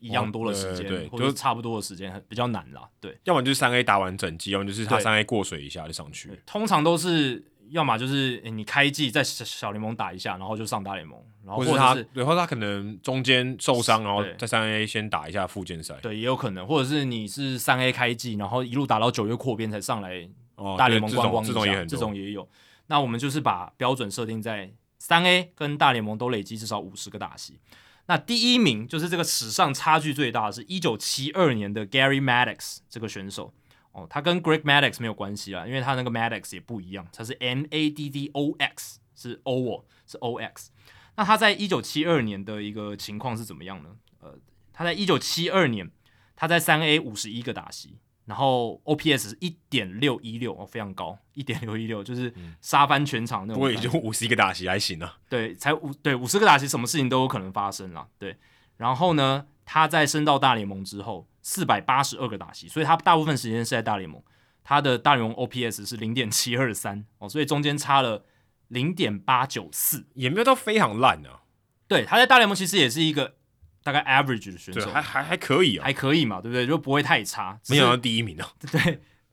Speaker 2: 一样多的时间，
Speaker 1: 哦对对对
Speaker 2: 或者
Speaker 1: 就是
Speaker 2: 差不多的时间，很比较难啦。对，
Speaker 1: 要么就是三 A 打完整季，要么就是他
Speaker 2: 对
Speaker 1: 三 A 过水一下就上去，
Speaker 2: 通常都是。要么就是诶你开季在小小联盟打一下，然后就上大联盟，然
Speaker 1: 或
Speaker 2: 后或者
Speaker 1: 是他
Speaker 2: 是，
Speaker 1: 对，或者他可能中间受伤，然后
Speaker 2: 对
Speaker 1: 在三 A 先打一下附件赛，
Speaker 2: 对，也有可能，或者是你是三 A 开季，然后一路打到九月扩编才上来
Speaker 1: 哦，
Speaker 2: 大
Speaker 1: 对
Speaker 2: 联盟
Speaker 1: 这种
Speaker 2: 观光一
Speaker 1: 这
Speaker 2: 下
Speaker 1: 种也很
Speaker 2: 这
Speaker 1: 多
Speaker 2: 种也有。那我们就是把标准设定在三 A 跟大联盟都累积至少五十个打席。那第一名就是这个史上差距最大的是一九七二年的 Gary Maddox 这个选手哦，他跟 Greg Maddox 没有关系啦，因为他那个 Maddox 也不一样，他是 M A D D O X 是 O 哦是 O X。那他在一九七二年的一个情况是怎么样呢？呃，他在一九七二年他在三 A 五十一个打席，然后 OPS 一点六一六哦，非常高，一点六一六就是杀翻全场那
Speaker 1: 不
Speaker 2: 种。
Speaker 1: 过也就五十一个打席还行啊，
Speaker 2: 对，才五对五十个打席，什么事情都有可能发生啦。对，然后呢，他在升到大联盟之后，四百八十二个打席，所以他大部分时间是在大联盟。他的大联盟 OPS 是零点七二三哦，所以中间差了零点八九四。
Speaker 1: 也没有到非常烂啊，
Speaker 2: 对，他在大联盟其实也是一个大概 average 的选
Speaker 1: 对，
Speaker 2: 手，
Speaker 1: 还还还可以啊，
Speaker 2: 还可以嘛，对不对？就不会太差。只
Speaker 1: 没
Speaker 2: 是
Speaker 1: 想到第一名啊，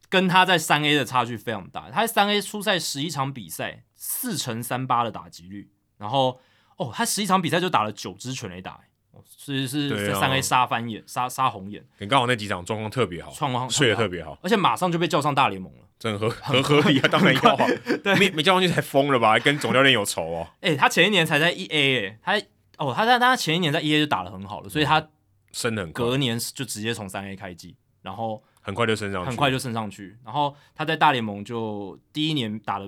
Speaker 2: 跟他在三 A 的差距非常大。他在三 A 出赛十一场比赛，四乘三八的打击率，然后哦，他十一场比赛就打了九支全垒打、欸哦是是
Speaker 1: 对
Speaker 2: 在
Speaker 1: 啊
Speaker 2: 三 A 杀翻眼、杀杀红眼，
Speaker 1: 可能刚好那几场状况特别好，
Speaker 2: 创况
Speaker 1: 睡得特，别好，
Speaker 2: 而且马上就被叫上大联盟了。
Speaker 1: 真合合合理啊，当然要 啊，没没叫上去才疯了吧，还跟总教练有仇哦，
Speaker 2: 哎、他前一年才在 E A 哎、他哦他在他前一年在 E A 就打得很好了，所
Speaker 1: 嗯
Speaker 2: 以他
Speaker 1: 升得很快，
Speaker 2: 隔年就直接从三 A 开机，然后
Speaker 1: 很快就升上去，
Speaker 2: 很快就升上去。然后他在大联盟就第一年打的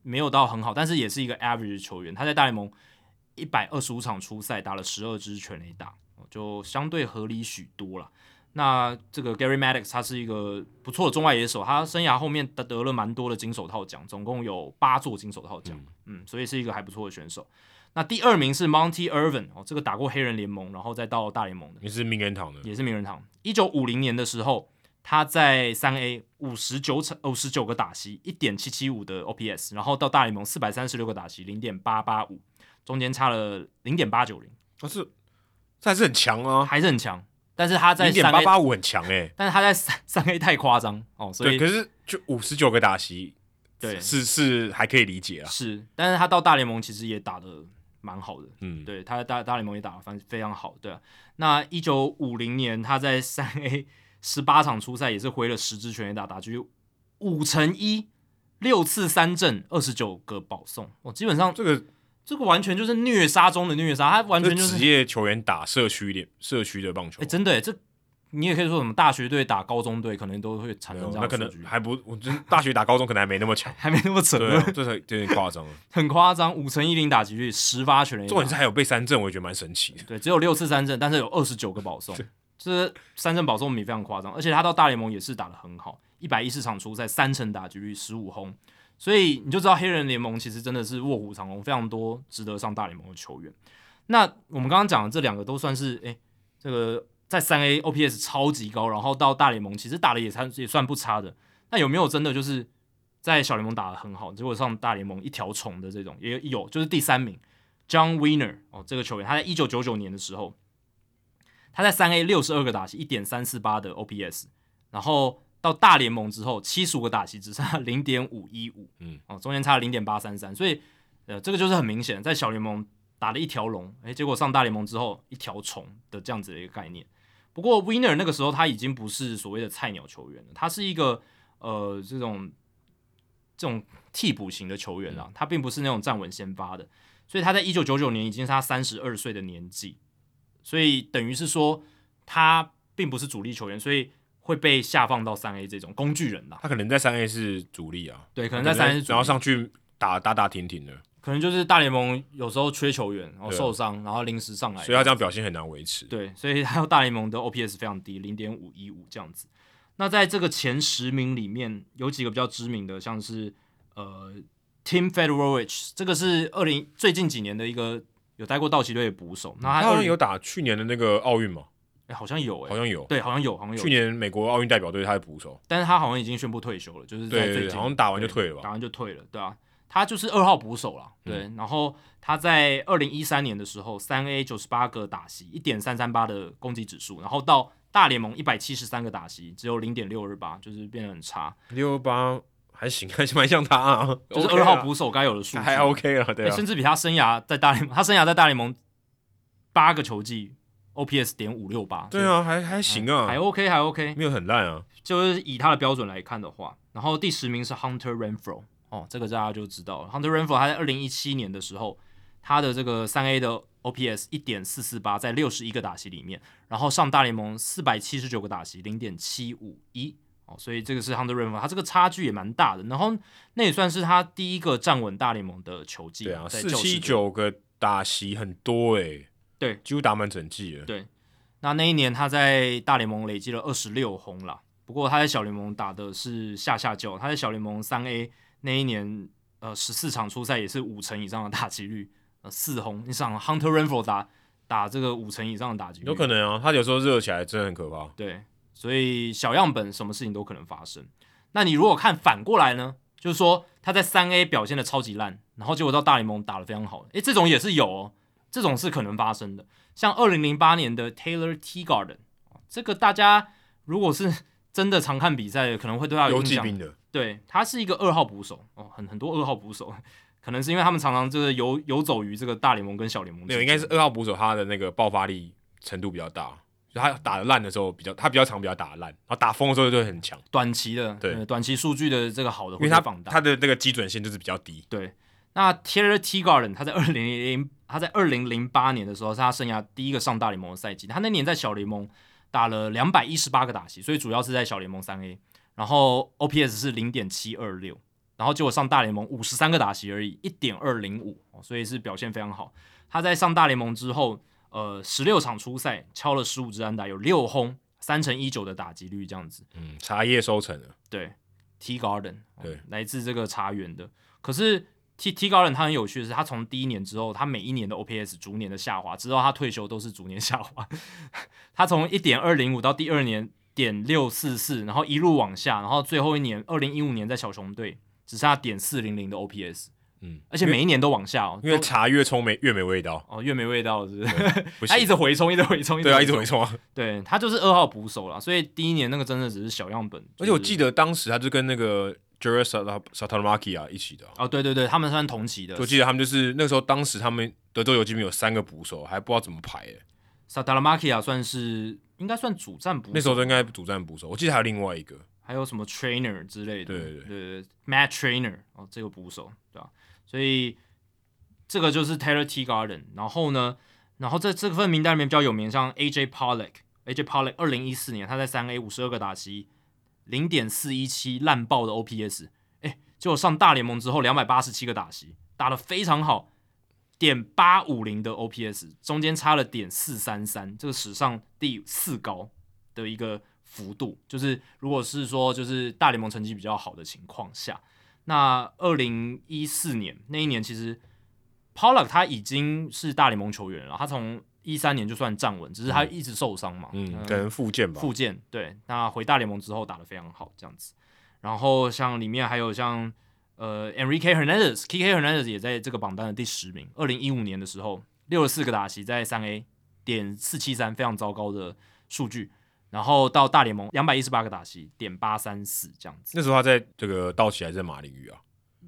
Speaker 2: 没有到很好，但是也是一个 average 的球员。他在大联盟一百二十五场出赛，打了十二支全垒打，哦就相对合理许多了。那这个 Gary Maddox 他是一个不错的中外野手，他生涯后面得得了蛮多的金手套奖，总共有八座金手套奖，嗯所以是一个还不错的选手。那第二名是 Monty Irvin 哦，这个打过黑人联盟，然后再到大联盟的，
Speaker 1: 你是名人堂的，
Speaker 2: 也是名人堂。一九五零年的时候，他在三 A 五十九场五十九个打席，一点七七五的 OPS，然后到大联盟四百三十六个打席，零点八八五，中间差了零点八九零，
Speaker 1: 但哦是这还是很强啊，
Speaker 2: 还是很强。但是他在
Speaker 1: 零点
Speaker 2: 三
Speaker 1: 八
Speaker 2: A，
Speaker 1: 八五很强哎，
Speaker 2: 但是他在三三 A 太夸张哦，所
Speaker 1: 对，
Speaker 2: 以
Speaker 1: 可是就五十九个打席，
Speaker 2: 对
Speaker 1: 是是还可以理解啊，
Speaker 2: 是，但是他到大联盟其实也打的蛮好的，
Speaker 1: 嗯，
Speaker 2: 对，他在大大联盟也打得非非常好，对啊、那一九五零年他在三 A 十八场出赛也是挥了十支全垒打，打击五乘一，六次三振，二十九个保送，哦，基本上
Speaker 1: 这个
Speaker 2: 这个完全就是虐杀中的虐杀，他完
Speaker 1: 这
Speaker 2: 全就是
Speaker 1: 职业哦球员打社区点社区的棒球
Speaker 2: 哎、，真的耶这你也可以说什么大学队打高中队可能都会产
Speaker 1: 没
Speaker 2: 生
Speaker 1: 有
Speaker 2: 这
Speaker 1: 哦那
Speaker 2: 样
Speaker 1: 可
Speaker 2: 的数
Speaker 1: 能
Speaker 2: 据，
Speaker 1: 还不，我真大学打高中可能还没那么
Speaker 2: ，
Speaker 1: 强
Speaker 2: 还没那么扯，
Speaker 1: 对啊，这才有点夸张 了。
Speaker 2: 很夸张，五乘一零打击率，十发全垒
Speaker 1: 重点是
Speaker 2: 打，
Speaker 1: 还有被三振，我也觉得蛮神奇的。
Speaker 2: 对，只有六次三振，但是有二十九个保送，这三振保送比非常夸张，而且他到大联盟也是打得很好，一百一十场出赛，三成打击率，十五轰，所以你就知道黑人联盟其实真的是卧虎藏龙，非常多值得上大联盟的球员。那我们刚刚讲的这两个都算是，诶、这个在三 A OPS 超级高，然后到大联盟其实打的也算也算不差的。那有没有真的就是在小联盟打的很好，结果上大联盟一条虫的这种也有，就是第三名 John Winner 哦，这个球员他在一九九九年的时候，他在三 A 六十二个打席，一点三四八的 OPS，然后到大联盟之后七十五个打席只剩下零点五一五，
Speaker 1: 嗯，
Speaker 2: 哦，中间差零点八三三，所以呃，这个就是很明显在小联盟打了一条龙，诶，结果上大联盟之后一条虫的这样子的一个概念。不过 Winner 那个时候他已经不是所谓的菜鸟球员了，他是一个呃这种这种替补型的球员啦，他并不是那种站稳先发的，所以他在一九九九年已经是他三十二岁的年纪，所以等于是说他并不是主力球员，所以会被下放到三 A 这种工具人啦。
Speaker 1: 他可能在三 A 是主力啊，
Speaker 2: 对，可能在三 A
Speaker 1: 然后上去打打打停停的，
Speaker 2: 可能就是大联盟有时候缺球员，然后
Speaker 1: 对啊
Speaker 2: 受伤，然后临时上来，
Speaker 1: 所以他这样表现很难维持。
Speaker 2: 哎对，所以还有大联盟的 OPS 非常低，零点五一五这样子。那在这个前十名里面，有几个比较知名的，像是呃 Tim Federowicz，这个是二零最近几年的一个有待过道奇队的捕手。那
Speaker 1: 他
Speaker 2: 啊他
Speaker 1: 好
Speaker 2: 二
Speaker 1: 像
Speaker 2: 零、
Speaker 1: 有打去年的那个奥运嘛，
Speaker 2: 哎好像有哎、
Speaker 1: 好像有。
Speaker 2: 对，好像有，好像有。
Speaker 1: 去年美国奥运代表队他的捕手，
Speaker 2: 但是他好像已经宣布退休了，就是
Speaker 1: 对
Speaker 2: 在最
Speaker 1: 对，
Speaker 2: 近
Speaker 1: 好像打完就退了
Speaker 2: 打
Speaker 1: 吧？嗯
Speaker 2: 完就退了，对啊，他就是二号捕手啦，对。然后他在二零一三年的时候，三 A 九十八个打席，一点三三八的攻击指数，然后到大联盟一百七十三个打席，只有零点六二八，就是变得很差，
Speaker 1: 六八还行，还蛮像他啊，
Speaker 2: 就是二
Speaker 1: OK 啊
Speaker 2: 号捕手该有的数据，
Speaker 1: 还 OK 了，对
Speaker 2: 欸
Speaker 1: 啊
Speaker 2: 甚。至比他生涯在大联盟，他生涯在大联盟八个球季，OPS 点五六八，
Speaker 1: 对啊，还还行
Speaker 2: 所以，
Speaker 1: 啊，
Speaker 2: 哎还 OK，还 OK，
Speaker 1: 没有很烂啊。
Speaker 2: 就是以他的标准来看的话，然后第十名是 Hunter Renfro，哦，这个大家就知道了。Hunter Renfro 他在二零一七年的时候，他的这个三 A 的 OPS 一点四四八，在六十一个打席里面，然后上大联盟四百七十九个打席，零点七五一。哦，所以这个是 Hunter Renfro，他这个差距也蛮大的。然后那也算是他第一个站稳大联盟的球技，
Speaker 1: 对啊，
Speaker 2: 在
Speaker 1: 四
Speaker 2: 教
Speaker 1: 七
Speaker 2: 室队
Speaker 1: 九个打席很多哎，
Speaker 2: 对
Speaker 1: 几乎打满整季了。
Speaker 2: 对那那一年他在大联盟累积了二十六轰啦，不过他在小联盟打的是下下教，他在小联盟三 A 那一年，呃，十四场出赛也是五成以上的打击率，呃，四轰。你想 Hunter Renfro 打打这个五成以上的打击率，
Speaker 1: 有可能啊，他有时候热起来真的很可怕。
Speaker 2: 对，所以小样本什么事情都可能发生。那你如果看反过来呢，就是说他在三 A 表现的超级烂，然后结果到大联盟打得非常好，诶，这种也是有哦，这种是可能发生的。像二零零八年的 Taylor T Garden，这个大家如果是真的常看比赛的，可能会对他啊有
Speaker 1: 游
Speaker 2: 印
Speaker 1: 击
Speaker 2: 象。
Speaker 1: 兵的，
Speaker 2: 对，他是一个二号捕手哦，很很多二号捕手，可能是因为他们常常就是游游走于这个大联盟跟小联盟
Speaker 1: 没
Speaker 2: 之间。
Speaker 1: 有，应该是二号捕手他的那个爆发力程度比较大，就他打的烂的时候比较，他比较常比较打得烂，然后打疯的时候就会很强，
Speaker 2: 短期的，
Speaker 1: 对
Speaker 2: 呃短期数据的这个好的
Speaker 1: 因为
Speaker 2: 会
Speaker 1: 他
Speaker 2: 被放大。
Speaker 1: 他的那个基准线就是比较低。
Speaker 2: 对，那 Taylor T Garden 他在二零零他在二零零八年的时候是他生涯第一个上大联盟的赛季，他那年在小联盟打了两百一十八个打席，所以主要是在小联盟三 A，然后 OPS 是零点七二六，然后结果上大联盟五十三个打席而已，一点二零五，哦所以是表现非常好。他在上大联盟之后，呃，十六场初赛敲了十五支安打，有六轰，三成一九的打击率这样子。
Speaker 1: 嗯，茶叶收成了，
Speaker 2: 对，T Garden，哦
Speaker 1: 对，
Speaker 2: 来自这个茶园的。可是 T T Garden 他很有趣的是，他从第一年之后，他每一年的 OPS 逐年的下滑，直到他退休都是逐年下滑。 他从一点二零五到第二年点六四四，然后一路往下，然后最后一年二零一五年在小熊队只剩下点四零零的 OPS，
Speaker 1: 嗯，
Speaker 2: 而且每一年都往下哦，
Speaker 1: 因为
Speaker 2: 都
Speaker 1: 茶越冲没越没味道，
Speaker 2: 哦越没味道是不 是？
Speaker 1: 不
Speaker 2: 他
Speaker 1: 行
Speaker 2: 一直回冲，一直回冲，
Speaker 1: 对啊，一直回冲啊。
Speaker 2: 对他就是二号捕手啦，所以第一年那个真的只是小样本。
Speaker 1: 而且我记
Speaker 2: 得。
Speaker 1: 得当时他就跟那个 j e r e s a s a t a m a k i 啊一起的啊、
Speaker 2: 哦，对对对，他们算同期的，
Speaker 1: 我记得他们就是那时候，当时他们德州游击兵有三个捕手，还不知道怎么排、欸。
Speaker 2: 萨达拉马基亚啊算是应该算主战捕手，
Speaker 1: 那时候应该主战捕手，我记得还有另外一个，
Speaker 2: 还有什么 trainer 之类的，
Speaker 1: 对对
Speaker 2: 对对 m a t trainer 哦，这个捕手对吧、所以这个就是 Taylor T Garden，然后呢，然后在这份名单里面比较有名，像 AJ Pollock，AJ Pollock 二零一四年他在三 A 五十二个打席，零点四一七烂爆的 OPS，哎，结果上大联盟之后两百八十七个打席，打得非常好。点八五零的 OPS，中间差了点四三三，这个史上第四高的一个幅度。就是如果是说就是大联盟成绩比较好的情况下，那二零一四年那一年其实 Pollock 他已经是大联盟球员了，他从一三年就算站稳，只是他一直受伤嘛，
Speaker 1: 嗯，可能附件吧。
Speaker 2: 附件，对，那回大联盟之后打得非常好，这样子。然后像里面还有像呃 Enrique Hernandez、KK Hernandez 也在这个榜单的第十名。二零一五年的时候，六十四个打席在三 A，点四七三，非常糟糕的数据。然后到大联盟两百一十八个打席，点八三四这样子，
Speaker 1: 那时候他在这个道奇还是在马林鱼啊，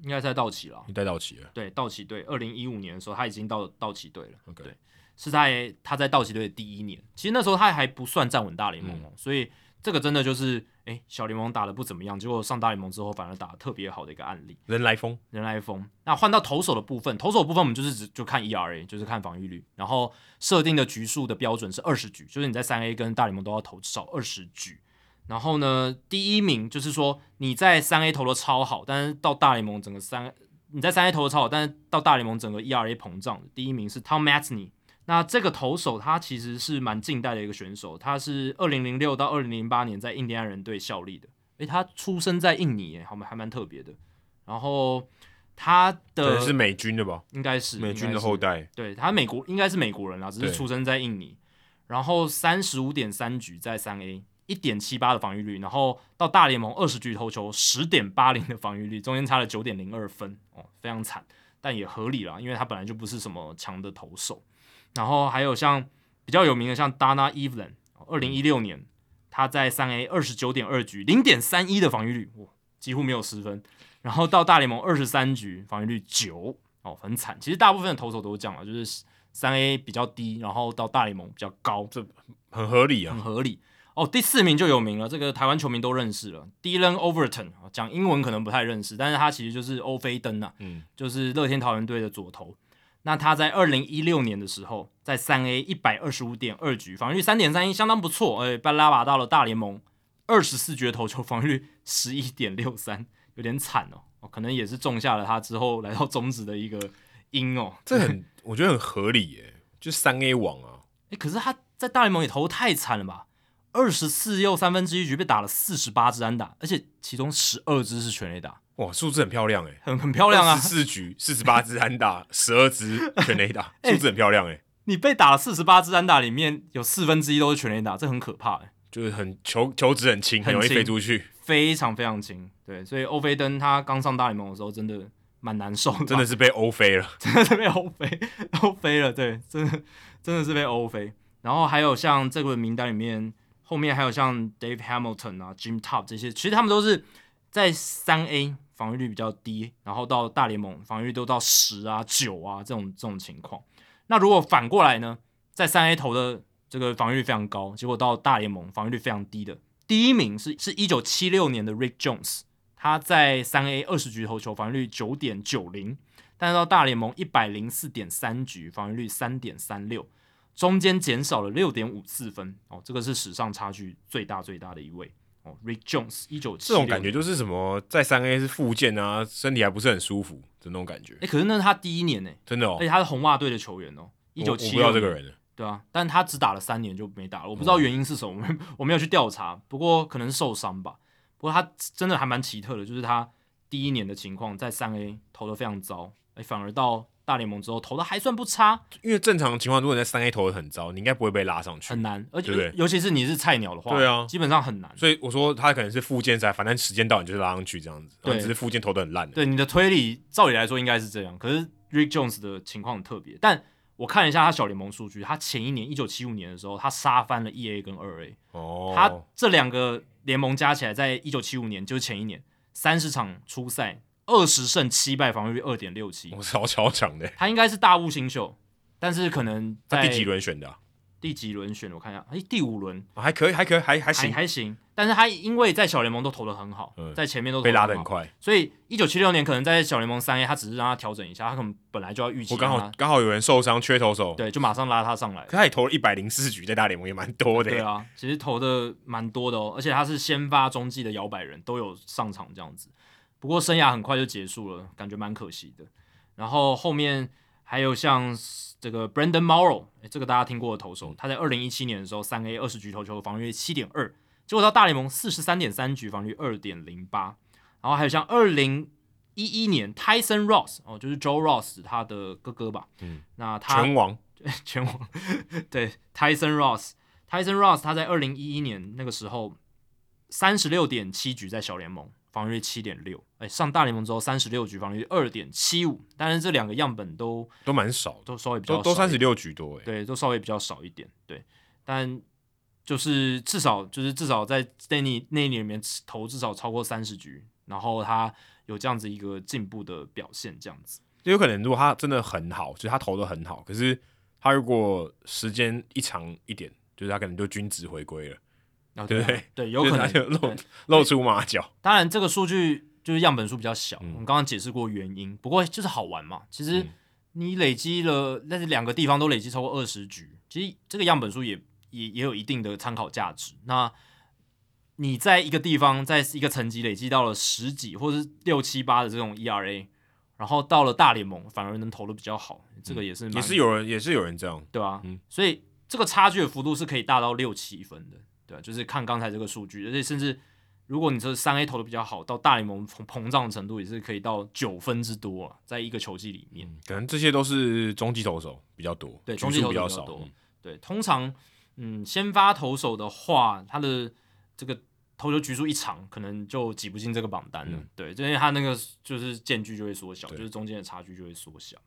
Speaker 2: 应该是在道奇了。
Speaker 1: 你带道奇了。
Speaker 2: 对，道奇队，二零一五年的时候他已经到道奇队了。
Speaker 1: OK
Speaker 2: 对，是在他在道奇队的第一年，其实那时候他还不算站稳大联盟哦，所以这个真的就是，哎，小联盟打的不怎么样，结果上大联盟之后反而打得特别好的一个案例。
Speaker 1: 人来疯，
Speaker 2: 人来疯。那换到投手的部分，投手的部分我们就是只就看 ERA，就是看防御率，然后设定的局数的标准是二十局，就是你在三 A 跟大联盟都要投至少二十局。然后呢，第一名就是说你在三 A 投的超好，但是到大联盟整个三你在三 A 投的超好，但是到大联盟整个 ERA 膨胀。第一名是 Tom Matney。那这个投手他其实是蛮近代的一个选手，他是二零零六到二零零八年在印第安人队效力的。诶，他出生在印尼耶，好蛮还蛮特别的。然后他
Speaker 1: 可
Speaker 2: 的
Speaker 1: 能是美军的吧，
Speaker 2: 应该嗯是
Speaker 1: 美军的
Speaker 2: 后
Speaker 1: 后
Speaker 2: 代，
Speaker 1: 代，
Speaker 2: 对他美国应该是美国人啦，只是
Speaker 1: 对
Speaker 2: 出生在印尼。然后三十五点三局在三 A，一点七八的防御率，然后到大联盟二十局投球十点八零的防御率，中间差了九点零二分哦，非常惨，但也合理啦，因为他本来就不是什么强的投手。然后还有像比较有名的像 Dana Evelyn，二零一六年他在三 A 二十九点二局零点三一的防御率，哇，几乎没有失分。然后到大联盟二十三局防御率九，哦，很惨。其实大部分的投手都这样啊，就是三 A 比较低，然后到大联盟比较高，这
Speaker 1: 很合理啊
Speaker 2: 很。合理。哦，第四名就有名了，这个台湾球迷都认识了，Dylan Overton，哦讲英文可能不太认识，但是他其实就是欧菲登啊，
Speaker 1: 嗯，
Speaker 2: 就是乐天桃园队的左投。那他在二零一六年的时候，在三 A 一百二十五点二局，防御率三点三一，相当不错。哎，被拉拔到了大联盟，二十四局的投球防御率十一点六三，有点惨哦哦，可能也是种下了他之后来到中职的一个因哦。
Speaker 1: 这很我觉得很合理耶，就三 A 网啊，
Speaker 2: 哎，可是他在大联盟也投得太惨了吧？二十四又三分之一局被打了四十八支安打，而且其中十二支是全垒打，
Speaker 1: 哇，数字很漂亮哎，
Speaker 2: 很很漂亮啊！
Speaker 1: 四局四十八支安打，十二支全垒 打，数字很漂亮哎，
Speaker 2: 你被打了四十八支安打，里面有四分之一都是全垒打，这很可怕哎、
Speaker 1: 就是很球球质很轻，
Speaker 2: 很
Speaker 1: 很容易
Speaker 2: 轻
Speaker 1: 飞出去，
Speaker 2: 非常非常轻。对，所以欧菲登他刚上大联盟的时候，真的蛮难受的，啊
Speaker 1: 真的是被欧飞了。
Speaker 2: 真的是被欧菲欧菲了，对，真的真的是被欧菲。然后还有像这个名单里面，后面还有像 Dave Hamilton 啊、Jim Top 这些，其实他们都是在三 A 防御率比较低，然后到大联盟防御率都到十啊、九啊这种这种情况。那如果反过来呢，在三 A 投的这个防御率非常高，结果到大联盟防御率非常低的，第一名是是一九七六年的 Rick Jones，他在三 A 二十局投球防御率九点九零，但是到大联盟一百零四点三局，防御率三点三六，中间减少了六点五四分哦，这个是史上差距最大最大的一位哦，Rick Jones 一九七
Speaker 1: 这种感觉就是什么在三 A 是附件啊，身体还不是很舒服的那种感觉
Speaker 2: 哎、，可是那是他第一年呢、
Speaker 1: 真的哦
Speaker 2: 而且。他是红袜队的球员哦，一
Speaker 1: 我
Speaker 2: 九
Speaker 1: 我不
Speaker 2: 七
Speaker 1: 知道这
Speaker 2: 六
Speaker 1: 个人哦了，
Speaker 2: 对啊，但他只打了三年就没打了，我不知道原因是什么，我没我没有去调查，不过可能是受伤吧。不过他真的还蛮奇特的，就是他第一年的情况在三 A 投的非常糟，哎，反而到大联盟之后投的还算不差，
Speaker 1: 因为正常情况，如果你在三 A 投的很糟，你应该不会被拉上去
Speaker 2: 很。难，而且
Speaker 1: 对不对
Speaker 2: 尤其是你是菜鸟的话，
Speaker 1: 对啊
Speaker 2: 基本上很难。
Speaker 1: 所以我说他可能是附件赛，反正时间到你就是拉上去这样子，然
Speaker 2: 对
Speaker 1: 后只是附件投的很烂。
Speaker 2: 对你的推理，照理来说应该是这样，可是 Rick Jones 的情况很特别。但我看了一下他小联盟数据，他前一年一九七五年的时候，他杀翻了 E A 跟二 A，
Speaker 1: 哦，
Speaker 2: 他这两个联盟加起来，在一九七五年就是前一年三十场初赛，二十胜七败，防御率二点六七，
Speaker 1: 我超超强的，
Speaker 2: 他应该是大物新秀，但是可能
Speaker 1: 他
Speaker 2: 在
Speaker 1: 第几？轮选的啊？
Speaker 2: 第几轮选？我看一下，哎，第五轮
Speaker 1: 啊还可以，还可以，还还
Speaker 2: 还
Speaker 1: 行，
Speaker 2: 还行，但是他因为在小联盟都投的很好，
Speaker 1: 嗯
Speaker 2: 在前面都投
Speaker 1: 被拉
Speaker 2: 得
Speaker 1: 的很
Speaker 2: 好，
Speaker 1: 快。
Speaker 2: 所以一九七六年可能在小联盟三 A，他只是让他调整一下，他可能本来就要预期
Speaker 1: 我
Speaker 2: 让
Speaker 1: 刚
Speaker 2: 他，
Speaker 1: 好刚好有人受伤，缺投手，
Speaker 2: 对，就马上拉他上来
Speaker 1: 可。他也投了一百零四局，在大联盟也蛮多的。欸
Speaker 2: 对啊，其实投的蛮多的哦，而且他是先发、中继的摇摆人都有上场这样子。不过生涯很快就结束了，感觉蛮可惜的。然后后面还有像这个 Brandon Morrow，诶这个大家听过的投
Speaker 1: 嗯
Speaker 2: 手，他在二零一七年的时候，三 A 二十局投球防御率七点二，结果到大联盟四十三点三局防御率二点零八。然后还有像二零一一年 Tyson Ross 哦，就是 Joe Ross 他的哥哥吧，
Speaker 1: 嗯，
Speaker 2: 那他
Speaker 1: 拳王
Speaker 2: 拳王，对，Tyson Ross，Tyson Ross 他在二零一一年那个时候三十六点七局在小联盟，防御率七点六，哎，上大联盟之后三十六局防御率二点七五，当然这两个样本都
Speaker 1: 都蛮少的，
Speaker 2: 都稍微比较
Speaker 1: 都都
Speaker 2: 少一
Speaker 1: 三十六局多哎。
Speaker 2: 对，都稍微比较少一点，对，但就是至少就是至少在那一那一年里面投至少超过三十局，然后他有这样子一个进步的表现，这样子。
Speaker 1: 就有可能如果他真的很好，就是他投的很好，可是他如果时间一长一点，就是他可能就均值回归了，
Speaker 2: 啊
Speaker 1: 对
Speaker 2: 对
Speaker 1: 不对？
Speaker 2: 对，有可
Speaker 1: 就是
Speaker 2: 能
Speaker 1: 他就
Speaker 2: 对
Speaker 1: 露露出马脚。
Speaker 2: 当然，这个数据就是样本数比较小，
Speaker 1: 嗯
Speaker 2: 我们刚刚解释过原因。不过就是好玩嘛，其实
Speaker 1: 嗯
Speaker 2: 你累积了，但是两个地方都累积超过二十局，其实这个样本数也也也有一定的参考价值。那你在一个地方，在一个层级累积到了十几或者是六七八的这种 ERA，然后到了大联盟反而能投的比较好，这个也是
Speaker 1: 嗯
Speaker 2: 蛮
Speaker 1: 也是有人，也是有人这样，
Speaker 2: 对啊，
Speaker 1: 嗯
Speaker 2: 所以这个差距的幅度是可以大到六七分的，对啊、就是看刚才这个数据，而且甚至如果你这三 A 投的比较好，到大联盟膨膨胀的程度也是可以到九分之多啊，在一个球季里面，
Speaker 1: 嗯可能这些都是中继投手比较多，
Speaker 2: 对，
Speaker 1: 局
Speaker 2: 中继
Speaker 1: 数
Speaker 2: 投
Speaker 1: 比
Speaker 2: 手
Speaker 1: 较
Speaker 2: 比较
Speaker 1: 少。
Speaker 2: 多，
Speaker 1: 嗯
Speaker 2: 对，通常嗯，先发投手的话，他的这个投球局数一长，可能就挤不进这个榜单了。
Speaker 1: 嗯
Speaker 2: 对，因为他那个就是间距就会缩小，就
Speaker 1: 对
Speaker 2: 是中间的差距就会缩小。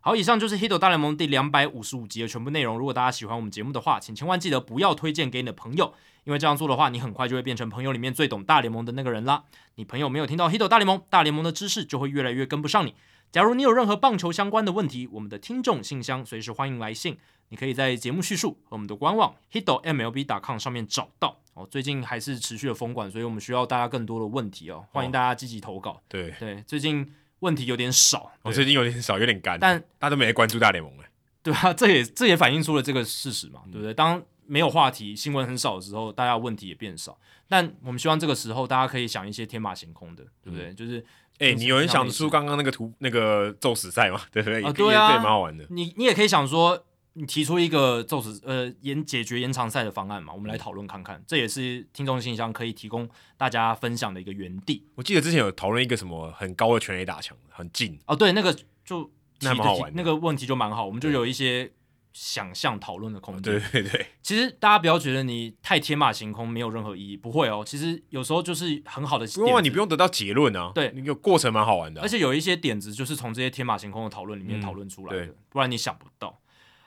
Speaker 2: 好，以上就是《h i t 大联盟》第两百五十五集的全部内容。如果大家喜欢我们节目的话，请千万记得不要推荐给你的朋友，因为这样做的话，你很快就会变成朋友里面最懂大联盟的那个人啦。你朋友没有听到《h i t 大联盟》，大联盟的知识就会越来越跟不上你。假如你有任何棒球相关的问题，我们的听众信箱随时欢迎来信，你可以在节目叙述和我们的官网 hito mlb.com 上面找到。哦，最近还是持续的封管，所以我们需要大家更多的问题哦，欢迎大家积极投稿。
Speaker 1: 对，
Speaker 2: 对，最近问题有点少，
Speaker 1: 我
Speaker 2: 对
Speaker 1: 最近有点少，有点干，
Speaker 2: 但
Speaker 1: 大家都没来关注大联盟了。
Speaker 2: 对啊，这也这也反映出了这个事实嘛，对不对？当没有话题、新闻很少的时候，大家问题也变少。但我们希望这个时候大家可以想一些天马行空的，对不对？就是
Speaker 1: 哎、
Speaker 2: 嗯
Speaker 1: 你有人想
Speaker 2: 像类似
Speaker 1: 出刚刚那个图那个宙死赛吗？ 对不对？
Speaker 2: 啊对啊
Speaker 1: 这也蛮好玩的。
Speaker 2: 你你也可以想说，你提出一个宙斯呃延解决延长赛的方案嘛，我
Speaker 1: 嗯
Speaker 2: 们来讨论看看。这也是听众信箱可以提供大家分享的一个园地
Speaker 1: 我记得之前有讨论一个什么很高的全垒打墙，很近，
Speaker 2: 哦。对，那个就
Speaker 1: 那
Speaker 2: 提
Speaker 1: 还蛮
Speaker 2: 的
Speaker 1: 好
Speaker 2: 提
Speaker 1: 玩的
Speaker 2: 那个问题就蛮好，我们就有一些想象讨论的空间。
Speaker 1: 对对对，
Speaker 2: 其实大家不要觉得你太天马行空，没有任何意义，不会哦。其实有时候就是很好的点
Speaker 1: 不用啊，
Speaker 2: 子，
Speaker 1: 你不用得到结论啊，
Speaker 2: 对
Speaker 1: 你有过程蛮好玩的啊、
Speaker 2: 而且有一些点子就是从这些天马行空的讨论里
Speaker 1: 嗯
Speaker 2: 面讨论出来的，
Speaker 1: 对
Speaker 2: 不然你想不到。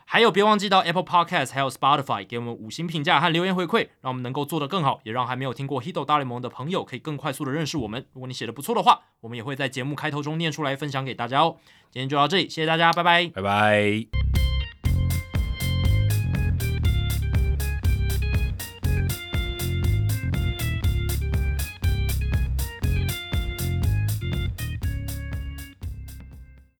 Speaker 2: 还有，别忘记到 Apple Podcast 还有 Spotify 给我们五星评价和留言回馈，让我们能够做得更好，也让还没有听过《Hito 大联盟》的朋友可以更快速的认识我们。如果你写的不错的话，我们也会在节目开头中念出来分享给大家哦。今天就到这里，谢谢大家，拜拜。
Speaker 1: 拜拜。